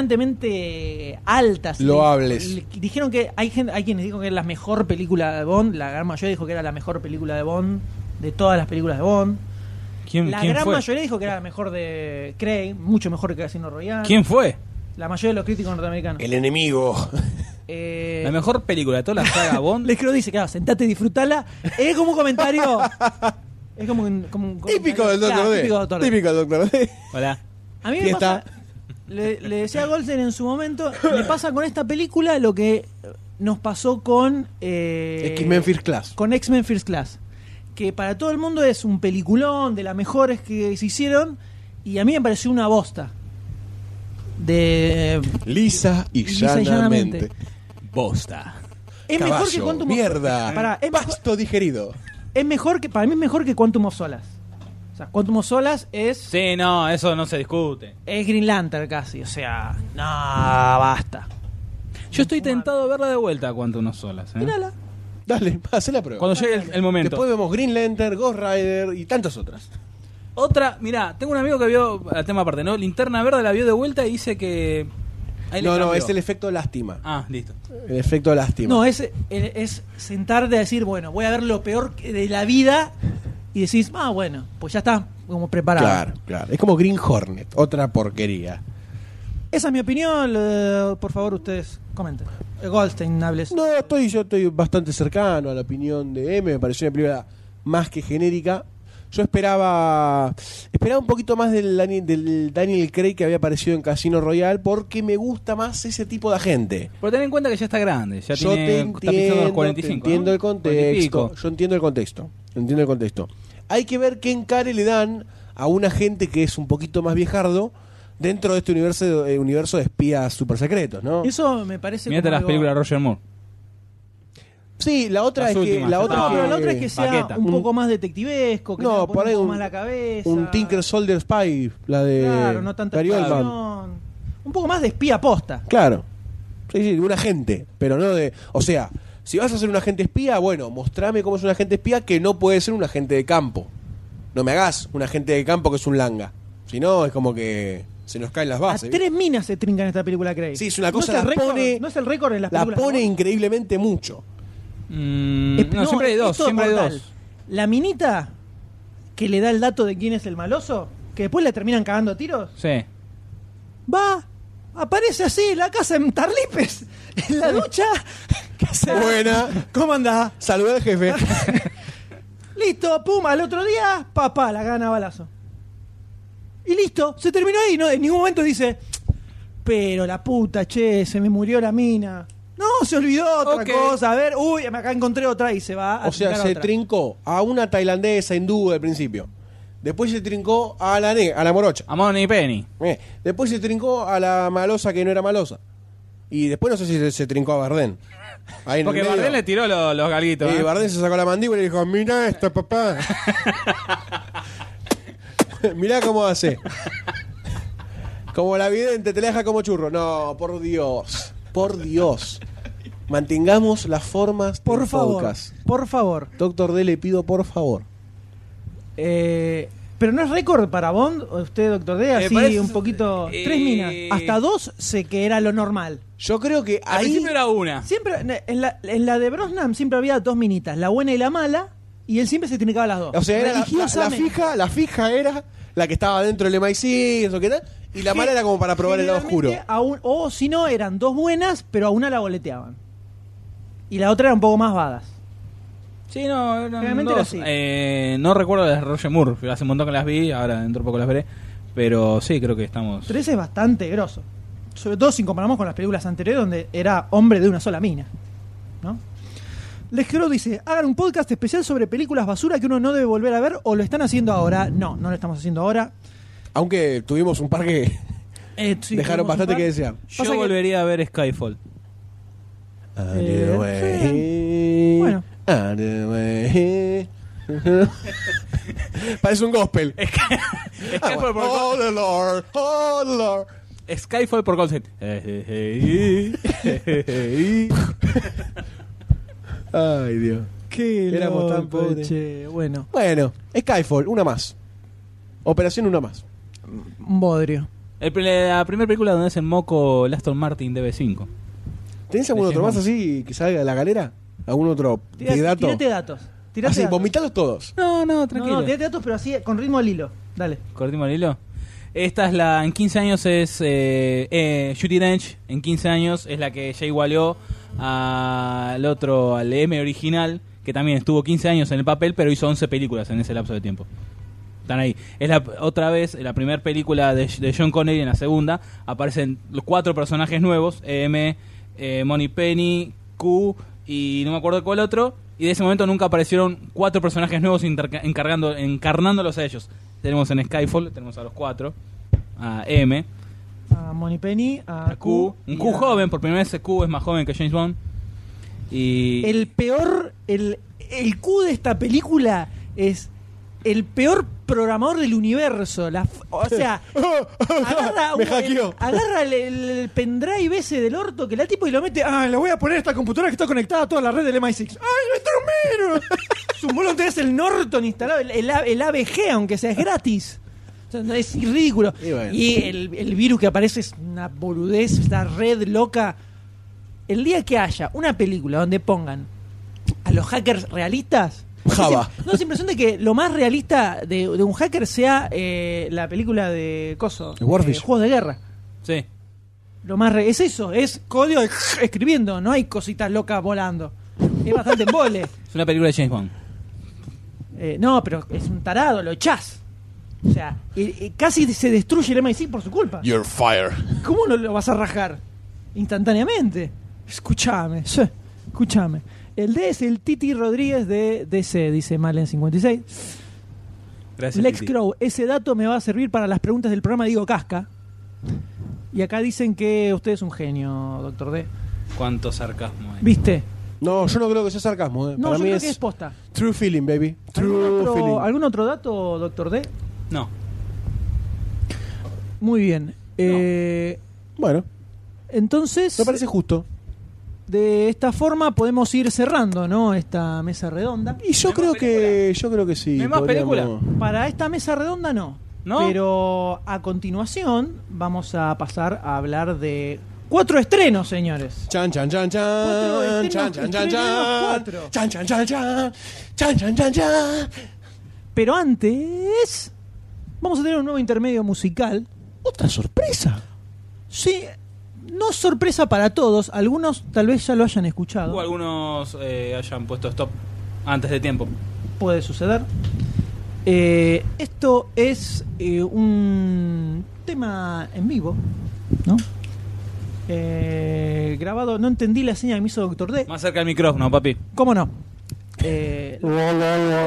[SPEAKER 4] impresionantemente altas.
[SPEAKER 3] Loables.
[SPEAKER 4] Le- le- Dijeron que hay, gente, hay quienes dijeron que era la mejor película de Bond. La gran mayoría dijo que era la mejor película de Bond de todas las películas de Bond.
[SPEAKER 9] ¿Quién,
[SPEAKER 4] la
[SPEAKER 9] quién
[SPEAKER 4] gran
[SPEAKER 9] fue?
[SPEAKER 4] mayoría dijo que era la mejor de Craig, mucho mejor que Casino Royale.
[SPEAKER 9] ¿Quién fue?
[SPEAKER 4] La mayoría de los críticos norteamericanos.
[SPEAKER 12] El enemigo.
[SPEAKER 4] Eh,
[SPEAKER 9] La mejor película de toda la saga Bond.
[SPEAKER 4] Les creo dice, claro, sentate y disfrutala. Es como un comentario. es como un, como un
[SPEAKER 3] Típico
[SPEAKER 4] comentario-
[SPEAKER 3] del Doctor
[SPEAKER 4] claro,
[SPEAKER 3] D.
[SPEAKER 4] Típico del Dr. D. Eh,
[SPEAKER 3] Típico del Doctor D.
[SPEAKER 9] Hola.
[SPEAKER 4] A mí me
[SPEAKER 3] Fiesta.
[SPEAKER 4] pasa- le, le decía a Goldstein en su momento, me pasa con esta película lo que nos pasó con eh,
[SPEAKER 3] X-Men First Class.
[SPEAKER 4] con X-Men First Class, que para todo el mundo es un peliculón de las mejores que se hicieron y a mí me pareció una bosta. De
[SPEAKER 3] Lisa y
[SPEAKER 4] Lisa y
[SPEAKER 3] llanamente.
[SPEAKER 4] llanamente.
[SPEAKER 9] Bosta.
[SPEAKER 4] es mejor que
[SPEAKER 3] Caballo,
[SPEAKER 4] Quantum of-
[SPEAKER 3] mierda,
[SPEAKER 4] Pará, es mejor-
[SPEAKER 3] pasto digerido.
[SPEAKER 4] es mejor que para mí es mejor que Quantum of Solas. O sea, Quantum of Solas es
[SPEAKER 9] Sí, no, eso no se discute.
[SPEAKER 4] es Green Lantern casi, o sea, no, basta.
[SPEAKER 9] Yo estoy tentado a verla de vuelta cuando unos solas. ¿eh?
[SPEAKER 4] Mírala.
[SPEAKER 3] Dale, haz la prueba.
[SPEAKER 9] Cuando llegue el, el momento.
[SPEAKER 3] Después vemos Green Lantern, Ghost Rider y tantas otras.
[SPEAKER 9] Otra, mirá, tengo un amigo que vio, a tema aparte, ¿no? Linterna Verde la vio de vuelta y dice que... ahí le
[SPEAKER 3] No, este no,
[SPEAKER 9] cambió.
[SPEAKER 3] es el efecto lástima.
[SPEAKER 9] Ah, listo.
[SPEAKER 3] El efecto lástima.
[SPEAKER 4] No, es, es sentarte a decir, bueno, voy a ver lo peor que- de la vida y decís, ah, bueno, pues ya está, como preparado.
[SPEAKER 3] Claro, claro. Es como Green Hornet, otra porquería.
[SPEAKER 4] Esa es mi opinión, eh, por favor ustedes comenten. Eh, Goldstein, hables.
[SPEAKER 3] No, estoy, yo estoy bastante cercano a la opinión de M, me pareció una película más que genérica. Yo esperaba esperaba un poquito más del, Dani- del Daniel Craig que había aparecido en Casino Royale porque me gusta más ese tipo de gente.
[SPEAKER 9] Pero ten en cuenta que ya está grande, ya
[SPEAKER 3] yo
[SPEAKER 9] tiene,
[SPEAKER 3] te
[SPEAKER 9] está pisando
[SPEAKER 3] entiendo,
[SPEAKER 9] los
[SPEAKER 3] te
[SPEAKER 9] 45.
[SPEAKER 3] entiendo
[SPEAKER 9] ¿no?
[SPEAKER 3] el
[SPEAKER 9] 40 y pico.
[SPEAKER 3] contexto. Yo entiendo el contexto. Entiendo el contexto. Hay que ver qué encare le dan a una gente que es un poquito más viejardo dentro de este universo, eh, universo de espías super secretos, ¿no?
[SPEAKER 4] Eso me parece...
[SPEAKER 9] Mirate
[SPEAKER 4] como
[SPEAKER 9] las
[SPEAKER 4] algo-
[SPEAKER 9] películas de Roger Moore.
[SPEAKER 3] Sí, la otra
[SPEAKER 9] Las
[SPEAKER 3] es que
[SPEAKER 9] últimas,
[SPEAKER 3] la
[SPEAKER 9] ya
[SPEAKER 3] otra
[SPEAKER 4] No,
[SPEAKER 9] está.
[SPEAKER 3] es que,
[SPEAKER 4] pero la otra es que sea
[SPEAKER 9] Paqueta.
[SPEAKER 4] un poco más detectivesco, que
[SPEAKER 3] No,
[SPEAKER 4] sea
[SPEAKER 3] por ahí
[SPEAKER 4] un poco
[SPEAKER 3] un-
[SPEAKER 4] más la cabeza.
[SPEAKER 3] un eh, Tinker Soldier Spy, la de
[SPEAKER 4] Claro, no tanta
[SPEAKER 3] Gary Oldman.
[SPEAKER 4] acción. Un poco más de espía posta.
[SPEAKER 3] Claro. Sí, sí, de un agente, pero no de, o sea, si vas a ser un agente espía, bueno, mostrame cómo es un agente espía que no puede ser un agente de campo. No me hagas un agente de campo que es un langa. Si no es como que se nos caen las
[SPEAKER 4] A
[SPEAKER 3] bases.
[SPEAKER 4] tres minas se trincan esta película, Craig.
[SPEAKER 3] Sí, es una
[SPEAKER 4] ¿No
[SPEAKER 3] cosa,
[SPEAKER 4] el
[SPEAKER 3] la
[SPEAKER 4] récord?
[SPEAKER 3] pone-
[SPEAKER 4] ¿No es el récord en las
[SPEAKER 3] La
[SPEAKER 4] películas de
[SPEAKER 3] pone
[SPEAKER 4] Bond?
[SPEAKER 3] increíblemente mucho.
[SPEAKER 9] Mm,
[SPEAKER 4] Es-
[SPEAKER 9] no, siempre hay dos,
[SPEAKER 4] esto es
[SPEAKER 9] siempre hay
[SPEAKER 4] mortal.
[SPEAKER 9] dos.
[SPEAKER 4] La minita que le da el dato de quién es el maloso, que después le terminan cagando a tiros,
[SPEAKER 9] Sí.
[SPEAKER 4] va, aparece así en la casa en Tarlipes, en la ducha. ¿Qué hace?
[SPEAKER 3] Buena.
[SPEAKER 4] ¿Cómo andás?
[SPEAKER 3] Saludar al jefe.
[SPEAKER 4] Listo, pum, al otro día, papá, la gana balazo. Y listo, se terminó ahí, ¿no? En ningún momento dice, pero la puta, che, se me murió la mina. No, se olvidó otra
[SPEAKER 9] Ok.
[SPEAKER 4] cosa. A ver, uy, acá encontré otra y se va a
[SPEAKER 3] O sea,
[SPEAKER 4] aplicar
[SPEAKER 3] se
[SPEAKER 4] otra.
[SPEAKER 3] trincó a una tailandesa hindú al principio. Después se trincó a la, ne- a la morocha.
[SPEAKER 9] Amon y Penny.
[SPEAKER 3] Eh, después se trincó a la malosa que no era malosa. Y después no sé si se, se trincó a Bardén. Ahí en
[SPEAKER 9] Porque
[SPEAKER 3] el medio.
[SPEAKER 9] Bardem le tiró lo- los galguitos.
[SPEAKER 3] Y
[SPEAKER 9] ¿eh?
[SPEAKER 3] Bardem se sacó la mandíbula y dijo, mirá esta papá. mirá cómo hace. Como la vidente, te la deja como churro. No, por Dios. Por Dios. Mantengamos las formas del
[SPEAKER 4] Por favor,
[SPEAKER 3] podcast.
[SPEAKER 4] por favor.
[SPEAKER 3] Doctor D, le pido por favor.
[SPEAKER 4] Eh, pero no es récord para Bond, usted, doctor D, así
[SPEAKER 9] parece-
[SPEAKER 4] un poquito.
[SPEAKER 9] eh,
[SPEAKER 4] tres minas. Hasta dos sé que era lo normal.
[SPEAKER 3] Yo creo que
[SPEAKER 9] Al
[SPEAKER 3] ahí...
[SPEAKER 9] principio era una.
[SPEAKER 4] Siempre, en la, en la de Brosnan siempre había dos minitas, la buena y la mala, y él siempre se trincaba las dos.
[SPEAKER 3] O sea, era la, la- la
[SPEAKER 4] Religiosamente.
[SPEAKER 3] fija, la fija era la que estaba dentro del MI6, eso que tal, y la mala era como para probar el lado oscuro.
[SPEAKER 4] Generalmente a un- o si no, eran dos buenas, pero a una la boleteaban. Y la otra era un poco más badas.
[SPEAKER 9] Sí, no, eran
[SPEAKER 4] Generalmente
[SPEAKER 9] dos.
[SPEAKER 4] era así.
[SPEAKER 9] Eh, no recuerdo las de Roger Moore. Hace un montón que las vi, ahora dentro un poco las veré. Pero sí, creo que estamos.
[SPEAKER 4] 3 es bastante grosso. Sobre todo si comparamos con las películas anteriores donde era hombre de una sola mina. ¿No? Les Crow dice, hagan un podcast especial sobre películas basura que uno no debe volver a ver o lo están haciendo ahora. No, no lo estamos haciendo ahora.
[SPEAKER 3] Aunque tuvimos un par que
[SPEAKER 4] Eh, sí,
[SPEAKER 3] dejaron
[SPEAKER 4] tuvimos
[SPEAKER 3] bastante
[SPEAKER 4] un par.
[SPEAKER 3] que desear.
[SPEAKER 9] Yo
[SPEAKER 4] Pasa que-
[SPEAKER 9] volvería a ver Skyfall.
[SPEAKER 3] "Ah,
[SPEAKER 4] Eh, sí. Bueno.
[SPEAKER 3] Anyway. Parece un gospel.
[SPEAKER 9] Skyfall por,
[SPEAKER 3] Oh, the Lord, oh, the Lord.
[SPEAKER 9] Skyfall por Goldstein. Eh,
[SPEAKER 3] Ay, Dios.
[SPEAKER 4] Qué
[SPEAKER 3] Éramos tan
[SPEAKER 4] loco,
[SPEAKER 3] pobres.
[SPEAKER 4] che. Bueno,
[SPEAKER 3] Bueno, Skyfall, una más. Operación una más.
[SPEAKER 4] un bodrio.
[SPEAKER 9] El pri- la primera película donde es el moco el Aston Martin DB5.
[SPEAKER 3] ¿Tenés algún otro
[SPEAKER 9] Dejemos.
[SPEAKER 3] más así que salga de la galera? ¿Algún otro
[SPEAKER 4] Tira-
[SPEAKER 3] dato?
[SPEAKER 4] Tirate datos. Tirate
[SPEAKER 3] Así,
[SPEAKER 4] datos.
[SPEAKER 3] vomitalos todos.
[SPEAKER 9] No, no,
[SPEAKER 4] No,
[SPEAKER 9] tranquilo.
[SPEAKER 4] no, tirate datos, pero así, con ritmo al hilo. Dale.
[SPEAKER 9] Cortemos el hilo. Esta es la, en 15 años es eh, eh, Judy Dench, en 15 años es la que ya igualó al otro, al M original, que también estuvo 15 años en el papel, pero hizo 11 películas en ese lapso de tiempo. Están ahí. Es la, otra vez la primera película de, de John Connery, en la segunda aparecen los cuatro personajes nuevos, E M, eh, Money Penny, Q y no me acuerdo cuál otro. Y de ese momento nunca aparecieron cuatro personajes nuevos interca- encargando, encarnándolos a ellos. Tenemos en Skyfall, tenemos a los cuatro, a E M,
[SPEAKER 4] A Moni Penny, a,
[SPEAKER 9] a Q, un
[SPEAKER 4] y
[SPEAKER 9] Q
[SPEAKER 4] a-
[SPEAKER 9] joven, por primera vez Q es más joven que James Bond. Y
[SPEAKER 4] El peor, el, el Q de esta película es el peor programador del universo. La f- o sea, agarra,
[SPEAKER 3] Me
[SPEAKER 4] un-
[SPEAKER 3] hackeó.
[SPEAKER 4] agarra el, el- el pendrive ese del orto que la tipo y lo mete. Ah, le voy a poner a esta computadora que está conectada a toda la red del MI6. ¡Ay, nuestro mero! Su molón tenés el Norton instalado, el, el A- el ABG, aunque sea es gratis. O sea, Es ridículo.
[SPEAKER 3] Y
[SPEAKER 4] Y,
[SPEAKER 3] bueno.
[SPEAKER 4] el, el virus que aparece es una boludez, esta red loca. El día que haya una película donde pongan a los hackers realistas.
[SPEAKER 3] Java.
[SPEAKER 4] No, es impresión de que lo más realista de, de un hacker sea eh, la película de Coso.
[SPEAKER 3] De Warfish.
[SPEAKER 4] eh, Juegos de guerra.
[SPEAKER 9] sí.
[SPEAKER 4] Lo más re- es eso, es código de escribiendo, no hay cositas locas volando. Es bastante embole.
[SPEAKER 9] es una película de James Bond.
[SPEAKER 4] Eh, no, pero es un tarado, lo echás. O sea, eh, eh, casi se destruye el MIC por su culpa.
[SPEAKER 12] You're fire.
[SPEAKER 4] ¿Cómo no lo vas a rajar? Instantáneamente. Escúchame, sí, escúchame. El D es el Titi Rodríguez de DC, dice Malen56.
[SPEAKER 9] Gracias.
[SPEAKER 4] Lex
[SPEAKER 9] Titi.
[SPEAKER 4] Crow, ese dato me va a servir para las preguntas del programa Digo Casca. Y acá dicen que usted es un genio, doctor D.
[SPEAKER 9] Cuánto sarcasmo. eh.
[SPEAKER 4] ¿Viste?
[SPEAKER 3] No, yo no creo que sea sarcasmo. eh.
[SPEAKER 4] No,
[SPEAKER 3] Para
[SPEAKER 4] yo
[SPEAKER 3] mí
[SPEAKER 4] creo
[SPEAKER 3] es,
[SPEAKER 4] que es posta.
[SPEAKER 3] true feeling, baby.
[SPEAKER 4] ¿Algún
[SPEAKER 3] True feeling.
[SPEAKER 4] otro, algún otro dato, doctor D?
[SPEAKER 9] No.
[SPEAKER 4] Muy bien. Eh,
[SPEAKER 3] Bueno,
[SPEAKER 4] entonces,
[SPEAKER 3] me parece justo.
[SPEAKER 4] de esta forma podemos ir cerrando, ¿no? Esta mesa redonda.
[SPEAKER 3] Y yo creo que yo creo que sí.
[SPEAKER 9] ¿No hay más
[SPEAKER 3] podríamos-
[SPEAKER 4] Para esta mesa redonda no.
[SPEAKER 9] ¿No?
[SPEAKER 4] Pero a continuación vamos a pasar a hablar de cuatro estrenos, señores.
[SPEAKER 3] Chan chan chan
[SPEAKER 4] Cuatro
[SPEAKER 3] chan.
[SPEAKER 4] estrenos,
[SPEAKER 3] Chan chan chan
[SPEAKER 4] estrenos
[SPEAKER 3] chan.
[SPEAKER 4] cuatro.
[SPEAKER 3] Chan chan chan chan. Chan chan chan chan.
[SPEAKER 4] Pero antes vamos a tener un nuevo intermedio musical.
[SPEAKER 3] Otra sorpresa.
[SPEAKER 4] Sí, no sorpresa para todos. Algunos tal vez ya lo hayan escuchado.
[SPEAKER 9] O algunos eh, hayan puesto stop antes de tiempo.
[SPEAKER 4] puede suceder. Eh, esto es eh, un tema en vivo, ¿no? Eh, grabado, no entendí la señal que me hizo Doctor D.
[SPEAKER 9] Más cerca del micrófono, papi.
[SPEAKER 4] ¿Cómo no? Eh,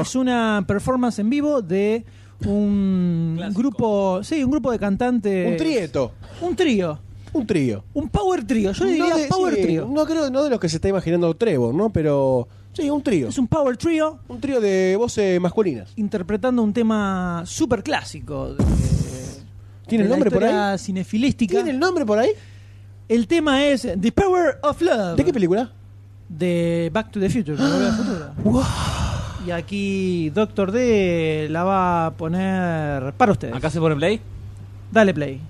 [SPEAKER 4] es una performance en vivo de un
[SPEAKER 9] Clásico.
[SPEAKER 4] grupo, sí, un grupo de cantantes.
[SPEAKER 3] Un trieto.
[SPEAKER 4] Un trío.
[SPEAKER 3] Un trío.
[SPEAKER 4] Un power trío. Yo le diría
[SPEAKER 3] de-
[SPEAKER 4] power
[SPEAKER 3] sí,
[SPEAKER 4] trío.
[SPEAKER 3] No creo, no de los que se está imaginando Trevor, ¿no? Pero sí, un trío.
[SPEAKER 4] Es un power trío
[SPEAKER 3] Un trío de voces masculinas.
[SPEAKER 4] interpretando un tema súper clásico.
[SPEAKER 3] ¿Tiene el nombre por ahí?
[SPEAKER 4] cinefilística.
[SPEAKER 3] ¿Tiene el nombre por ahí?
[SPEAKER 4] El tema es The Power of Love.
[SPEAKER 3] ¿De qué película?
[SPEAKER 4] De Back to the Future. de Volver al Futuro. Y aquí Doctor D la va a poner para ustedes.
[SPEAKER 9] Acá se pone play.
[SPEAKER 4] Dale play.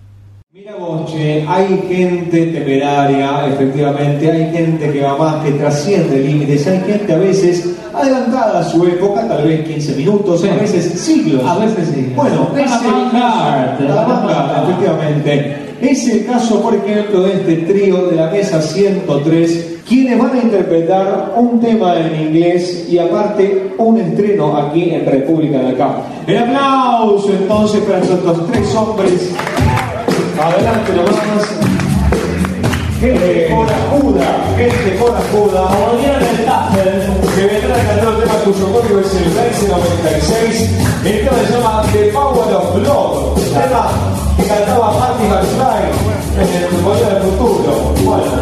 [SPEAKER 9] Mira vos, che, hay gente temeraria, efectivamente, hay gente que va más, que trasciende límites, hay gente a veces adelantada a su época, tal vez 15 minutos, a veces siglos.
[SPEAKER 4] A veces siglos.
[SPEAKER 9] Bueno,
[SPEAKER 4] La
[SPEAKER 9] es el
[SPEAKER 4] vanguardia,
[SPEAKER 9] caso-
[SPEAKER 4] la
[SPEAKER 9] la vanguardia,
[SPEAKER 4] vanguardia.
[SPEAKER 9] efectivamente. Es el caso, por ejemplo, de este trío de la mesa 103, quienes van a interpretar un tema en inglés y aparte un estreno aquí en República de Acá. El aplauso entonces para estos tres hombres. Adelante nomás. Gente corajuda, gente corajuda. Que vendrá cantando el tema cuyo código es el 1396. El tema se llama The Power of Love. El tema que cantaba Marty McFly en el Volver del Futuro. Bueno.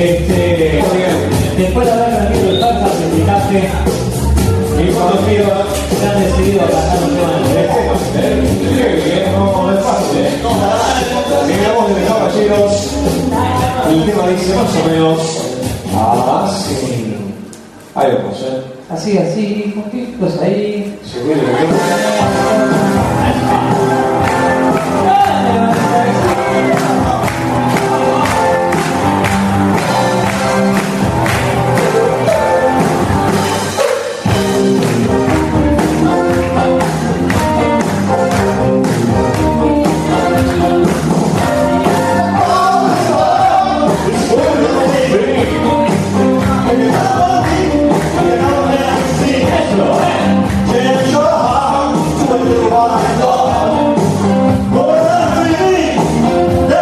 [SPEAKER 9] Este. Después de haber perdido el Pacta, se quitaste. Y cuando pido, se han decidido a cantar un tema de Qué bien, no, no es fácil. ¿eh? Mira la voz de caballeros. El tema dice más o menos. Ah, sí. Ahí vamos, ¿eh?
[SPEAKER 4] Así, así, juntitos ahí.
[SPEAKER 9] Se huele el tema.
[SPEAKER 13] Change your heart to a new one, Lord. Whatever you need.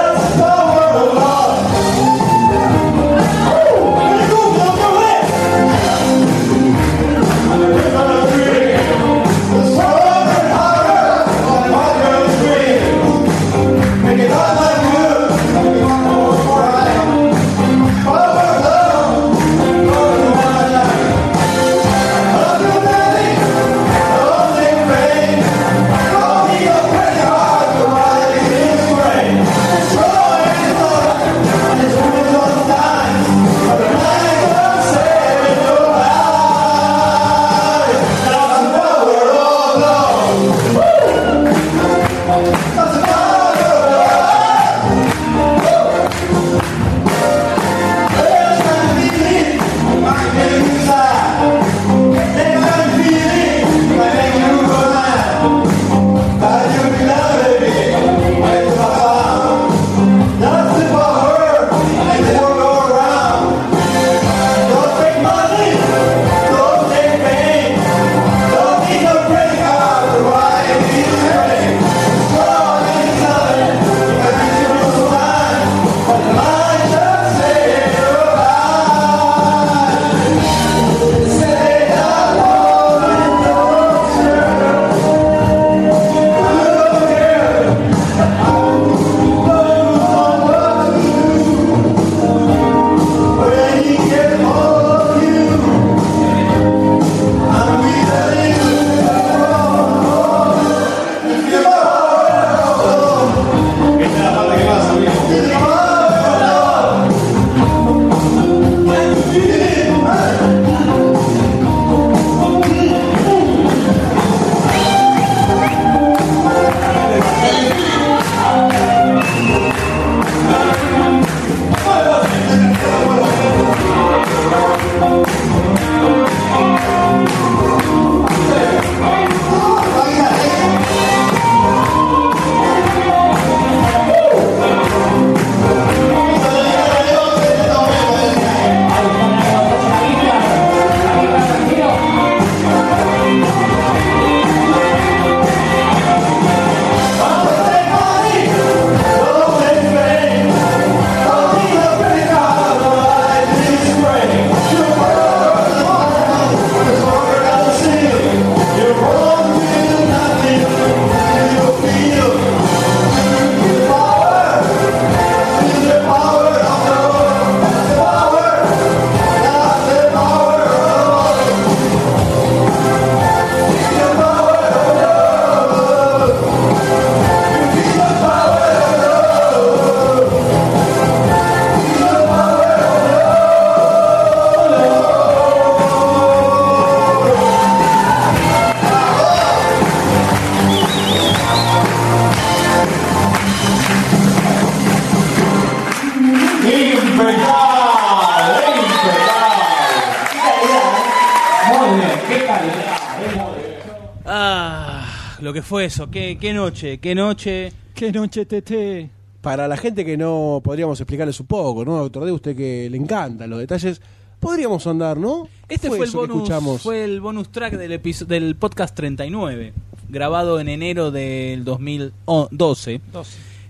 [SPEAKER 9] Ah, lo que fue eso. Qué, qué noche, qué noche.
[SPEAKER 4] Qué noche, Tete.
[SPEAKER 3] Para la gente que no podríamos explicarles un poco, ¿no, doctor D? Usted que le encantan los detalles, podríamos andar, ¿no? ¿Qué
[SPEAKER 9] Este fue, el
[SPEAKER 3] eso que
[SPEAKER 9] bonus,
[SPEAKER 3] escuchamos?
[SPEAKER 9] fue el bonus track del, episo- del podcast 39, grabado en enero del 2012,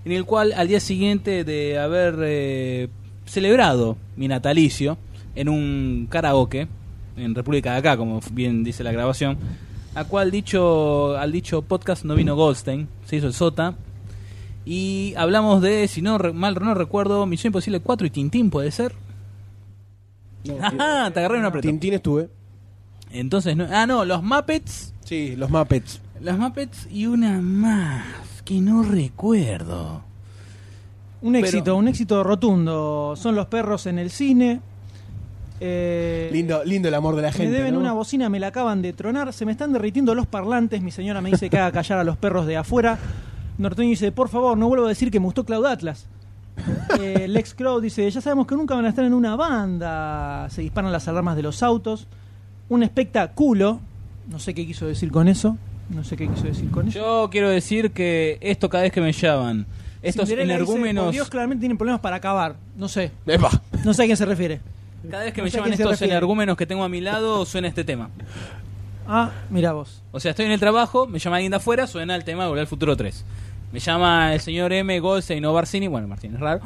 [SPEAKER 9] en el cual al día siguiente de haber eh, celebrado mi natalicio en un karaoke, en República de Acá, como bien dice la grabación, a cual dicho, al dicho podcast no vino Goldstein, se hizo el sota, y hablamos de, si no re- mal no recuerdo, Misión Imposible 4 y Tintín, ¿puede ser? Ajá, te agarré una apretón.
[SPEAKER 3] Tintín estuve.
[SPEAKER 9] Entonces, no, ah, no, los Muppets.
[SPEAKER 3] Sí, los Muppets.
[SPEAKER 9] Los Muppets y una más que no recuerdo.
[SPEAKER 4] Un
[SPEAKER 9] Pero-
[SPEAKER 4] éxito, un éxito rotundo. Son los perros en el cine. Eh,
[SPEAKER 3] Lindo, lindo el amor de la
[SPEAKER 4] me
[SPEAKER 3] gente.
[SPEAKER 4] deben
[SPEAKER 3] ¿no?
[SPEAKER 4] una bocina, me la acaban de tronar. Se me están derritiendo los parlantes. Mi señora me dice que haga callar a los perros de afuera. Norteño dice, por favor, no vuelvo a decir que me gustó Cloud Atlas. Eh, Lex Crow dice, ya sabemos que nunca van a estar en una banda. Se disparan las alarmas de los autos. Un espectáculo. No sé qué quiso decir con eso. No sé qué quiso decir con eso.
[SPEAKER 9] Yo quiero decir que esto cada vez que me llaman, estos
[SPEAKER 4] Cinderella dice, "Por
[SPEAKER 9] energúmenos,
[SPEAKER 4] Dios claramente tienen problemas para acabar. No sé.
[SPEAKER 3] Epa.
[SPEAKER 4] No sé a quién se refiere.
[SPEAKER 9] cada vez que
[SPEAKER 4] no
[SPEAKER 9] me
[SPEAKER 4] sé a
[SPEAKER 9] llaman
[SPEAKER 4] quién se
[SPEAKER 9] estos
[SPEAKER 4] refiere.
[SPEAKER 9] energúmenos que tengo a mi lado, suena este tema.
[SPEAKER 4] Ah, mira vos.
[SPEAKER 9] O sea, estoy en el trabajo, me llama alguien de afuera, suena el tema de Volver al Futuro 3. Me llama el señor M. Goldstein o Barcini, bueno, Martín es raro,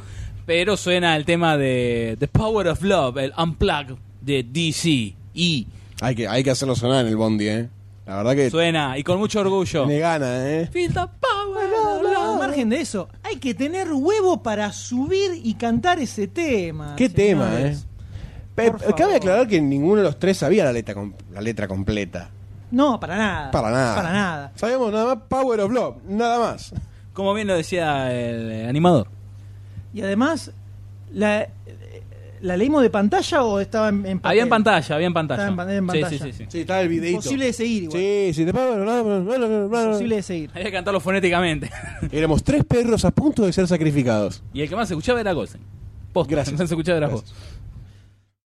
[SPEAKER 9] pero suena el tema de The Power of Love, el Unplugged de E. DC. Y
[SPEAKER 12] Hay que, hay que hacerlo sonar en el Bondi, ¿eh? La verdad que
[SPEAKER 9] suena, y con mucho orgullo.
[SPEAKER 12] me gana, ¿eh?
[SPEAKER 9] Feel the power of
[SPEAKER 4] Al
[SPEAKER 9] love.
[SPEAKER 4] margen de eso, hay que tener huevo para subir y cantar ese tema.
[SPEAKER 3] Qué tema, ¿eh?
[SPEAKER 4] señores.
[SPEAKER 3] Pe-
[SPEAKER 4] Por favor.
[SPEAKER 3] cabe aclarar que ninguno de los tres sabía la letra, com- la letra completa.
[SPEAKER 4] No, para nada.
[SPEAKER 3] Para nada.
[SPEAKER 4] Ah, Para nada.
[SPEAKER 3] Sabemos nada más Power of Love, nada más.
[SPEAKER 9] Como bien lo decía el eh, animador.
[SPEAKER 4] Y además, ¿la, eh, la leímos de pantalla o estaba en, en papel?
[SPEAKER 9] Había en pantalla, había en pantalla.
[SPEAKER 4] Estaba en pan- en
[SPEAKER 9] Sí,
[SPEAKER 4] pantalla.
[SPEAKER 9] Sí, sí, sí.
[SPEAKER 3] Sí, está el videito.
[SPEAKER 4] Imposible de seguir, igual.
[SPEAKER 3] Sí, sí, de Power of Love.
[SPEAKER 4] Imposible de seguir.
[SPEAKER 9] Había que cantarlo fonéticamente.
[SPEAKER 3] Éramos tres perros a punto de ser sacrificados.
[SPEAKER 9] Y el que más se escuchaba era Goldstein. Posta,
[SPEAKER 3] Gracias.
[SPEAKER 9] el que Más se escuchaba era vos.